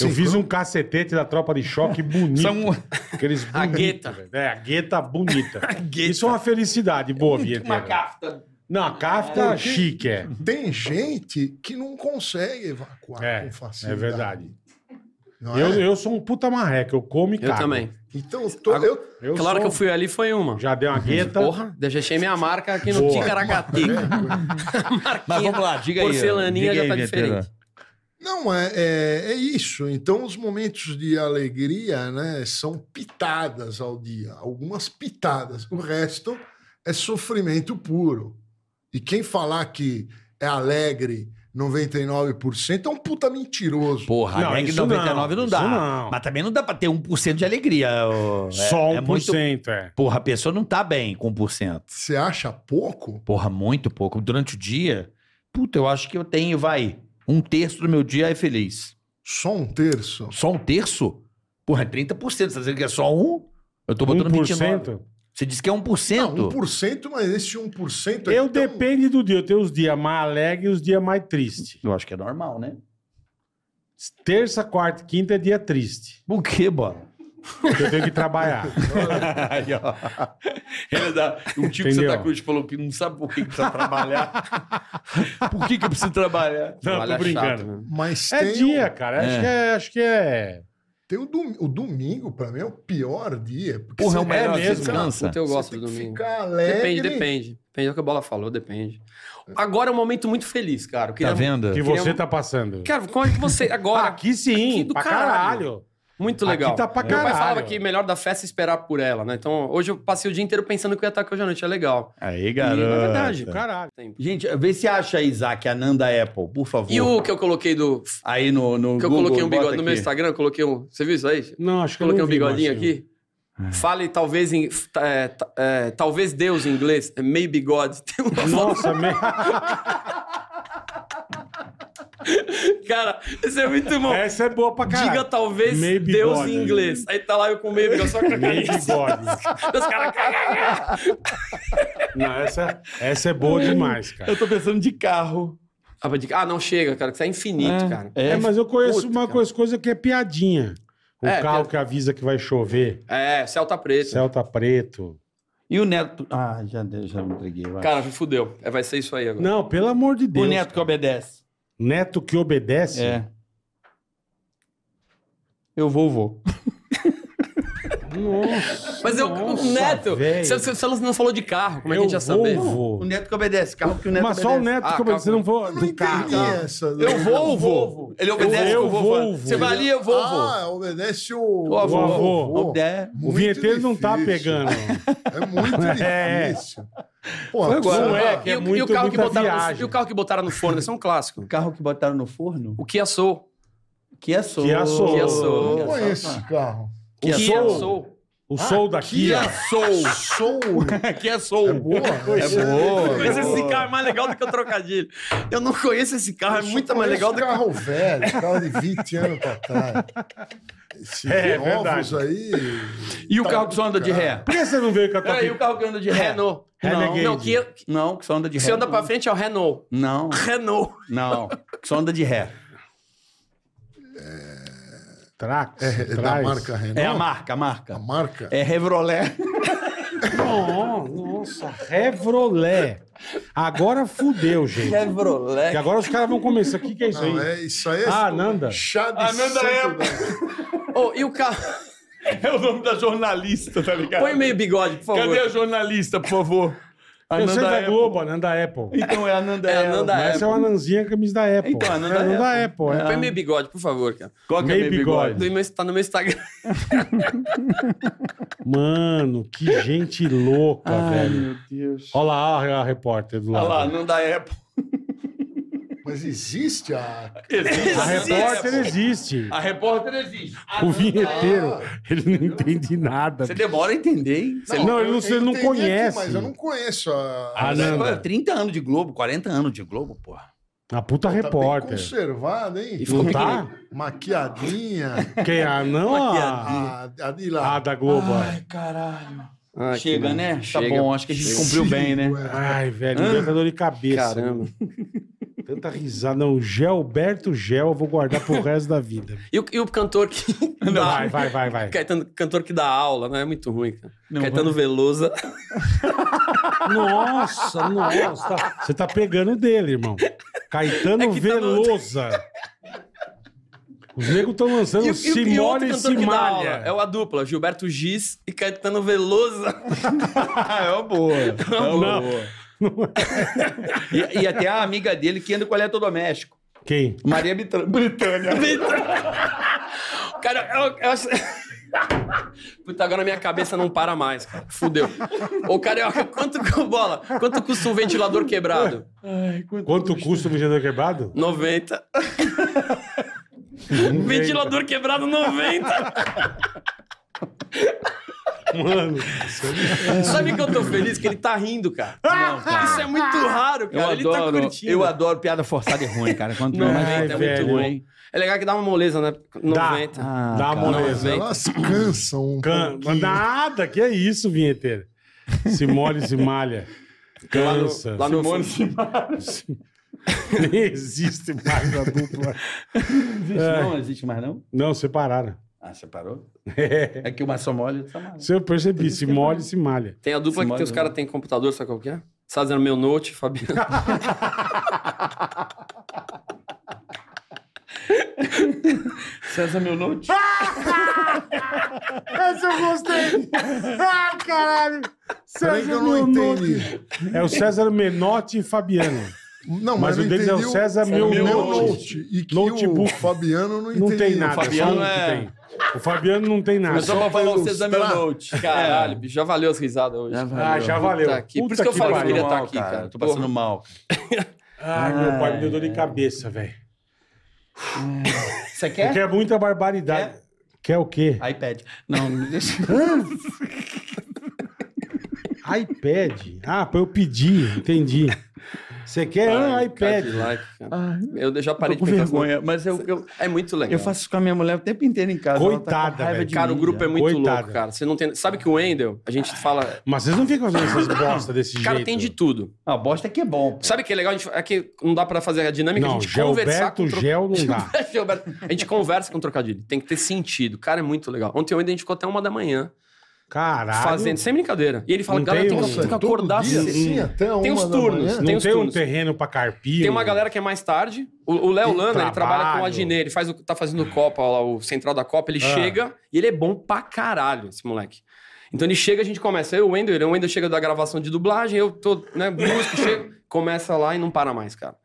[SPEAKER 2] Eu
[SPEAKER 9] Sim.
[SPEAKER 2] fiz um cacetete da tropa de choque bonito.
[SPEAKER 9] um-
[SPEAKER 2] Aqueles bonitos.
[SPEAKER 7] gueta.
[SPEAKER 2] velho. É, a gueta bonita. Isso é uma felicidade boa, Vieteiro.
[SPEAKER 9] Uma
[SPEAKER 6] cafta.
[SPEAKER 2] Não, a cafta
[SPEAKER 9] Porque
[SPEAKER 2] chique, é.
[SPEAKER 9] Tem gente que não consegue evacuar
[SPEAKER 2] É,
[SPEAKER 9] com
[SPEAKER 2] é
[SPEAKER 9] facilidade.
[SPEAKER 2] verdade.
[SPEAKER 9] tá. Não
[SPEAKER 2] eu,
[SPEAKER 9] é?
[SPEAKER 2] eu sou um puta marreca, eu como e
[SPEAKER 7] Eu
[SPEAKER 2] cago.
[SPEAKER 7] também.
[SPEAKER 9] Então, eu tô, eu,
[SPEAKER 7] Aquela hora que eu fui ali foi uma.
[SPEAKER 2] Já deu uma gueta.
[SPEAKER 7] Porra, deixei minha marca aqui no
[SPEAKER 2] Boa.
[SPEAKER 9] É,
[SPEAKER 7] Ticaracati.
[SPEAKER 6] Mas vamos lá, diga aí.
[SPEAKER 7] Porcelaninha
[SPEAKER 6] Diga
[SPEAKER 7] já
[SPEAKER 6] aí,
[SPEAKER 7] tá
[SPEAKER 6] Vieteiro.
[SPEAKER 7] diferente.
[SPEAKER 9] Não, é, é, é isso. Então, os momentos de alegria né, são pitadas ao dia, algumas pitadas. O resto é sofrimento puro. E quem falar que é alegre 99% é um puta mentiroso.
[SPEAKER 6] Porra, né? não, alegre 99 não, dá. Mas também não dá pra ter 1% de alegria. ô. É,
[SPEAKER 2] Só
[SPEAKER 6] é muito-
[SPEAKER 2] 1%, é.
[SPEAKER 6] Porra, a pessoa não tá bem com 1%.
[SPEAKER 9] Você acha pouco?
[SPEAKER 6] Porra, muito pouco. Durante o dia, puta, eu acho que eu tenho, vai, um terço do meu dia é feliz.
[SPEAKER 9] Só um terço?
[SPEAKER 6] Só um terço? Porra, é 30%. Você tá dizendo que é só um? Eu tô botando 29%.
[SPEAKER 2] 1%?
[SPEAKER 6] Você disse que é 1%?
[SPEAKER 9] Não, 1%, mas esse 1% é
[SPEAKER 2] Eu depende do dia. Eu tenho os dias mais alegres e os dias mais tristes.
[SPEAKER 6] Eu acho que é normal, né?
[SPEAKER 2] Terça, quarta e quinta é dia triste.
[SPEAKER 6] Por quê, bola?
[SPEAKER 2] Porque eu tenho que trabalhar.
[SPEAKER 6] Aí, ó. Ele dá- O tipo de
[SPEAKER 2] Entendeu?
[SPEAKER 6] Santa Cruz falou que não sabe por que, que precisa trabalhar. por que, que precisa trabalhar?
[SPEAKER 2] Não, tô brincando.
[SPEAKER 7] né?
[SPEAKER 9] Mas
[SPEAKER 2] é
[SPEAKER 9] tem
[SPEAKER 2] dia,
[SPEAKER 9] o-
[SPEAKER 2] cara. Acho que é. Acho que é...
[SPEAKER 9] Tem o, dom- o domingo, pra mim, é o pior dia. porque
[SPEAKER 7] Porra, é
[SPEAKER 9] você-
[SPEAKER 7] o melhor, você
[SPEAKER 9] mesmo.
[SPEAKER 7] descansa. Puta, eu gosto
[SPEAKER 9] Você
[SPEAKER 7] do
[SPEAKER 9] tem que
[SPEAKER 7] domingo.
[SPEAKER 9] Ficar alegre.
[SPEAKER 7] Depende, depende. Depende do que a bola falou, depende. Agora é um momento muito feliz, cara. Eu
[SPEAKER 2] Tá vendo? Que
[SPEAKER 7] queria- um
[SPEAKER 2] você tá passando.
[SPEAKER 7] Cara, como é que você. Agora. aqui
[SPEAKER 2] sim,
[SPEAKER 7] do
[SPEAKER 2] pra caralho.
[SPEAKER 7] Muito
[SPEAKER 2] Aqui
[SPEAKER 7] legal.
[SPEAKER 2] tá pra
[SPEAKER 7] Meu pai
[SPEAKER 2] caralho.
[SPEAKER 7] falava que melhor da festa é esperar por ela, né? Então, hoje eu passei o dia inteiro pensando que eu ia estar aqui hoje à noite. É legal.
[SPEAKER 6] Aí,
[SPEAKER 7] garoto.
[SPEAKER 6] garoto.
[SPEAKER 7] É verdade.
[SPEAKER 2] Caralho.
[SPEAKER 6] Gente, vê se acha, Isaac, a Nanda Apple, por favor.
[SPEAKER 7] E o que eu coloquei do.
[SPEAKER 6] Aí no, no
[SPEAKER 7] que eu
[SPEAKER 6] Google,
[SPEAKER 7] coloquei um
[SPEAKER 6] bota
[SPEAKER 7] bigode no meu
[SPEAKER 6] aqui.
[SPEAKER 7] Instagram, eu coloquei um. Você viu isso aí?
[SPEAKER 2] Não, acho que eu
[SPEAKER 7] Coloquei
[SPEAKER 2] não
[SPEAKER 7] um
[SPEAKER 2] vi,
[SPEAKER 7] bigodinho
[SPEAKER 2] Marcelo.
[SPEAKER 7] aqui.
[SPEAKER 6] É.
[SPEAKER 7] Fale talvez em. é, ta- é, talvez Deus em inglês. é Maybe God. Tem uma
[SPEAKER 2] Nossa, me...
[SPEAKER 7] Cara, isso é muito bom.
[SPEAKER 2] Essa é boa pra caralho.
[SPEAKER 7] Diga talvez
[SPEAKER 2] Maybe
[SPEAKER 7] Deus
[SPEAKER 2] God,
[SPEAKER 7] em
[SPEAKER 2] né?
[SPEAKER 7] inglês. Aí tá lá eu com Maybe God, só com a
[SPEAKER 2] Maybe
[SPEAKER 7] cabeça.
[SPEAKER 2] God.
[SPEAKER 7] Os caras...
[SPEAKER 2] Não, essa, essa é boa demais, cara.
[SPEAKER 7] Eu tô pensando de carro. Ah, mas de- ah, não chega, cara, que isso é infinito, cara.
[SPEAKER 2] É, mas eu conheço
[SPEAKER 7] Puta,
[SPEAKER 2] uma
[SPEAKER 7] cara.
[SPEAKER 2] coisa, coisa que é piadinha. O
[SPEAKER 7] É,
[SPEAKER 2] carro que avisa que vai chover.
[SPEAKER 7] É, céu tá preto.
[SPEAKER 2] Celta preto.
[SPEAKER 6] E o Neto. Ah, já, deu, já me entreguei. vai.
[SPEAKER 7] Cara, fudeu. É, vai ser isso aí agora.
[SPEAKER 2] Não, pelo amor de Deus.
[SPEAKER 6] o Neto que obedece.
[SPEAKER 2] Neto que obedece?
[SPEAKER 6] É. Eu vou, vou.
[SPEAKER 2] Nossa.
[SPEAKER 7] Mas eu,
[SPEAKER 2] Nossa,
[SPEAKER 7] o Neto,
[SPEAKER 2] velho.
[SPEAKER 7] você, você não falou de carro, como é que a gente
[SPEAKER 2] Eu
[SPEAKER 7] ia
[SPEAKER 2] vou,
[SPEAKER 7] saber?
[SPEAKER 2] vou. O
[SPEAKER 6] Neto que obedece, carro que
[SPEAKER 2] Mas só o Neto que obedece. Você não vou. do carro.
[SPEAKER 6] Eu vou, eu vou. Ele obedece
[SPEAKER 2] Eu
[SPEAKER 6] que eu vou.
[SPEAKER 2] vou,
[SPEAKER 6] vou.
[SPEAKER 2] vou.
[SPEAKER 6] Você vai ali, eu vou, vou.
[SPEAKER 9] Ah, obedece o,
[SPEAKER 6] O avô.
[SPEAKER 2] O avô.
[SPEAKER 6] Obede-
[SPEAKER 2] O vinheteiro não tá pegando.
[SPEAKER 9] É muito
[SPEAKER 2] É.
[SPEAKER 9] difícil. Pô,
[SPEAKER 2] Foi agora.
[SPEAKER 9] tu-
[SPEAKER 2] Não é, que
[SPEAKER 7] e,
[SPEAKER 2] é
[SPEAKER 7] o- e
[SPEAKER 2] muito-
[SPEAKER 7] o carro que
[SPEAKER 2] muita
[SPEAKER 7] botaram no,
[SPEAKER 2] viagem.
[SPEAKER 7] e o carro que botaram no forno, esse é um clássico. O
[SPEAKER 6] carro que botaram no forno?
[SPEAKER 7] O Kia Soul.
[SPEAKER 6] Kia Soul.
[SPEAKER 7] Kia Soul. Kia
[SPEAKER 9] é Eu
[SPEAKER 7] Soul.
[SPEAKER 9] não conheço é esse carro.
[SPEAKER 2] O
[SPEAKER 7] Kia
[SPEAKER 2] Soul.
[SPEAKER 7] Soul.
[SPEAKER 2] O
[SPEAKER 9] Ah,
[SPEAKER 2] Soul
[SPEAKER 7] Ah,
[SPEAKER 2] da
[SPEAKER 9] é
[SPEAKER 2] Kia.
[SPEAKER 6] Soul.
[SPEAKER 9] Soul.
[SPEAKER 6] Kia Soul. É
[SPEAKER 9] boa.
[SPEAKER 7] Eu não conheço esse carro, é mais legal do que o trocadilho. Eu não conheço esse carro, é muito mais legal do que...
[SPEAKER 9] um carro velho, um carro de 20 anos pra trás. Esses
[SPEAKER 7] É, é
[SPEAKER 9] novos
[SPEAKER 7] verdade.
[SPEAKER 9] aí...
[SPEAKER 6] E o carro que só anda de ré?
[SPEAKER 2] Por que você não veio com a tua
[SPEAKER 7] Peraí, o carro que anda de ré? Renault.
[SPEAKER 6] Renegade.
[SPEAKER 7] Não, que,
[SPEAKER 6] Não, que só anda de
[SPEAKER 7] que
[SPEAKER 6] ré.
[SPEAKER 7] você anda pra frente é o Renault.
[SPEAKER 6] Não,
[SPEAKER 7] Renault.
[SPEAKER 6] não. Que só anda de ré.
[SPEAKER 2] Trax.
[SPEAKER 9] É, é da
[SPEAKER 2] Trax.
[SPEAKER 9] marca Renault.
[SPEAKER 6] É a marca, a marca. A
[SPEAKER 9] marca?
[SPEAKER 6] É Revrolé.
[SPEAKER 2] Não, nossa, Revrolé. Agora fudeu, gente.
[SPEAKER 6] Revrolé.
[SPEAKER 2] Que agora os caras vão começar. O que, que é isso
[SPEAKER 9] Não,
[SPEAKER 2] aí?
[SPEAKER 9] é isso aí. É
[SPEAKER 2] Ah, Nanda.
[SPEAKER 9] Chá de
[SPEAKER 7] Ananda
[SPEAKER 9] santo
[SPEAKER 7] é-
[SPEAKER 9] da-
[SPEAKER 7] Ô, e o carro.
[SPEAKER 6] É o nome da jornalista, tá ligado?
[SPEAKER 7] Põe meio bigode, por favor.
[SPEAKER 6] Cadê a jornalista, por favor?
[SPEAKER 2] Eu sei
[SPEAKER 6] Nanda
[SPEAKER 2] da
[SPEAKER 6] Apple.
[SPEAKER 2] Globo, Ananda Apple.
[SPEAKER 6] Então é a Nanda
[SPEAKER 7] É a
[SPEAKER 6] Apple.
[SPEAKER 7] Nanda
[SPEAKER 2] Mas Essa é uma Nanzinha camisa da Apple.
[SPEAKER 7] Então, a Nanda
[SPEAKER 2] é a Nanda
[SPEAKER 7] é.
[SPEAKER 2] Apple. é.
[SPEAKER 7] Põe meio bigode, por favor, cara.
[SPEAKER 6] Qual que é Meio meio bigode?
[SPEAKER 7] Do meu- tá no meu Instagram.
[SPEAKER 2] Mano, que gente louca,
[SPEAKER 7] Ai,
[SPEAKER 2] velho.
[SPEAKER 7] meu Deus.
[SPEAKER 2] Olha lá olha a repórter do lado.
[SPEAKER 7] Nanda Apple.
[SPEAKER 9] Mas existe a.
[SPEAKER 2] A repórter existe.
[SPEAKER 6] A repórter existe.
[SPEAKER 2] O vinheteiro, ele não entende nada.
[SPEAKER 6] Você demora a entender, hein? Você-
[SPEAKER 2] Não, ele não, ele não
[SPEAKER 9] entendi é aqui,
[SPEAKER 2] conhece.
[SPEAKER 9] mas eu não conheço a.
[SPEAKER 6] Ah,
[SPEAKER 2] Nanda.
[SPEAKER 6] não. 30 anos de Globo, 40 anos de Globo, porra.
[SPEAKER 2] A
[SPEAKER 9] Então,
[SPEAKER 2] puta repórter.
[SPEAKER 9] Tá Conservada, hein?
[SPEAKER 6] E ficou
[SPEAKER 2] tá?
[SPEAKER 9] Maquiadinha.
[SPEAKER 2] Quem é? Ah, Não a...
[SPEAKER 9] A, a de lá.
[SPEAKER 2] a da Globo. é.
[SPEAKER 6] Caralho.
[SPEAKER 7] Ai,
[SPEAKER 6] Chega,
[SPEAKER 7] que-
[SPEAKER 6] né?
[SPEAKER 7] Chega.
[SPEAKER 6] Tá bom, acho que a gente
[SPEAKER 7] Chega.
[SPEAKER 6] cumpriu bem, né?
[SPEAKER 2] Ai, velho,
[SPEAKER 6] Hã?
[SPEAKER 2] me deu dor de cabeça.
[SPEAKER 7] Caramba.
[SPEAKER 2] Tanta risada. Não, Gelberto Gel, eu vou guardar pro resto da vida.
[SPEAKER 7] E o, e o cantor que.
[SPEAKER 2] Vai, vai, vai, vai.
[SPEAKER 7] Caetano, cantor que dá aula, né? É muito ruim, cara. Caetano Veloso.
[SPEAKER 2] Nossa, nossa. Você tá pegando dele, irmão.
[SPEAKER 6] É
[SPEAKER 2] Caetano Velosa. Os negros estão lançando
[SPEAKER 7] E, o- e, o- e
[SPEAKER 2] Então, Simone
[SPEAKER 6] é
[SPEAKER 7] outro
[SPEAKER 6] tá
[SPEAKER 2] e
[SPEAKER 7] cantor que dá aula.
[SPEAKER 2] Simalha.
[SPEAKER 7] É a dupla, Gilberto Giz e Caetano Veloso.
[SPEAKER 6] é uma boa. É uma boa. e, e até a amiga dele que anda com eletrodoméstico.
[SPEAKER 2] é. Quem?
[SPEAKER 6] Maria Bitra- Britânia.
[SPEAKER 7] Cara, eu, eu acho- Puta, agora minha cabeça não para mais, cara. Fudeu. Ô, Carioca, quanto cu- bola? Quanto custa um ventilador quebrado?
[SPEAKER 2] Quanto custa o ventilador quebrado?
[SPEAKER 7] 90. ventilador quebrado 90.
[SPEAKER 2] Mano.
[SPEAKER 7] Sabe que eu tô feliz? Que ele tá rindo, cara.
[SPEAKER 2] Ah!
[SPEAKER 7] Isso é muito raro, cara.
[SPEAKER 6] Eu
[SPEAKER 7] ele
[SPEAKER 6] adoro,
[SPEAKER 7] tá curtindo.
[SPEAKER 6] eu adoro piada forçada e ruim, cara. Quando
[SPEAKER 7] Não,
[SPEAKER 6] mas
[SPEAKER 7] é muito ruim. É legal que dá uma moleza, né? 90.
[SPEAKER 2] dá Ah, uma moleza.
[SPEAKER 9] Elas cansam um
[SPEAKER 2] Can...
[SPEAKER 9] pouquinho.
[SPEAKER 2] Nada, que é isso, vinheteiro. Simone e Simalha. Cansa.
[SPEAKER 7] Lá no, lá no...
[SPEAKER 2] Simone- Nem existe mais a dupla.
[SPEAKER 6] Existe,
[SPEAKER 2] É.
[SPEAKER 6] Não existe mais, não?
[SPEAKER 2] Não, separaram.
[SPEAKER 6] Ah, separou?
[SPEAKER 2] É.
[SPEAKER 6] É que uma só molha e outra molha.
[SPEAKER 2] Se eu percebi, se molha e se malha.
[SPEAKER 7] Tem a dupla
[SPEAKER 6] Se
[SPEAKER 7] que tem, os
[SPEAKER 6] molha,
[SPEAKER 7] caras têm computador, sabe qual que é? Sazer meu note, Fabiano.
[SPEAKER 2] né?
[SPEAKER 6] César meu note?
[SPEAKER 1] Essa eu gostei. Ah, caralho.
[SPEAKER 9] Peraí que eu não entendi.
[SPEAKER 2] É o César Menotti e Fabiano.
[SPEAKER 9] Não,
[SPEAKER 2] mas,
[SPEAKER 9] mas, eu
[SPEAKER 2] o deles é o
[SPEAKER 9] entendi
[SPEAKER 2] César Meu,
[SPEAKER 9] meu
[SPEAKER 2] Note.
[SPEAKER 9] note. E que
[SPEAKER 2] Notebook.
[SPEAKER 9] o Fabiano não
[SPEAKER 2] Não
[SPEAKER 9] entendi.
[SPEAKER 2] tem nada.
[SPEAKER 9] O
[SPEAKER 2] Fabiano
[SPEAKER 9] Fabiano
[SPEAKER 2] é... só um que tem. O Fabiano não tem nada.
[SPEAKER 7] Eu só pra falar o César meu
[SPEAKER 6] tá.
[SPEAKER 9] ilustrar.
[SPEAKER 7] note. Caralho, bicho, já valeu as risadas hoje.
[SPEAKER 2] Ah, já valeu.
[SPEAKER 7] Puta que- Por
[SPEAKER 2] Puta
[SPEAKER 7] isso que eu
[SPEAKER 2] que
[SPEAKER 7] falo que eu
[SPEAKER 2] pariu.
[SPEAKER 7] queria estar aqui, cara.
[SPEAKER 6] Eu tô passando mal.
[SPEAKER 2] Ai, meu pai me deu dor de cabeça, velho.
[SPEAKER 6] Você
[SPEAKER 2] Porque é muita barbaridade. Quer o quê?
[SPEAKER 6] iPad. Não, me deixa. É.
[SPEAKER 2] iPad? Ah, pra eu pedir, entendi. Você quer ah, iPad?
[SPEAKER 7] Eu já parei
[SPEAKER 6] Tô
[SPEAKER 7] de
[SPEAKER 6] com
[SPEAKER 7] pensar.
[SPEAKER 6] vergonha, mas eu- eu-
[SPEAKER 7] É muito legal.
[SPEAKER 6] Eu faço isso com a minha mulher o tempo inteiro em casa. ela tá com
[SPEAKER 2] Coitada,
[SPEAKER 6] raiva
[SPEAKER 2] velho.
[SPEAKER 6] de
[SPEAKER 7] Cara, o
[SPEAKER 6] mim,
[SPEAKER 7] grupo é
[SPEAKER 6] já.
[SPEAKER 7] muito
[SPEAKER 2] Coitada.
[SPEAKER 7] louco, cara. Você não tem... Sabe que o Wendel, a gente fala...
[SPEAKER 2] Mas vocês não ficam fazendo essas bosta desse jeito.
[SPEAKER 7] Cara, tem de tudo.
[SPEAKER 6] A bosta é que é bom.
[SPEAKER 7] Sabe o que é legal? A gente, é que não dá pra fazer a dinâmica,
[SPEAKER 2] Não,
[SPEAKER 7] a gente conversar com...
[SPEAKER 2] Gilberto
[SPEAKER 7] tro-
[SPEAKER 2] Gel não dá.
[SPEAKER 7] Gilberto- A gente conversa com trocadilho. Tem que ter sentido. Cara, é muito legal. Ontem o Wendel, a gente ficou até uma da manhã.
[SPEAKER 2] Caralho.
[SPEAKER 7] Fazendo, sem brincadeira. E ele fala,
[SPEAKER 2] Não
[SPEAKER 7] galera,
[SPEAKER 2] tem
[SPEAKER 7] tem,
[SPEAKER 2] um-
[SPEAKER 7] que, tem que
[SPEAKER 2] todo
[SPEAKER 7] acordar
[SPEAKER 2] dia,
[SPEAKER 7] cedo.
[SPEAKER 2] assim, até
[SPEAKER 7] Tem
[SPEAKER 2] uma
[SPEAKER 7] os
[SPEAKER 2] da
[SPEAKER 7] turnos.
[SPEAKER 2] Não
[SPEAKER 7] Tem
[SPEAKER 2] tem,
[SPEAKER 7] os turnos.
[SPEAKER 2] um terreno pra carpir.
[SPEAKER 7] Tem uma galera que é mais tarde. O o Léo
[SPEAKER 2] Que
[SPEAKER 7] Lana, ele trabalha com o
[SPEAKER 2] trabalho.
[SPEAKER 7] Adnet, ele faz o, tá fazendo Copa, lá, o central da Copa, ele
[SPEAKER 2] Ah.
[SPEAKER 7] chega e ele é bom pra caralho, esse moleque. Então ele chega, a gente começa. Eu, o Wendel, ele- o Wendel chega da gravação de dublagem, eu tô, né, músico, chego, começa lá e não para mais, cara.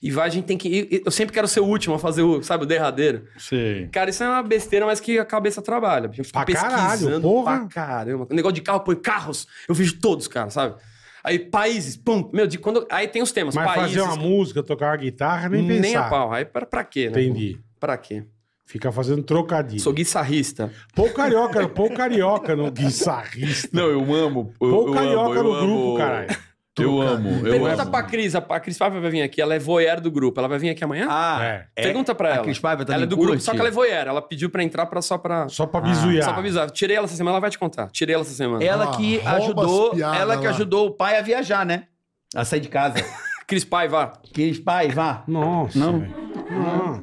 [SPEAKER 7] E vai, a gente tem que. e- Eu sempre quero ser o último a fazer o, sabe, o derradeiro.
[SPEAKER 6] Sim.
[SPEAKER 7] Cara, isso é uma besteira, mas que a cabeça trabalha. Eu fico
[SPEAKER 2] Pra caralho,
[SPEAKER 7] pesquisando
[SPEAKER 2] porra.
[SPEAKER 7] pra caramba. O negócio de carro, põe carros, eu vejo todos, cara, sabe? Aí países, pum, meu, de quando. Aí tem os temas,
[SPEAKER 2] Mas
[SPEAKER 7] países.
[SPEAKER 2] fazer uma música, tocar uma guitarra, nem
[SPEAKER 7] Nem
[SPEAKER 2] pensar.
[SPEAKER 7] a pau. Aí pra, pra quê, né?
[SPEAKER 2] Entendi.
[SPEAKER 7] Pra quê?
[SPEAKER 2] Fica fazendo trocadilho.
[SPEAKER 7] Sou guitarrista.
[SPEAKER 2] Pô carioca, pô carioca no guitarrista.
[SPEAKER 6] Não, eu amo. Eu,
[SPEAKER 2] Pô
[SPEAKER 6] eu
[SPEAKER 2] carioca
[SPEAKER 6] amo, eu
[SPEAKER 2] no grupo,
[SPEAKER 6] amo-
[SPEAKER 2] caralho.
[SPEAKER 6] Eu amo, eu
[SPEAKER 7] Pergunta
[SPEAKER 6] amo.
[SPEAKER 7] pra Cris. A a Cris Paiva vai vir aqui. Ela é voyeur do grupo. Ela vai vir aqui amanhã?
[SPEAKER 6] Ah, é.
[SPEAKER 7] Pergunta pra
[SPEAKER 6] A
[SPEAKER 7] ela.
[SPEAKER 6] Cris Paiva tá também
[SPEAKER 7] Ela é do
[SPEAKER 6] curte?
[SPEAKER 7] grupo, só que ela é voyeur. Ela pediu pra entrar pra, só pra... Ah.
[SPEAKER 2] Só pra
[SPEAKER 6] bisuiar.
[SPEAKER 7] Só pra avisar. Tirei ela essa semana, ela vai te contar. Tirei ela essa semana.
[SPEAKER 2] Ah,
[SPEAKER 6] Ela que ajudou, ela que ajudou o pai a viajar, né? A sair de casa.
[SPEAKER 7] Cris Paiva.
[SPEAKER 6] Cris Paiva.
[SPEAKER 2] Nossa.
[SPEAKER 6] Não.
[SPEAKER 2] velho. Ah.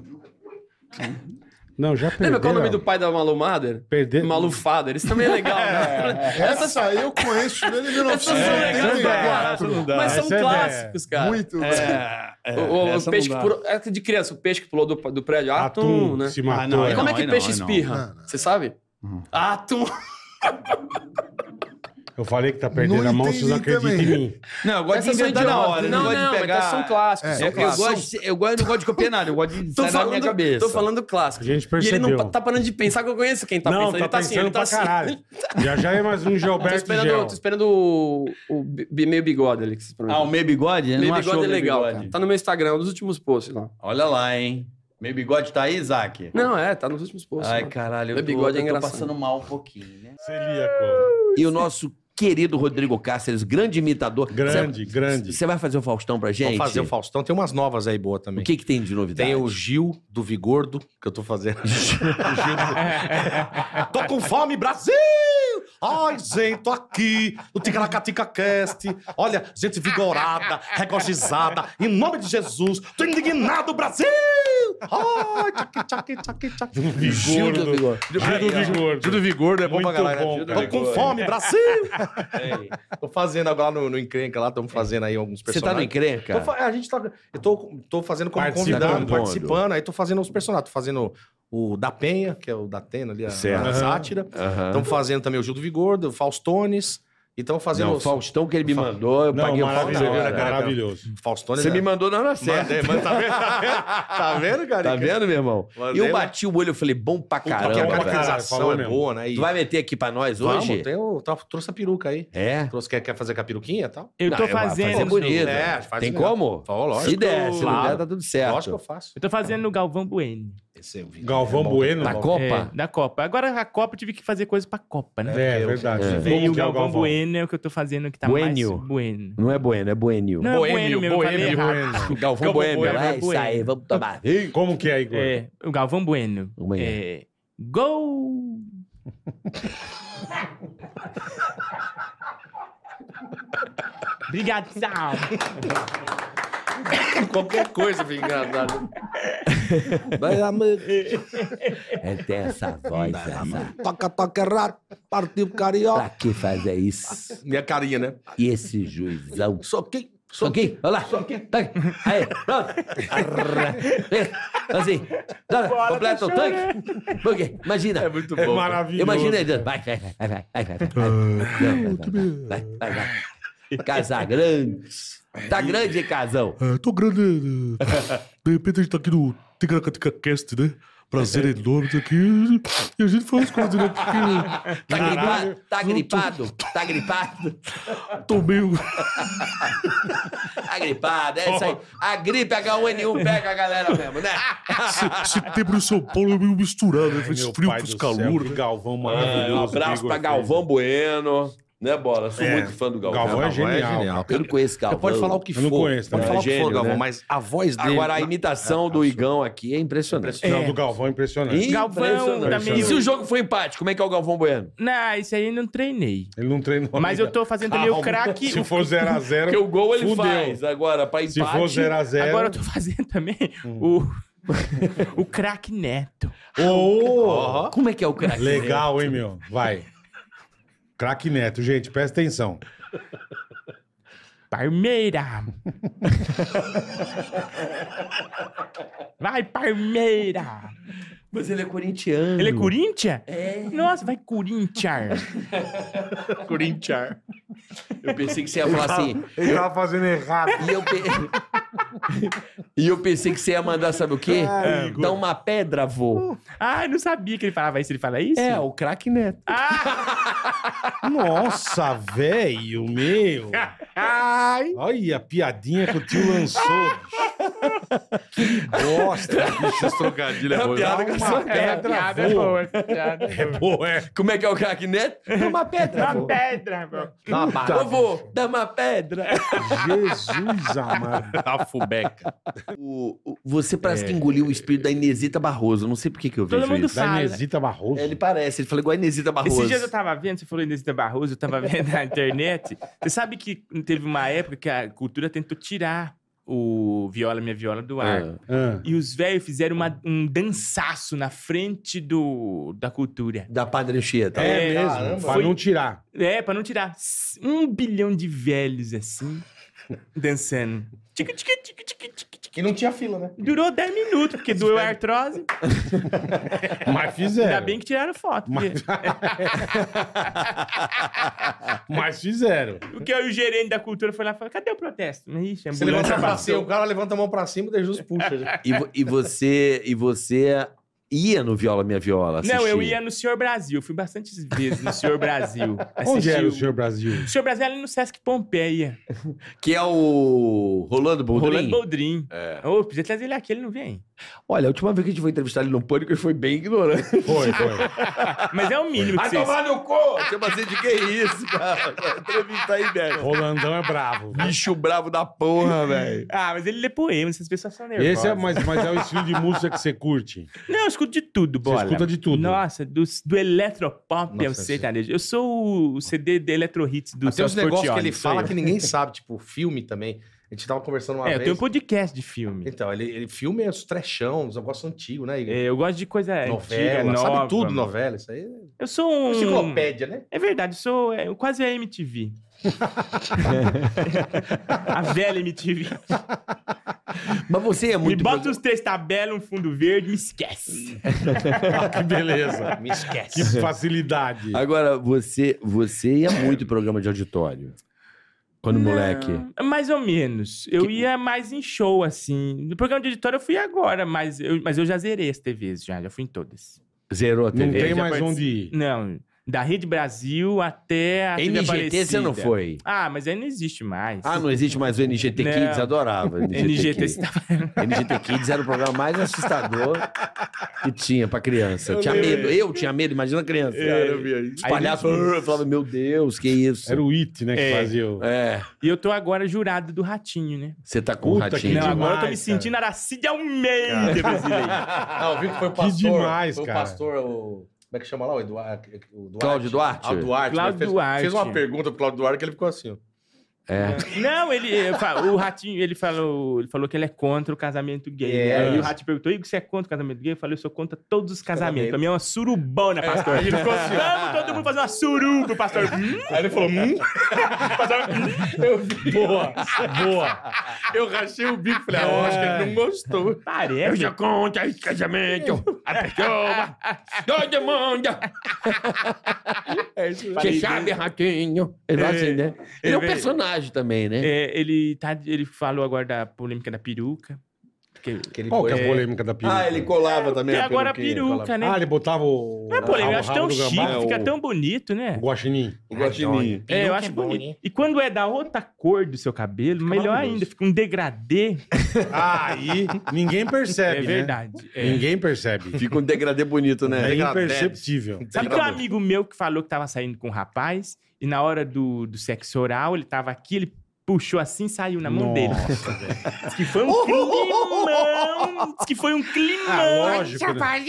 [SPEAKER 2] Não, já
[SPEAKER 7] Lembra qual é o nome
[SPEAKER 2] perderam.
[SPEAKER 7] do pai da Malu Mader?
[SPEAKER 2] Perder.
[SPEAKER 7] Malu Fader. Isso também é legal, né?
[SPEAKER 9] Essa aí eu conheço desde
[SPEAKER 7] Essas são legais pra caralho.
[SPEAKER 9] 1984.
[SPEAKER 7] Mas são clássicos, cara.
[SPEAKER 9] Muito.
[SPEAKER 7] É,
[SPEAKER 9] é,
[SPEAKER 7] o, o- o
[SPEAKER 9] essa
[SPEAKER 7] peixe
[SPEAKER 9] não
[SPEAKER 7] que
[SPEAKER 9] dá.
[SPEAKER 7] pulou, é de criança, o peixe que pulou do, do prédio. Atum,
[SPEAKER 2] Atum,
[SPEAKER 7] né?
[SPEAKER 2] se matou. Ah, não,
[SPEAKER 7] e como
[SPEAKER 2] não,
[SPEAKER 7] é que
[SPEAKER 2] aí
[SPEAKER 7] peixe
[SPEAKER 2] não, aí não.
[SPEAKER 7] espirra? Você sabe? Atum.
[SPEAKER 2] Eu falei que tá perdendo
[SPEAKER 7] Não
[SPEAKER 2] a mão, vocês não
[SPEAKER 7] entendi
[SPEAKER 2] acreditam em
[SPEAKER 7] também.
[SPEAKER 2] mim.
[SPEAKER 6] Não, eu gosto
[SPEAKER 7] Essas
[SPEAKER 6] de
[SPEAKER 7] são
[SPEAKER 6] inventar na
[SPEAKER 7] idiotas.
[SPEAKER 6] hora.
[SPEAKER 7] Não,
[SPEAKER 6] eu gosto
[SPEAKER 7] não,
[SPEAKER 6] de
[SPEAKER 7] mas
[SPEAKER 6] pegar... É,
[SPEAKER 7] tá- são clássicos, são
[SPEAKER 6] eu,
[SPEAKER 7] clássicos.
[SPEAKER 6] Eu, gosto, eu, gosto, eu não gosto de copiar nada, eu gosto de
[SPEAKER 7] Tô
[SPEAKER 6] sair da minha
[SPEAKER 7] falando,
[SPEAKER 6] cabeça.
[SPEAKER 7] tô falando clássico.
[SPEAKER 2] A gente
[SPEAKER 7] E ele não
[SPEAKER 2] percebeu.
[SPEAKER 7] pa- tá parando de pensar que eu conheço quem tá
[SPEAKER 2] Não, tá
[SPEAKER 7] pensando. ele tá assim, ele
[SPEAKER 2] pensando pra
[SPEAKER 7] tá assim.
[SPEAKER 2] caralho. Já já é mais um
[SPEAKER 7] Tô
[SPEAKER 2] Gilberto
[SPEAKER 7] esperando,
[SPEAKER 2] Gel.
[SPEAKER 7] tô esperando o, o bi- bi- meio bigode ali. Que vocês
[SPEAKER 6] Ah, o meio bigode? Eu
[SPEAKER 7] Meio
[SPEAKER 6] não achou
[SPEAKER 7] bigode
[SPEAKER 6] o
[SPEAKER 7] é
[SPEAKER 6] meio
[SPEAKER 7] legal,
[SPEAKER 6] bigode.
[SPEAKER 7] cara. Tá no meu Instagram, um dos últimos posts lá.
[SPEAKER 6] Olha lá, hein? Meu bigode tá aí, Isaac?
[SPEAKER 7] Não, é, tá nos últimos posts.
[SPEAKER 6] Ai,
[SPEAKER 7] lá.
[SPEAKER 6] caralho, eu
[SPEAKER 7] Meu
[SPEAKER 6] tô-
[SPEAKER 7] bigode é
[SPEAKER 6] eu tô
[SPEAKER 7] engraçado.
[SPEAKER 6] passando mal um pouquinho, né?
[SPEAKER 2] Celíaco.
[SPEAKER 6] E o nosso querido Rodrigo Cáceres, grande imitador. Grande, grande. Você vai fazer o Faustão pra gente?
[SPEAKER 20] Vou fazer o Faustão. Tem umas novas aí boas também.
[SPEAKER 6] O que, que tem de novidade?
[SPEAKER 20] Tem o Gil do Vigordo, que eu tô fazendo. tô com fome, Brasil! Ai, gente, tô aqui no Ticaracatica Cast. Olha, gente vigorada, regozijada, em nome de Jesus. Tô indignado, Brasil!
[SPEAKER 6] Ah,
[SPEAKER 20] Ai, tchaqui, tchaqui, tchaqui, tchaqui.
[SPEAKER 6] Gil do Vigor.
[SPEAKER 20] Gil do Vigor. Gil do Vigor é bom pra
[SPEAKER 6] Muito
[SPEAKER 20] caralho. né?
[SPEAKER 6] bom,
[SPEAKER 20] Gil do
[SPEAKER 6] cara.
[SPEAKER 20] Vigor. Tô com fome,
[SPEAKER 6] É.
[SPEAKER 20] Brasil! Tô fazendo agora no, no Encrenca lá, estamos fazendo aí alguns
[SPEAKER 6] Você tá
[SPEAKER 20] personagens.
[SPEAKER 6] no Encrenca?
[SPEAKER 20] Tô fa- a gente tá. Eu tô, tô fazendo como
[SPEAKER 6] Participando.
[SPEAKER 20] convidado, participando, aí tô fazendo os personagens. Tô fazendo o da Penha, que é o da Atena ali, a,
[SPEAKER 6] Certo.
[SPEAKER 20] a sátira.
[SPEAKER 6] Aham.
[SPEAKER 20] Estamos fazendo também o Gil do Vigordo, o Faustones. E estamos fazendo.
[SPEAKER 6] Não, o Faustão que ele me mandou, eu paguei o Faustão.
[SPEAKER 20] maravilhoso. Faustones.
[SPEAKER 6] Você
[SPEAKER 20] é-
[SPEAKER 6] me mandou na hora certa.
[SPEAKER 20] Mandei, mas tá vendo? Tá vendo, cara?
[SPEAKER 6] Tá vendo, meu irmão? E
[SPEAKER 20] Mandei
[SPEAKER 6] eu
[SPEAKER 20] lá.
[SPEAKER 6] bati o olho e falei, bom pra
[SPEAKER 20] Puta,
[SPEAKER 6] caramba.
[SPEAKER 20] que é a
[SPEAKER 6] velho.
[SPEAKER 20] caracterização
[SPEAKER 6] Falou
[SPEAKER 20] é
[SPEAKER 6] mesmo.
[SPEAKER 20] boa, né? E-
[SPEAKER 6] Tu vai meter aqui pra nós
[SPEAKER 20] Vamos,
[SPEAKER 6] hoje?
[SPEAKER 20] tem o- tá- trouxe a peruca aí.
[SPEAKER 6] É?
[SPEAKER 20] Trouxe, quer, quer fazer com a peruquinha e tal?
[SPEAKER 6] Eu tô Não, eu- fazendo. fazer é bonito.
[SPEAKER 20] É, faz
[SPEAKER 6] Tem
[SPEAKER 20] mesmo.
[SPEAKER 6] como?
[SPEAKER 20] Ó, lógico.
[SPEAKER 6] Se der, se não
[SPEAKER 20] Claro.
[SPEAKER 6] der, tá tudo certo.
[SPEAKER 20] Lógico que eu faço.
[SPEAKER 21] Eu tô fazendo no Galvão Bueno. É,
[SPEAKER 20] Esse eu vi.
[SPEAKER 2] Galvão Bueno? Da Copa?
[SPEAKER 21] da Copa. Agora a Copa eu tive que fazer coisa pra Copa, né?
[SPEAKER 2] É, é verdade. É.
[SPEAKER 21] E
[SPEAKER 2] Como
[SPEAKER 21] o
[SPEAKER 2] que é o
[SPEAKER 21] Galvão,
[SPEAKER 2] Galvão?
[SPEAKER 21] Bueno é o que eu tô fazendo que tá
[SPEAKER 6] Bueno.
[SPEAKER 21] mais... Bueno.
[SPEAKER 6] Não é Bueno, é Buenil.
[SPEAKER 21] Não, é Bueno mesmo, eu falei errado.
[SPEAKER 6] Galvão Bueno. É isso
[SPEAKER 21] Bueno.
[SPEAKER 6] aí, vamos tomar.
[SPEAKER 2] Como que é, Igor?
[SPEAKER 21] É, o Galvão Bueno. É, gol! Obrigado, Sal.
[SPEAKER 7] Qualquer coisa fica engraçado.
[SPEAKER 6] Vai lá, mano. É ter essa voz, essa.
[SPEAKER 20] Toca, toca, rato, partiu
[SPEAKER 6] Pra
[SPEAKER 20] carioca.
[SPEAKER 6] que fazer isso?
[SPEAKER 20] Minha carinha, né?
[SPEAKER 6] E esse juizão?
[SPEAKER 20] Só quem?
[SPEAKER 6] Só quem? Olha lá. Só quem? Tá aqui. Aí, pronto. Arra. É, Assim. Tá,
[SPEAKER 1] Bora,
[SPEAKER 6] completa o
[SPEAKER 1] tá
[SPEAKER 6] tanque. Porque, imagina. É muito
[SPEAKER 1] bom, É cara. maravilhoso.
[SPEAKER 6] Imagina ele. Vai, vai, vai, vai, vai, vai, vai, vai. Não, vai, vai, vai, vai, vai. Casa grande. Tá grande, hein, casão?
[SPEAKER 22] É, tô grande. né? De repente a gente tá aqui no Ticaracatica Cast, né? Prazer enorme tá aqui. E a gente faz coisa, né? Porque. Eu
[SPEAKER 6] Tá gripado? Tá
[SPEAKER 22] tô-
[SPEAKER 6] gripado? Tá gripado?
[SPEAKER 22] Tomei um.
[SPEAKER 6] Tá gripado, é isso aí. A gripe H1N1 pega a galera mesmo, né?
[SPEAKER 22] Se- Setembro em São Paulo é meio misturado, né? Faz frio com os calor. né?
[SPEAKER 2] Galvão
[SPEAKER 6] um abraço pra Galvão Bueno. Né, Bola? Sou
[SPEAKER 20] É.
[SPEAKER 6] muito fã do Galvão.
[SPEAKER 20] Galvão é genial, cara.
[SPEAKER 6] Eu não conheço Galvão. né?
[SPEAKER 20] Pode falar o que Eu não for. conheço Pode também. falar o que for, Galvão, mas a voz dele-
[SPEAKER 6] Agora, a imitação do Igão aqui é impressionante.
[SPEAKER 2] Não, do Galvão é impressionante.
[SPEAKER 21] Galvão também-
[SPEAKER 6] E se o jogo foi empate, como é que é o Galvão Bueno?
[SPEAKER 21] Não, isso aí eu não treinei.
[SPEAKER 2] Ele não treinou Ah,
[SPEAKER 21] Mas eu tô fazendo também o craque.
[SPEAKER 2] Se for 0x0,
[SPEAKER 21] Porque o gol ele
[SPEAKER 2] fudeu.
[SPEAKER 21] faz.
[SPEAKER 6] Agora, pra
[SPEAKER 21] empate.
[SPEAKER 2] Se for 0x0...
[SPEAKER 21] Agora eu tô fazendo também
[SPEAKER 2] Hum.
[SPEAKER 21] o, o craque né? neto.
[SPEAKER 2] Ô!
[SPEAKER 6] Como é que é o craque
[SPEAKER 2] Legal, hein, meu? Vai. Craque Neto, gente, presta atenção.
[SPEAKER 21] Parmeira! Vai, Parmeira!
[SPEAKER 6] Mas ele é corintiano.
[SPEAKER 2] Hum.
[SPEAKER 21] Ele é Corinthians? É. Nossa, vai Corinthians.
[SPEAKER 6] Corinthians. Eu pensei que você ia falar assim.
[SPEAKER 2] Ele tava fazendo errado.
[SPEAKER 6] E eu, pe- e eu pensei que você ia mandar, sabe o quê? É.
[SPEAKER 21] Ai,
[SPEAKER 6] Dá uma pedra, vô.
[SPEAKER 21] Ah, eu não sabia que ele falava isso. Ele fala isso?
[SPEAKER 6] É, o craque neto.
[SPEAKER 2] Nossa, velho, meu.
[SPEAKER 21] Ai.
[SPEAKER 2] Olha a piadinha que o tio lançou. bicho. que bosta.
[SPEAKER 20] Esses trocadilhos
[SPEAKER 2] É uma piada
[SPEAKER 20] Dá
[SPEAKER 2] com
[SPEAKER 20] uma
[SPEAKER 2] essa
[SPEAKER 21] É
[SPEAKER 2] pedra
[SPEAKER 20] pedra
[SPEAKER 2] voa.
[SPEAKER 20] boa.
[SPEAKER 2] É boa, é.
[SPEAKER 6] Como é que é o craque neto? Dá uma pedra, vô.
[SPEAKER 21] pedra, meu.
[SPEAKER 6] Dá uma barra. Ô, vô, dá uma pedra.
[SPEAKER 2] Jesus amado.
[SPEAKER 20] A fubeca.
[SPEAKER 6] O, o- você parece que engoliu o espírito da Inesita Barroso. Não sei por que, que eu
[SPEAKER 21] Todo
[SPEAKER 6] vejo
[SPEAKER 21] mundo
[SPEAKER 6] isso.
[SPEAKER 21] Da fala. Inesita
[SPEAKER 6] Barroso? Ele parece. Ele falou igual a Inesita Barroso.
[SPEAKER 21] Esses dias eu tava vendo, você falou Inesita Barroso, eu tava vendo na internet. Você sabe que teve uma época que a cultura tentou tirar o Viola Minha Viola do ar.
[SPEAKER 22] Ah.
[SPEAKER 21] E os velhos fizeram uma- um dançaço na frente do, da cultura.
[SPEAKER 6] Da Padre Anchieta.
[SPEAKER 2] É mesmo, pra não tirar.
[SPEAKER 21] É, pra não tirar. S- Um bilhão de velhos assim, dançando. Tica, tica, tica, tica, tica, tica.
[SPEAKER 11] E não tinha fila, né?
[SPEAKER 21] Durou 10 minutos, porque doeu a artrose.
[SPEAKER 2] Mas fizeram.
[SPEAKER 21] Ainda bem que tiraram foto.
[SPEAKER 2] Mas-
[SPEAKER 21] porque-
[SPEAKER 2] Mas fizeram.
[SPEAKER 21] Porque aí o gerente da cultura foi lá e falou: cadê o protesto? Ixi,
[SPEAKER 6] Você
[SPEAKER 21] ambulância
[SPEAKER 6] levanta pra
[SPEAKER 21] passou.
[SPEAKER 6] cima,
[SPEAKER 11] O cara levanta a mão pra cima e deixa os puxa. já.
[SPEAKER 6] E, vo- e você e você ia no Viola Minha Viola assistir.
[SPEAKER 21] Não, eu ia no Senhor Brasil. Fui bastantes vezes no Senhor Brasil.
[SPEAKER 6] Onde era o
[SPEAKER 21] Senhor
[SPEAKER 2] Brasil?
[SPEAKER 21] O Senhor Brasil é ali no Sesc Pompeia.
[SPEAKER 6] Que é o Rolando Boldrin.
[SPEAKER 21] Rolando Boldrin.
[SPEAKER 6] É.
[SPEAKER 21] Ô, podia trazer ele aqui, ele não vem.
[SPEAKER 6] Olha, a última vez que a gente foi entrevistar ele no Pânico, ele foi bem ignorante. Foi, foi.
[SPEAKER 21] Mas é o mínimo que
[SPEAKER 6] Vai
[SPEAKER 21] vocês...
[SPEAKER 6] tomar no cu! Você fazer de que isso, cara? Entrevista aí, velho.
[SPEAKER 2] Rolandão é bravo.
[SPEAKER 6] Bicho bravo da porra, velho.
[SPEAKER 21] Ah, mas ele lê poemas, essas pessoas são nervosas.
[SPEAKER 2] Esse é, mas, mas é o estilo de música que você curte.
[SPEAKER 21] Não, eu escuto de tudo, bola.
[SPEAKER 2] escuta de tudo.
[SPEAKER 21] Nossa, do, do eletropop ao
[SPEAKER 2] Nossa,
[SPEAKER 21] sertanejo. Eu sou o CD de Eletro Hits do
[SPEAKER 3] Tem uns
[SPEAKER 21] Celso
[SPEAKER 3] negócios que
[SPEAKER 21] Portiolli,
[SPEAKER 3] ele
[SPEAKER 21] sou
[SPEAKER 3] fala
[SPEAKER 21] eu.
[SPEAKER 3] que ninguém sabe, tipo, filme também. A gente tava conversando uma
[SPEAKER 21] É, eu
[SPEAKER 3] vez.
[SPEAKER 21] tenho um podcast de filme.
[SPEAKER 3] Então, ele, ele filme é os trechão, os negócios antigos, né?
[SPEAKER 21] É, eu gosto de coisa
[SPEAKER 3] novela,
[SPEAKER 21] antiga,
[SPEAKER 3] sabe
[SPEAKER 21] nova.
[SPEAKER 3] tudo novela, isso aí. é
[SPEAKER 21] Eu sou um...
[SPEAKER 3] Enciclopédia, né?
[SPEAKER 21] É verdade, eu sou é, eu quase a MTV. a velha MTV.
[SPEAKER 6] Mas você é
[SPEAKER 21] muito... Me bota os três tabelas, um fundo verde, me esquece.
[SPEAKER 2] Ah, que beleza.
[SPEAKER 3] Me esquece.
[SPEAKER 2] Que facilidade.
[SPEAKER 6] Agora, você, você ia muito em programa de auditório. Quando moleque.
[SPEAKER 21] Mais ou menos. Eu ia mais em show, assim. No programa de auditório eu fui agora, mas eu, mas eu já zerei as TVs, já, já fui em todas.
[SPEAKER 6] Zerou a TV.
[SPEAKER 21] Eu já partici- Não. Da Rede Brasil até a TV
[SPEAKER 6] NGT você não
[SPEAKER 21] Aparecida.
[SPEAKER 6] foi?
[SPEAKER 21] Ah, mas aí não existe mais.
[SPEAKER 6] Ah, não existe mais o NGT
[SPEAKER 21] Não.
[SPEAKER 6] Kids? Adorava.
[SPEAKER 21] NGT,
[SPEAKER 6] Kids. NGT Kids era o programa mais assustador que tinha pra criança.
[SPEAKER 2] Eu
[SPEAKER 6] tinha
[SPEAKER 2] lembro.
[SPEAKER 6] medo. Eu tinha medo, imagina a criança.
[SPEAKER 2] É.
[SPEAKER 6] Cara, eu via isso. Os
[SPEAKER 21] Aí
[SPEAKER 6] palhaços
[SPEAKER 21] eles-
[SPEAKER 6] "Ah", falavam, meu Deus, que isso.
[SPEAKER 2] Era o It, né, que fazia o-
[SPEAKER 6] É.
[SPEAKER 21] E eu tô agora jurado do Ratinho, né?
[SPEAKER 6] Você tá com
[SPEAKER 21] Puta,
[SPEAKER 6] o
[SPEAKER 21] que
[SPEAKER 6] ratinho.
[SPEAKER 21] Não, agora eu tô me sentindo Aracide Almeida é brasileiro.
[SPEAKER 3] Ah, eu vi que foi o
[SPEAKER 21] Que
[SPEAKER 3] pastor.
[SPEAKER 21] demais,
[SPEAKER 3] foi o
[SPEAKER 21] cara.
[SPEAKER 3] pastor, o... Como é que chama lá? O Eduardo.
[SPEAKER 6] Cláudio Duarte?
[SPEAKER 3] O Duarte.
[SPEAKER 21] Cláudio
[SPEAKER 3] né? fez,
[SPEAKER 21] Duarte.
[SPEAKER 3] Fez uma pergunta pro Cláudio Duarte que ele ficou assim. ó.
[SPEAKER 6] É.
[SPEAKER 21] Não, ele, eu fa- o Ratinho, ele falou, ele falou que ele é contra o casamento gay.
[SPEAKER 3] É,
[SPEAKER 21] né? E o
[SPEAKER 3] isso.
[SPEAKER 21] Ratinho perguntou, Igor, você é contra o casamento gay? Eu falei, eu sou contra todos os casamentos. Pra mim é uma surubona, pastor.
[SPEAKER 3] É.
[SPEAKER 21] Ele ficou assim, vamos todo mundo fazer uma suruba, o pastor. Aí ele falou, hum?
[SPEAKER 3] Boa, boa. Eu rachei o bico, falei, ah, eu acho que ele não gostou.
[SPEAKER 21] Parece.
[SPEAKER 3] Eu já conto aí, casamento, a pessoa, todo mundo.
[SPEAKER 6] É Que sabe, Ratinho. Ele é, assim, né? Ele, é um
[SPEAKER 21] veio-
[SPEAKER 6] personagem também, né?
[SPEAKER 21] É, ele, tá, ele falou agora da polêmica da peruca. Que,
[SPEAKER 2] Qual que é a polêmica da peruca?
[SPEAKER 21] Ah, ele
[SPEAKER 6] colava
[SPEAKER 21] também a agora a peruquinha, peruca, colava. né?
[SPEAKER 2] Ah, ele botava o.
[SPEAKER 21] Não é polêmica, eu acho tão chique,
[SPEAKER 2] chique,
[SPEAKER 21] fica tão bonito, né?
[SPEAKER 2] é O guaxinim. O
[SPEAKER 21] É, eu acho bonito. E quando é da outra cor do seu cabelo, melhor
[SPEAKER 2] maravilhoso.
[SPEAKER 21] ainda, fica um degradê.
[SPEAKER 2] Aí ninguém percebe.
[SPEAKER 21] É
[SPEAKER 2] né?
[SPEAKER 21] verdade. é.
[SPEAKER 2] Ninguém percebe.
[SPEAKER 6] Fica um degradê bonito, né?
[SPEAKER 2] É
[SPEAKER 6] Degradê.
[SPEAKER 2] imperceptível.
[SPEAKER 21] Sabe que um amigo meu que falou que tava saindo com um rapaz e na hora do, do sexo oral, ele tava aqui, ele puxou assim e saiu na mão dele. Diz que foi um climão. Diz que foi um climão.
[SPEAKER 1] Ah, lógico, né?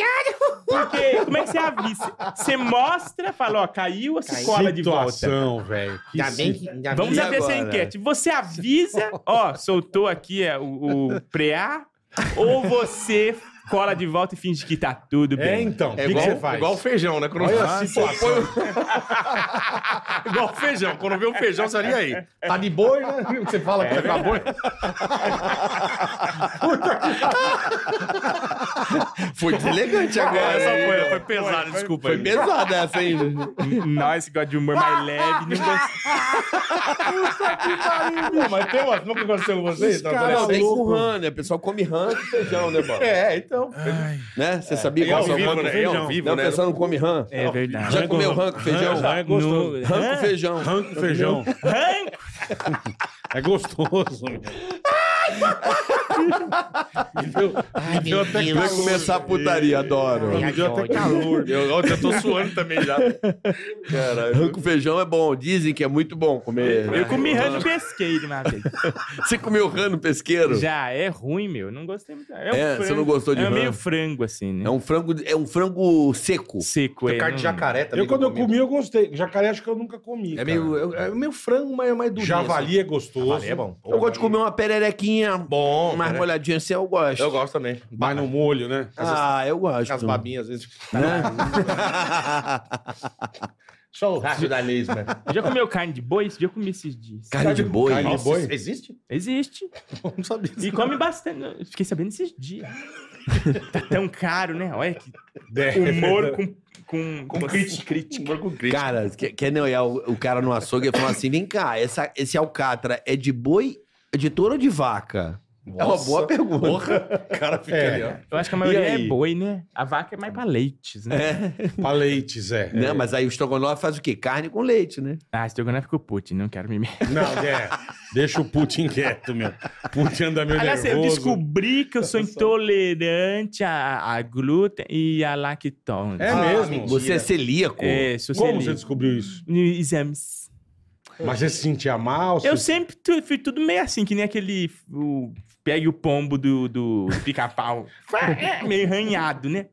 [SPEAKER 21] Porque, como é que você avisa? Você mostra, fala, ó, caiu ou se cola de volta?
[SPEAKER 2] Situação, velho. Que
[SPEAKER 21] Ainda bem que- né?
[SPEAKER 2] situ-
[SPEAKER 21] ainda bem Vamos abrir essa enquete. Você avisa, ó, soltou aqui é, o, o pré-A, ou você cola de volta e finge que tá tudo bem?
[SPEAKER 2] É, então, o
[SPEAKER 21] É
[SPEAKER 2] que, que
[SPEAKER 21] igual-
[SPEAKER 2] você faz?
[SPEAKER 21] igual o
[SPEAKER 3] feijão, né?
[SPEAKER 21] Quando-
[SPEAKER 2] Olha
[SPEAKER 21] Ah,
[SPEAKER 2] a situação.
[SPEAKER 3] Igual feijão. Quando vê um feijão, você olha, e aí. Tá de boi, né? Você fala
[SPEAKER 2] É.
[SPEAKER 3] que tá com a boi.
[SPEAKER 6] Foi deselegante agora.
[SPEAKER 21] Essa
[SPEAKER 6] hein?
[SPEAKER 21] foi, foi pesada, desculpa.
[SPEAKER 6] Foi
[SPEAKER 21] aí.
[SPEAKER 6] pesada essa, hein?
[SPEAKER 21] Nós que gosta de humor mais leve, não gosta.
[SPEAKER 1] Puta que pariu,
[SPEAKER 3] Pô, mas tem umas, nunca aconteceu com vocês? Tá
[SPEAKER 1] é
[SPEAKER 6] Não, tem com
[SPEAKER 3] louco.
[SPEAKER 6] rã, né? O pessoal come rã com feijão, né, Bola?
[SPEAKER 3] É, então.
[SPEAKER 6] Né? Você sabia
[SPEAKER 3] É
[SPEAKER 6] qual
[SPEAKER 3] ao
[SPEAKER 6] que é o
[SPEAKER 3] vivo,
[SPEAKER 6] rã com
[SPEAKER 3] né? É
[SPEAKER 6] feijão?
[SPEAKER 3] ao vivo,
[SPEAKER 6] não,
[SPEAKER 3] né?
[SPEAKER 6] o pessoal não come rã.
[SPEAKER 21] É verdade.
[SPEAKER 6] Já comeu rã com feijão?
[SPEAKER 2] Já é gostoso.
[SPEAKER 6] No- Rã com feijão.
[SPEAKER 2] Rã com feijão. É gostoso.
[SPEAKER 6] Ai,
[SPEAKER 2] deu até
[SPEAKER 6] menino.
[SPEAKER 2] calor.
[SPEAKER 6] Vai começar a putaria, adoro.
[SPEAKER 2] Me deu até
[SPEAKER 6] calor.
[SPEAKER 3] Eu, eu tô suando também já.
[SPEAKER 6] Caralho. Rã com feijão é bom. Dizem que é muito bom comer.
[SPEAKER 21] Eu comi rã no pesqueiro né, uma vez.
[SPEAKER 6] Você comeu rã no pesqueiro?
[SPEAKER 21] Já, é ruim, meu. Não gostei muito. É, um
[SPEAKER 6] É, você
[SPEAKER 21] frango.
[SPEAKER 6] não gostou de
[SPEAKER 21] É
[SPEAKER 6] rã?
[SPEAKER 21] meio frango, assim, né?
[SPEAKER 6] É um frango, é um frango seco.
[SPEAKER 21] Seco,
[SPEAKER 6] é.
[SPEAKER 3] Carne de jacaré também.
[SPEAKER 2] Eu, quando eu comi, eu gostei. Jacaré acho que eu nunca comi.
[SPEAKER 3] É meio, é, é meio frango, mas é mais durinho.
[SPEAKER 6] assim.
[SPEAKER 2] Javali é gostoso.
[SPEAKER 3] Javali é bom.
[SPEAKER 6] Eu gosto de comer uma pererequinha babinha. Bom. Mais
[SPEAKER 3] né?
[SPEAKER 6] molhadinha assim eu gosto.
[SPEAKER 3] Eu gosto também. Mas no molho, né?
[SPEAKER 6] Ah, eu gosto. Né?
[SPEAKER 3] As babinhas, às vezes.
[SPEAKER 21] Churrasco
[SPEAKER 3] da Liz, né?
[SPEAKER 21] Já comeu carne de boi? Esse dia eu comi esses dias.
[SPEAKER 6] Carne de boi?
[SPEAKER 21] Carne
[SPEAKER 6] Nossa,
[SPEAKER 21] de boi?
[SPEAKER 3] Existe?
[SPEAKER 21] Existe.
[SPEAKER 3] Não sabia.
[SPEAKER 21] E come bastante. Eu Fiquei sabendo esses dias. tá tão caro, né? Olha que
[SPEAKER 3] É.
[SPEAKER 21] humor com... Com,
[SPEAKER 3] Com crítica, crítica.
[SPEAKER 6] Cara, que, que não, é o, o cara no açougue ele falou assim: vem cá, essa, esse alcatra é de boi, é de touro ou de vaca? É uma
[SPEAKER 21] Nossa.
[SPEAKER 6] boa pergunta.
[SPEAKER 21] Porra, o cara fica ali, ó. É. Eu acho que a maioria é boi, né? A vaca é mais pra leites, né?
[SPEAKER 6] É.
[SPEAKER 3] pra leites, é.
[SPEAKER 6] Não, mas aí o estrogonofe faz o quê? Carne com leite, né?
[SPEAKER 21] Ah, estrogonofe ficou Putin, não quero me
[SPEAKER 3] Não, é. Deixa o Putin quieto, meu. Putin anda meio
[SPEAKER 21] Aliás, eu
[SPEAKER 3] nervoso.
[SPEAKER 21] descobri que eu sou intolerante a, a glúten e a lactose.
[SPEAKER 3] É mesmo? Você é celíaco?
[SPEAKER 21] Ah, É, sou
[SPEAKER 3] Como
[SPEAKER 21] celíaco. é
[SPEAKER 3] você descobriu isso?
[SPEAKER 21] Exames.
[SPEAKER 3] Mas você se sentia mal?
[SPEAKER 21] Eu
[SPEAKER 3] Você-
[SPEAKER 21] sempre tu- fui tudo meio assim, que nem aquele. O, pegue o pombo do, do pica-pau. É, meio arranhado, né?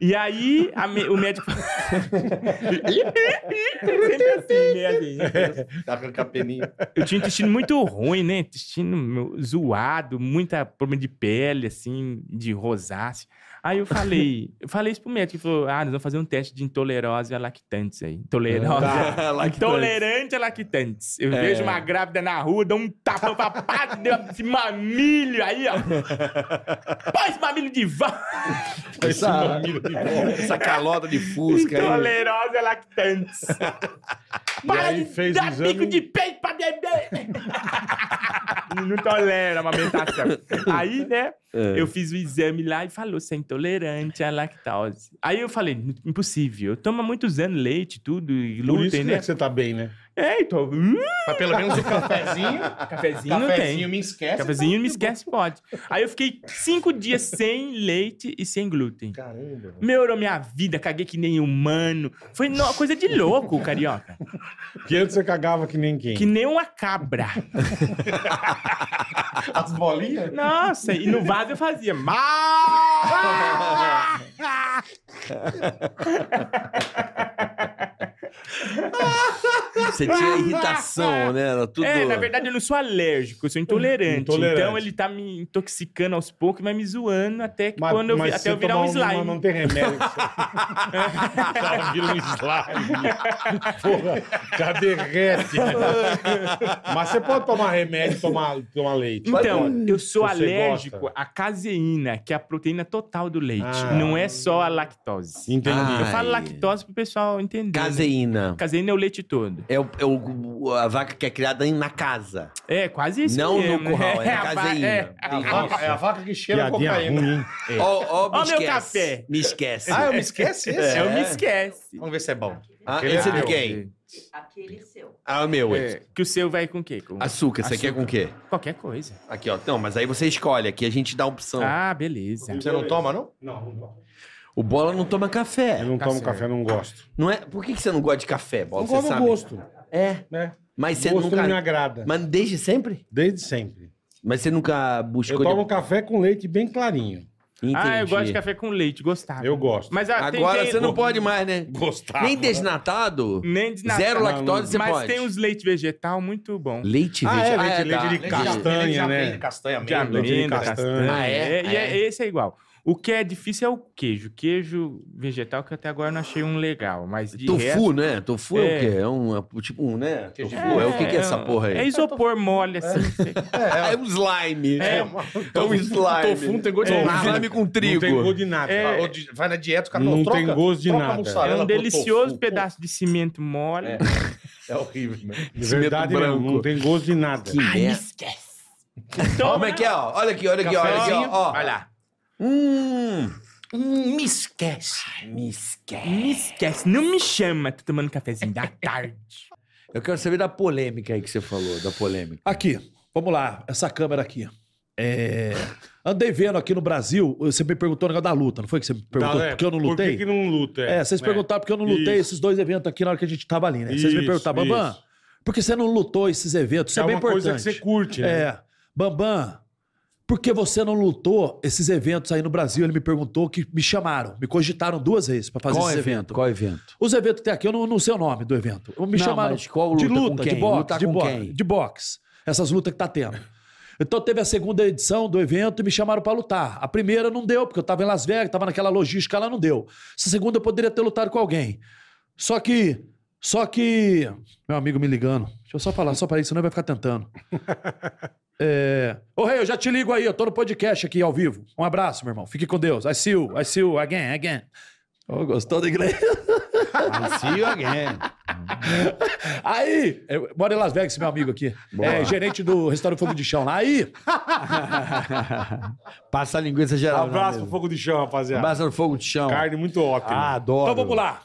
[SPEAKER 21] E aí, a me- o médico. sempre assim, meio assim.
[SPEAKER 3] Tá com a peninha.
[SPEAKER 21] Eu tinha um intestino muito ruim, né? Intestino meu, zoado, muita problema de pele, assim, de rosácea. Aí eu falei, eu falei isso pro médico, ele falou, ah, nós vamos fazer um teste de intolerância a lactantes aí. Intolerância.
[SPEAKER 3] Tá, lactantes.
[SPEAKER 21] Intolerante a lactantes. Eu
[SPEAKER 3] É.
[SPEAKER 21] vejo uma grávida na rua, dou um tapão pra pá, deu esse mamilho aí, ó. Pá, esse mamilho de vó.
[SPEAKER 6] Essa, essa calota de fusca aí.
[SPEAKER 21] Intolerância a lactantes. Para de
[SPEAKER 3] fez
[SPEAKER 21] dar
[SPEAKER 3] um
[SPEAKER 21] pico de peito pra beber. não tolera a amamentação. Aí, né,
[SPEAKER 3] É.
[SPEAKER 21] eu fiz o exame lá e falou, você é intolerante à lactose. Aí eu falei, impossível, eu tomo há muitos anos leite, tudo, e
[SPEAKER 3] Por isso
[SPEAKER 21] glúten,
[SPEAKER 3] que
[SPEAKER 21] né?
[SPEAKER 3] é que você tá bem, né?
[SPEAKER 21] É, então...
[SPEAKER 3] Mas pelo menos o cafezinho-
[SPEAKER 21] Cafezinho não tem.
[SPEAKER 3] cafezinho me esquece,
[SPEAKER 21] Cafezinho
[SPEAKER 3] tá
[SPEAKER 21] me esquece, pode. Aí eu fiquei cinco dias sem leite e sem glúten.
[SPEAKER 3] Caramba.
[SPEAKER 21] Melhorou minha vida, caguei que nem humano. Foi no- coisa de louco, carioca.
[SPEAKER 3] Que antes você cagava que nem quem?
[SPEAKER 21] Que nem uma cabra.
[SPEAKER 3] As bolinhas?
[SPEAKER 21] Nossa, e no vaso eu fazia. "Má!"
[SPEAKER 6] Você tinha irritação, né? Era tudo...
[SPEAKER 21] É, na verdade eu não sou alérgico, eu sou é intolerante.
[SPEAKER 6] Intolerante.
[SPEAKER 21] Então ele tá me intoxicando aos poucos, vai me zoando até que
[SPEAKER 3] Mas-
[SPEAKER 21] quando eu, vi-
[SPEAKER 3] mas
[SPEAKER 21] até
[SPEAKER 3] se
[SPEAKER 21] eu virar
[SPEAKER 3] tomar
[SPEAKER 21] um slime.
[SPEAKER 3] Não, não tem remédio. Ela vira um slime. Porra, já derrete. Mas você pode tomar remédio e tomar, tomar leite.
[SPEAKER 21] Então,
[SPEAKER 3] Pode.
[SPEAKER 21] eu sou
[SPEAKER 3] Se é você
[SPEAKER 21] alérgico
[SPEAKER 3] gosta.
[SPEAKER 21] à caseína, que é a proteína total do leite.
[SPEAKER 3] Ah.
[SPEAKER 21] Não é só a lactose.
[SPEAKER 3] Entendi.
[SPEAKER 21] Eu falo
[SPEAKER 6] Ai.
[SPEAKER 21] lactose pro pessoal entender.
[SPEAKER 6] Caseína.
[SPEAKER 21] Caseína é o leite todo.
[SPEAKER 6] É, o, é o- a vaca que é criada em- na casa.
[SPEAKER 21] É, quase isso
[SPEAKER 6] Não
[SPEAKER 21] mesmo,
[SPEAKER 6] no curral, é,
[SPEAKER 21] a
[SPEAKER 6] na
[SPEAKER 21] va-
[SPEAKER 6] caseína.
[SPEAKER 21] é.
[SPEAKER 6] Tem isso.
[SPEAKER 3] Piadinha ruim, hein?
[SPEAKER 6] É. Ó, ó, me
[SPEAKER 21] Ó meu
[SPEAKER 6] esquece.
[SPEAKER 21] café.
[SPEAKER 6] Me esquece.
[SPEAKER 3] Ah, eu me esquece esse?
[SPEAKER 21] É, eu me esquece.
[SPEAKER 3] Vamos ver se é bom.
[SPEAKER 6] Ah, esse é de quem?
[SPEAKER 8] Aquele seu.
[SPEAKER 6] Ah, o meu.
[SPEAKER 3] É.
[SPEAKER 6] esse.
[SPEAKER 21] Que o seu vai com o quê? Com
[SPEAKER 6] Açúcar, você quer com o quê?
[SPEAKER 21] Qualquer coisa.
[SPEAKER 6] Aqui, ó. Não, mas aí você escolhe. Aqui a gente dá a opção.
[SPEAKER 21] Ah, beleza.
[SPEAKER 6] Você não toma, não?
[SPEAKER 3] Não, não tomo.
[SPEAKER 6] O Bola não toma café. Eu
[SPEAKER 21] Tá
[SPEAKER 3] não tomo café, não gosto.
[SPEAKER 6] Não é? Por que que você não gosta de café, Bola?
[SPEAKER 3] Não
[SPEAKER 6] Você
[SPEAKER 3] gosto do
[SPEAKER 6] sabe?
[SPEAKER 3] gosto.
[SPEAKER 6] É. Mas você
[SPEAKER 3] Gosto
[SPEAKER 6] nunca...
[SPEAKER 3] não me agrada.
[SPEAKER 6] Mas desde sempre?
[SPEAKER 3] Desde sempre.
[SPEAKER 6] Mas você nunca buscou...
[SPEAKER 3] Eu tomo café com leite bem clarinho.
[SPEAKER 21] Ah, eu gosto de café com leite, gostava.
[SPEAKER 3] Eu gosto.
[SPEAKER 21] Mas ah, tem-
[SPEAKER 6] Agora
[SPEAKER 21] tem-
[SPEAKER 6] você não pode mais, né?
[SPEAKER 3] Gostava.
[SPEAKER 6] Nem desnatado?
[SPEAKER 21] Nem desnatado.
[SPEAKER 6] Zero lactose você
[SPEAKER 21] Tá Mas
[SPEAKER 6] pode.
[SPEAKER 21] tem um uns leite vegetal muito bom.
[SPEAKER 6] Leite Ah, é, vegetal. leite- leite de castanha, né?
[SPEAKER 3] castanha,
[SPEAKER 21] De
[SPEAKER 3] amêndoa, leite de
[SPEAKER 21] amêndoa,
[SPEAKER 3] castanha.
[SPEAKER 21] castanha.
[SPEAKER 3] Ah, é?
[SPEAKER 21] E é-
[SPEAKER 3] É.
[SPEAKER 21] esse é igual. O que é difícil é o queijo. Queijo vegetal que até agora eu não achei um legal, mas de
[SPEAKER 6] Tofu,
[SPEAKER 21] resto-
[SPEAKER 6] né? Tofu é, o quê? É um... é tipo um, né? Tofu é, o que que é essa porra aí?
[SPEAKER 21] É isopor mole, assim.
[SPEAKER 6] É, um
[SPEAKER 2] né?
[SPEAKER 6] slime.
[SPEAKER 21] É,
[SPEAKER 6] É um slime.
[SPEAKER 3] Tofu não tem gosto de
[SPEAKER 6] É um
[SPEAKER 3] nada.
[SPEAKER 6] slime com trigo.
[SPEAKER 3] Não tem gosto de nada.
[SPEAKER 21] É.
[SPEAKER 3] Ou de- Vai na dieta, o cara
[SPEAKER 21] Não
[SPEAKER 3] não,
[SPEAKER 21] tem
[SPEAKER 3] troca.
[SPEAKER 21] gosto de
[SPEAKER 3] troca a
[SPEAKER 21] nada.
[SPEAKER 3] mussarela
[SPEAKER 21] É um
[SPEAKER 3] por
[SPEAKER 21] delicioso
[SPEAKER 3] tofu.
[SPEAKER 21] pedaço de cimento mole.
[SPEAKER 3] É horrível, meu. De
[SPEAKER 21] Cimento
[SPEAKER 3] verdade, mesmo,
[SPEAKER 21] branco.
[SPEAKER 3] não tem gosto de nada.
[SPEAKER 21] Que merda.
[SPEAKER 6] Ó, Como é que é, ó? Olha aqui, olha aqui, olha aqui, ó.
[SPEAKER 3] Cafezinho.
[SPEAKER 6] ó.
[SPEAKER 3] Vai lá.
[SPEAKER 6] Hum. Hum, me esquece. Me esquece.
[SPEAKER 21] Me esquece, não me chama, tô tomando cafezinho da tarde.
[SPEAKER 6] Eu quero saber da polêmica aí que você falou, da polêmica.
[SPEAKER 23] Aqui, vamos lá, essa câmera aqui. É, Andei vendo aqui no Brasil, você me perguntou o negócio da luta, não foi que você me perguntou?
[SPEAKER 3] é,
[SPEAKER 23] porque eu não
[SPEAKER 3] por que
[SPEAKER 23] lutei?
[SPEAKER 3] que não luta, é?
[SPEAKER 23] É, vocês
[SPEAKER 3] É.
[SPEAKER 23] perguntaram porque eu não lutei
[SPEAKER 3] Isso.
[SPEAKER 23] esses dois eventos aqui na hora que a gente tava ali, né? vocês me
[SPEAKER 3] Isso,
[SPEAKER 23] perguntaram, Bambam,
[SPEAKER 3] isso.
[SPEAKER 23] por que você não lutou esses eventos? Isso é,
[SPEAKER 3] É
[SPEAKER 23] bem
[SPEAKER 3] uma
[SPEAKER 23] importante.
[SPEAKER 3] coisa que você curte, né?
[SPEAKER 23] É. Bambam, por que você não lutou esses eventos aí no Brasil? Ele me perguntou, que me chamaram, me cogitaram duas vezes pra fazer
[SPEAKER 6] Qual
[SPEAKER 23] esses
[SPEAKER 6] evento?
[SPEAKER 23] eventos.
[SPEAKER 6] Qual evento?
[SPEAKER 23] Os eventos que tem aqui, eu não, não sei o nome do evento.
[SPEAKER 6] Não,
[SPEAKER 23] Me chamaram
[SPEAKER 6] mas qual
[SPEAKER 23] de
[SPEAKER 6] luta, com
[SPEAKER 23] luta, de
[SPEAKER 6] quem?
[SPEAKER 23] boxe,
[SPEAKER 6] Luta
[SPEAKER 23] de
[SPEAKER 6] com
[SPEAKER 23] boxe,
[SPEAKER 6] quem?
[SPEAKER 23] de boxe. Essas lutas que tá tendo. Então teve a segunda edição do evento e me chamaram pra lutar. A primeira não deu, porque eu tava em Las Vegas, tava naquela logística lá, não deu. Essa segunda eu poderia ter lutado com alguém. Só que. Só que. Meu amigo me ligando. Deixa eu só falar, só para isso, senão ele vai ficar tentando. É... Ô, rei, eu já te ligo aí, eu tô no podcast aqui ao vivo. Um abraço, meu irmão. Fique com Deus. I see you, I see you again, again. Oh, gostou do inglês? I see you again. Aí, eu moro em Las Vegas, esse meu amigo aqui.
[SPEAKER 5] Boa.
[SPEAKER 23] É gerente do restaurante Fogo de Chão lá. Aí.
[SPEAKER 5] Passa a linguiça geral.
[SPEAKER 23] Abraço
[SPEAKER 5] pro
[SPEAKER 23] Fogo de Chão, rapaziada.
[SPEAKER 5] Abraço pro Fogo de Chão.
[SPEAKER 23] Carne
[SPEAKER 5] muito ótima. Ah, adoro.
[SPEAKER 23] Então vamos lá.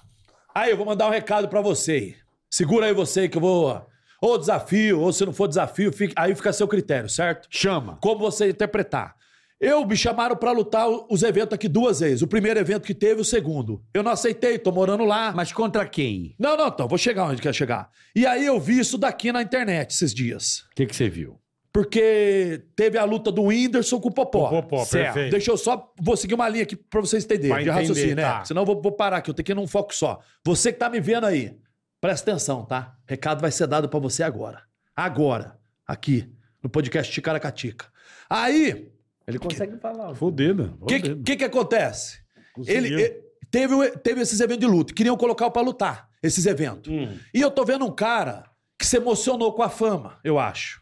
[SPEAKER 23] Aí, eu vou mandar um recado pra você. Segura aí você que eu vou. Ou desafio, ou se não for desafio, fica- aí fica a seu critério, certo? Chama. Como você interpretar. Eu me chamaram pra lutar o- os eventos aqui duas vezes. O primeiro evento que teve, o segundo. Eu não aceitei, tô morando lá. Mas contra quem? Não, não, então, vou chegar onde quer chegar. E aí eu vi isso daqui na internet esses dias.
[SPEAKER 5] O que, que você viu?
[SPEAKER 23] Porque teve a luta do Whindersson com o Popó.
[SPEAKER 5] Com o Popó,
[SPEAKER 23] Certo.
[SPEAKER 5] perfeito.
[SPEAKER 23] Deixa eu só. Vou seguir uma linha aqui pra vocês entenderem.
[SPEAKER 5] Pra
[SPEAKER 23] de
[SPEAKER 5] entender,
[SPEAKER 23] raciocínio, né?
[SPEAKER 5] tá.
[SPEAKER 23] Senão eu vou, vou parar aqui, eu tenho que ir num foco só. Você que tá me vendo aí, presta atenção, tá? Recado vai ser dado pra você agora. Agora. Aqui. No podcast Ticaracatica. Aí. Ele consegue falar. Fodida. O que, que que acontece? Ele, e- teve, o- teve esses eventos de luta. Queriam colocar o pra lutar, esses eventos.
[SPEAKER 3] Hum.
[SPEAKER 23] E eu tô vendo um cara que se emocionou com a fama, eu acho.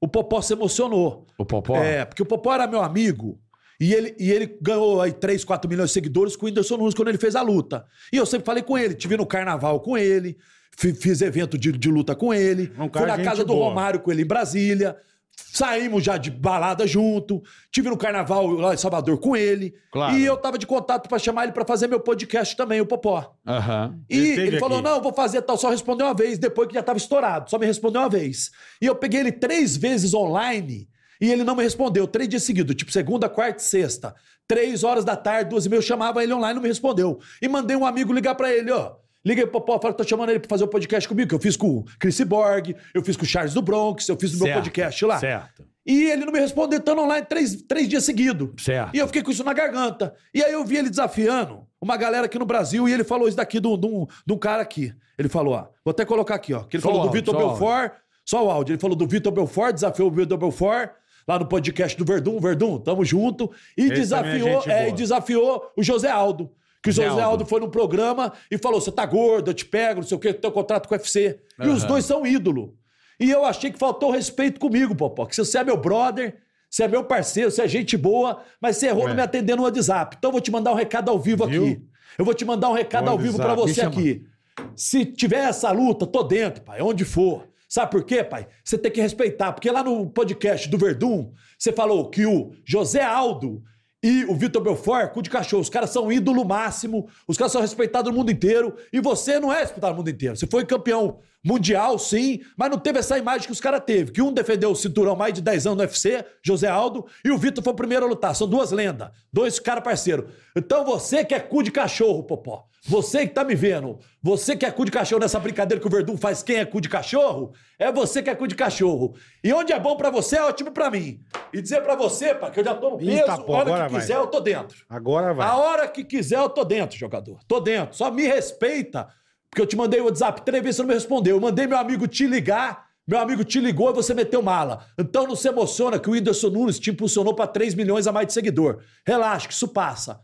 [SPEAKER 23] O Popó se emocionou.
[SPEAKER 5] O Popó?
[SPEAKER 23] É, porque o Popó era meu amigo. E ele, e ele ganhou aí 3, 4 milhões de seguidores com o Whindersson Nunes quando ele fez a luta. E eu sempre falei com ele, tive no carnaval com ele, fi- fiz evento de, de luta com ele, fui
[SPEAKER 5] É um cara
[SPEAKER 23] na
[SPEAKER 5] gente
[SPEAKER 23] casa do
[SPEAKER 5] boa.
[SPEAKER 23] Romário com ele em Brasília, saímos já de balada junto, tive no carnaval lá em Salvador com ele.
[SPEAKER 5] Claro.
[SPEAKER 23] E eu tava de contato pra chamar ele pra fazer meu podcast também, o Popó.
[SPEAKER 5] Aham.
[SPEAKER 23] E ele, falou: não, vou fazer tal, só respondeu uma vez, depois que já tava estourado, só me respondeu uma vez. E eu peguei ele três vezes online e ele não me respondeu, três dias seguidos, tipo segunda, quarta e sexta. Três horas da tarde, duas e meia, eu chamava ele online, não me respondeu. E mandei um amigo ligar pra ele, ó. Liguei pro Popó, fala que tô chamando ele pra fazer o podcast comigo, que eu fiz com o Chris Borg, eu fiz com o Charles do Bronx, eu fiz o meu
[SPEAKER 5] Certo,
[SPEAKER 23] podcast lá.
[SPEAKER 5] certo.
[SPEAKER 23] E ele não me respondeu, estando online três, três dias seguidos.
[SPEAKER 5] Certo.
[SPEAKER 23] E eu fiquei com isso na garganta. E aí eu vi ele desafiando uma galera aqui no Brasil e ele falou isso daqui de um, de um- de um cara aqui. Ele falou, ó, vou até colocar aqui, ó. Que ele
[SPEAKER 5] Só o
[SPEAKER 23] falou do
[SPEAKER 5] áudio,
[SPEAKER 23] Vitor
[SPEAKER 5] só o áudio.
[SPEAKER 23] Belfort, só o áudio. Ele falou do Vitor Belfort, desafiou o Vitor Belfort lá no podcast do Verdun. Verdun, tamo junto. E
[SPEAKER 5] Esse também é
[SPEAKER 23] desafiou,
[SPEAKER 5] gente
[SPEAKER 23] é,
[SPEAKER 5] boa.
[SPEAKER 23] e desafiou o José Aldo. Que o
[SPEAKER 5] José
[SPEAKER 23] José Aldo.
[SPEAKER 5] Aldo
[SPEAKER 23] foi num programa e falou: você tá gordo, eu te pego, não sei o quê, teu contrato com o UFC. E os
[SPEAKER 5] Aham.
[SPEAKER 23] dois são ídolo. E eu achei que faltou respeito comigo, Popó. Que se você é meu brother, você é meu parceiro, você é gente boa, mas você errou não me atendendo no WhatsApp. Então eu vou te mandar um recado ao vivo aqui. Eu vou te mandar um recado
[SPEAKER 5] No
[SPEAKER 23] ao vivo pra
[SPEAKER 5] WhatsApp,
[SPEAKER 23] você
[SPEAKER 5] me chama.
[SPEAKER 23] aqui. Se tiver essa luta, tô dentro, pai, onde for. Sabe por quê, pai? Você tem que respeitar, porque lá no podcast do Verdun, você falou que o José Aldo e o Vitor Belfort, cu de cachorro, os caras são ídolo máximo, os caras são respeitados no mundo inteiro, e você não é respeitado no mundo inteiro. Você foi campeão mundial, sim, mas não teve essa imagem que os caras teve, que um defendeu o cinturão mais de 10 anos no UFC, José Aldo, e o Vitor foi o primeiro a lutar. São duas lendas, dois caras parceiros. Então você que é cu de cachorro, Popó, você que tá me vendo, você que é cu de cachorro nessa brincadeira que o Verdun faz, quem é cu de cachorro, é você que é cu de cachorro. E onde é bom pra você é ótimo pra mim. E dizer pra você, pá, que eu já tô no peso,
[SPEAKER 3] Eita, pô,
[SPEAKER 23] a hora
[SPEAKER 3] tá agora
[SPEAKER 23] que
[SPEAKER 3] vai.
[SPEAKER 23] quiser eu tô dentro.
[SPEAKER 3] Agora vai.
[SPEAKER 23] A hora que quiser eu tô dentro, jogador. Tô dentro. Só me respeita, porque eu te mandei o WhatsApp três vezes você não me respondeu. Eu mandei meu amigo te ligar, meu amigo te ligou e você meteu mala. Então não se emociona que o Whindersson Nunes te impulsionou pra 3 milhões a mais de seguidor. Relaxa, que isso passa.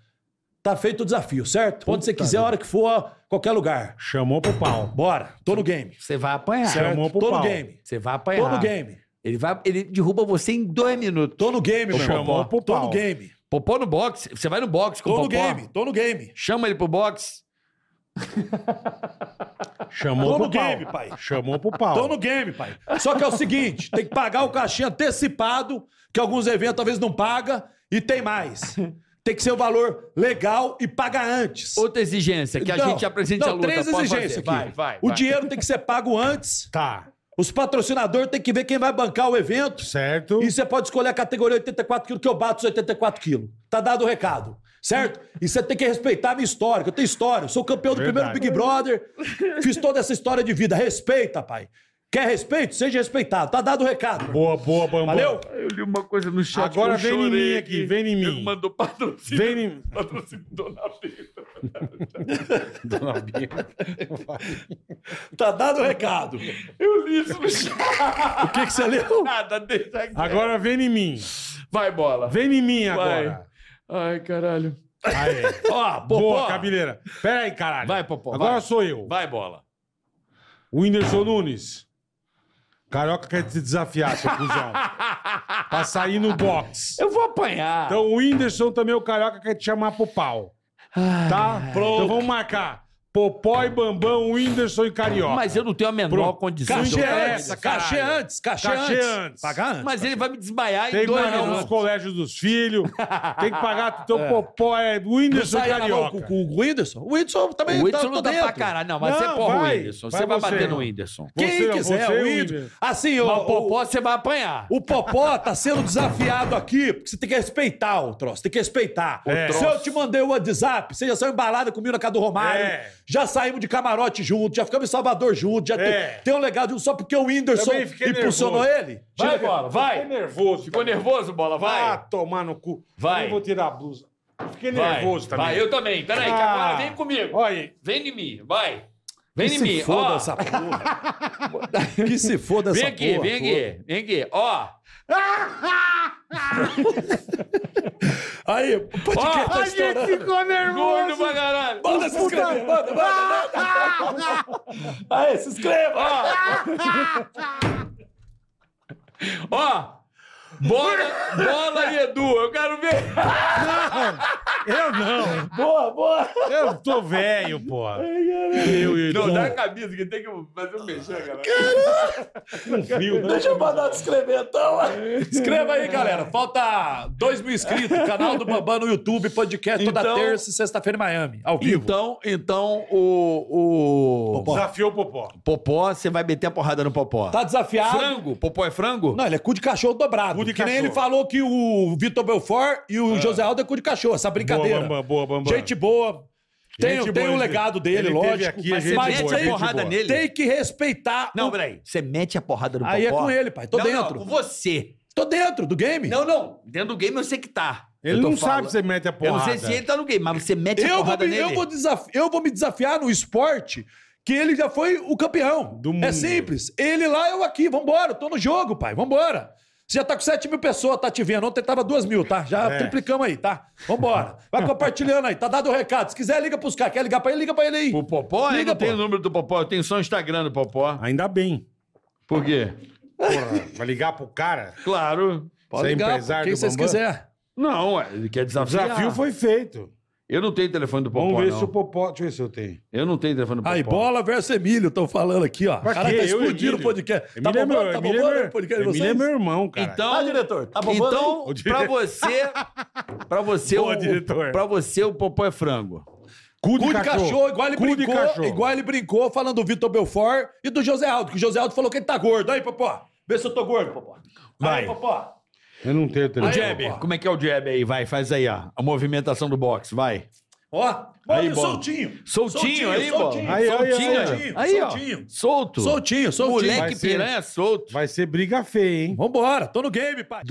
[SPEAKER 23] Tá feito o desafio, certo? Onde você quiser, a hora que for, qualquer lugar.
[SPEAKER 3] Chamou pro pau.
[SPEAKER 23] Bora, tô no game.
[SPEAKER 6] Você é um vai apanhar.
[SPEAKER 23] Chamou pro
[SPEAKER 6] Tô
[SPEAKER 23] pau.
[SPEAKER 6] no game. Você vai apanhar.
[SPEAKER 23] Tô no game.
[SPEAKER 6] Ele, vai, ele derruba você em dois minutos.
[SPEAKER 23] Tô no game,
[SPEAKER 6] meu
[SPEAKER 23] meu irmão.
[SPEAKER 6] Popó.
[SPEAKER 23] Tô no game.
[SPEAKER 6] Popó no boxe. Você vai no boxe com
[SPEAKER 23] Tô
[SPEAKER 6] o
[SPEAKER 23] no
[SPEAKER 6] Popó.
[SPEAKER 23] game, tô no game.
[SPEAKER 6] Chama ele pro boxe.
[SPEAKER 23] Tô
[SPEAKER 3] Chamou
[SPEAKER 23] no
[SPEAKER 3] pro pau.
[SPEAKER 23] game, pai.
[SPEAKER 3] Chamou pro pau.
[SPEAKER 23] Tô no game, pai. Só que é o seguinte, tem que pagar o cachê antecipado, que alguns eventos talvez não paga, e tem mais. Tem que ser o valor legal e pagar antes.
[SPEAKER 6] Outra exigência, que a gente apresente
[SPEAKER 23] não,
[SPEAKER 6] a luta,
[SPEAKER 23] três
[SPEAKER 6] pode
[SPEAKER 23] exigências
[SPEAKER 6] fazer.
[SPEAKER 23] aqui.
[SPEAKER 6] Vai, vai,
[SPEAKER 23] o
[SPEAKER 6] vai.
[SPEAKER 23] dinheiro tem que ser pago antes.
[SPEAKER 3] Tá.
[SPEAKER 23] Os patrocinadores têm que ver quem vai bancar o evento.
[SPEAKER 3] Certo.
[SPEAKER 23] E você pode escolher a categoria 84 quilos, que eu bato os 84 quilos. Tá dado o recado. Certo? E você tem que respeitar a minha história, que eu tenho história. Eu sou campeão do primeiro
[SPEAKER 5] Verdade.
[SPEAKER 23] Big Brother. Fiz toda essa história de vida. Respeita, pai. Quer respeito? Seja respeitado. Tá dado o recado.
[SPEAKER 3] Boa, boa, bambu.
[SPEAKER 23] Valeu?
[SPEAKER 6] Eu li uma coisa no
[SPEAKER 3] Agora vem em mim aqui, vem em mim.
[SPEAKER 6] Mandou patrocínio.
[SPEAKER 3] Vem em mim.
[SPEAKER 6] Patrocínio Dona Benta.
[SPEAKER 1] Dona Bia.
[SPEAKER 23] Tá dado o recado.
[SPEAKER 1] Eu li isso no chat.
[SPEAKER 23] O que, que você leu?
[SPEAKER 1] Nada, deixa aqui.
[SPEAKER 2] Agora vem em mim.
[SPEAKER 1] Vai, bola.
[SPEAKER 2] Vem em mim
[SPEAKER 1] Vai.
[SPEAKER 2] agora.
[SPEAKER 1] Ai, caralho.
[SPEAKER 2] Aê.
[SPEAKER 1] Ó, Popó.
[SPEAKER 2] Boa, cabileira. Pera aí, caralho. Vai, Popó. Agora
[SPEAKER 1] vai.
[SPEAKER 2] sou eu.
[SPEAKER 1] Vai, bola.
[SPEAKER 2] O Whindersson Nunes. Carioca quer te desafiar, seu cuzão. pra sair no box.
[SPEAKER 6] Eu vou apanhar.
[SPEAKER 2] Então o Whindersson também, o Carioca quer te chamar pro pau. Tá? Pronto. Então vamos marcar. Popó e Bambam, Whindersson e Carioca.
[SPEAKER 6] Mas eu não tenho a menor
[SPEAKER 2] Pronto.
[SPEAKER 6] condição.
[SPEAKER 2] Cachê
[SPEAKER 6] de-
[SPEAKER 2] é essa,
[SPEAKER 6] Cachê
[SPEAKER 2] caralho.
[SPEAKER 6] antes, cachê antes. um. Pagar antes. Mas ele vai me desmaiar em
[SPEAKER 2] Tem que
[SPEAKER 6] dois
[SPEAKER 2] pagar
[SPEAKER 6] minutos.
[SPEAKER 2] os colégios dos filhos. tem que pagar. Então,
[SPEAKER 6] É.
[SPEAKER 2] Popó é Whindersson e Carioca.
[SPEAKER 6] Com o Whindersson? O Whindersson
[SPEAKER 2] também
[SPEAKER 6] O
[SPEAKER 2] tá-
[SPEAKER 6] Whindersson
[SPEAKER 2] tô
[SPEAKER 6] não dá pra
[SPEAKER 2] dentro.
[SPEAKER 6] caralho. Não, mas
[SPEAKER 2] Não,
[SPEAKER 6] você porra
[SPEAKER 2] vai.
[SPEAKER 6] o Whindersson.
[SPEAKER 2] Vai
[SPEAKER 6] Você vai
[SPEAKER 2] você. é
[SPEAKER 6] bater no Whindersson.
[SPEAKER 23] Quem
[SPEAKER 6] Você-
[SPEAKER 23] quiser,
[SPEAKER 6] você
[SPEAKER 23] o
[SPEAKER 6] e
[SPEAKER 23] Whindersson. Assim, ó.
[SPEAKER 6] Mas o Popó,
[SPEAKER 23] você vai apanhar. O Popó tá sendo desafiado aqui, porque você tem que respeitar o troço, tem que respeitar.
[SPEAKER 2] É.
[SPEAKER 23] Se eu te mandei o WhatsApp, você já saiu embalada comigo na casa do Romário,
[SPEAKER 2] É.
[SPEAKER 23] já saímos de camarote junto, já ficamos em Salvador junto, já
[SPEAKER 2] É.
[SPEAKER 23] tem, tem um legado junto só porque o Whindersson
[SPEAKER 2] Também fiquei
[SPEAKER 23] impulsionou
[SPEAKER 2] nervoso.
[SPEAKER 23] ele.
[SPEAKER 2] Vai,
[SPEAKER 23] Tira-
[SPEAKER 2] bola, vai. Fiquei nervoso.
[SPEAKER 23] Ficou nervoso, bola? Vai.
[SPEAKER 2] Ah, tomar no cu.
[SPEAKER 23] Vai.
[SPEAKER 2] Eu vou tirar a blusa. Fiquei
[SPEAKER 23] Vai,
[SPEAKER 2] nervoso também. Ah.
[SPEAKER 23] vai, eu também.
[SPEAKER 6] Peraí, que agora vem comigo.
[SPEAKER 2] Olha aí.
[SPEAKER 6] Vem em mim, vai. Vem
[SPEAKER 23] Que
[SPEAKER 6] em
[SPEAKER 23] se
[SPEAKER 6] mim,
[SPEAKER 23] foda
[SPEAKER 6] ó.
[SPEAKER 23] essa Que se foda essa
[SPEAKER 6] Vem aqui,
[SPEAKER 23] porra
[SPEAKER 6] vem aqui, vem aqui, ó.
[SPEAKER 23] Aí, pode
[SPEAKER 6] Ó,
[SPEAKER 23] que tá
[SPEAKER 6] a gente
[SPEAKER 23] estourando.
[SPEAKER 6] ficou nervoso. Gordo pra caralho.
[SPEAKER 23] Manda se inscrever, manda, manda, manda. Aí, se inscreva.
[SPEAKER 6] Ó, bola, bola e Edu, eu quero ver.
[SPEAKER 2] Não, eu não.
[SPEAKER 23] Boa, boa.
[SPEAKER 2] Eu tô velho, porra.
[SPEAKER 6] Eu
[SPEAKER 2] e
[SPEAKER 6] Não,
[SPEAKER 2] Edu.
[SPEAKER 6] dá a camisa que tem que fazer um mexer, cara.
[SPEAKER 2] né?
[SPEAKER 23] Deixa eu mandar te inscrever, então. Escreva aí, galera. Falta 2 Tá, mil inscritos. Canal do Bambam no YouTube, podcast toda
[SPEAKER 6] Então-
[SPEAKER 23] terça e sexta-feira em Miami, ao vivo.
[SPEAKER 6] Então, então o. o...
[SPEAKER 2] Desafiou o Popó.
[SPEAKER 6] Popó, você vai meter a porrada no Popó.
[SPEAKER 23] Tá desafiado.
[SPEAKER 6] Frango? Popó é frango?
[SPEAKER 23] Não, ele é cu de cachorro dobrado. que nem
[SPEAKER 6] cachorro.
[SPEAKER 23] ele falou que o Vitor Belfort e o José Aldo é cu de cachorro. Essa brincadeira.
[SPEAKER 2] Boa, Bambam, boa, Bambam.
[SPEAKER 23] Gente boa. Tem, um-
[SPEAKER 2] Gente
[SPEAKER 23] tem
[SPEAKER 2] boa,
[SPEAKER 23] o
[SPEAKER 2] ele-
[SPEAKER 23] legado dele,
[SPEAKER 2] ele teve
[SPEAKER 23] lógico.
[SPEAKER 2] aqui, gente boa,
[SPEAKER 23] tem,
[SPEAKER 2] gente boa.
[SPEAKER 23] tem que respeitar.
[SPEAKER 6] Não,
[SPEAKER 23] o-
[SPEAKER 6] peraí. Você mete a porrada no
[SPEAKER 23] Aí é
[SPEAKER 6] Popó?
[SPEAKER 23] com ele, pai. Tô
[SPEAKER 6] Não,
[SPEAKER 23] dentro.
[SPEAKER 6] Não, com você.
[SPEAKER 23] Tô dentro do game.
[SPEAKER 6] Não, não. Dentro do game eu sei que tá.
[SPEAKER 23] Ele
[SPEAKER 6] Eu tô
[SPEAKER 23] não sabe
[SPEAKER 6] falando-
[SPEAKER 23] se você mete a
[SPEAKER 6] Eu não sei
[SPEAKER 23] porrada.
[SPEAKER 6] se ele tá no game, mas você mete a
[SPEAKER 23] eu vou,
[SPEAKER 6] porrada
[SPEAKER 23] me,
[SPEAKER 6] nele.
[SPEAKER 23] eu, vou desaf- eu vou me desafiar no esporte que ele já foi o campeão. É simples. Ele lá, eu aqui. Vambora, eu tô no jogo, pai. Vambora. Você já tá com 7 mil pessoas, tá te vendo. Ontem tava 2 mil, tá? Já
[SPEAKER 2] É.
[SPEAKER 23] triplicamos aí, tá? Vambora. Vai compartilhando aí, tá dado o recado. Se quiser, liga pros caras. Quer ligar pra ele, liga pra ele aí. O
[SPEAKER 6] Popó eu não tenho o número do Popó, eu tenho só o Instagram do Popó.
[SPEAKER 2] Ainda bem.
[SPEAKER 6] Por quê?
[SPEAKER 2] Porra, vai ligar pro cara? é
[SPEAKER 6] Claro.
[SPEAKER 2] Pode ligar, quem vocês quiser.
[SPEAKER 6] Não, ué, ele quer
[SPEAKER 2] O
[SPEAKER 6] desafiar.
[SPEAKER 2] desafio foi feito.
[SPEAKER 6] Eu não tenho telefone do Popó,
[SPEAKER 2] Vamos ver
[SPEAKER 6] não.
[SPEAKER 2] se o Popó... Deixa eu ver se eu tenho.
[SPEAKER 6] Eu não tenho telefone do Popó.
[SPEAKER 23] Aí, bola versus Emílio, estão falando aqui, ó.
[SPEAKER 2] Pra
[SPEAKER 23] Caralho,
[SPEAKER 2] quê?
[SPEAKER 23] tá
[SPEAKER 2] Eu,
[SPEAKER 23] explodindo o
[SPEAKER 2] Emílio?
[SPEAKER 23] podcast.
[SPEAKER 2] Emílio é meu-
[SPEAKER 23] tá
[SPEAKER 2] Emílio é
[SPEAKER 23] bombando
[SPEAKER 2] meu-
[SPEAKER 23] o podcast de
[SPEAKER 2] Emílio
[SPEAKER 23] vocês?
[SPEAKER 2] é meu irmão, cara.
[SPEAKER 6] Então,
[SPEAKER 23] Tá, diretor? Tá bombando aí?
[SPEAKER 6] então
[SPEAKER 23] O
[SPEAKER 6] pra
[SPEAKER 23] diretor.
[SPEAKER 6] você, pra você,
[SPEAKER 23] Boa,
[SPEAKER 6] o,
[SPEAKER 23] diretor.
[SPEAKER 6] pra você o Popó é frango.
[SPEAKER 23] Cu de, cachorro. igual ele
[SPEAKER 6] Cu de
[SPEAKER 23] brincou,
[SPEAKER 6] cachorro.
[SPEAKER 23] igual ele brincou falando do Vitor Belfort e do José Aldo, que o José Aldo falou que ele tá gordo. Aí, Popó, vê se eu tô gordo, Popó. Aí,
[SPEAKER 6] Vai.
[SPEAKER 23] Popó.
[SPEAKER 2] Eu não tenho
[SPEAKER 6] O
[SPEAKER 23] Aí,
[SPEAKER 6] jab,
[SPEAKER 23] Popó.
[SPEAKER 6] como é que é o jab aí? Vai, faz aí, ó. A movimentação do boxe, vai.
[SPEAKER 23] Ó,
[SPEAKER 6] Aí, bola.
[SPEAKER 23] bota soltinho.
[SPEAKER 6] Soltinho aí, bola.
[SPEAKER 23] Aí,
[SPEAKER 6] Soltinho,
[SPEAKER 23] soltinho,
[SPEAKER 6] aí.
[SPEAKER 23] soltinho,
[SPEAKER 6] Aí, ó.
[SPEAKER 23] soltinho.
[SPEAKER 6] Solto.
[SPEAKER 23] Soltinho, soltinho.
[SPEAKER 6] Moleque
[SPEAKER 23] Vai ser-
[SPEAKER 6] piranha solto.
[SPEAKER 2] Vai ser briga feia, hein?
[SPEAKER 23] Vambora, tô no game, pai.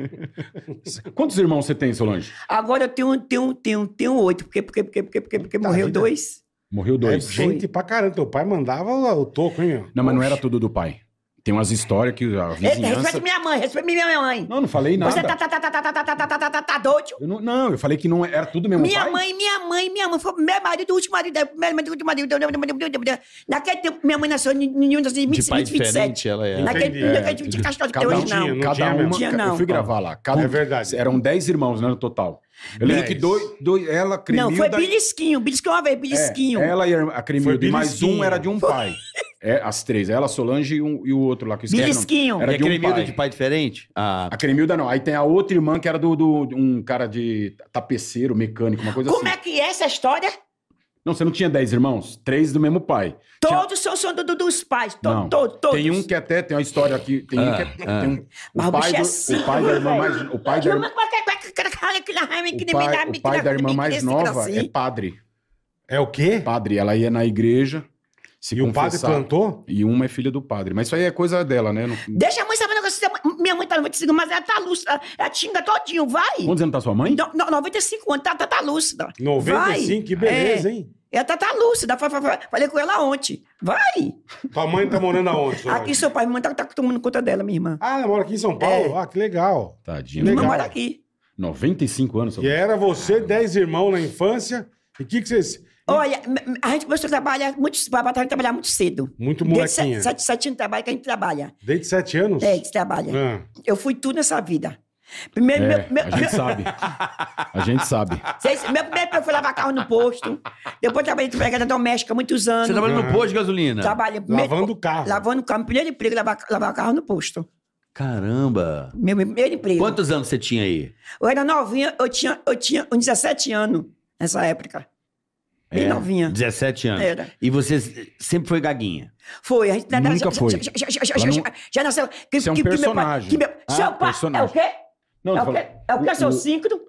[SPEAKER 5] Quantos irmãos você tem, Solange?
[SPEAKER 14] Agora eu tenho, tenho, tenho, tenho oito, porque, porque, porque, porque, porque, porque morreu dois.
[SPEAKER 5] Morreu dois.
[SPEAKER 2] É gente pra caramba. Teu pai mandava o toco, hein, meu?
[SPEAKER 5] Não, mas não era tudo do pai. Tem umas histórias que a
[SPEAKER 14] Ei, Respeite
[SPEAKER 5] vizinhança...
[SPEAKER 14] minha mãe, respeite minha mãe.
[SPEAKER 5] Não, não falei nada.
[SPEAKER 14] Você tá, tá, tá, tá, tá, tá, tá, tá, tá, tá, tá, tá doido?
[SPEAKER 5] Eu não, não, eu falei que não era tudo mesmo
[SPEAKER 14] Minha
[SPEAKER 5] pai.
[SPEAKER 14] mãe, minha mãe, minha mãe, foi meu marido, o último marido, meu marido, o último marido. Naquele tempo, minha mãe nasceu em 1927.
[SPEAKER 5] ela é.
[SPEAKER 14] Naquele naquele tipo de castelo que tem
[SPEAKER 5] Cada,
[SPEAKER 14] hoje,
[SPEAKER 5] um,
[SPEAKER 14] não.
[SPEAKER 5] cada uma,
[SPEAKER 14] Tinha, não.
[SPEAKER 5] Eu fui gravar lá. Cada, é verdade. Eram 10 irmãos, né, no total. Eu lembro que dois, dois, ela, Cremilda...
[SPEAKER 14] Não, foi belisquinho, belisquinho uma vez, belisquinho.
[SPEAKER 5] É, ela e a a Cremilda, Foi e mais um belisquinho. era de um pai. É, as três. Ela, Solange e, um- e o outro lá que eu esqueci o nome.
[SPEAKER 14] Belisquinho.
[SPEAKER 5] Era
[SPEAKER 14] E a
[SPEAKER 5] de um
[SPEAKER 14] Cremilda
[SPEAKER 5] pai.
[SPEAKER 14] É de Ah,
[SPEAKER 6] pai diferente?
[SPEAKER 5] A Cremilda não. Aí tem a outra irmã que era do, do- de um cara de tapeceiro, mecânico, uma coisa
[SPEAKER 14] Como
[SPEAKER 5] assim.
[SPEAKER 14] é que é essa história?
[SPEAKER 5] Não, você não tinha dez irmãos? Três do mesmo pai.
[SPEAKER 14] Todos são, são do- do- dos pais,
[SPEAKER 5] Não.
[SPEAKER 14] to- to- todos.
[SPEAKER 5] Tem um que até tem uma história aqui. Tem um
[SPEAKER 14] Ah,
[SPEAKER 5] que é,
[SPEAKER 14] ah.
[SPEAKER 5] tem um,
[SPEAKER 14] Mas
[SPEAKER 5] o,
[SPEAKER 14] o
[SPEAKER 5] pai
[SPEAKER 14] bicho é
[SPEAKER 5] do,
[SPEAKER 14] assim,
[SPEAKER 5] o pai da irmã
[SPEAKER 14] velho.
[SPEAKER 5] mais. O pai da, o pai, o
[SPEAKER 14] assim.
[SPEAKER 5] pai da irmã mais nova é padre. É o quê? Padre. Ela ia na igreja. se
[SPEAKER 2] É E o padre
[SPEAKER 5] confessar.
[SPEAKER 2] plantou?
[SPEAKER 5] E uma é filha do padre. Mas isso aí é coisa dela, né? Não-
[SPEAKER 14] Deixa a mãe saber um negócio. Minha mãe tá 95, mas ela tá lúcida. Ela tinga todinho, vai.
[SPEAKER 5] Quantos anos tá sua mãe?
[SPEAKER 14] Não, não, 95 anos, tá, tá, tá lúcida.
[SPEAKER 2] 95, que beleza, hein?
[SPEAKER 14] Ela tá, tá lúcida. fa- fa- fa- Falei com ela ontem. Vai!
[SPEAKER 2] Tua mãe tá morando aonde? seu
[SPEAKER 14] Aqui seu pai, minha mãe tá, tá tomando conta dela, minha irmã.
[SPEAKER 2] Ah, ela mora aqui em São
[SPEAKER 6] É.
[SPEAKER 2] Paulo? Ah, que legal.
[SPEAKER 5] Tadinha.
[SPEAKER 14] Minha irmã
[SPEAKER 5] Legal.
[SPEAKER 14] mora aqui.
[SPEAKER 5] 95 anos. seu-
[SPEAKER 2] E era você, 10 irmãos na infância. E o que, que vocês.
[SPEAKER 14] Olha, m- m- a gente começou a trabalhar muito, a gente trabalhar muito cedo.
[SPEAKER 2] Muito
[SPEAKER 14] Desde
[SPEAKER 2] molequinha.
[SPEAKER 14] sete, sete, sete anos de trabalho que a gente trabalha.
[SPEAKER 2] Desde 7 anos?
[SPEAKER 14] É, que se trabalha.
[SPEAKER 2] Ah.
[SPEAKER 14] Eu fui tudo nessa vida. Primeiro,
[SPEAKER 5] É,
[SPEAKER 14] meu, meu,
[SPEAKER 5] a gente sabe. A gente sabe.
[SPEAKER 14] Seis- meu primeiro eu fui lavar carro no posto. Depois trabalhei de empregada doméstica muitos anos.
[SPEAKER 6] Você trabalhou no posto de gasolina?
[SPEAKER 14] Trabalhei.
[SPEAKER 6] Lavando
[SPEAKER 2] carro.
[SPEAKER 14] Lavando carro. Meu Primeiro emprego, lavar, lavar carro no posto.
[SPEAKER 6] Caramba!
[SPEAKER 14] Meu primeiro emprego.
[SPEAKER 6] Quantos anos você tinha aí?
[SPEAKER 14] Eu era novinha, eu tinha, eu tinha uns 17 anos nessa época. Bem
[SPEAKER 6] É,
[SPEAKER 14] novinha.
[SPEAKER 6] 17 anos.
[SPEAKER 14] Era.
[SPEAKER 6] E você sempre foi gaguinha?
[SPEAKER 14] Foi. A gente,
[SPEAKER 6] Nunca
[SPEAKER 14] já,
[SPEAKER 6] foi.
[SPEAKER 14] Já, já, já, já,
[SPEAKER 6] Ela
[SPEAKER 14] já,
[SPEAKER 6] não-
[SPEAKER 14] já- já nasceu. Que,
[SPEAKER 5] Você é um
[SPEAKER 14] que- que meu pai-
[SPEAKER 5] personagem.
[SPEAKER 14] que meu-
[SPEAKER 5] Ah,
[SPEAKER 14] seu pai. É o
[SPEAKER 5] personagem.
[SPEAKER 14] quê?
[SPEAKER 5] Não,
[SPEAKER 14] é
[SPEAKER 5] tô
[SPEAKER 14] o quê?
[SPEAKER 5] falando-
[SPEAKER 14] É o
[SPEAKER 5] o-
[SPEAKER 14] que? Seu
[SPEAKER 5] o-
[SPEAKER 14] síncro?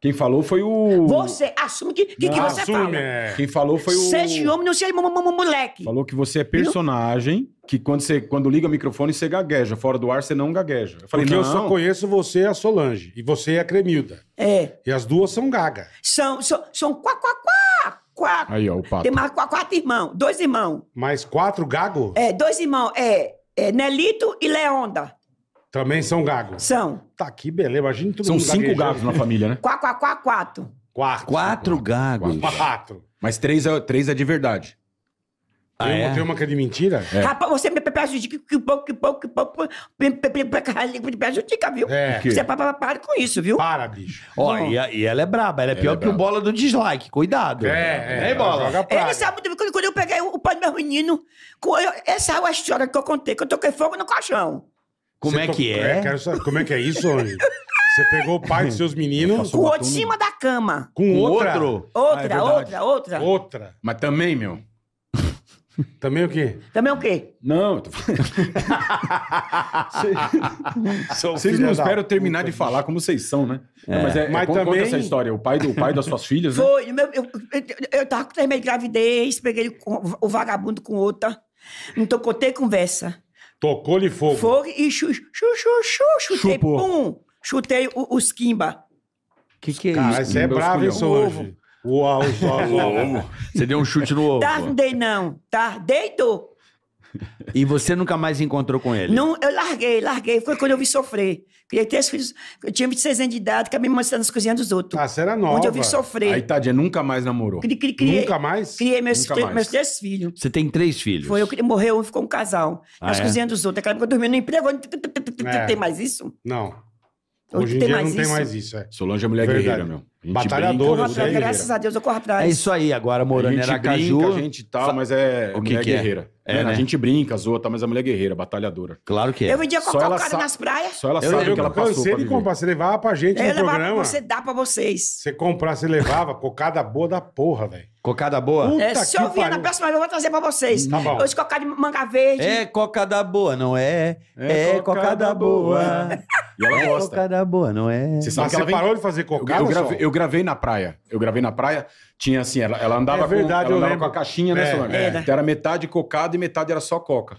[SPEAKER 5] Quem falou foi o.
[SPEAKER 14] Você assume que, que, que
[SPEAKER 5] Não,
[SPEAKER 14] você
[SPEAKER 5] assume,
[SPEAKER 14] fala.
[SPEAKER 5] é. Quem falou foi o-
[SPEAKER 14] Seja homem, não seja um mo- mo- mo- moleque.
[SPEAKER 5] Falou que você é personagem, que quando, você, quando liga o microfone você gagueja. Fora do ar você não gagueja. Eu falei,
[SPEAKER 2] Porque
[SPEAKER 5] não.
[SPEAKER 2] eu só conheço você e a Solange. E você e a Cremilda.
[SPEAKER 14] É.
[SPEAKER 2] E as duas são gaga.
[SPEAKER 14] São, são, são quá, quá, quá, quá.
[SPEAKER 2] Aí, ó, o pato.
[SPEAKER 14] Tem mais quá- quatro irmãos, dois irmãos.
[SPEAKER 2] Mas quatro gago
[SPEAKER 14] É, dois irmãos, é, é Nelito e Leonda.
[SPEAKER 2] também são gago.
[SPEAKER 14] São.
[SPEAKER 2] Tá aqui, beleza. Imagina todo
[SPEAKER 5] São
[SPEAKER 2] mundo
[SPEAKER 5] cinco
[SPEAKER 2] gaguejando.
[SPEAKER 5] gatos na família, né?
[SPEAKER 14] Quá, quá, quá, quatro.
[SPEAKER 2] Quatro.
[SPEAKER 5] Quatro
[SPEAKER 6] gagos.
[SPEAKER 2] Quatro.
[SPEAKER 5] Mas três é, três é de verdade.
[SPEAKER 2] Ah, Tem uma- é? tem uma que é de mentira?
[SPEAKER 14] Rapaz, você me prejudica, que pouco, que pouco, que pouco, me me- me- me- me prejudica, viu?
[SPEAKER 6] É.
[SPEAKER 14] Você pa- pa- para com isso, viu?
[SPEAKER 2] Para, bicho.
[SPEAKER 6] Ó, e, a- e ela é braba, ela é pior que o bola do dislike, cuidado.
[SPEAKER 2] É,
[SPEAKER 6] Hein, bola.
[SPEAKER 14] Ele sabe muito bem, quando, quando eu peguei o, o pai do meu menino, com- eu- essa é a história que eu contei, que eu toquei fogo no caixão.
[SPEAKER 6] Como é
[SPEAKER 2] to-
[SPEAKER 6] que é?
[SPEAKER 2] quero saber como é que é isso, Anjo? Você pegou o pai dos seus meninos.
[SPEAKER 14] Com o outro em cima da cama.
[SPEAKER 2] Com Com outra? outro?
[SPEAKER 14] Outra,
[SPEAKER 2] Ah, é
[SPEAKER 14] outra,
[SPEAKER 2] verdade.
[SPEAKER 14] outra, outra.
[SPEAKER 2] Outra.
[SPEAKER 5] Mas também, meu.
[SPEAKER 2] também o quê?
[SPEAKER 14] Também o quê?
[SPEAKER 5] Não, eu tô falando. Vocês
[SPEAKER 2] um filho
[SPEAKER 5] não
[SPEAKER 2] da
[SPEAKER 5] esperam eu terminar de falar como vocês são, né? Não, mas é,
[SPEAKER 2] Mas
[SPEAKER 5] mas também...
[SPEAKER 2] também-
[SPEAKER 5] essa história. O pai, do, o pai das suas filhas, né?
[SPEAKER 14] Foi, meu- eu, eu, eu tava com três meses de gravidez, peguei com- o vagabundo com outra. Então contei conversa.
[SPEAKER 2] Tocou-lhe fogo.
[SPEAKER 14] Fogo e chu, chu, chu, chu, chutei,
[SPEAKER 2] Chupou.
[SPEAKER 14] pum, chutei o- os quimba.
[SPEAKER 6] Que que é
[SPEAKER 2] Cara,
[SPEAKER 6] isso?
[SPEAKER 2] você é
[SPEAKER 6] Meus
[SPEAKER 2] bravo, hein,
[SPEAKER 6] cunhados.
[SPEAKER 2] Solange? Uau, os
[SPEAKER 6] O um ovo. Você deu um chute no ovo.
[SPEAKER 14] Tá, não dei não, tá, deitou.
[SPEAKER 6] E você nunca mais encontrou com ele?
[SPEAKER 14] Não, eu larguei, larguei. Foi quando eu vi sofrer. Criei três filhos. Eu tinha 26 anos de idade, acabei me mostrando nas cozinhas dos outros.
[SPEAKER 2] Ah, você era
[SPEAKER 5] Nova.
[SPEAKER 14] Onde eu vi sofrer.
[SPEAKER 5] Aí, tadinha, nunca mais namorou.
[SPEAKER 14] Cri- cri- criei-
[SPEAKER 2] mais?
[SPEAKER 14] Criei meus,
[SPEAKER 5] Nunca
[SPEAKER 14] tre-
[SPEAKER 5] mais.
[SPEAKER 14] meus três filhos.
[SPEAKER 6] Você tem três filhos.
[SPEAKER 14] Foi eu que morreu, um ficou um casal.
[SPEAKER 6] Ah,
[SPEAKER 14] nas
[SPEAKER 6] é?
[SPEAKER 14] cozinhas dos outros. Naquela época eu dormia no emprego. onde-
[SPEAKER 5] É.
[SPEAKER 14] Tem mais isso?
[SPEAKER 2] Não.
[SPEAKER 14] Hoje
[SPEAKER 5] Hoje em
[SPEAKER 14] tem
[SPEAKER 5] dia
[SPEAKER 14] mais
[SPEAKER 5] não tem
[SPEAKER 14] isso.
[SPEAKER 5] mais isso, é. Solange é mulher
[SPEAKER 2] Verdade.
[SPEAKER 5] guerreira, meu. A gente
[SPEAKER 2] Batalhadora,
[SPEAKER 5] brinca,
[SPEAKER 14] Corro atrás, graças a Deus eu corro atrás.
[SPEAKER 6] É isso aí, agora morando em
[SPEAKER 5] a gente
[SPEAKER 6] Aracaju.
[SPEAKER 5] brinca, a gente tal, mas é
[SPEAKER 6] O que
[SPEAKER 5] mulher
[SPEAKER 6] que é?
[SPEAKER 5] guerreira.
[SPEAKER 6] É,
[SPEAKER 5] Né?
[SPEAKER 6] né?
[SPEAKER 5] A gente brinca, zoa, tal, mas a mulher guerreira, batalhadora.
[SPEAKER 6] Claro que é.
[SPEAKER 14] Eu vendia cocô cara
[SPEAKER 5] sabe,
[SPEAKER 14] nas praias.
[SPEAKER 5] Só ela
[SPEAKER 2] Eu
[SPEAKER 5] sabe o
[SPEAKER 2] lembro
[SPEAKER 5] que ela
[SPEAKER 2] que eu
[SPEAKER 5] passou
[SPEAKER 2] cansei
[SPEAKER 5] pra
[SPEAKER 2] de
[SPEAKER 5] viver.
[SPEAKER 2] comprar, você levava pra gente
[SPEAKER 14] Eu
[SPEAKER 2] no
[SPEAKER 14] levava pra
[SPEAKER 2] programa.
[SPEAKER 14] você, dá pra vocês.
[SPEAKER 2] Você comprar, você levava cocada boa da porra, velho.
[SPEAKER 6] Cocada boa?
[SPEAKER 14] É, se eu vier na próxima vez, eu vou trazer pra vocês.
[SPEAKER 6] Tá bom.
[SPEAKER 14] Os cocá de manga verde.
[SPEAKER 6] É coca da boa, não é? É,
[SPEAKER 14] É
[SPEAKER 6] coca,
[SPEAKER 14] coca
[SPEAKER 6] da
[SPEAKER 14] da
[SPEAKER 6] boa.
[SPEAKER 14] boa.
[SPEAKER 5] E ela
[SPEAKER 6] é
[SPEAKER 5] gosta.
[SPEAKER 6] coca da boa, não é?
[SPEAKER 5] Você sabe que ela vem- Eu, eu, gravei, eu gravei na praia. Eu gravei na praia. Tinha assim, ela, ela andava,
[SPEAKER 2] É verdade,
[SPEAKER 5] com,
[SPEAKER 2] eu
[SPEAKER 5] ela andava
[SPEAKER 2] lembro.
[SPEAKER 5] com a caixinha, né,
[SPEAKER 2] É,
[SPEAKER 5] Solange?
[SPEAKER 2] é.
[SPEAKER 5] Então era metade cocada e metade era só coca.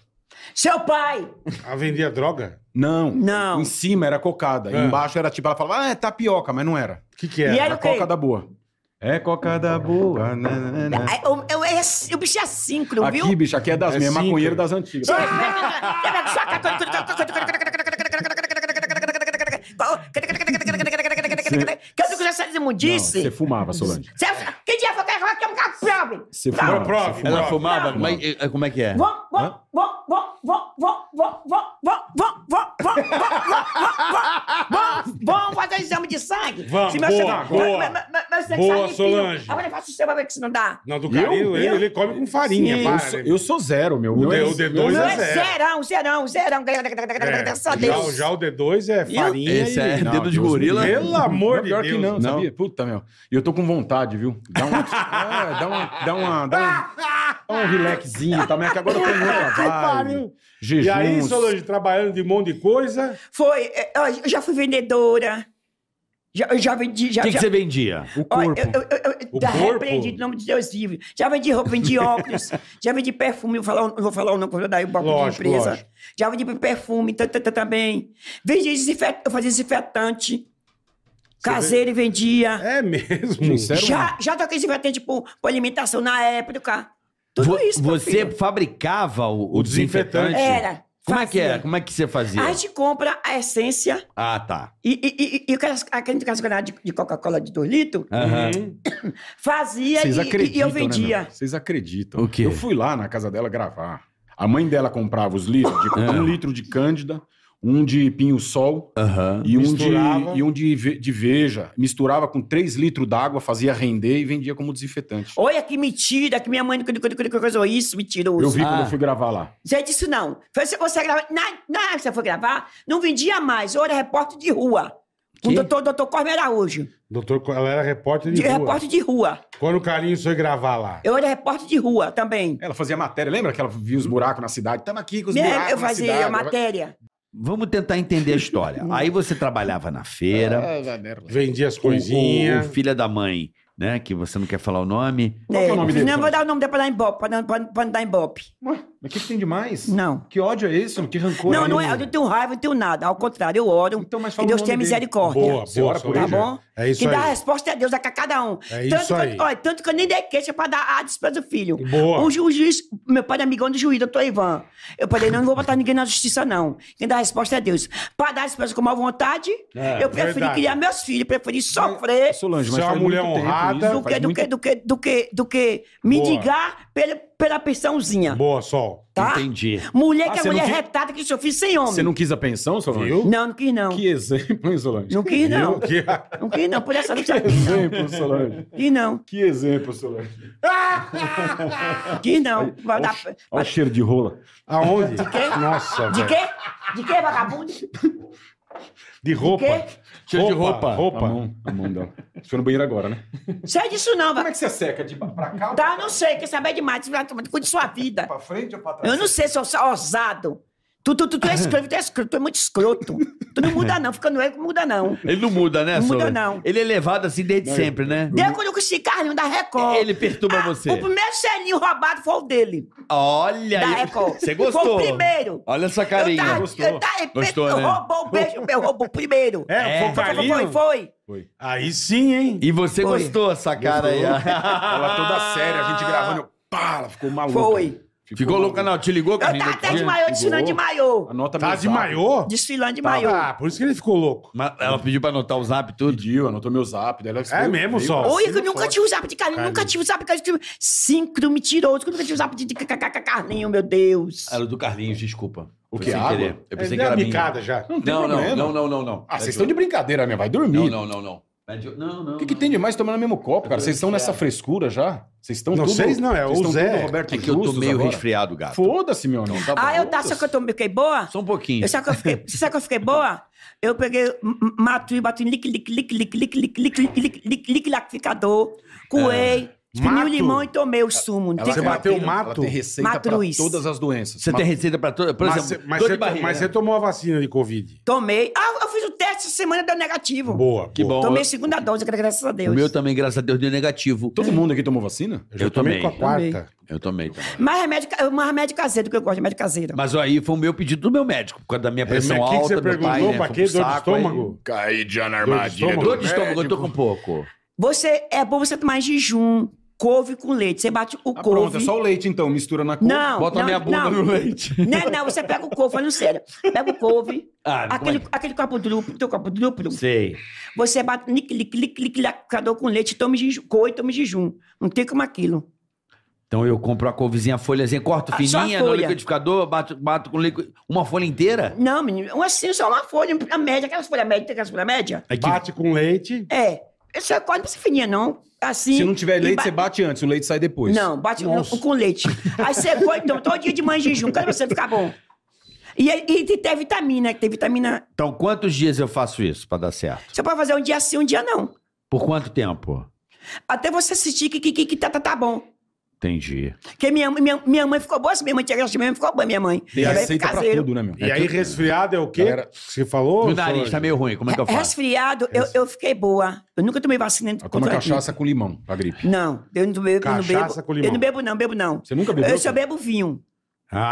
[SPEAKER 14] Seu pai!
[SPEAKER 2] Ela Ah, vendia droga?
[SPEAKER 5] Não.
[SPEAKER 14] Não.
[SPEAKER 5] Em cima era cocada.
[SPEAKER 2] Ah.
[SPEAKER 5] Embaixo era tipo, ela falava, ah, é tapioca, mas não era. O
[SPEAKER 2] que, que é?
[SPEAKER 14] era? E era o quê?
[SPEAKER 5] coca da boa. É coca da boa. né, né, né.
[SPEAKER 14] Aí, Eu, eu, eu, eu bicho é assíncrono,
[SPEAKER 5] Aqui,
[SPEAKER 14] viu?
[SPEAKER 5] bicho, aqui é das
[SPEAKER 2] É
[SPEAKER 5] minhas,
[SPEAKER 2] sim,
[SPEAKER 5] maconheiro
[SPEAKER 2] cara.
[SPEAKER 5] das antigas.
[SPEAKER 14] Que eu não quiser sair de
[SPEAKER 5] Não,
[SPEAKER 14] imundice.
[SPEAKER 5] Você fumava, Solange.
[SPEAKER 14] Cê- Que dia foi que eu que eu me prove?
[SPEAKER 5] Você fumava. você
[SPEAKER 6] Ela fumava? Mas, eh, como é que é?
[SPEAKER 14] Vó, vó, vó, vó, vó, vó, vó, vó, vó, vó, vó, vó, vó, vó, vó. Vamos, vamos fazer um exame de sangue?
[SPEAKER 2] Vamos,
[SPEAKER 14] Se meu
[SPEAKER 2] boa,
[SPEAKER 14] sangue-
[SPEAKER 2] boa.
[SPEAKER 14] meu- meu- meu- meu sangue
[SPEAKER 2] Boa,
[SPEAKER 14] está limpinho.
[SPEAKER 2] Solange.
[SPEAKER 14] Agora faça o seu pra ver que se não dá.
[SPEAKER 2] Não, do
[SPEAKER 5] Eu?
[SPEAKER 2] carinho, ele,
[SPEAKER 5] Eu?
[SPEAKER 2] ele come com farinha.
[SPEAKER 5] Sim,
[SPEAKER 2] para,
[SPEAKER 5] eu, sou,
[SPEAKER 2] né?
[SPEAKER 5] eu sou zero, meu.
[SPEAKER 2] O
[SPEAKER 5] Meu
[SPEAKER 2] D-
[SPEAKER 5] é-
[SPEAKER 2] o D2
[SPEAKER 5] meu
[SPEAKER 14] Não é zerão, zerão, zerão.
[SPEAKER 2] É,
[SPEAKER 14] Graças a
[SPEAKER 2] já,
[SPEAKER 14] Deus.
[SPEAKER 2] já o D2 é farinha.
[SPEAKER 5] Esse é
[SPEAKER 2] Não,
[SPEAKER 5] dedo de
[SPEAKER 2] Deus
[SPEAKER 5] gorila.
[SPEAKER 2] me livre. Pelo amor
[SPEAKER 5] Não,
[SPEAKER 2] de
[SPEAKER 5] pior
[SPEAKER 2] Deus.
[SPEAKER 5] que não, sabia? Puta, meu. E eu tô com vontade, viu? Dá um... é, dá uma... Dá uma... Dá um, dá um relaxinho, tá? Mas é que agora eu tô em outra
[SPEAKER 2] Que
[SPEAKER 5] vibe.
[SPEAKER 2] pariu.
[SPEAKER 5] Jejum.
[SPEAKER 2] E aí, Solange, trabalhando de um monte de coisa.
[SPEAKER 14] Foi, é, ó, eu já fui vendedora. Já, eu já vendi. Já,
[SPEAKER 6] O que, que
[SPEAKER 14] já-
[SPEAKER 6] você vendia? O
[SPEAKER 14] Olha, eu, eu, eu, eu,
[SPEAKER 6] O
[SPEAKER 14] tá
[SPEAKER 6] corpo?
[SPEAKER 14] repreendido, em nome de Deus livre. Já vendi roupa, vendi óculos, já vendi perfume, eu vou falar, o- eu vou falar o nome, vou dar aí o balcão de
[SPEAKER 6] Lógico,
[SPEAKER 14] empresa.
[SPEAKER 6] lógico.
[SPEAKER 14] Já vendi perfume tá, tam, tam, tam, também. Vendi desinfet, eu fazia desinfetante. Caseiro e vendia.
[SPEAKER 2] É mesmo?
[SPEAKER 14] Já, já toquei desinfetante por, por alimentação na época. Tudo
[SPEAKER 6] Vo-
[SPEAKER 14] isso, meu
[SPEAKER 6] Você
[SPEAKER 14] filho.
[SPEAKER 6] fabricava o, o desinfetante?
[SPEAKER 14] Era,
[SPEAKER 6] Como é que
[SPEAKER 14] fazia.
[SPEAKER 6] é? Como é que você fazia?
[SPEAKER 14] A gente compra a essência
[SPEAKER 6] Ah, tá.
[SPEAKER 14] e, e, e, e aquelas- aquele cascalhado de, de Coca-Cola de 2 litros
[SPEAKER 5] Aham.
[SPEAKER 14] fazia
[SPEAKER 5] Vocês
[SPEAKER 14] e- e,
[SPEAKER 5] acreditam,
[SPEAKER 14] e eu
[SPEAKER 5] né,
[SPEAKER 14] vendia.
[SPEAKER 5] meu? Vocês acreditam.
[SPEAKER 6] O quê?
[SPEAKER 5] Eu fui lá na casa dela gravar. A mãe dela comprava os litros, de,
[SPEAKER 6] É.
[SPEAKER 5] um litro de cândida, um de pinho-sol e um, de,
[SPEAKER 6] Misturava.
[SPEAKER 5] e um de, ve- de veja. Misturava com três litros d'água, fazia render e vendia como desinfetante.
[SPEAKER 14] Olha que mentira, que minha mãe nunca- nunca nunca coisou isso, mentiroso.
[SPEAKER 6] Ah.
[SPEAKER 5] Eu vi quando eu fui gravar lá.
[SPEAKER 14] Já disse não. Foi Você consegue gravar. Na, na hora que você foi gravar, não vendia mais. Eu era repórter de rua. Com o doutor, doutor Corme Araújo.
[SPEAKER 2] Doutor, ela era repórter de,
[SPEAKER 14] De,
[SPEAKER 2] rua.
[SPEAKER 14] repórter de rua.
[SPEAKER 2] Quando o Carlinhos foi gravar lá.
[SPEAKER 14] Eu era repórter de rua também.
[SPEAKER 5] Ela fazia matéria, lembra que ela via os buracos na cidade? Tamo aqui com os
[SPEAKER 14] Né?
[SPEAKER 5] buracos
[SPEAKER 14] eu
[SPEAKER 5] na
[SPEAKER 14] fazia
[SPEAKER 5] cidade.
[SPEAKER 14] a matéria.
[SPEAKER 6] Vamos tentar entender a história. Aí você trabalhava na
[SPEAKER 14] É.
[SPEAKER 6] feira.
[SPEAKER 2] Vendia
[SPEAKER 6] coisinhas.
[SPEAKER 2] as coisinhas.
[SPEAKER 6] O, filho da mãe, né? Que você não quer falar o nome.
[SPEAKER 14] É, Não, eu vou dar o nome dele pra dar embope, pra, dar- pra, pra não dar embope.
[SPEAKER 5] Mas o que, tem demais?
[SPEAKER 14] Não.
[SPEAKER 5] Que ódio é esse? Que rancor
[SPEAKER 14] não,
[SPEAKER 5] é
[SPEAKER 14] não
[SPEAKER 5] esse?
[SPEAKER 14] é, eu não tenho raiva, eu não tenho nada. Ao contrário, eu oro.
[SPEAKER 5] fala o
[SPEAKER 14] que Deus tenha
[SPEAKER 5] nome dele.
[SPEAKER 14] misericórdia.
[SPEAKER 5] Boa, boa,
[SPEAKER 14] Senhora,
[SPEAKER 5] senhora,
[SPEAKER 14] Tá
[SPEAKER 5] por
[SPEAKER 14] bom?
[SPEAKER 5] isso. É isso
[SPEAKER 14] Quem dá a
[SPEAKER 5] aí.
[SPEAKER 14] resposta é Deus, a cada um.
[SPEAKER 5] É
[SPEAKER 14] tanto
[SPEAKER 5] isso
[SPEAKER 14] que, eu-
[SPEAKER 5] aí.
[SPEAKER 14] Olha, tanto que eu nem dei queixa pra dar a despesa do filho.
[SPEAKER 5] Boa.
[SPEAKER 14] O ju- o juiz, meu pai é era amigão do juiz, doutor Ivan. Eu falei, não, não vou botar ninguém na justiça, não. Quem dá a resposta é Deus. Pra dar a despesa com má vontade,
[SPEAKER 5] É,
[SPEAKER 14] eu preferi
[SPEAKER 5] verdade.
[SPEAKER 14] criar meus filhos, preferi sofrer.
[SPEAKER 5] Solange, mas Você é uma faz mulher muito tempo honrada, isso,
[SPEAKER 14] Do que,
[SPEAKER 5] faz
[SPEAKER 14] do,
[SPEAKER 5] muito-
[SPEAKER 14] que, do, que, do, que, do que mendigar pela, pela pensãozinha.
[SPEAKER 2] Boa, Sol.
[SPEAKER 14] Tá?
[SPEAKER 5] Entendi.
[SPEAKER 14] Mulher
[SPEAKER 5] Ah,
[SPEAKER 14] que é
[SPEAKER 5] você não
[SPEAKER 14] mulher
[SPEAKER 5] quis-
[SPEAKER 14] retada que só fiz sem homem.
[SPEAKER 5] Você não quis a pensão, Solange?
[SPEAKER 14] Viu? Não, não quis não.
[SPEAKER 5] Que exemplo, hein, Solange?
[SPEAKER 14] Não quis,
[SPEAKER 5] Viu?
[SPEAKER 14] não.
[SPEAKER 5] Que...
[SPEAKER 14] Não quis não, por essa não
[SPEAKER 5] que exemplo, Solange.
[SPEAKER 14] Quis não.
[SPEAKER 5] Que exemplo, Solange.
[SPEAKER 14] Quis não. Vai dar-
[SPEAKER 5] Olha o cheiro de rola. Aonde?
[SPEAKER 14] De quê?
[SPEAKER 5] Nossa,
[SPEAKER 14] De
[SPEAKER 5] velho.
[SPEAKER 14] quê? De quê, vagabundo?
[SPEAKER 5] De roupa.
[SPEAKER 14] quê?
[SPEAKER 5] Cheiro de
[SPEAKER 2] Roupa,
[SPEAKER 5] roupa.
[SPEAKER 2] roupa.
[SPEAKER 5] A mão, a mão dela. Você foi no banheiro agora, né?
[SPEAKER 14] Sai disso não, Como
[SPEAKER 5] é que você seca? De pra cá?
[SPEAKER 14] Tá, não sei. Quer saber demais. Cuide de sua vida. Pra
[SPEAKER 5] frente ou pra
[SPEAKER 14] trás? Eu não sei se eu sou ousado. Tu, tu, tu, tu é escroto, tu é escroto, tu é muito escroto. Tu não muda não, fica no ego, muda não.
[SPEAKER 6] Ele não muda, né,
[SPEAKER 14] Não muda,
[SPEAKER 6] Solange?
[SPEAKER 14] não.
[SPEAKER 6] Ele é levado assim desde sempre, né?
[SPEAKER 14] Deu quando eu conheci Carlinhos da Record. Ah,
[SPEAKER 6] Ele perturba você.
[SPEAKER 14] O primeiro selinho roubado foi o dele.
[SPEAKER 6] Olha
[SPEAKER 14] Da
[SPEAKER 6] aí.
[SPEAKER 14] Record.
[SPEAKER 6] Você gostou?
[SPEAKER 14] Foi o primeiro.
[SPEAKER 6] Olha essa carinha.
[SPEAKER 14] Eu tava, Eu tava,
[SPEAKER 6] Gostou,
[SPEAKER 14] eu
[SPEAKER 6] né?
[SPEAKER 14] roubou o beijo, eu roubou o primeiro.
[SPEAKER 6] É,
[SPEAKER 14] foi,
[SPEAKER 6] foi o
[SPEAKER 14] foi, foi,
[SPEAKER 6] Carlinhos?
[SPEAKER 14] foi.
[SPEAKER 2] Aí sim, hein?
[SPEAKER 6] E você
[SPEAKER 14] Foi.
[SPEAKER 6] gostou essa cara aí?
[SPEAKER 5] Gostou? Ela
[SPEAKER 14] Ah.
[SPEAKER 5] toda séria, a gente gravando. eu- Pá, ela ficou maluca.
[SPEAKER 14] Foi.
[SPEAKER 5] Ficou,
[SPEAKER 6] Ficou louca, não. Te ligou,
[SPEAKER 14] Eu
[SPEAKER 6] Carlinhos?
[SPEAKER 14] tava
[SPEAKER 6] no
[SPEAKER 14] até
[SPEAKER 6] dia?
[SPEAKER 14] de maiô, desfilando de maiô.
[SPEAKER 5] Anota
[SPEAKER 2] Tá
[SPEAKER 5] meu
[SPEAKER 2] de
[SPEAKER 5] zap.
[SPEAKER 2] maiô?
[SPEAKER 14] Desfilando de maiô.
[SPEAKER 2] Ah, por isso que ele ficou louco.
[SPEAKER 6] Mas ela pediu pra anotar o zap tudo?
[SPEAKER 5] Pediu, anotou meu zap. Daí ela
[SPEAKER 2] É mesmo, Sol?
[SPEAKER 14] Oi, eu nunca tive o zap de Carlinhos, nunca tive o zap de Carlinhos. Sincro mentiroso, que eu nunca tive o zap de de- ca- ca- ca- Carlinhos, meu Deus.
[SPEAKER 6] Era é do Carlinhos, desculpa. O
[SPEAKER 5] que, água?
[SPEAKER 6] Eu
[SPEAKER 5] É,
[SPEAKER 6] pensei
[SPEAKER 5] deu
[SPEAKER 6] que era
[SPEAKER 5] uma
[SPEAKER 6] minha.
[SPEAKER 5] bicada já.
[SPEAKER 6] Não,
[SPEAKER 5] Não tem
[SPEAKER 6] não, não,
[SPEAKER 5] problema.
[SPEAKER 6] não, não, não, não.
[SPEAKER 5] Ah, vocês estão de brincadeira, minha. Vai dormir.
[SPEAKER 6] Não, não, não, não. É de- Não, não.
[SPEAKER 5] O que, que tem demais tomando no mesmo copo, cara? Vocês estão nessa frescura já? Vocês estão
[SPEAKER 6] Não,
[SPEAKER 5] tudo...
[SPEAKER 6] vocês não, é o
[SPEAKER 5] vocês estão
[SPEAKER 6] Zé.
[SPEAKER 5] tudo Roberto
[SPEAKER 6] É que eu tô
[SPEAKER 5] Justus
[SPEAKER 6] meio
[SPEAKER 5] agora?
[SPEAKER 6] resfriado, gato.
[SPEAKER 5] Foda-se, meu irmão.
[SPEAKER 14] ah, eu tá, só que eu tô, fiquei boa? Só
[SPEAKER 6] um pouquinho.
[SPEAKER 14] Eu, sabe, que eu fiquei, você sabe que eu fiquei boa? Eu peguei, m- m- mato e bati lic, lic, lic, lic, lic, lic, lic, lic, lic, lic, lic, liquidificador,
[SPEAKER 6] É.
[SPEAKER 14] coei, espremi o
[SPEAKER 6] Mato?
[SPEAKER 14] limão e tomei o sumo. Não tem como.
[SPEAKER 5] tem receita pra
[SPEAKER 14] Matruz.
[SPEAKER 5] todas as doenças.
[SPEAKER 6] Você tem receita pra todas? Por
[SPEAKER 2] mas,
[SPEAKER 6] exemplo,
[SPEAKER 2] mas,
[SPEAKER 6] dor
[SPEAKER 2] você,
[SPEAKER 6] de barriga.
[SPEAKER 2] mas você tomou a vacina de Covid.
[SPEAKER 14] Tomei. Ah, eu fiz o teste essa semana deu negativo.
[SPEAKER 2] Boa.
[SPEAKER 6] Que bom.
[SPEAKER 14] Tomei
[SPEAKER 6] eu-
[SPEAKER 14] segunda dose, gra- graças a Deus.
[SPEAKER 6] O meu também, graças a Deus, deu negativo.
[SPEAKER 5] Todo mundo aqui tomou vacina?
[SPEAKER 6] Eu,
[SPEAKER 5] já
[SPEAKER 6] tomei.
[SPEAKER 5] tomei com a quarta. Tomei.
[SPEAKER 6] Eu tomei também.
[SPEAKER 14] Mas remédio, ca- mas remédio caseiro, que eu gosto de remédio caseiro.
[SPEAKER 6] Mas aí foi o meu pedido do meu médico, por causa da minha
[SPEAKER 5] É,
[SPEAKER 6] pressão
[SPEAKER 2] Mas o que que
[SPEAKER 6] alta.
[SPEAKER 2] você
[SPEAKER 6] meu
[SPEAKER 2] perguntou?
[SPEAKER 6] pai, né,
[SPEAKER 2] Pra
[SPEAKER 6] foi pro
[SPEAKER 2] quê? Dor de
[SPEAKER 6] saco, aí-
[SPEAKER 2] estômago?
[SPEAKER 5] Caí de
[SPEAKER 2] armadilha do
[SPEAKER 6] Dor de estômago, eu tô com pouco.
[SPEAKER 14] Você, é bom você tomar em jejum, couve com leite. Você bate o couve.
[SPEAKER 5] Pronto, é só o leite então, mistura na couve,
[SPEAKER 14] Não,
[SPEAKER 5] bota
[SPEAKER 14] não,
[SPEAKER 5] a minha bunda
[SPEAKER 14] não.
[SPEAKER 5] no leite.
[SPEAKER 14] Não, não, você pega o couve, falando sério. Pega o couve,
[SPEAKER 5] Ah, como
[SPEAKER 14] aquele, aquele copo duplo, teu copo duplo.
[SPEAKER 6] Sei.
[SPEAKER 14] Você bate lic, lic, lic, lic, lacador com leite, toma em jejum, coe, toma em jejum. Não tem como aquilo.
[SPEAKER 6] Então eu compro a couvezinha, a folhazinha, corto
[SPEAKER 14] Ah, só a
[SPEAKER 6] fininha no
[SPEAKER 14] folha.
[SPEAKER 6] liquidificador, bato, bato com liquid... uma folha inteira?
[SPEAKER 14] Não, menino, um assim, só uma folha, a média, aquelas folhas médias, tem aquelas folhas médias?
[SPEAKER 2] Bate com leite.
[SPEAKER 14] É, essa corda não precisa fininha, não. Assim.
[SPEAKER 5] Se não tiver
[SPEAKER 14] e
[SPEAKER 5] leite,
[SPEAKER 14] ba-
[SPEAKER 5] você bate antes, o leite sai depois.
[SPEAKER 14] Não, bate no- com leite. Aí você foi, então, todo dia de manhã em jejum, cadê você ficar bom? E, e tem- tem vitamina, que tem vitamina.
[SPEAKER 6] Então quantos dias eu faço isso pra dar certo?
[SPEAKER 14] Você pode fazer um dia sim, um dia não.
[SPEAKER 6] Por quanto tempo?
[SPEAKER 14] Até você sentir que, que, que, que tá, tá, tá bom.
[SPEAKER 6] Entendi.
[SPEAKER 14] Porque minha, minha, minha mãe ficou boa, se minha mãe tinha gasto, minha mãe ficou boa, minha mãe.
[SPEAKER 2] E
[SPEAKER 14] Ela é
[SPEAKER 2] aceita pra
[SPEAKER 14] caseiro.
[SPEAKER 2] tudo, né, meu?
[SPEAKER 14] É
[SPEAKER 2] E aí,
[SPEAKER 14] tudo.
[SPEAKER 2] resfriado é o quê?
[SPEAKER 14] Galera,
[SPEAKER 2] Você falou?
[SPEAKER 6] Meu nariz
[SPEAKER 2] Solange?
[SPEAKER 6] tá meio ruim, como é que eu faço?
[SPEAKER 14] Resfriado, eu, eu fiquei boa. Eu nunca tomei vacina
[SPEAKER 5] Ah, Toma
[SPEAKER 14] assim, contra a
[SPEAKER 5] É cachaça
[SPEAKER 14] gripe.
[SPEAKER 5] com limão, pra gripe.
[SPEAKER 14] Não, eu não bebo. eu não bebo.
[SPEAKER 5] Cachaça com limão.
[SPEAKER 14] Eu não bebo, não, bebo não.
[SPEAKER 5] Você nunca bebeu,
[SPEAKER 14] Eu só
[SPEAKER 5] cara?
[SPEAKER 14] bebo vinho.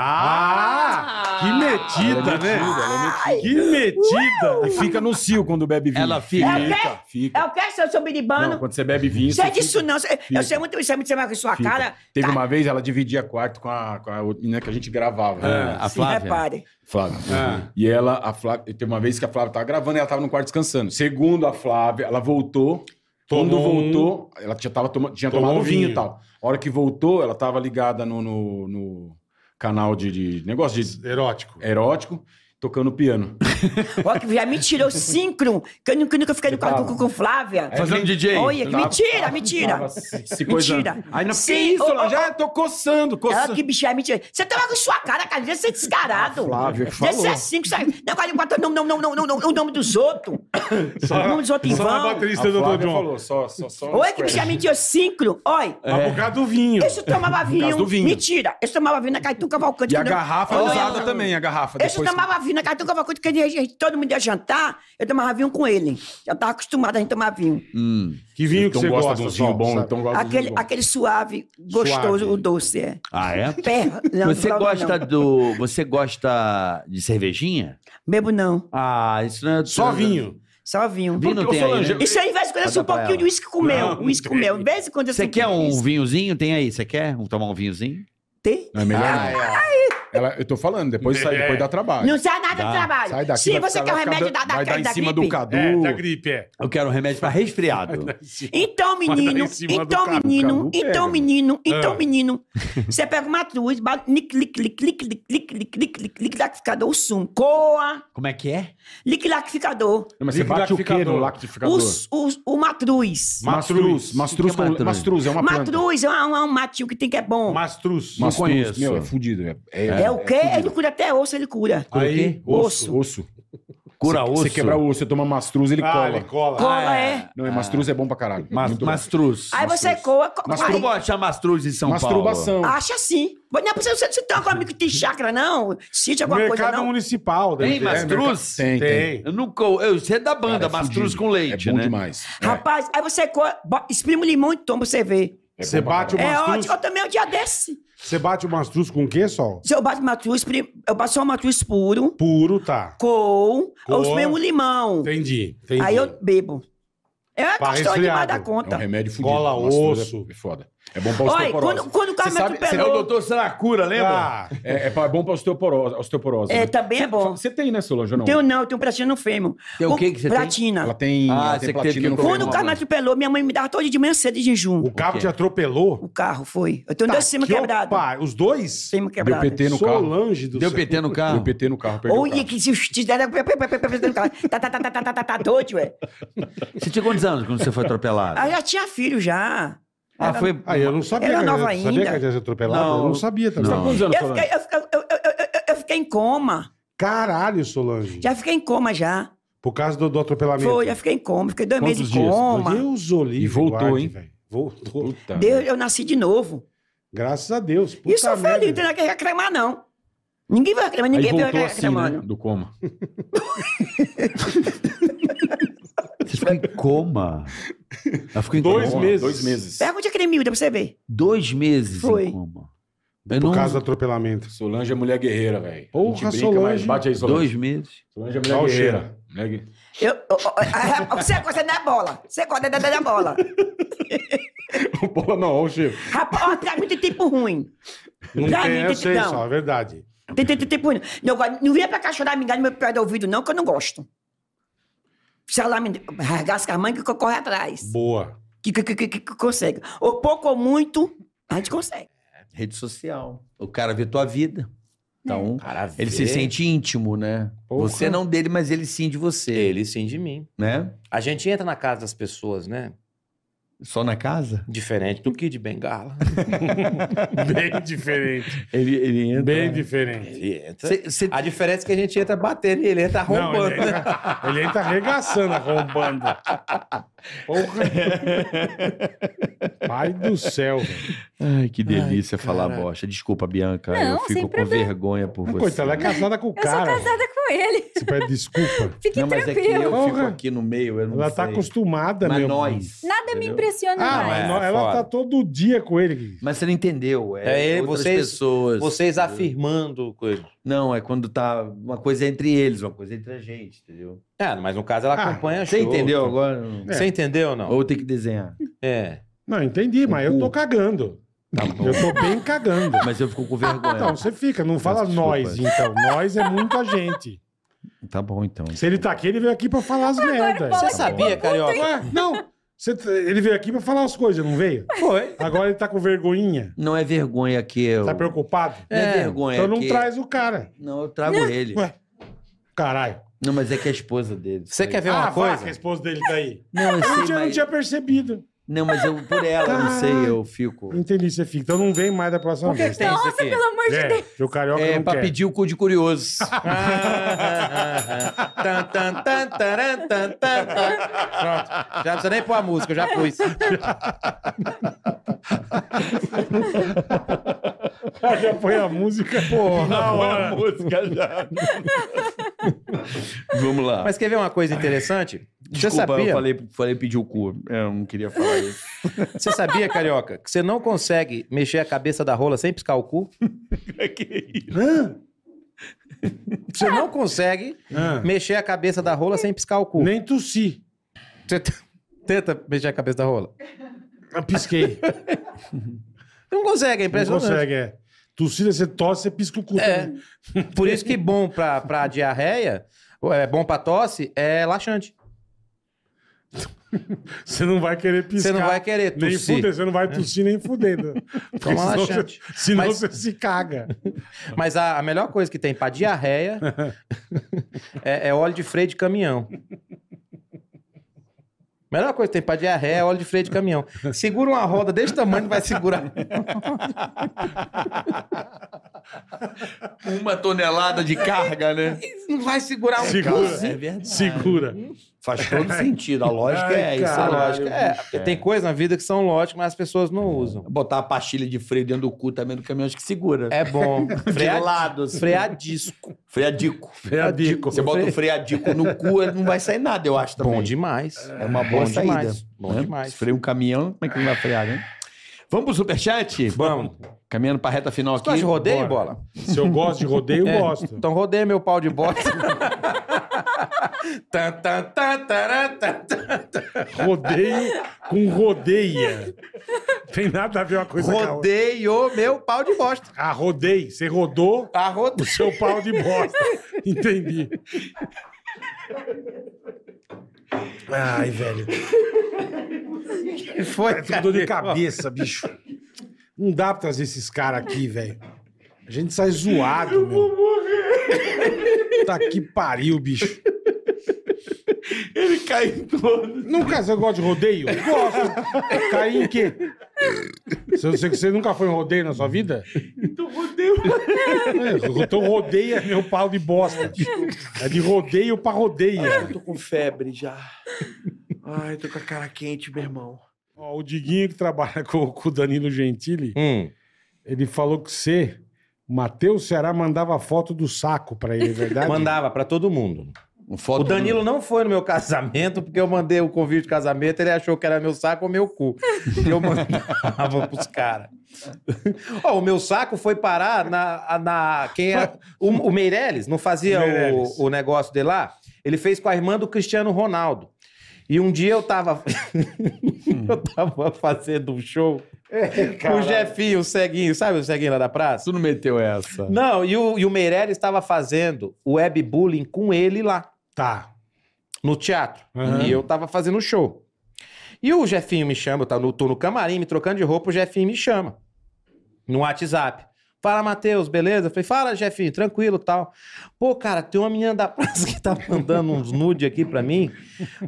[SPEAKER 2] Ah! Que metida,
[SPEAKER 5] Ela é
[SPEAKER 2] né?
[SPEAKER 5] metida,
[SPEAKER 2] Que metida! E fica no cio quando bebe vinho. Ela
[SPEAKER 14] É Uh! o quê? É o quê? Se eu sou
[SPEAKER 5] Não,
[SPEAKER 14] biribano?
[SPEAKER 5] quando você bebe vinho.
[SPEAKER 14] Sei
[SPEAKER 5] você
[SPEAKER 14] é disso
[SPEAKER 5] fica-
[SPEAKER 14] não. sei-
[SPEAKER 5] fica.
[SPEAKER 14] Eu sei muito, eu sei muito, sei mais que sua
[SPEAKER 5] Fica.
[SPEAKER 14] cara. tá
[SPEAKER 5] Teve uma vez ela dividia quarto com a, com a outra menina que a gente gravava. né?
[SPEAKER 14] É, a Sim, Flávia. repare.
[SPEAKER 5] Flávia. E ela, a Flávia, teve uma vez que a Flávia tava gravando e ela tava no quarto descansando. Segundo a Flávia, ela voltou. Quando
[SPEAKER 2] Tomou
[SPEAKER 5] voltou, ela já tava toma, tinha
[SPEAKER 2] Tomou
[SPEAKER 5] tomado vinho
[SPEAKER 2] vinho.
[SPEAKER 5] e tal. A hora que voltou, ela tava ligada no, no- no canal de, de negócio de.
[SPEAKER 2] Erótico.
[SPEAKER 5] Erótico, tocando piano.
[SPEAKER 14] Olha que já me tirou síncron, que eu nunca, nunca fiquei no quarto com, com Flávia.
[SPEAKER 5] É, Fazendo DJ.
[SPEAKER 14] Olha, que
[SPEAKER 5] Tava-
[SPEAKER 14] mentira,
[SPEAKER 5] tava-
[SPEAKER 14] mentira.
[SPEAKER 5] tava se- se coisando.
[SPEAKER 14] mentira.
[SPEAKER 5] Aí não- que isso, ela já
[SPEAKER 14] tô coçando, coçando. que bicha é mentira. Você tava com sua cara, cara, você é descarado.
[SPEAKER 5] Flávia que falou.
[SPEAKER 14] Você é cinco, sai. Não, cara, bota não, não, não, não, não, não, o nome dos outros. o nome dos outros em
[SPEAKER 5] só na
[SPEAKER 14] vão.
[SPEAKER 5] baterista do Dr. John. falou, só, só, só.
[SPEAKER 14] Olha que bicha é mentira, síncro. Olha.
[SPEAKER 5] Mas por causa do vinho.
[SPEAKER 14] Isso tomava
[SPEAKER 5] Por causa
[SPEAKER 14] vinho.
[SPEAKER 5] do vinho.
[SPEAKER 14] Mentira. Isso tomava vinho na Caitu Cavalcante.
[SPEAKER 5] E a
[SPEAKER 14] quando eu-
[SPEAKER 5] garrafa é
[SPEAKER 14] quando eu-
[SPEAKER 5] usada também, a garrafa.
[SPEAKER 14] eu só tomava vinho na casa do Cavacuto, porque a gente- todo mundo ia jantar, eu tomava vinho com ele. Já tava acostumado a gente tomar vinho.
[SPEAKER 2] Que vinho que
[SPEAKER 5] Então
[SPEAKER 2] você
[SPEAKER 5] gosta
[SPEAKER 2] gosta?
[SPEAKER 5] de um vinho
[SPEAKER 2] Sol,
[SPEAKER 5] bom,
[SPEAKER 2] sabe?
[SPEAKER 5] então gosta
[SPEAKER 14] Aquele, aquele suave, gostoso,
[SPEAKER 6] Suave.
[SPEAKER 14] o doce, é.
[SPEAKER 6] Ah, é?
[SPEAKER 14] Perra. Não,
[SPEAKER 6] você
[SPEAKER 14] não, não,
[SPEAKER 6] gosta
[SPEAKER 14] não.
[SPEAKER 6] do. Você gosta de cervejinha?
[SPEAKER 14] Bebo não.
[SPEAKER 6] Ah, isso não é.
[SPEAKER 14] Só vinho. Só vinho.
[SPEAKER 6] Vinho não tem aí, né?
[SPEAKER 14] Isso aí, de vez em quando, eu sou
[SPEAKER 6] Vai dar pra
[SPEAKER 14] um pouquinho
[SPEAKER 6] ela.
[SPEAKER 14] de uísque com mel.
[SPEAKER 6] Não,
[SPEAKER 14] Uísque com mel. De vez em quando, eu
[SPEAKER 6] Você
[SPEAKER 14] sou
[SPEAKER 6] quer
[SPEAKER 14] pouquinho de
[SPEAKER 6] um
[SPEAKER 14] uísque.
[SPEAKER 6] vinhozinho? Tem aí, você quer um- tomar um vinhozinho?
[SPEAKER 14] Tem.
[SPEAKER 5] Não, é melhor não. Ela- eu tô falando, depois, sai, depois dá trabalho.
[SPEAKER 14] Não sai nada do trabalho.
[SPEAKER 5] Sai daqui,
[SPEAKER 14] Se
[SPEAKER 5] vai
[SPEAKER 14] você
[SPEAKER 5] ficar-
[SPEAKER 14] quer um
[SPEAKER 5] vai ficar
[SPEAKER 14] remédio
[SPEAKER 5] dan-
[SPEAKER 14] da- da-
[SPEAKER 5] vai dar em
[SPEAKER 14] da
[SPEAKER 5] cima
[SPEAKER 14] gripe.
[SPEAKER 5] do Cadu.
[SPEAKER 14] É, da
[SPEAKER 2] gripe, é.
[SPEAKER 6] Eu quero um remédio pra resfriado.
[SPEAKER 14] Então, menino, então, menino,
[SPEAKER 5] É.
[SPEAKER 14] então, menino, então,
[SPEAKER 6] Ah.
[SPEAKER 14] menino. Você pega uma cruz, bate lic, lic, lic, lic, lic, lic, lic, lic, lic, lic, lactificador, o sumo. Coa,
[SPEAKER 6] Como é que é?
[SPEAKER 14] lic, lactificador.
[SPEAKER 5] Não, mas você bate o quê no lactificador?
[SPEAKER 14] Os- os- O matruz.
[SPEAKER 5] Mastruz. Mastruz,
[SPEAKER 14] O que
[SPEAKER 5] com-
[SPEAKER 14] é
[SPEAKER 5] mastruz. é uma planta.
[SPEAKER 14] Matruz é um, um matinho que tem que é bom.
[SPEAKER 2] Mastruz.
[SPEAKER 5] Mastruz, Meu, é fudido. É,
[SPEAKER 14] É, o quê? ele cura até osso, ele cura.
[SPEAKER 5] Aí, osso. Osso.
[SPEAKER 6] Cura
[SPEAKER 5] você, Você
[SPEAKER 6] osso.
[SPEAKER 5] quebra o osso, você toma mastruz, ele
[SPEAKER 2] Ah,
[SPEAKER 5] cola.
[SPEAKER 2] ele cola.
[SPEAKER 14] Cola, Ah, é. é.
[SPEAKER 5] Não, é mastruz é bom pra caralho. Muito bom.
[SPEAKER 6] mastruz.
[SPEAKER 14] Aí você coa... co- Ah,
[SPEAKER 6] Mas tu
[SPEAKER 14] aí-
[SPEAKER 6] gosta de achar mastruz em São
[SPEAKER 5] Masturbação.
[SPEAKER 6] Paulo?
[SPEAKER 14] Acha sim. Mas Não é possível você, você tem algum amigo que tem chácara, não? Sítio, alguma coisa,
[SPEAKER 2] Mercado
[SPEAKER 14] não?
[SPEAKER 2] municipal. deve
[SPEAKER 6] Tem
[SPEAKER 5] né?
[SPEAKER 2] ter.
[SPEAKER 6] mastruz?
[SPEAKER 2] É, mercado- Tem, tem.
[SPEAKER 6] Eu nunca. Eu sei da banda,
[SPEAKER 2] Cara, é
[SPEAKER 6] mastruz
[SPEAKER 2] fudido.
[SPEAKER 6] com leite,
[SPEAKER 2] É bom
[SPEAKER 6] né?
[SPEAKER 5] demais.
[SPEAKER 14] Rapaz, aí você co- bo- exprime o limão e toma, você vê.
[SPEAKER 2] É Você bom pra bate o
[SPEAKER 14] É
[SPEAKER 2] mastruz-
[SPEAKER 14] ótimo, eu também um dia desse.
[SPEAKER 2] Você bate o mastruz com o quê, Sol?
[SPEAKER 14] Se eu bato matruz, prim- eu bato só um matruz puro.
[SPEAKER 2] Puro, tá.
[SPEAKER 14] Com,
[SPEAKER 2] Com.
[SPEAKER 14] eu exprimo um limão.
[SPEAKER 2] Entendi, entendi.
[SPEAKER 14] Aí eu bebo. É
[SPEAKER 5] Pra
[SPEAKER 14] gostoso demais
[SPEAKER 5] resfriado.
[SPEAKER 14] da conta.
[SPEAKER 5] É um remédio fudido.
[SPEAKER 2] Cola
[SPEAKER 5] Mastruz
[SPEAKER 2] osso.
[SPEAKER 5] É, é foda. É bom pra
[SPEAKER 14] Olha,
[SPEAKER 5] osteoporose.
[SPEAKER 14] quando- quando o cara
[SPEAKER 5] Você
[SPEAKER 14] mete o
[SPEAKER 5] sabe- você-
[SPEAKER 14] pelô-
[SPEAKER 5] é doutor Saracura,
[SPEAKER 14] Ah.
[SPEAKER 5] É, é pra- é bom pra osteoporose. osteoporose
[SPEAKER 14] É,
[SPEAKER 5] né?
[SPEAKER 14] também é bom.
[SPEAKER 5] Você tem, né, Solange? ou
[SPEAKER 14] Não
[SPEAKER 5] Não?
[SPEAKER 14] tenho não, eu tenho platina no fêmur.
[SPEAKER 5] Tem o que que você tem?
[SPEAKER 14] platina.
[SPEAKER 5] Ela tem- Ah, ela tem você que teve platina que no comer
[SPEAKER 14] Quando
[SPEAKER 5] uma
[SPEAKER 14] o carro me
[SPEAKER 5] vez.
[SPEAKER 14] atropelou, minha mãe me dava todo dia de manhã cedo de jejum.
[SPEAKER 2] O carro te atropelou?
[SPEAKER 14] O carro foi. Eu tenho dois cima quebrados.
[SPEAKER 2] Os dois?
[SPEAKER 14] Cima
[SPEAKER 5] Deu
[SPEAKER 14] quebrado.
[SPEAKER 5] PT no carro.
[SPEAKER 2] Solange do
[SPEAKER 5] Deu
[SPEAKER 2] céu.
[SPEAKER 5] PT no carro. Deu PT no carro. perdeu o
[SPEAKER 14] Olha
[SPEAKER 5] carro.
[SPEAKER 14] que se os te deram- Tá, tá, tá, tá, tá, tá, tá, tá doido, ué.
[SPEAKER 6] Você tinha quantos anos quando você foi atropelado?
[SPEAKER 14] Ah, já tinha filho já.
[SPEAKER 6] Ah,
[SPEAKER 14] Era-
[SPEAKER 6] foi.
[SPEAKER 2] Ah, eu não sabia.
[SPEAKER 14] Era
[SPEAKER 2] que-
[SPEAKER 14] nova
[SPEAKER 2] sabia
[SPEAKER 14] ainda.
[SPEAKER 2] que ela tinha sido atropelada? Eu não sabia também.
[SPEAKER 6] Não.
[SPEAKER 2] Quantos anos,
[SPEAKER 14] Eu fiquei, eu, fiquei- eu- eu- eu- eu- eu fiquei em coma.
[SPEAKER 2] Caralho, Solange.
[SPEAKER 14] Já fiquei em coma já.
[SPEAKER 2] Por causa do, do atropelamento.
[SPEAKER 14] Foi, já fiquei em coma. Fiquei dois
[SPEAKER 2] Quantos
[SPEAKER 14] meses em
[SPEAKER 2] dias?
[SPEAKER 14] coma.
[SPEAKER 2] Deus o livre,
[SPEAKER 5] E voltou,
[SPEAKER 2] guarde,
[SPEAKER 5] hein?
[SPEAKER 2] velho. Voltou.
[SPEAKER 14] Deus, eu nasci de novo.
[SPEAKER 2] Graças a Deus. Puta
[SPEAKER 14] Isso eu
[SPEAKER 2] merda.
[SPEAKER 14] feliz, não tem nada que reclamar, não. Ninguém vai reclamar,
[SPEAKER 5] Aí
[SPEAKER 14] ninguém vai
[SPEAKER 5] voltou
[SPEAKER 14] reclamar.
[SPEAKER 5] assim, né? Do coma.
[SPEAKER 6] Você ficou em coma? Ela ficou em
[SPEAKER 2] Dois
[SPEAKER 6] coma?
[SPEAKER 2] meses.
[SPEAKER 6] Dois meses.
[SPEAKER 14] Pergunte aquele miúdo pra você ver.
[SPEAKER 6] Dois meses
[SPEAKER 14] Foi.
[SPEAKER 6] em coma.
[SPEAKER 2] Por causa do atropelamento.
[SPEAKER 5] Solange é mulher guerreira, velho.
[SPEAKER 2] Porra,
[SPEAKER 5] A gente brinca,
[SPEAKER 2] Solange.
[SPEAKER 5] mas Bate aí, Solange.
[SPEAKER 6] Dois meses.
[SPEAKER 5] Solange é
[SPEAKER 2] Olha
[SPEAKER 5] mulher
[SPEAKER 2] o
[SPEAKER 5] guerreira. Mulher gue-
[SPEAKER 14] Eu, eu- eu- eu- você gosta da bola. Você gosta da, da, da bola.
[SPEAKER 5] Bola não, olha o cheiro.
[SPEAKER 14] Rapaz, ó, traz muito tempo ruim.
[SPEAKER 2] Não
[SPEAKER 14] Pra
[SPEAKER 2] tem,
[SPEAKER 14] mim,
[SPEAKER 2] eu
[SPEAKER 14] tem-
[SPEAKER 2] sei,
[SPEAKER 14] não.
[SPEAKER 2] Sol, é verdade.
[SPEAKER 14] Tem, tem, tem tempo ruim. Não, agora, não venha pra cá chorar, me enganar no meu pé do ouvido, não, que eu não gosto. Se ela me rasgasse com a mãe, que eu corro atrás.
[SPEAKER 2] Boa.
[SPEAKER 14] Que, que, que, que, que consegue. Ou pouco ou muito, a gente consegue.
[SPEAKER 6] Rede social. O cara vê tua vida. Então, ele
[SPEAKER 14] vê.
[SPEAKER 6] se sente íntimo, né?
[SPEAKER 17] Porra.
[SPEAKER 6] Você não dele, mas ele sim de você.
[SPEAKER 17] Ele sim de mim.
[SPEAKER 6] Né?
[SPEAKER 17] A gente entra na casa das pessoas, né?
[SPEAKER 6] Só na casa?
[SPEAKER 17] Diferente do Kid Bengala.
[SPEAKER 2] Bem diferente.
[SPEAKER 6] Ele, ele entra. né?
[SPEAKER 2] Bem diferente.
[SPEAKER 17] Ele entra. A diferença é que a gente entra batendo e ele entra
[SPEAKER 2] Não,
[SPEAKER 17] arrombando.
[SPEAKER 2] ele entra, ele entra arregaçando, arrombando. Pai do céu.
[SPEAKER 6] Ai, que delícia falar bosta. Desculpa, Bianca.
[SPEAKER 14] Não,
[SPEAKER 6] eu
[SPEAKER 14] sem
[SPEAKER 6] fico com
[SPEAKER 14] problema.
[SPEAKER 6] vergonha por você.
[SPEAKER 2] Coitada, ela é casada com o
[SPEAKER 14] Eu sou
[SPEAKER 2] cara.
[SPEAKER 14] casada com ele.
[SPEAKER 2] Você pede desculpa.
[SPEAKER 14] Fique
[SPEAKER 6] não, mas é que
[SPEAKER 14] tranquilo.
[SPEAKER 6] eu fico
[SPEAKER 14] Porra.
[SPEAKER 6] aqui no meio, eu não
[SPEAKER 2] Ela
[SPEAKER 6] sei. é
[SPEAKER 2] tá acostumada,
[SPEAKER 6] mas
[SPEAKER 2] meu.
[SPEAKER 6] nós.
[SPEAKER 14] Nada me
[SPEAKER 6] entendeu?
[SPEAKER 14] impressiona
[SPEAKER 2] Ah,
[SPEAKER 14] mais.
[SPEAKER 2] mas ela tá todo dia com ele.
[SPEAKER 6] Mas você não entendeu.
[SPEAKER 2] É
[SPEAKER 6] É,
[SPEAKER 2] ele,
[SPEAKER 6] outras
[SPEAKER 2] vocês-
[SPEAKER 6] pessoas.
[SPEAKER 2] vocês
[SPEAKER 6] afirmando coisa. Não, é quando tá uma coisa entre eles, uma coisa entre a gente, entendeu?
[SPEAKER 17] É, mas no caso ela
[SPEAKER 6] Ah,
[SPEAKER 17] acompanha
[SPEAKER 6] você
[SPEAKER 17] show. então.
[SPEAKER 6] entendeu agora?
[SPEAKER 17] Você
[SPEAKER 6] É.
[SPEAKER 17] entendeu ou não?
[SPEAKER 6] Ou tem que desenhar.
[SPEAKER 17] É.
[SPEAKER 2] Não, entendi, mas eu tô cagando.
[SPEAKER 6] Tá
[SPEAKER 2] eu tô bem cagando.
[SPEAKER 6] Mas eu fico com vergonha.
[SPEAKER 2] Não, Ah, então, você fica, não fala nós, então. Nós é muita gente.
[SPEAKER 6] Tá bom, então.
[SPEAKER 2] Se ele tá aqui, ele veio aqui pra falar as merdas.
[SPEAKER 17] Você sabia, Carioca?
[SPEAKER 2] Ué, não. Você- ele veio aqui pra falar as coisas, não veio?
[SPEAKER 17] Foi.
[SPEAKER 2] Agora ele tá com vergonhinha.
[SPEAKER 6] Não é vergonha que eu.
[SPEAKER 2] Tá preocupado?
[SPEAKER 6] Não é, vergonha.
[SPEAKER 2] Então não
[SPEAKER 6] que-
[SPEAKER 2] traz o cara.
[SPEAKER 6] Não, eu trago ele.
[SPEAKER 2] Né? Ué, caralho.
[SPEAKER 6] Não, mas é que é a esposa dele.
[SPEAKER 17] Você quer ver
[SPEAKER 2] ah,
[SPEAKER 17] uma
[SPEAKER 2] Vá, que a
[SPEAKER 17] coisa?
[SPEAKER 2] esposa dele tá aí.
[SPEAKER 6] Não, eu sei,
[SPEAKER 2] tinha, não
[SPEAKER 6] mas-
[SPEAKER 2] tinha percebido.
[SPEAKER 6] Não, mas eu por ela, eu não sei, eu fico.
[SPEAKER 2] Entendi, você fica. Então Tá. não vem mais da próxima
[SPEAKER 6] Por que
[SPEAKER 2] vez.
[SPEAKER 6] tem isso Nossa, aqui? pelo amor de
[SPEAKER 2] É,
[SPEAKER 6] Deus.
[SPEAKER 2] que o carioca
[SPEAKER 6] É,
[SPEAKER 2] não
[SPEAKER 6] pra
[SPEAKER 2] quer.
[SPEAKER 6] pedir o cu de curioso.
[SPEAKER 17] Tan, tan, tan, taran, tan, tan, tan. Pronto. Já não precisa nem pôr a música, eu já pus.
[SPEAKER 2] Ah, já põe a música. é. Porra,
[SPEAKER 17] Na hora.
[SPEAKER 6] música já. Vamos lá.
[SPEAKER 17] Mas quer ver uma coisa interessante? Você
[SPEAKER 6] Desculpa,
[SPEAKER 17] sabia?
[SPEAKER 6] eu falei, falei pedir o cu. Eu não queria falar isso.
[SPEAKER 17] Você sabia, Carioca, que você não consegue mexer a cabeça da rola sem piscar o cu? Você não consegue mexer a cabeça da rola sem piscar o cu.
[SPEAKER 2] Nem tossir.
[SPEAKER 17] Você t- tenta mexer a cabeça da rola.
[SPEAKER 2] Eu pisquei.
[SPEAKER 17] Não consegue,
[SPEAKER 2] Não
[SPEAKER 17] é impressionante.
[SPEAKER 2] consegue, é. Tossida, você tosse, você pisca o cu.
[SPEAKER 17] É.
[SPEAKER 2] também.
[SPEAKER 17] Por isso que bom pra, pra diarreia, é bom pra tosse, é laxante.
[SPEAKER 2] Você não vai querer piscar.
[SPEAKER 17] Você não vai querer
[SPEAKER 2] Nem
[SPEAKER 17] tossir.
[SPEAKER 2] fuder, você não vai tossir nem fudendo. Porque
[SPEAKER 17] Toma
[SPEAKER 2] senão
[SPEAKER 17] laxante.
[SPEAKER 2] você- senão
[SPEAKER 17] Mas-
[SPEAKER 2] você se caga.
[SPEAKER 17] Mas a, a melhor coisa que tem pra diarreia é, é óleo de freio de caminhão. Melhor coisa que tem pra diarreia é óleo de freio de caminhão. Segura uma roda desse tamanho que vai segurar.
[SPEAKER 6] Uma tonelada de carga, né?
[SPEAKER 17] Não vai segurar um
[SPEAKER 6] Segura.
[SPEAKER 17] carro.
[SPEAKER 6] É verdade.
[SPEAKER 2] Segura.
[SPEAKER 6] Faz todo sentido. A lógica é isso.
[SPEAKER 17] A lógica é. Porque tem coisas na vida que são lógicas, mas as pessoas não usam.
[SPEAKER 6] É. Botar a pastilha de freio dentro do cu também do caminhão, acho que segura.
[SPEAKER 17] É bom.
[SPEAKER 6] Frear,
[SPEAKER 17] Frear-
[SPEAKER 6] lado, assim.
[SPEAKER 17] freadisco.
[SPEAKER 6] Freadico.
[SPEAKER 17] Freadico.
[SPEAKER 6] Você bota o freadico no cu, ele não vai sair nada, eu acho também.
[SPEAKER 17] Bom demais.
[SPEAKER 6] É uma boa
[SPEAKER 17] Bom
[SPEAKER 6] saída.
[SPEAKER 17] demais. Bom
[SPEAKER 6] né?
[SPEAKER 17] demais.
[SPEAKER 6] Se freia um caminhão, como é que não vai frear, né? Vamos pro superchat?
[SPEAKER 17] Vamos.
[SPEAKER 6] Caminhando pra reta final aqui.
[SPEAKER 17] gosta de rodeio, Bola?
[SPEAKER 2] Se eu gosto de rodeio, eu
[SPEAKER 17] É.
[SPEAKER 2] gosto.
[SPEAKER 17] Então rodeia meu pau de bosta. Tan, tan, tan, taran, tan, tan.
[SPEAKER 2] Rodeio com rodeia. Tem nada a ver uma coisa com a outra.
[SPEAKER 17] Rodeio meu pau de bosta. Ah,
[SPEAKER 2] Ah, rodei. Você rodou
[SPEAKER 17] o
[SPEAKER 2] seu pau de bosta. Entendi. Ai, velho.
[SPEAKER 17] que foi?
[SPEAKER 2] Fico dor É de cabeça, bicho. Não dá pra trazer esses caras aqui, velho. A gente sai zoado, eu meu. Vou morrer. Tá que pariu, bicho. Ele cai em todo. Nunca você gosta de rodeio? Gosto. Cair em quê? Você, você, você nunca foi em rodeio na sua vida? Então, É, Então rodeia meu pau de bosta. É de rodeio pra rodeia.
[SPEAKER 6] Tô com febre já. Ai, tô com a cara quente, meu irmão.
[SPEAKER 2] Ó, o Diguinho que trabalha com, com o Danilo Gentili,
[SPEAKER 17] Hum.
[SPEAKER 2] ele falou que você, Matheus Ceará, mandava foto do saco pra ele, é verdade?
[SPEAKER 17] Mandava pra todo mundo. O Danilo não foi no meu casamento, porque eu mandei o convite de casamento, ele achou que era meu saco ou meu cu. E eu
[SPEAKER 2] Ah,
[SPEAKER 17] mandava pros caras. Ó, o meu saco foi parar na. na quem era, o, o Meirelles, não fazia
[SPEAKER 2] Meirelles.
[SPEAKER 17] O, o negócio dele lá? Ele fez com a irmã do Cristiano Ronaldo. E um dia eu tava. eu tava fazendo um show.
[SPEAKER 2] É,
[SPEAKER 17] o Jefinho, o ceguinho, sabe o ceguinho lá da praça?
[SPEAKER 6] Tu não meteu essa.
[SPEAKER 17] Não, e o, e o Meirelles estava fazendo o webbullying com ele lá.
[SPEAKER 2] Tá.
[SPEAKER 17] No teatro.
[SPEAKER 2] Aham.
[SPEAKER 17] E eu tava fazendo o show. E o Jefinho me chama, eu tava no, tô no camarim, me trocando de roupa, o Jefinho me chama. No WhatsApp. Fala, Matheus, beleza? Eu falei, fala, Jefinho, tranquilo tal. Pô, cara, tem uma menina da praça que tá mandando uns nude aqui pra mim.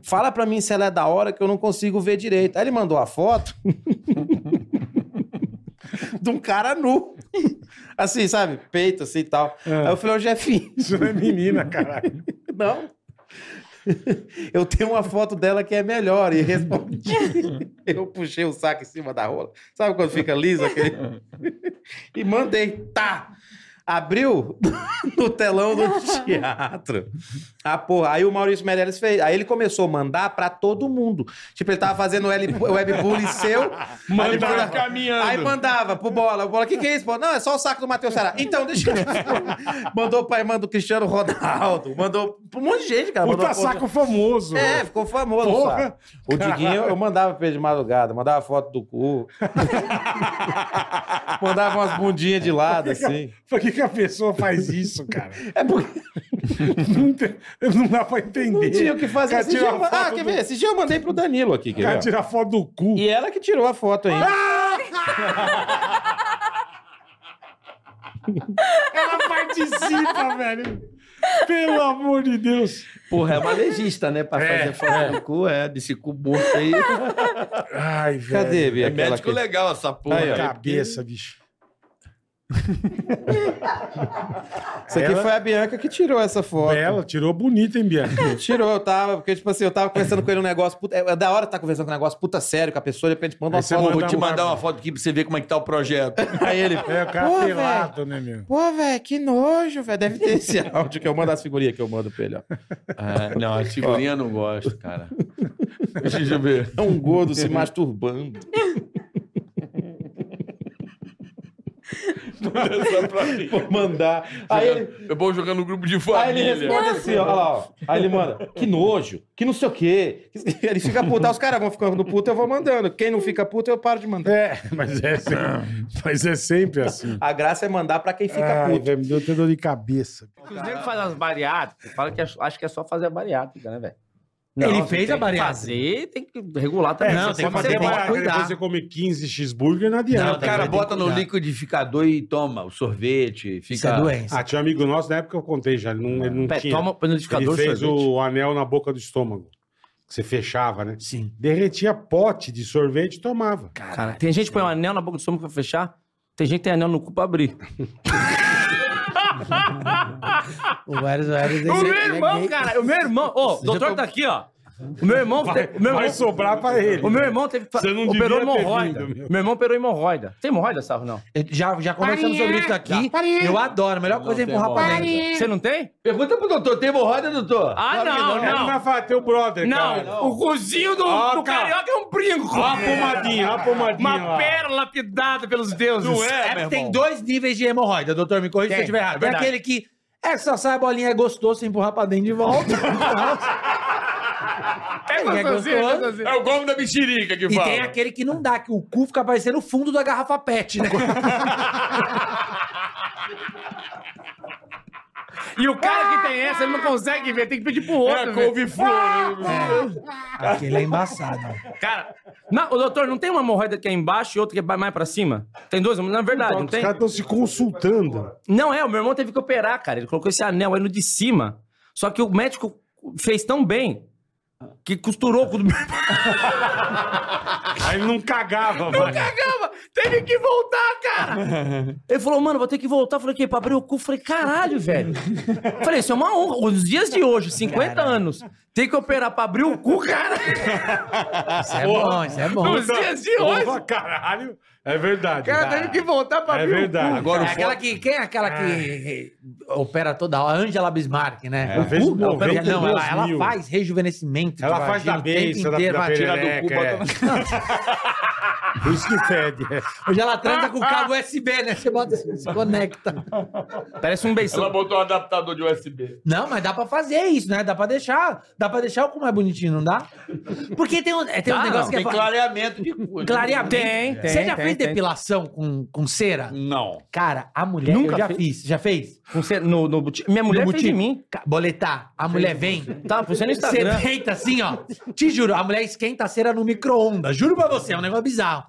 [SPEAKER 17] Fala pra mim se ela é da hora que eu não consigo ver direito. Aí ele mandou a foto de um cara nu. Assim, sabe? Peito, assim e tal. Aí eu falei, ô Jefinho.
[SPEAKER 2] Isso não é menina, caralho.
[SPEAKER 17] Não. Eu tenho uma foto dela que é melhor e respondi. Eu puxei o saco em cima da rola. Sabe quando fica liso aquele? E mandei, tá. Abriu no telão do teatro. Ah, porra. Aí o Maurício Meirelles fez. Aí ele começou a mandar pra todo mundo. Tipo, ele tava fazendo o webbullying seu.
[SPEAKER 8] Mandava
[SPEAKER 17] aí manda-
[SPEAKER 8] caminhando.
[SPEAKER 17] Aí mandava pro Bola. O Bola, o que que é isso? Bola? Não, é só o saco do Matheus Ceará. Então, deixa eu... Mandou pra irmã do Cristiano Ronaldo. Mandou pra um monte de gente, cara.
[SPEAKER 2] Puta
[SPEAKER 17] Mandou pra-
[SPEAKER 2] saco famoso.
[SPEAKER 17] É, ficou famoso.
[SPEAKER 2] Porra.
[SPEAKER 17] sabe? O Diguinho, eu mandava pra ele de madrugada. Mandava foto do cu. mandava umas bundinhas de lado,
[SPEAKER 2] Por que que a-
[SPEAKER 17] assim.
[SPEAKER 2] Por que, que a pessoa faz isso, cara? É porque. não, tem- não dá pra entender.
[SPEAKER 17] Não tinha o que fazer.
[SPEAKER 2] Cara,
[SPEAKER 17] Esse
[SPEAKER 2] tira
[SPEAKER 17] dia
[SPEAKER 2] a
[SPEAKER 17] eu- ah,
[SPEAKER 2] foto
[SPEAKER 17] quer
[SPEAKER 2] do-
[SPEAKER 17] ver? Esse dia eu mandei pro Danilo aqui. Quer
[SPEAKER 2] Cara,
[SPEAKER 17] ver?
[SPEAKER 2] tira a foto do cu.
[SPEAKER 17] E ela que tirou a foto ainda.
[SPEAKER 2] Ela participa, velho. Pelo amor de Deus.
[SPEAKER 6] Porra, é uma legista, né? Pra
[SPEAKER 2] É,
[SPEAKER 6] fazer fora do cu, é, desse cu morto aí.
[SPEAKER 2] Ai, velho.
[SPEAKER 17] Cadê, Bia,
[SPEAKER 6] É
[SPEAKER 17] aquela
[SPEAKER 6] médico
[SPEAKER 17] que-
[SPEAKER 6] legal essa porra.
[SPEAKER 17] Aí, ó.
[SPEAKER 2] Cabeça, bicho.
[SPEAKER 17] Isso aqui
[SPEAKER 2] Ela-
[SPEAKER 17] foi a Bianca que tirou essa foto.
[SPEAKER 2] Ela tirou bonita, hein, Bianca?
[SPEAKER 17] Tirou, eu tava, porque, tipo assim, eu tava conversando com ele um negócio. Puta, é, é da hora estar conversando com um negócio puta sério com a pessoa, de repente manda uma
[SPEAKER 6] Você
[SPEAKER 17] foto.
[SPEAKER 6] vou te mandar uma foto aqui pra você ver como é que tá o projeto.
[SPEAKER 17] Aí ele.
[SPEAKER 2] É, o cara
[SPEAKER 17] Pô,
[SPEAKER 2] pelado, né, meu?
[SPEAKER 17] Pô, velho, que nojo, velho. Deve ter esse áudio que eu mando as figurinhas que eu mando pra ele, ó.
[SPEAKER 6] Ah, não, as figurinhas eu não gosto, cara. Deixa eu ver.
[SPEAKER 17] É um gordo se masturbando. Vou mandar. Aí ele...
[SPEAKER 6] Eu vou É jogar no grupo de
[SPEAKER 17] Aí
[SPEAKER 6] família.
[SPEAKER 17] ele responde assim, ó, olha lá, ó. Aí ele manda, que nojo, que não sei o quê. Ele fica puto, aí os caras vão ficando puto, eu vou mandando. Quem não fica puto, eu paro de mandar.
[SPEAKER 2] É, mas é sempre, mas é sempre assim.
[SPEAKER 17] A graça é mandar pra quem fica
[SPEAKER 2] Ai,
[SPEAKER 17] puto.
[SPEAKER 2] velho, me deu até dor de cabeça.
[SPEAKER 13] Os negros fazem as bariátricas, fala que é- acho que é só fazer a bariátrica, né, velho?
[SPEAKER 2] Ele
[SPEAKER 13] Não,
[SPEAKER 2] fez
[SPEAKER 13] tem
[SPEAKER 2] a
[SPEAKER 13] que
[SPEAKER 2] bariátrica.
[SPEAKER 13] Fazer, tem que regular também.
[SPEAKER 2] É, não, tem que fazer
[SPEAKER 13] pode
[SPEAKER 2] Depois você come 15 cheeseburger, não adianta.
[SPEAKER 6] Não, tá o cara bota no liquidificador e toma o sorvete. Fica...
[SPEAKER 2] Ah, tinha um amigo nosso, na época eu contei já, ele não, ele não
[SPEAKER 6] é Pé,
[SPEAKER 2] tinha.
[SPEAKER 6] toma o panificador,
[SPEAKER 2] ele fez
[SPEAKER 6] sorvete.
[SPEAKER 2] o anel na boca do estômago, que você fechava, né? Sim. Derretia pote de sorvete e tomava.
[SPEAKER 13] Cara, tem gente que põe um anel na boca do estômago pra fechar, tem gente que tem anel no cu pra abrir.
[SPEAKER 16] O é vários, vários.
[SPEAKER 13] O meu irmão, cara, o meu irmão, ô, o doutor tá aqui, ó. O meu irmão.
[SPEAKER 2] Vai-
[SPEAKER 13] o meu
[SPEAKER 2] vai sobrar pra ele.
[SPEAKER 13] O meu irmão teve.
[SPEAKER 2] Você não devia
[SPEAKER 13] operou
[SPEAKER 2] ter
[SPEAKER 13] hemorroida.
[SPEAKER 2] vindo, meu.
[SPEAKER 13] meu irmão operou hemorroida. Tem hemorroida, Sarro, não?
[SPEAKER 16] É, Já, já conversamos sobre isso aqui. Eu adoro. A melhor coisa é empurrar pra dentro.
[SPEAKER 13] Você não tem?
[SPEAKER 6] Pergunta pro doutor, tem hemorroida, doutor?
[SPEAKER 13] Ah,
[SPEAKER 2] Claro que
[SPEAKER 13] não,
[SPEAKER 2] Ele
[SPEAKER 13] não.
[SPEAKER 2] vai falar, teu brother,
[SPEAKER 13] Não,
[SPEAKER 2] cara.
[SPEAKER 13] o cozinho do,
[SPEAKER 2] Ó,
[SPEAKER 13] do
[SPEAKER 2] cara.
[SPEAKER 13] carioca é um brinco.
[SPEAKER 2] Ó a pomadinha, ó a pomadinha
[SPEAKER 13] Uma
[SPEAKER 2] lá.
[SPEAKER 13] pérola lapidada pelos deuses.
[SPEAKER 16] É, tem dois níveis de hemorroida, doutor. Me corrija se eu
[SPEAKER 13] Tem,
[SPEAKER 16] estiver errado.
[SPEAKER 13] é
[SPEAKER 16] tem
[SPEAKER 13] verdade.
[SPEAKER 16] aquele que. É que só sai a bolinha, é gostoso, você empurrar pra dentro de volta.
[SPEAKER 13] É
[SPEAKER 16] gostosinho, é
[SPEAKER 6] É o golpe da mexerica que
[SPEAKER 16] e
[SPEAKER 6] fala.
[SPEAKER 16] tem aquele que não dá, que o cu fica parecendo o fundo da garrafa pet. Né?
[SPEAKER 13] E o cara que tem essa, ele não consegue ver, tem que pedir pro outro.
[SPEAKER 16] É,
[SPEAKER 13] ver.
[SPEAKER 16] couve-flor,
[SPEAKER 2] né?
[SPEAKER 13] É.
[SPEAKER 16] Aquele é embaçado.
[SPEAKER 13] Cara, não, ô, doutor, não tem uma hemorroida que é embaixo e outra que é mais pra cima? Tem duas? Não é verdade, não
[SPEAKER 2] Os
[SPEAKER 13] tem?
[SPEAKER 2] caras estão se consultando.
[SPEAKER 13] Não é, o meu irmão teve que operar, cara. Ele colocou esse anel aí no de cima. Só que o médico fez tão bem que costurou o cu do meu irmão.
[SPEAKER 2] Aí ele não cagava,
[SPEAKER 13] Não cagava! Teve que voltar, cara! Ele falou, mano, vou ter que voltar. Eu falei, que pra abrir o cu? Eu falei, caralho, velho. Eu falei, isso é uma honra. Os dias de hoje, 50 anos, tem que operar pra abrir o cu, cara.
[SPEAKER 16] Isso é bom, isso é bom.
[SPEAKER 13] Nos dias de hoje.
[SPEAKER 2] Porra, caralho. É verdade.
[SPEAKER 13] Cara, teve que voltar pra
[SPEAKER 2] É
[SPEAKER 13] abrir o cu.
[SPEAKER 2] verdade.
[SPEAKER 16] Agora
[SPEAKER 2] Agora o
[SPEAKER 16] aquela
[SPEAKER 2] fo-
[SPEAKER 16] que, quem é aquela que opera toda hora? Angela Bismarck, né?
[SPEAKER 2] Ela É, fez
[SPEAKER 16] ela opera-
[SPEAKER 2] 92
[SPEAKER 16] não, ela, ela
[SPEAKER 2] mil.
[SPEAKER 16] faz rejuvenescimento.
[SPEAKER 2] Ela
[SPEAKER 16] de
[SPEAKER 2] faz
[SPEAKER 16] vagina
[SPEAKER 2] da
[SPEAKER 16] o tempo
[SPEAKER 2] beiça, da-
[SPEAKER 16] inteiro,
[SPEAKER 2] da
[SPEAKER 16] ela tira do cu,
[SPEAKER 2] perereca, é.
[SPEAKER 16] bota-
[SPEAKER 2] Por isso que fede. é.
[SPEAKER 16] Hoje ela transa com o cabo USB, né? Você bota assim, se conecta.
[SPEAKER 13] Parece um beição.
[SPEAKER 6] Ela botou um adaptador de USB.
[SPEAKER 16] Não, mas dá pra fazer isso, né? Dá pra deixar. Dá pra deixar o cu mais bonitinho, não dá? Porque tem um, é, tem um
[SPEAKER 6] Dá,
[SPEAKER 16] negócio
[SPEAKER 6] não,
[SPEAKER 16] que é.
[SPEAKER 6] tem
[SPEAKER 16] fa-
[SPEAKER 6] clareamento de cu, né?
[SPEAKER 16] Clareamento.
[SPEAKER 6] Tem,
[SPEAKER 16] Você
[SPEAKER 6] tem,
[SPEAKER 16] já
[SPEAKER 6] tem,
[SPEAKER 16] fez
[SPEAKER 6] tem.
[SPEAKER 16] depilação com, com cera?
[SPEAKER 6] Não.
[SPEAKER 16] Cara, a mulher.
[SPEAKER 13] Nunca
[SPEAKER 16] eu já
[SPEAKER 13] fez?
[SPEAKER 16] fiz. Já fez?
[SPEAKER 13] Com cera, no, no buti- Minha mulher fez de mim.
[SPEAKER 16] Ca- Boletar. A mulher vem.
[SPEAKER 13] Tá, você no Instagram.
[SPEAKER 16] Você deita assim, ó. Te juro, a mulher esquenta a cera no micro-ondas. Juro pra você, é um negócio bizarro.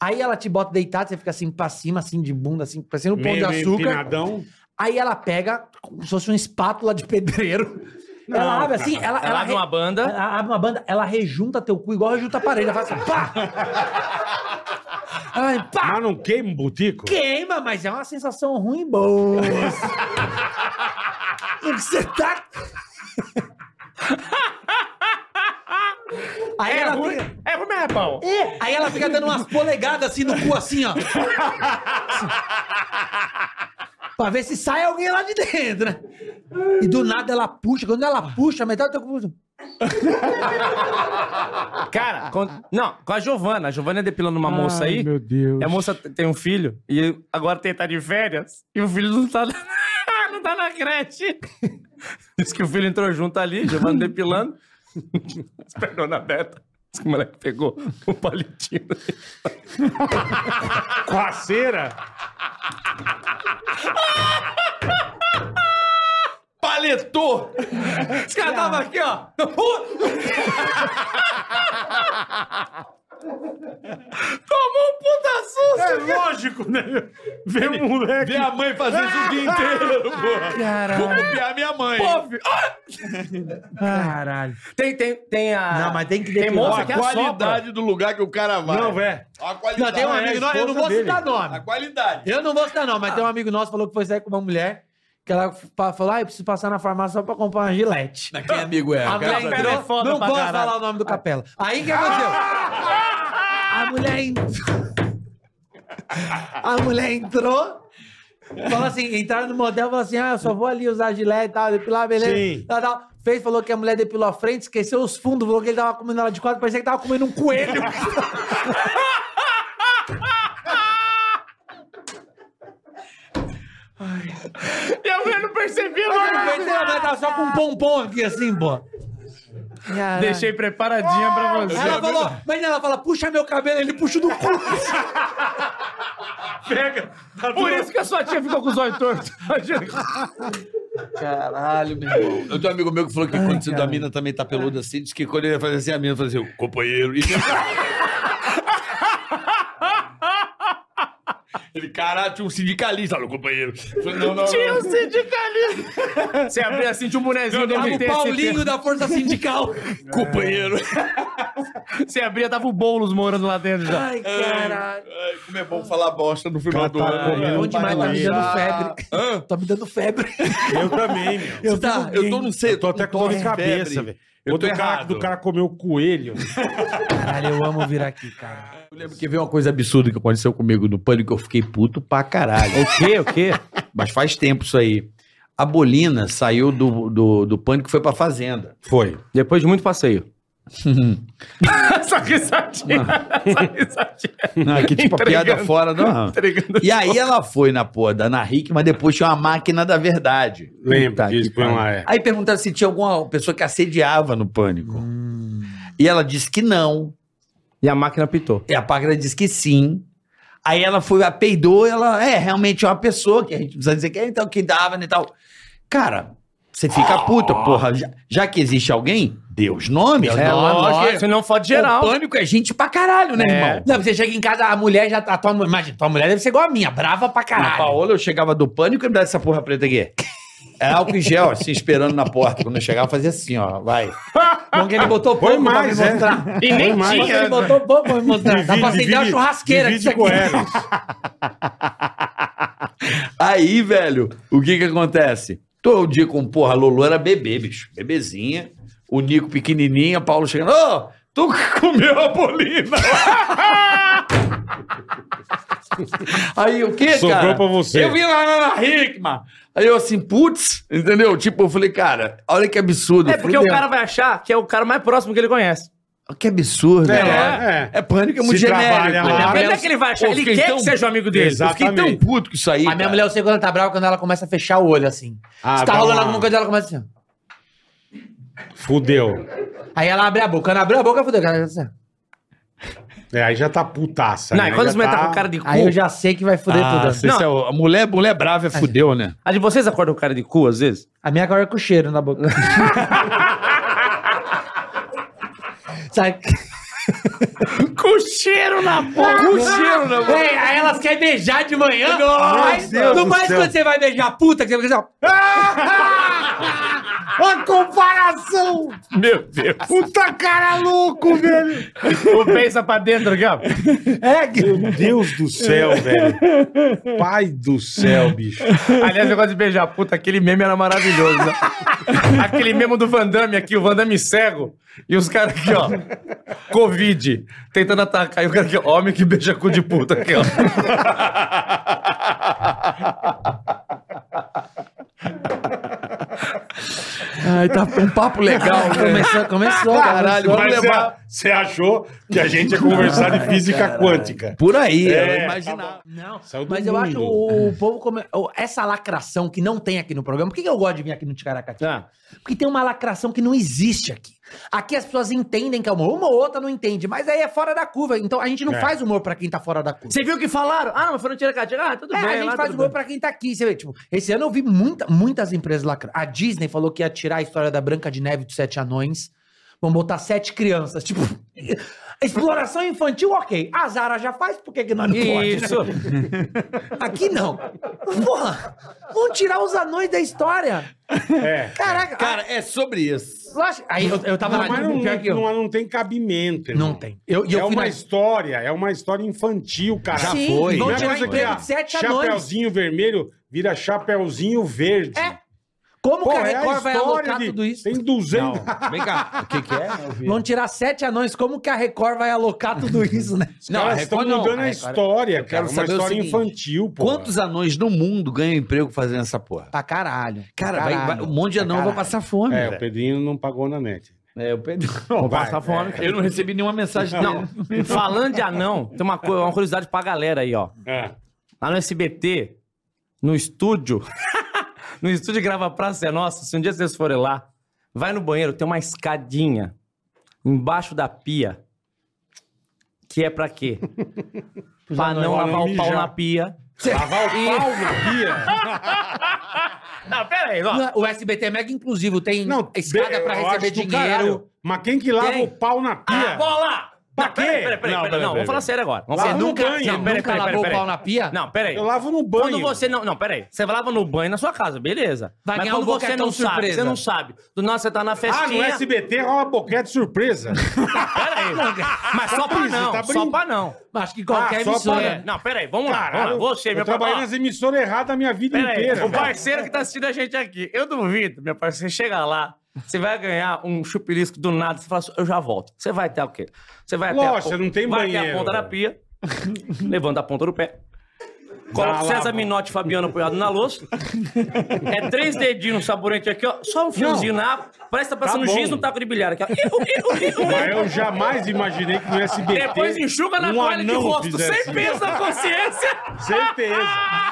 [SPEAKER 16] Aí ela te bota deitado, você fica assim pra cima, assim, de bunda, assim, parecendo um pão de
[SPEAKER 2] Meio
[SPEAKER 16] açúcar.
[SPEAKER 2] empinadão.
[SPEAKER 16] Aí ela pega como se fosse uma espátula de pedreiro.
[SPEAKER 13] Não,
[SPEAKER 16] ela abre assim,
[SPEAKER 13] cara.
[SPEAKER 16] ela,
[SPEAKER 13] Ela abre uma banda.
[SPEAKER 16] Ela abre uma banda, ela rejunta teu cu igual rejunta a parede. Ela faz assim, pá! Ela vai, pá!
[SPEAKER 2] Mas não queima o butico?
[SPEAKER 16] Queima, mas é uma sensação ruim boa. Porque Você tá. Aí
[SPEAKER 13] é
[SPEAKER 16] ela
[SPEAKER 13] ruim,
[SPEAKER 16] fica-
[SPEAKER 13] é ruim, mas é bom.
[SPEAKER 16] É, aí ela fica dando umas polegadas assim no cu, assim, ó. pra ver se sai alguém lá de dentro, né? E do nada ela puxa. Quando ela puxa, a metade do teu cu...
[SPEAKER 13] Cara, com- não, com a Giovana. A Giovana é depilando uma moça
[SPEAKER 2] Ai,
[SPEAKER 13] aí.
[SPEAKER 2] meu Deus.
[SPEAKER 13] E A moça t- tem um filho e agora tem tá de férias e o filho não tá, na- não tá na creche. Diz que o filho entrou junto ali, Giovana depilando. Esperou na beta. Diz que o moleque pegou o palitinho.
[SPEAKER 2] Com a cera?
[SPEAKER 13] Paletou! Os caras estavam aqui, ó.
[SPEAKER 1] Tomou um puta susto!
[SPEAKER 2] É lógico, né? Ver o moleque.
[SPEAKER 1] Ver a mãe fazer isso o dia inteiro, porra.
[SPEAKER 13] Caralho.
[SPEAKER 1] Vou copiar minha mãe.
[SPEAKER 13] Pô, fi-
[SPEAKER 16] Ah!
[SPEAKER 13] Caralho. Tem, tem, tem a. Não, mas tem que Tem moça que
[SPEAKER 24] a qualidade do lugar que o cara vai.
[SPEAKER 13] Não, é.
[SPEAKER 24] A qualidade.
[SPEAKER 16] é Não, tem um amigo nosso, eu não vou citar nome.
[SPEAKER 24] A qualidade.
[SPEAKER 16] Eu não vou citar nome, mas tem um amigo nosso que falou que foi sair com uma mulher. Que ela fa- falou, ah, eu preciso passar na farmácia só pra comprar uma gilete.
[SPEAKER 6] Quem amigo é?
[SPEAKER 16] A
[SPEAKER 6] O cara
[SPEAKER 16] mulher
[SPEAKER 6] sabe.
[SPEAKER 16] entrou, não posso falar o nome do capela. Aí o que aconteceu? A mulher entrou. A mulher entrou. Falou assim, entraram no motel, falou assim, ah, eu só vou ali usar gilete e tal, depilar, beleza.
[SPEAKER 2] Sim.
[SPEAKER 16] Tal, tal. Fez, falou que a mulher depilou a frente, esqueceu os fundos, falou que ele tava comendo ela de quatro, parecia que tava comendo um coelho.
[SPEAKER 1] E a mulher não percebeu,
[SPEAKER 16] Mas não percebeu, né? Tava só com um pompom aqui, assim, pô.
[SPEAKER 13] Deixei preparadinha pra você.
[SPEAKER 16] Ela falou, mas ela fala, puxa meu cabelo, ele puxa do cu.
[SPEAKER 13] Pega.
[SPEAKER 23] tá
[SPEAKER 13] Por isso que a sua tia ficou com os olhos tortos.
[SPEAKER 6] Caralho, meu irmão. Eu tenho um amigo meu que falou que quando você da mina também tá peludo assim, diz que quando ele ia fazer assim, a mina fazia assim, companheiro. E... ele, caralho, tinha um sindicalista lá, companheiro. Eu falei, não, não,
[SPEAKER 1] Tinha
[SPEAKER 6] não.
[SPEAKER 1] um sindicalista.
[SPEAKER 13] Você abriu assim, tinha um bonezinho
[SPEAKER 6] Não, não,
[SPEAKER 13] dele
[SPEAKER 6] o
[SPEAKER 13] ter
[SPEAKER 6] Paulinho
[SPEAKER 13] esse-
[SPEAKER 6] da Força Sindical. Companheiro.
[SPEAKER 13] Você abria, tava o Boulos morando lá dentro já.
[SPEAKER 6] Ai, caralho. Ai, como é bom falar bosta no né? final do
[SPEAKER 13] Caralho,
[SPEAKER 6] ano.
[SPEAKER 13] é bom
[SPEAKER 2] um
[SPEAKER 13] demais, tá me
[SPEAKER 16] Ah.
[SPEAKER 13] dando
[SPEAKER 16] febre. Tá me dando febre.
[SPEAKER 2] Eu também, meu.
[SPEAKER 16] Eu
[SPEAKER 6] tá, eu tô no sei.
[SPEAKER 2] Tô até com dor de cabeça, velho.
[SPEAKER 6] Eu tô
[SPEAKER 2] Outro cara
[SPEAKER 6] errado.
[SPEAKER 2] do cara comeu o coelho.
[SPEAKER 16] Caralho, eu amo vir aqui, cara.
[SPEAKER 6] Eu lembro que veio uma coisa absurda que aconteceu comigo no pânico, eu fiquei puto pra caralho.
[SPEAKER 16] O quê? O quê?
[SPEAKER 6] Mas faz tempo isso aí. A Bolina saiu do, do, do pânico e foi pra fazenda.
[SPEAKER 16] Foi.
[SPEAKER 13] Depois de muito passeio.
[SPEAKER 1] Só risadinha. Só risadinha.
[SPEAKER 6] Não, é que tipo a piada fora não. E aí ela foi na porra da Ana Hick, mas depois tinha uma máquina da verdade.
[SPEAKER 2] Lembro
[SPEAKER 6] Puta
[SPEAKER 2] disso,
[SPEAKER 6] que
[SPEAKER 2] foi
[SPEAKER 6] pariu.
[SPEAKER 2] uma época.
[SPEAKER 6] Aí perguntaram se tinha alguma pessoa que assediava no pânico. E ela disse que não.
[SPEAKER 13] E a máquina pitou.
[SPEAKER 6] E a máquina disse que sim. Aí ela foi, a peidou, ela é realmente é uma pessoa que a gente precisa dizer que é, então que dava né, e tal. Cara, você fica puta, porra. Já, já que existe alguém, dê os nomes.
[SPEAKER 13] É, lógico, senão fode geral.
[SPEAKER 6] O
[SPEAKER 16] né?
[SPEAKER 6] pânico é gente pra caralho, né,
[SPEAKER 16] É.
[SPEAKER 6] irmão?
[SPEAKER 16] Não, você chega em casa, a mulher já tá. a Tua, mu- imagina, tua mulher deve ser igual a minha, brava pra
[SPEAKER 6] Na
[SPEAKER 16] caralho.
[SPEAKER 6] Paola, eu chegava do pânico e me dava essa porra preta aqui. É álcool em gel, assim, esperando na porta. Quando eu chegava, fazia assim, ó, vai.
[SPEAKER 16] Bom que ele botou pouco
[SPEAKER 6] Põe
[SPEAKER 16] pra me
[SPEAKER 1] né?
[SPEAKER 6] mais, é.
[SPEAKER 16] mostrar.
[SPEAKER 6] E nem
[SPEAKER 16] Bom que
[SPEAKER 6] tinha,
[SPEAKER 16] Ele
[SPEAKER 6] né?
[SPEAKER 16] botou pouco pra me mostrar. Dá
[SPEAKER 6] Divide,
[SPEAKER 16] pra acender uma
[SPEAKER 6] divide,
[SPEAKER 16] churrasqueira
[SPEAKER 6] divide com elas. Aí, velho, o que que acontece? Todo dia com, porra, a Lulu era bebê, bicho. Bebezinha. O Nico pequenininha, Paulo chegando. Ô, tu comeu a bolina. Aí, o que,
[SPEAKER 1] Sobrou
[SPEAKER 6] cara?
[SPEAKER 1] pra você.
[SPEAKER 6] Eu vi lá na Ana Hickman. Aí eu assim, putz, entendeu? Tipo, eu falei, cara, olha que absurdo.
[SPEAKER 13] É porque o cara vai achar que é o cara mais próximo que ele conhece.
[SPEAKER 6] Que absurdo,
[SPEAKER 13] É,
[SPEAKER 6] né? É, pânico, é muito
[SPEAKER 13] Se
[SPEAKER 6] genérico.
[SPEAKER 13] trabalha lá. Mas não é que ele vai achar,
[SPEAKER 6] Eu
[SPEAKER 13] ele
[SPEAKER 6] fiquei
[SPEAKER 13] quer que seja
[SPEAKER 25] um
[SPEAKER 13] o amigo dele.
[SPEAKER 6] Eu fiquei tão
[SPEAKER 16] Exatamente.
[SPEAKER 6] puto com isso aí,
[SPEAKER 16] A minha mulher, eu sei quando ela tá brava, quando ela começa a fechar o olho, assim.
[SPEAKER 2] Ah,
[SPEAKER 16] Se tá
[SPEAKER 2] dá
[SPEAKER 16] rolando
[SPEAKER 2] uma-
[SPEAKER 16] alguma coisa, ela começa assim. ó.
[SPEAKER 2] Fudeu.
[SPEAKER 16] Aí ela abre a boca. Quando abriu a boca, fudeu. Ela faz assim, ó.
[SPEAKER 2] É, aí já tá putaça.
[SPEAKER 13] Não,
[SPEAKER 2] né?
[SPEAKER 6] é
[SPEAKER 13] e quando
[SPEAKER 2] Já
[SPEAKER 13] os moleques tá com cara de cu-
[SPEAKER 16] Aí eu já sei que vai fuder
[SPEAKER 25] tá
[SPEAKER 13] Ah,
[SPEAKER 16] tudo.
[SPEAKER 13] se isso é o-
[SPEAKER 6] a mulher, mulher brava é fudeu, né?
[SPEAKER 13] A de vocês
[SPEAKER 25] um
[SPEAKER 13] acorda com cara de cu, às vezes?
[SPEAKER 16] A minha agora é com cheiro na boca. Sabe?
[SPEAKER 1] Com cheiro na boca.
[SPEAKER 16] Com cheiro na boca. Ué, aí elas querem beijar de manhã.
[SPEAKER 1] Nossa,
[SPEAKER 16] Mas
[SPEAKER 1] Deus
[SPEAKER 16] não
[SPEAKER 1] do
[SPEAKER 16] mais
[SPEAKER 1] céu.
[SPEAKER 16] quando você vai beijar a puta, que você vai fazer assim, ó.
[SPEAKER 1] A comparação!
[SPEAKER 25] Meu Deus.
[SPEAKER 1] Puta cara louco, velho!
[SPEAKER 25] O pensa pra dentro aqui, ó.
[SPEAKER 2] É, meu Deus do céu, velho. Pai do céu, bicho.
[SPEAKER 25] Aliás, o negócio de beijar puta, aquele meme era maravilhoso. Né? aquele meme do Van Damme aqui, o Van Damme cego. E os caras aqui, ó. Covid, tentando atacar. E o cara aqui, ó, homem que beija cu de puta aqui, ó.
[SPEAKER 6] Ai, tá um papo legal. né?
[SPEAKER 2] Começou- começou,
[SPEAKER 6] Caralho,
[SPEAKER 2] começou.
[SPEAKER 6] vamos
[SPEAKER 2] Mas é
[SPEAKER 6] levar.
[SPEAKER 2] Você achou que a gente ia conversar de física
[SPEAKER 6] Caralho.
[SPEAKER 2] quântica?
[SPEAKER 6] Por aí,
[SPEAKER 2] é,
[SPEAKER 6] eu imaginava.
[SPEAKER 2] Não,
[SPEAKER 16] Tá Mas eu acho o, o povo. Come... o- Essa lacração que não tem aqui no programa. Por que que eu gosto de vir aqui no Ticaracatica?
[SPEAKER 13] Ah.
[SPEAKER 16] Porque tem uma lacração que não existe aqui. Aqui as pessoas entendem que é humor. Uma ou outra não entende, mas aí é fora da curva. Então a gente não
[SPEAKER 13] É.
[SPEAKER 16] faz humor pra quem tá fora da curva.
[SPEAKER 13] Você viu o que falaram? Ah, mas foram tirar Ah, tudo
[SPEAKER 16] É,
[SPEAKER 13] bem.
[SPEAKER 16] a gente
[SPEAKER 13] lá,
[SPEAKER 16] faz
[SPEAKER 13] tudo
[SPEAKER 16] humor
[SPEAKER 13] bem.
[SPEAKER 16] pra quem tá aqui. Você vê, tipo, esse ano eu vi muita, muitas empresas lacrando. A Disney falou que ia tirar a história da Branca de Neve dos Sete Anões. Vão botar sete crianças. Tipo, exploração infantil, ok. A Zara já faz, por que, que nós não pode? né?
[SPEAKER 13] Isso.
[SPEAKER 16] Aqui não. Porra, vão tirar os anões da história.
[SPEAKER 2] É.
[SPEAKER 16] Caraca.
[SPEAKER 6] Cara, é sobre isso.
[SPEAKER 16] Eu acho- Aí eu, eu tava
[SPEAKER 2] não,
[SPEAKER 16] lá,
[SPEAKER 2] mas
[SPEAKER 16] tipo,
[SPEAKER 2] não,
[SPEAKER 16] pior que eu.
[SPEAKER 2] não, não tem cabimento.
[SPEAKER 16] Não tem. Eu- e eu
[SPEAKER 2] é
[SPEAKER 16] fui
[SPEAKER 2] uma
[SPEAKER 16] na-
[SPEAKER 2] história, é uma história infantil, cara.
[SPEAKER 16] Já Sim, foi. vão
[SPEAKER 2] Não é
[SPEAKER 16] tirar
[SPEAKER 2] coisa que,
[SPEAKER 16] emprego
[SPEAKER 2] ah,
[SPEAKER 16] de sete anões.
[SPEAKER 2] Chapeuzinho vermelho vira chapeuzinho verde. É.
[SPEAKER 16] Como que a Record vai alocar tudo isso?
[SPEAKER 2] Tem 200...
[SPEAKER 6] Vem cá, o que, que é?
[SPEAKER 16] Vão tirar sete anões, como que a Record vai alocar tudo isso, né?
[SPEAKER 6] Os Não, caras a Record tão não, mudando a a Record- é- história,
[SPEAKER 16] Eu
[SPEAKER 6] cara,
[SPEAKER 16] quero
[SPEAKER 6] uma
[SPEAKER 16] saber o
[SPEAKER 6] história
[SPEAKER 16] seguinte,
[SPEAKER 2] infantil,
[SPEAKER 6] pô. Quantos anões no mundo ganham emprego fazendo essa porra?
[SPEAKER 16] Pra caralho.
[SPEAKER 6] Cara,
[SPEAKER 16] Pra
[SPEAKER 6] vai-
[SPEAKER 16] caralho.
[SPEAKER 6] vai- um monte de
[SPEAKER 16] Pra
[SPEAKER 6] anão vai
[SPEAKER 16] caralho.
[SPEAKER 6] passar fome.
[SPEAKER 2] É, o
[SPEAKER 6] velho.
[SPEAKER 2] Pedrinho não pagou na net.
[SPEAKER 6] É, o Pedro. Não,
[SPEAKER 2] Vai,
[SPEAKER 6] passa
[SPEAKER 13] tá
[SPEAKER 6] fome.
[SPEAKER 2] é.
[SPEAKER 6] cara. Eu não recebi nenhuma mensagem
[SPEAKER 2] Não.
[SPEAKER 6] dele.
[SPEAKER 13] Falando de anão, tem uma, co- uma curiosidade pra galera aí, ó.
[SPEAKER 6] É.
[SPEAKER 13] Lá no SBT, no estúdio, no estúdio Grava Praça é Nossa, se um dia vocês forem lá, vai no banheiro, tem uma escadinha embaixo da pia, que é pra quê? pra
[SPEAKER 6] é
[SPEAKER 1] anões
[SPEAKER 13] não lavar o
[SPEAKER 1] mijar.
[SPEAKER 13] pau na pia.
[SPEAKER 1] Lavar o pau na
[SPEAKER 13] Não, pera aí, ó.
[SPEAKER 16] O SBT é mega inclusivo, tem escada pra
[SPEAKER 2] eu
[SPEAKER 16] receber
[SPEAKER 2] acho do
[SPEAKER 16] dinheiro.
[SPEAKER 2] caralho. Mas quem que lava
[SPEAKER 16] Tem.
[SPEAKER 2] o pau na pia?
[SPEAKER 16] Ah,
[SPEAKER 13] bola!
[SPEAKER 2] Pra
[SPEAKER 13] Não,
[SPEAKER 2] quê?
[SPEAKER 13] peraí, peraí, peraí, peraí, não, vamos falar sério agora. Vamos
[SPEAKER 2] Lava
[SPEAKER 13] falar-
[SPEAKER 2] no
[SPEAKER 13] nunca-
[SPEAKER 2] banho.
[SPEAKER 13] não, peraí,
[SPEAKER 2] Nunca
[SPEAKER 13] peraí,
[SPEAKER 2] lavou o
[SPEAKER 13] peraí,
[SPEAKER 2] pau
[SPEAKER 13] peraí.
[SPEAKER 2] na pia?
[SPEAKER 13] Não, peraí.
[SPEAKER 2] Eu lavo no banho.
[SPEAKER 13] Quando você não, não, peraí. Você lava no banho na sua casa, beleza.
[SPEAKER 2] Vai
[SPEAKER 13] Mas
[SPEAKER 2] ganhar
[SPEAKER 13] quando
[SPEAKER 2] um
[SPEAKER 13] você
[SPEAKER 2] boquetão
[SPEAKER 13] não sabe,
[SPEAKER 2] surpresa.
[SPEAKER 13] você não sabe. Do nada você tá na festinha.
[SPEAKER 2] Ah, no SBT rola boquete surpresa.
[SPEAKER 13] Peraí.
[SPEAKER 2] Tá
[SPEAKER 13] Mas só pra não, só pra não.
[SPEAKER 16] Acho que
[SPEAKER 2] qualquer emissora-
[SPEAKER 13] Não, peraí, vamos lá, vamos lá. Você,
[SPEAKER 2] eu
[SPEAKER 13] meu
[SPEAKER 2] trabalhei
[SPEAKER 13] papai.
[SPEAKER 2] nas emissoras erradas a minha vida
[SPEAKER 13] Pera aí,
[SPEAKER 2] inteira.
[SPEAKER 13] o parceiro que tá assistindo a gente aqui. Eu duvido, meu parceiro, você chega lá, você vai ganhar um chupirisco do nada, você fala assim, eu já volto. Você vai até o quê? Você vai até
[SPEAKER 2] Lógico,
[SPEAKER 13] a,
[SPEAKER 2] não tem
[SPEAKER 13] vai até
[SPEAKER 2] banheiro,
[SPEAKER 13] a ponta da
[SPEAKER 2] velho.
[SPEAKER 13] pia, levanta a ponta do pé.
[SPEAKER 2] Dá
[SPEAKER 13] Coloca
[SPEAKER 2] lá,
[SPEAKER 13] o César Minotti e Fabiano apoiado na louça. É três dedinhos no saborete aqui, ó. Só um fiozinho na água. Parece que tá passando
[SPEAKER 2] Tá bom.
[SPEAKER 13] giz no taco de bilhar aqui. ó.
[SPEAKER 2] Mas eu jamais imaginei que no SBT.
[SPEAKER 13] Depois enxuga na
[SPEAKER 2] um
[SPEAKER 13] toalha de
[SPEAKER 2] anão
[SPEAKER 13] rosto,
[SPEAKER 2] fizesse
[SPEAKER 13] sem peso
[SPEAKER 2] isso.
[SPEAKER 13] na consciência.
[SPEAKER 2] Certeza.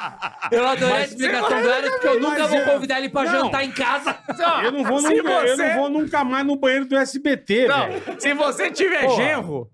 [SPEAKER 16] Eu adorei
[SPEAKER 2] Mas
[SPEAKER 16] a explicação
[SPEAKER 2] você-
[SPEAKER 16] do Eras, porque eu
[SPEAKER 2] Mas
[SPEAKER 16] nunca vou
[SPEAKER 2] eu-
[SPEAKER 16] convidar ele pra
[SPEAKER 2] Não.
[SPEAKER 16] jantar em casa.
[SPEAKER 2] Eu não, vou
[SPEAKER 16] Se
[SPEAKER 2] nunca, eu
[SPEAKER 16] você-
[SPEAKER 2] não vou nunca mais no banheiro do SBT, velho.
[SPEAKER 13] Se você tiver genro,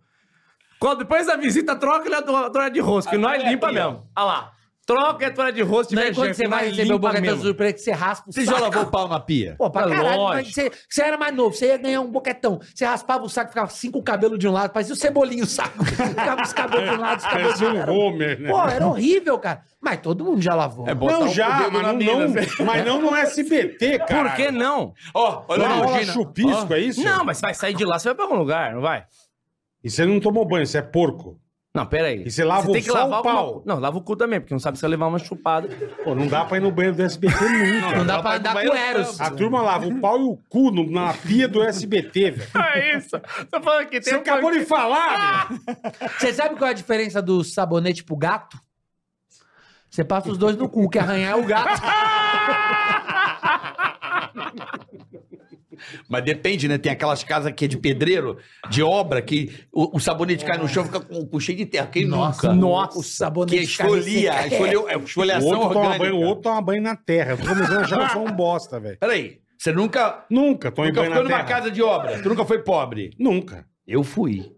[SPEAKER 13] quando depois da visita, troca ele a to- a toalha de rosto, que
[SPEAKER 2] é
[SPEAKER 13] nós limpa mesmo. Olha lá. Troca a toalha de rosto, tiver
[SPEAKER 16] Daí quando
[SPEAKER 13] genro,
[SPEAKER 16] você
[SPEAKER 13] que
[SPEAKER 16] vai
[SPEAKER 13] nós
[SPEAKER 16] receber o
[SPEAKER 13] é limpa
[SPEAKER 16] boquetão
[SPEAKER 13] mesmo.
[SPEAKER 16] surpresa que você raspa o
[SPEAKER 6] Você
[SPEAKER 16] saco.
[SPEAKER 6] já lavou o pau na pia?
[SPEAKER 16] Pô, pra
[SPEAKER 6] É
[SPEAKER 16] caralho,
[SPEAKER 6] lógico.
[SPEAKER 16] mas você, você era mais novo, você ia ganhar um boquetão. Você raspava o saco, ficava cinco cabelos de um lado, parecia o cebolinho o saco. Ficava os cabelos de um lado, os cabelos do
[SPEAKER 2] Parecia um
[SPEAKER 16] outro.
[SPEAKER 2] Homer, né?
[SPEAKER 16] Pô, era horrível, cara. Mas todo mundo já lavou.
[SPEAKER 13] É
[SPEAKER 2] não, já, mas não, não- mas não no SBT, cara.
[SPEAKER 13] Por que não?
[SPEAKER 6] Ó,
[SPEAKER 2] olha Não, a rola Regina. chupisco, é isso?
[SPEAKER 13] Não, mas você vai sair de lá, você vai pra algum lugar, não vai?
[SPEAKER 2] E você não tomou banho, você é porco.
[SPEAKER 13] Não, peraí.
[SPEAKER 2] E você lava
[SPEAKER 13] você tem
[SPEAKER 2] o
[SPEAKER 13] que
[SPEAKER 2] só
[SPEAKER 13] lavar
[SPEAKER 2] o pau.
[SPEAKER 13] alguma- Não, lava o cu também, porque não sabe se vai levar uma chupada.
[SPEAKER 2] Pô, não dá pra ir no banheiro do SBT nunca.
[SPEAKER 13] Não dá pra andar com Eros.
[SPEAKER 2] tá A turma lava o pau e o cu no- na pia do SBT, velho.
[SPEAKER 13] É isso. Tô falando que Ah! tem um
[SPEAKER 2] Você acabou de falar, velho.
[SPEAKER 16] Você sabe qual é a diferença do sabonete pro gato? Você passa os dois no cu, que arranhar é o gato.
[SPEAKER 6] Mas depende, né? Tem aquelas casas que é de pedreiro, de obra, que o, o sabonete cai no chão, fica com, com cheio de terra. Quem
[SPEAKER 16] Nossa,
[SPEAKER 6] nunca?
[SPEAKER 16] nossa.
[SPEAKER 6] O
[SPEAKER 16] sabonete
[SPEAKER 6] Que
[SPEAKER 16] cai no
[SPEAKER 6] esfolia,
[SPEAKER 16] chão.
[SPEAKER 6] esfolio- é
[SPEAKER 2] O
[SPEAKER 6] esfoliação
[SPEAKER 2] outro, toma
[SPEAKER 6] orgânica.
[SPEAKER 2] banho, o outro toma banho na terra. Eu tô começando a achar que eu sou um bosta, velho.
[SPEAKER 6] Peraí, você nunca...
[SPEAKER 2] Nunca tomei
[SPEAKER 6] Nunca
[SPEAKER 2] banho na
[SPEAKER 6] ficou
[SPEAKER 2] terra.
[SPEAKER 6] numa casa de obra? Tu nunca foi pobre?
[SPEAKER 2] Nunca.
[SPEAKER 6] Eu fui.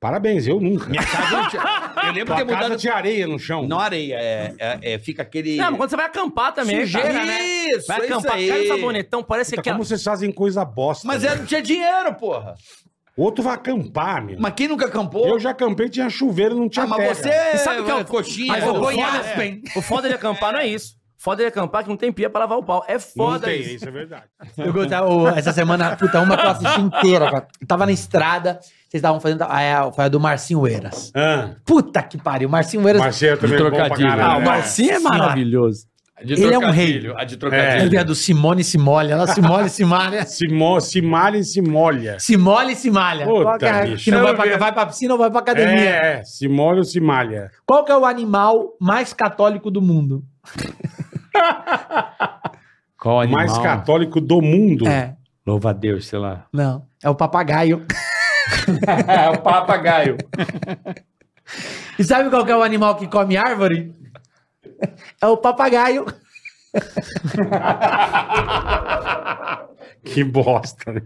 [SPEAKER 2] Parabéns, eu nunca.
[SPEAKER 6] Minha casa não tinha... Eu lembro
[SPEAKER 2] Tua
[SPEAKER 6] de ter mudado...
[SPEAKER 2] casa tinha areia no chão.
[SPEAKER 6] Não areia, é, é- é- fica aquele...
[SPEAKER 13] Não, mas quando você vai acampar também. é
[SPEAKER 6] Sujeira,
[SPEAKER 13] cara.
[SPEAKER 6] né? Isso,
[SPEAKER 13] Vai
[SPEAKER 6] é isso
[SPEAKER 13] acampar,
[SPEAKER 6] aí.
[SPEAKER 13] cai no sabonetão, parece
[SPEAKER 2] Puta,
[SPEAKER 13] que... é
[SPEAKER 2] Como vocês fazem coisa bosta.
[SPEAKER 6] Mas
[SPEAKER 2] velho.
[SPEAKER 6] é, não tinha dinheiro, porra.
[SPEAKER 2] O outro vai acampar, meu.
[SPEAKER 6] Mas quem nunca acampou? Ah,
[SPEAKER 2] Eu já acampei, tinha chuveiro, não tinha
[SPEAKER 6] mas
[SPEAKER 2] terra.
[SPEAKER 6] você-
[SPEAKER 13] E sabe o que é o
[SPEAKER 6] coxinha,
[SPEAKER 13] Mas o,
[SPEAKER 6] é,
[SPEAKER 13] foda,
[SPEAKER 6] é.
[SPEAKER 13] o foda de acampar não é isso.
[SPEAKER 4] Foda é acampar que não tem pia pra lavar o pau. É foda
[SPEAKER 2] tem, isso é verdade.
[SPEAKER 16] Eu gostava, ô, essa semana, puta, uma que eu assisti inteira, cara. Eu tava na estrada, vocês estavam fazendo. Ah, é, foi a do Marcinho Eiras. Puta que pariu, Marcinho Eiras.
[SPEAKER 2] Ah. Marcinho também é bom pra caralho,
[SPEAKER 16] ah, o
[SPEAKER 2] né?
[SPEAKER 16] Marcinho é maravilhoso.
[SPEAKER 2] A de
[SPEAKER 16] Ele é um rei.
[SPEAKER 2] trocadilho, a de trocadilho.
[SPEAKER 16] Ele é do Simone se molha. Ela se molha e se malha.
[SPEAKER 2] Se, mo se malha e se molha.
[SPEAKER 16] Se molha e se malha. Qual que é a- que não vai pra, vai pra piscina ou vai pra academia.
[SPEAKER 2] É, é, se molha ou se malha.
[SPEAKER 16] Qual que é o animal mais católico do mundo?
[SPEAKER 21] Qual animal?
[SPEAKER 2] Mais católico do mundo.
[SPEAKER 16] É.
[SPEAKER 21] Louva a Deus, sei lá.
[SPEAKER 16] Não, é o papagaio.
[SPEAKER 21] é o papagaio.
[SPEAKER 16] E sabe qual que é o animal que come árvore? É o papagaio.
[SPEAKER 2] Que bosta, né?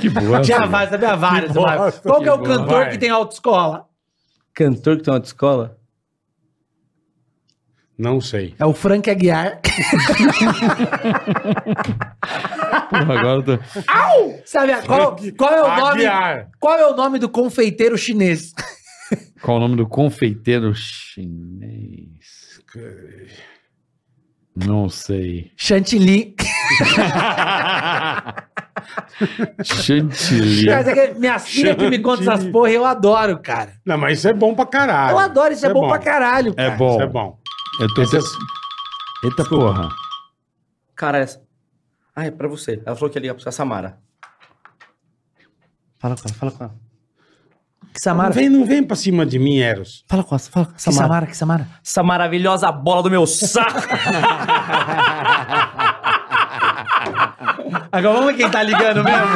[SPEAKER 21] que boa.
[SPEAKER 16] Já vai, sabe a várias.
[SPEAKER 21] Que
[SPEAKER 16] vai.
[SPEAKER 21] bosta.
[SPEAKER 16] Qual que é o
[SPEAKER 21] Que
[SPEAKER 16] cantor
[SPEAKER 21] bosta.
[SPEAKER 16] que tem autoescola?
[SPEAKER 4] Cantor que tem uma autoescola?
[SPEAKER 2] Não sei.
[SPEAKER 16] É o Frank Aguiar.
[SPEAKER 21] Porra, agora eu tô...
[SPEAKER 16] Au! Sabe a- qual, qual é o nome?
[SPEAKER 21] Aguiar.
[SPEAKER 16] Qual é o nome do confeiteiro chinês?
[SPEAKER 6] Qual o nome do confeiteiro chinês? Não sei.
[SPEAKER 16] Chantilly. Tá
[SPEAKER 6] Chantilly.
[SPEAKER 16] Cara,
[SPEAKER 2] é
[SPEAKER 16] sabe é que minhas filhas que me contam essas porra, eu adoro, cara.
[SPEAKER 2] Não, mas isso é bom pra caralho.
[SPEAKER 16] Eu adoro, isso é bom pra caralho,
[SPEAKER 2] É
[SPEAKER 16] cara.
[SPEAKER 2] bom.
[SPEAKER 16] Isso
[SPEAKER 2] é
[SPEAKER 16] é
[SPEAKER 2] bom. é
[SPEAKER 6] Eu tô... Eita porra.
[SPEAKER 4] Cara, essa. Ah, é pra você. Ela falou que ia ligar pra você, a Samara. Fala com ela, fala com ela.
[SPEAKER 16] Que Samara.
[SPEAKER 2] Não vem, não vem pra cima de mim, Eros.
[SPEAKER 16] Fala com essa, fala com
[SPEAKER 4] Samara.
[SPEAKER 16] que Samara.
[SPEAKER 4] Essa maravilhosa bola do meu saco.
[SPEAKER 16] Agora vamos ver quem tá ligando mesmo.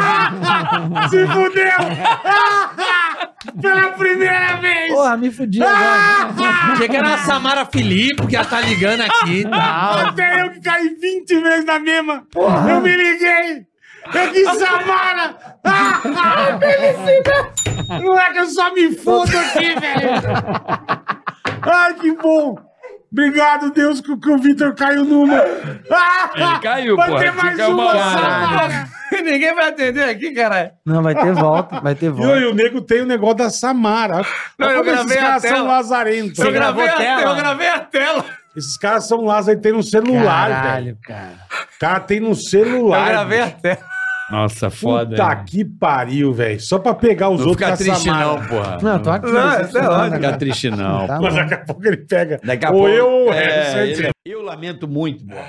[SPEAKER 16] Se fudeu!
[SPEAKER 1] Pela primeira vez!
[SPEAKER 16] Porra, me fudi agora. Achei que era a Samara Felipe que ela tá ligando aqui e
[SPEAKER 21] Ah,
[SPEAKER 16] tal.
[SPEAKER 1] Até eu que caí 20 vezes na mesma. Eu me liguei. Eu que Samara. Ah, ah, felicidade. Não é que eu só me fudo aqui, velho. Ai, que bom. Obrigado, Deus, que, que o Vitor caiu numa. Ah,
[SPEAKER 16] Ele caiu,
[SPEAKER 1] vai
[SPEAKER 16] pô.
[SPEAKER 1] ter mais
[SPEAKER 16] Fica
[SPEAKER 1] uma,
[SPEAKER 16] uma-
[SPEAKER 1] Samara.
[SPEAKER 16] Ninguém vai atender aqui, caralho. Não, vai ter volta, vai ter
[SPEAKER 2] E
[SPEAKER 16] volta.
[SPEAKER 2] olha, o nego tem o negócio da Samara.
[SPEAKER 16] Não,
[SPEAKER 2] Olha
[SPEAKER 16] eu
[SPEAKER 2] como
[SPEAKER 16] gravei a
[SPEAKER 2] esses caras
[SPEAKER 16] tela.
[SPEAKER 2] são lazarentos.
[SPEAKER 16] Eu Você gravei gravou a tela? tela? Eu gravei
[SPEAKER 2] a tela. Esses caras são lazarentos, tem no celular,
[SPEAKER 16] Caralho,
[SPEAKER 2] velho. cara. cara tem no
[SPEAKER 16] Eu
[SPEAKER 2] celular.
[SPEAKER 16] gravei
[SPEAKER 2] a tela.
[SPEAKER 6] Nossa,
[SPEAKER 2] Foda, Puta
[SPEAKER 6] hein?
[SPEAKER 2] que pariu, velho. Só pra pegar os
[SPEAKER 6] Não
[SPEAKER 2] outros
[SPEAKER 6] fica
[SPEAKER 2] com a
[SPEAKER 6] triste
[SPEAKER 2] Samara.
[SPEAKER 6] não, porra.
[SPEAKER 16] Não, tô aqui.
[SPEAKER 2] Não, sei lá,
[SPEAKER 6] Não fica triste não.
[SPEAKER 2] Tá
[SPEAKER 6] porra.
[SPEAKER 2] Mas daqui a pouco ele pega.
[SPEAKER 6] Daqui a
[SPEAKER 2] ou
[SPEAKER 6] pouco-
[SPEAKER 2] eu ou o
[SPEAKER 6] É,
[SPEAKER 2] Harrison.
[SPEAKER 6] ele- Eu lamento muito, Borba,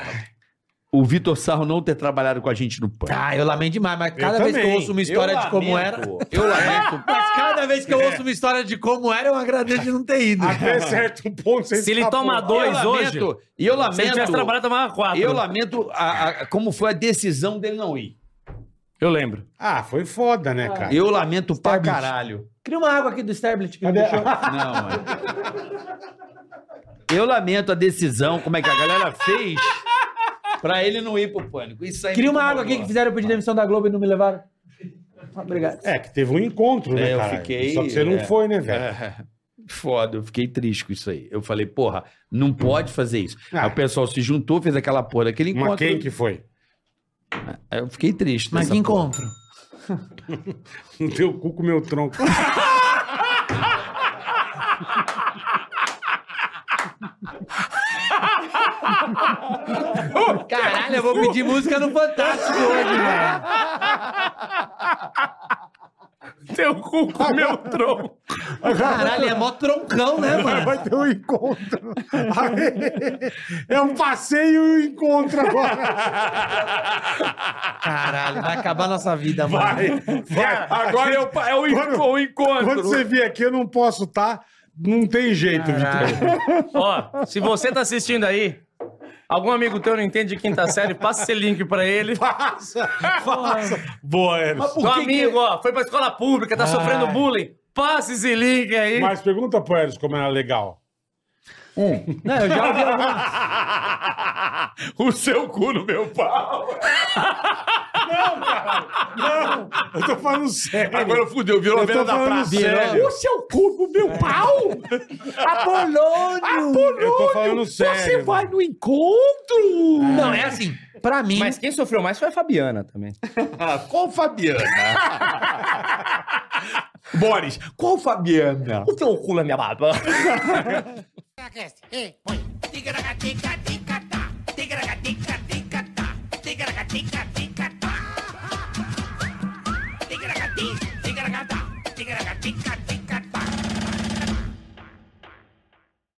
[SPEAKER 6] o Vitor Sarro não ter trabalhado com a gente no PAN.
[SPEAKER 16] Ah, eu lamento demais, mas cada vez que eu ouço uma história de como era.
[SPEAKER 6] Eu lamento.
[SPEAKER 16] Mas cada vez que eu ouço uma história de como era, eu agradeço de não ter ido.
[SPEAKER 6] Até certo
[SPEAKER 2] ponto,
[SPEAKER 6] você Se ele escapou. toma dois Eu lamento, hoje, e eu
[SPEAKER 4] Se ele
[SPEAKER 6] lamento-
[SPEAKER 4] tivesse trabalhado, tomava quatro.
[SPEAKER 6] Eu lamento a- a- como foi a decisão dele não ir.
[SPEAKER 21] Eu lembro.
[SPEAKER 2] Ah, foi foda, né, cara?
[SPEAKER 6] Eu lamento pra caralho.
[SPEAKER 16] Cria uma água aqui do Stablet. Que
[SPEAKER 2] Cadê?
[SPEAKER 6] Não, mano. Eu lamento a decisão, como é que a galera fez pra ele não ir pro pânico. Isso aí é
[SPEAKER 16] Cria
[SPEAKER 6] me
[SPEAKER 16] uma água aqui
[SPEAKER 6] incomodou.
[SPEAKER 16] que fizeram pedir demissão da Globo e não me levaram. Ah, Obrigado.
[SPEAKER 2] É, que teve um encontro, né,
[SPEAKER 6] É, eu
[SPEAKER 2] cara?
[SPEAKER 6] fiquei-
[SPEAKER 2] Só que você não
[SPEAKER 6] é.
[SPEAKER 2] foi, né, velho?
[SPEAKER 6] É. Foda, eu fiquei triste com isso aí. Eu falei, porra, não pode fazer isso. Aí o pessoal se juntou, fez aquela porra daquele
[SPEAKER 2] Ah. Mas
[SPEAKER 6] encontro.
[SPEAKER 2] quem que foi?
[SPEAKER 6] Eu fiquei triste. né?
[SPEAKER 16] Mas
[SPEAKER 6] nessa
[SPEAKER 16] que
[SPEAKER 6] porra.
[SPEAKER 16] encontro?
[SPEAKER 2] No teu cu com o meu tronco.
[SPEAKER 16] Caralho, eu vou pedir música no Fantástico hoje, velho.
[SPEAKER 21] Teu cu com meu tronco.
[SPEAKER 16] Caralho, é mó troncão, né, mano?
[SPEAKER 2] Vai ter um encontro. É um passeio e um encontro agora.
[SPEAKER 16] Caralho, vai acabar nossa vida, mano.
[SPEAKER 2] Agora é o, encontro. Quando você vier aqui, eu não posso estar. Não tem jeito, Vitor.
[SPEAKER 21] Ó, se você tá assistindo aí, algum amigo teu não entende de quinta série, passa esse link pra ele.
[SPEAKER 2] Passa, passa. Boa, Eros.
[SPEAKER 21] Teu amigo, ó, foi pra escola pública, tá sofrendo
[SPEAKER 16] Ah.
[SPEAKER 2] Ai.
[SPEAKER 21] bullying. Passa esse link aí.
[SPEAKER 2] Mas pergunta pro Eros como era legal.
[SPEAKER 6] Um.
[SPEAKER 16] Não, eu já ouvi
[SPEAKER 2] o seu cu no meu pau. Não, cara. Não. Eu tô falando sério.
[SPEAKER 6] Agora fudeu, virou
[SPEAKER 2] Eu
[SPEAKER 6] novela
[SPEAKER 2] tô
[SPEAKER 6] da
[SPEAKER 2] falando
[SPEAKER 6] praça.
[SPEAKER 2] sério.
[SPEAKER 6] O
[SPEAKER 2] seu cu no meu pau?
[SPEAKER 16] Apolônio!
[SPEAKER 21] Apolônio!
[SPEAKER 2] Eu tô falando sério.
[SPEAKER 21] vai no encontro!
[SPEAKER 16] Não, é assim, pra mim...
[SPEAKER 21] Mas quem sofreu mais foi a Fabiana também.
[SPEAKER 6] Qual Fabiana? Boris, qual Fabiana?
[SPEAKER 21] O teu cu na minha baba.
[SPEAKER 1] Ei, põe.
[SPEAKER 14] Ticaracatica-ticatá. Ticaracatica-ticatá. Ticaracatica-ticatá. Ticaracati, ticaracatá. Ticaracatica,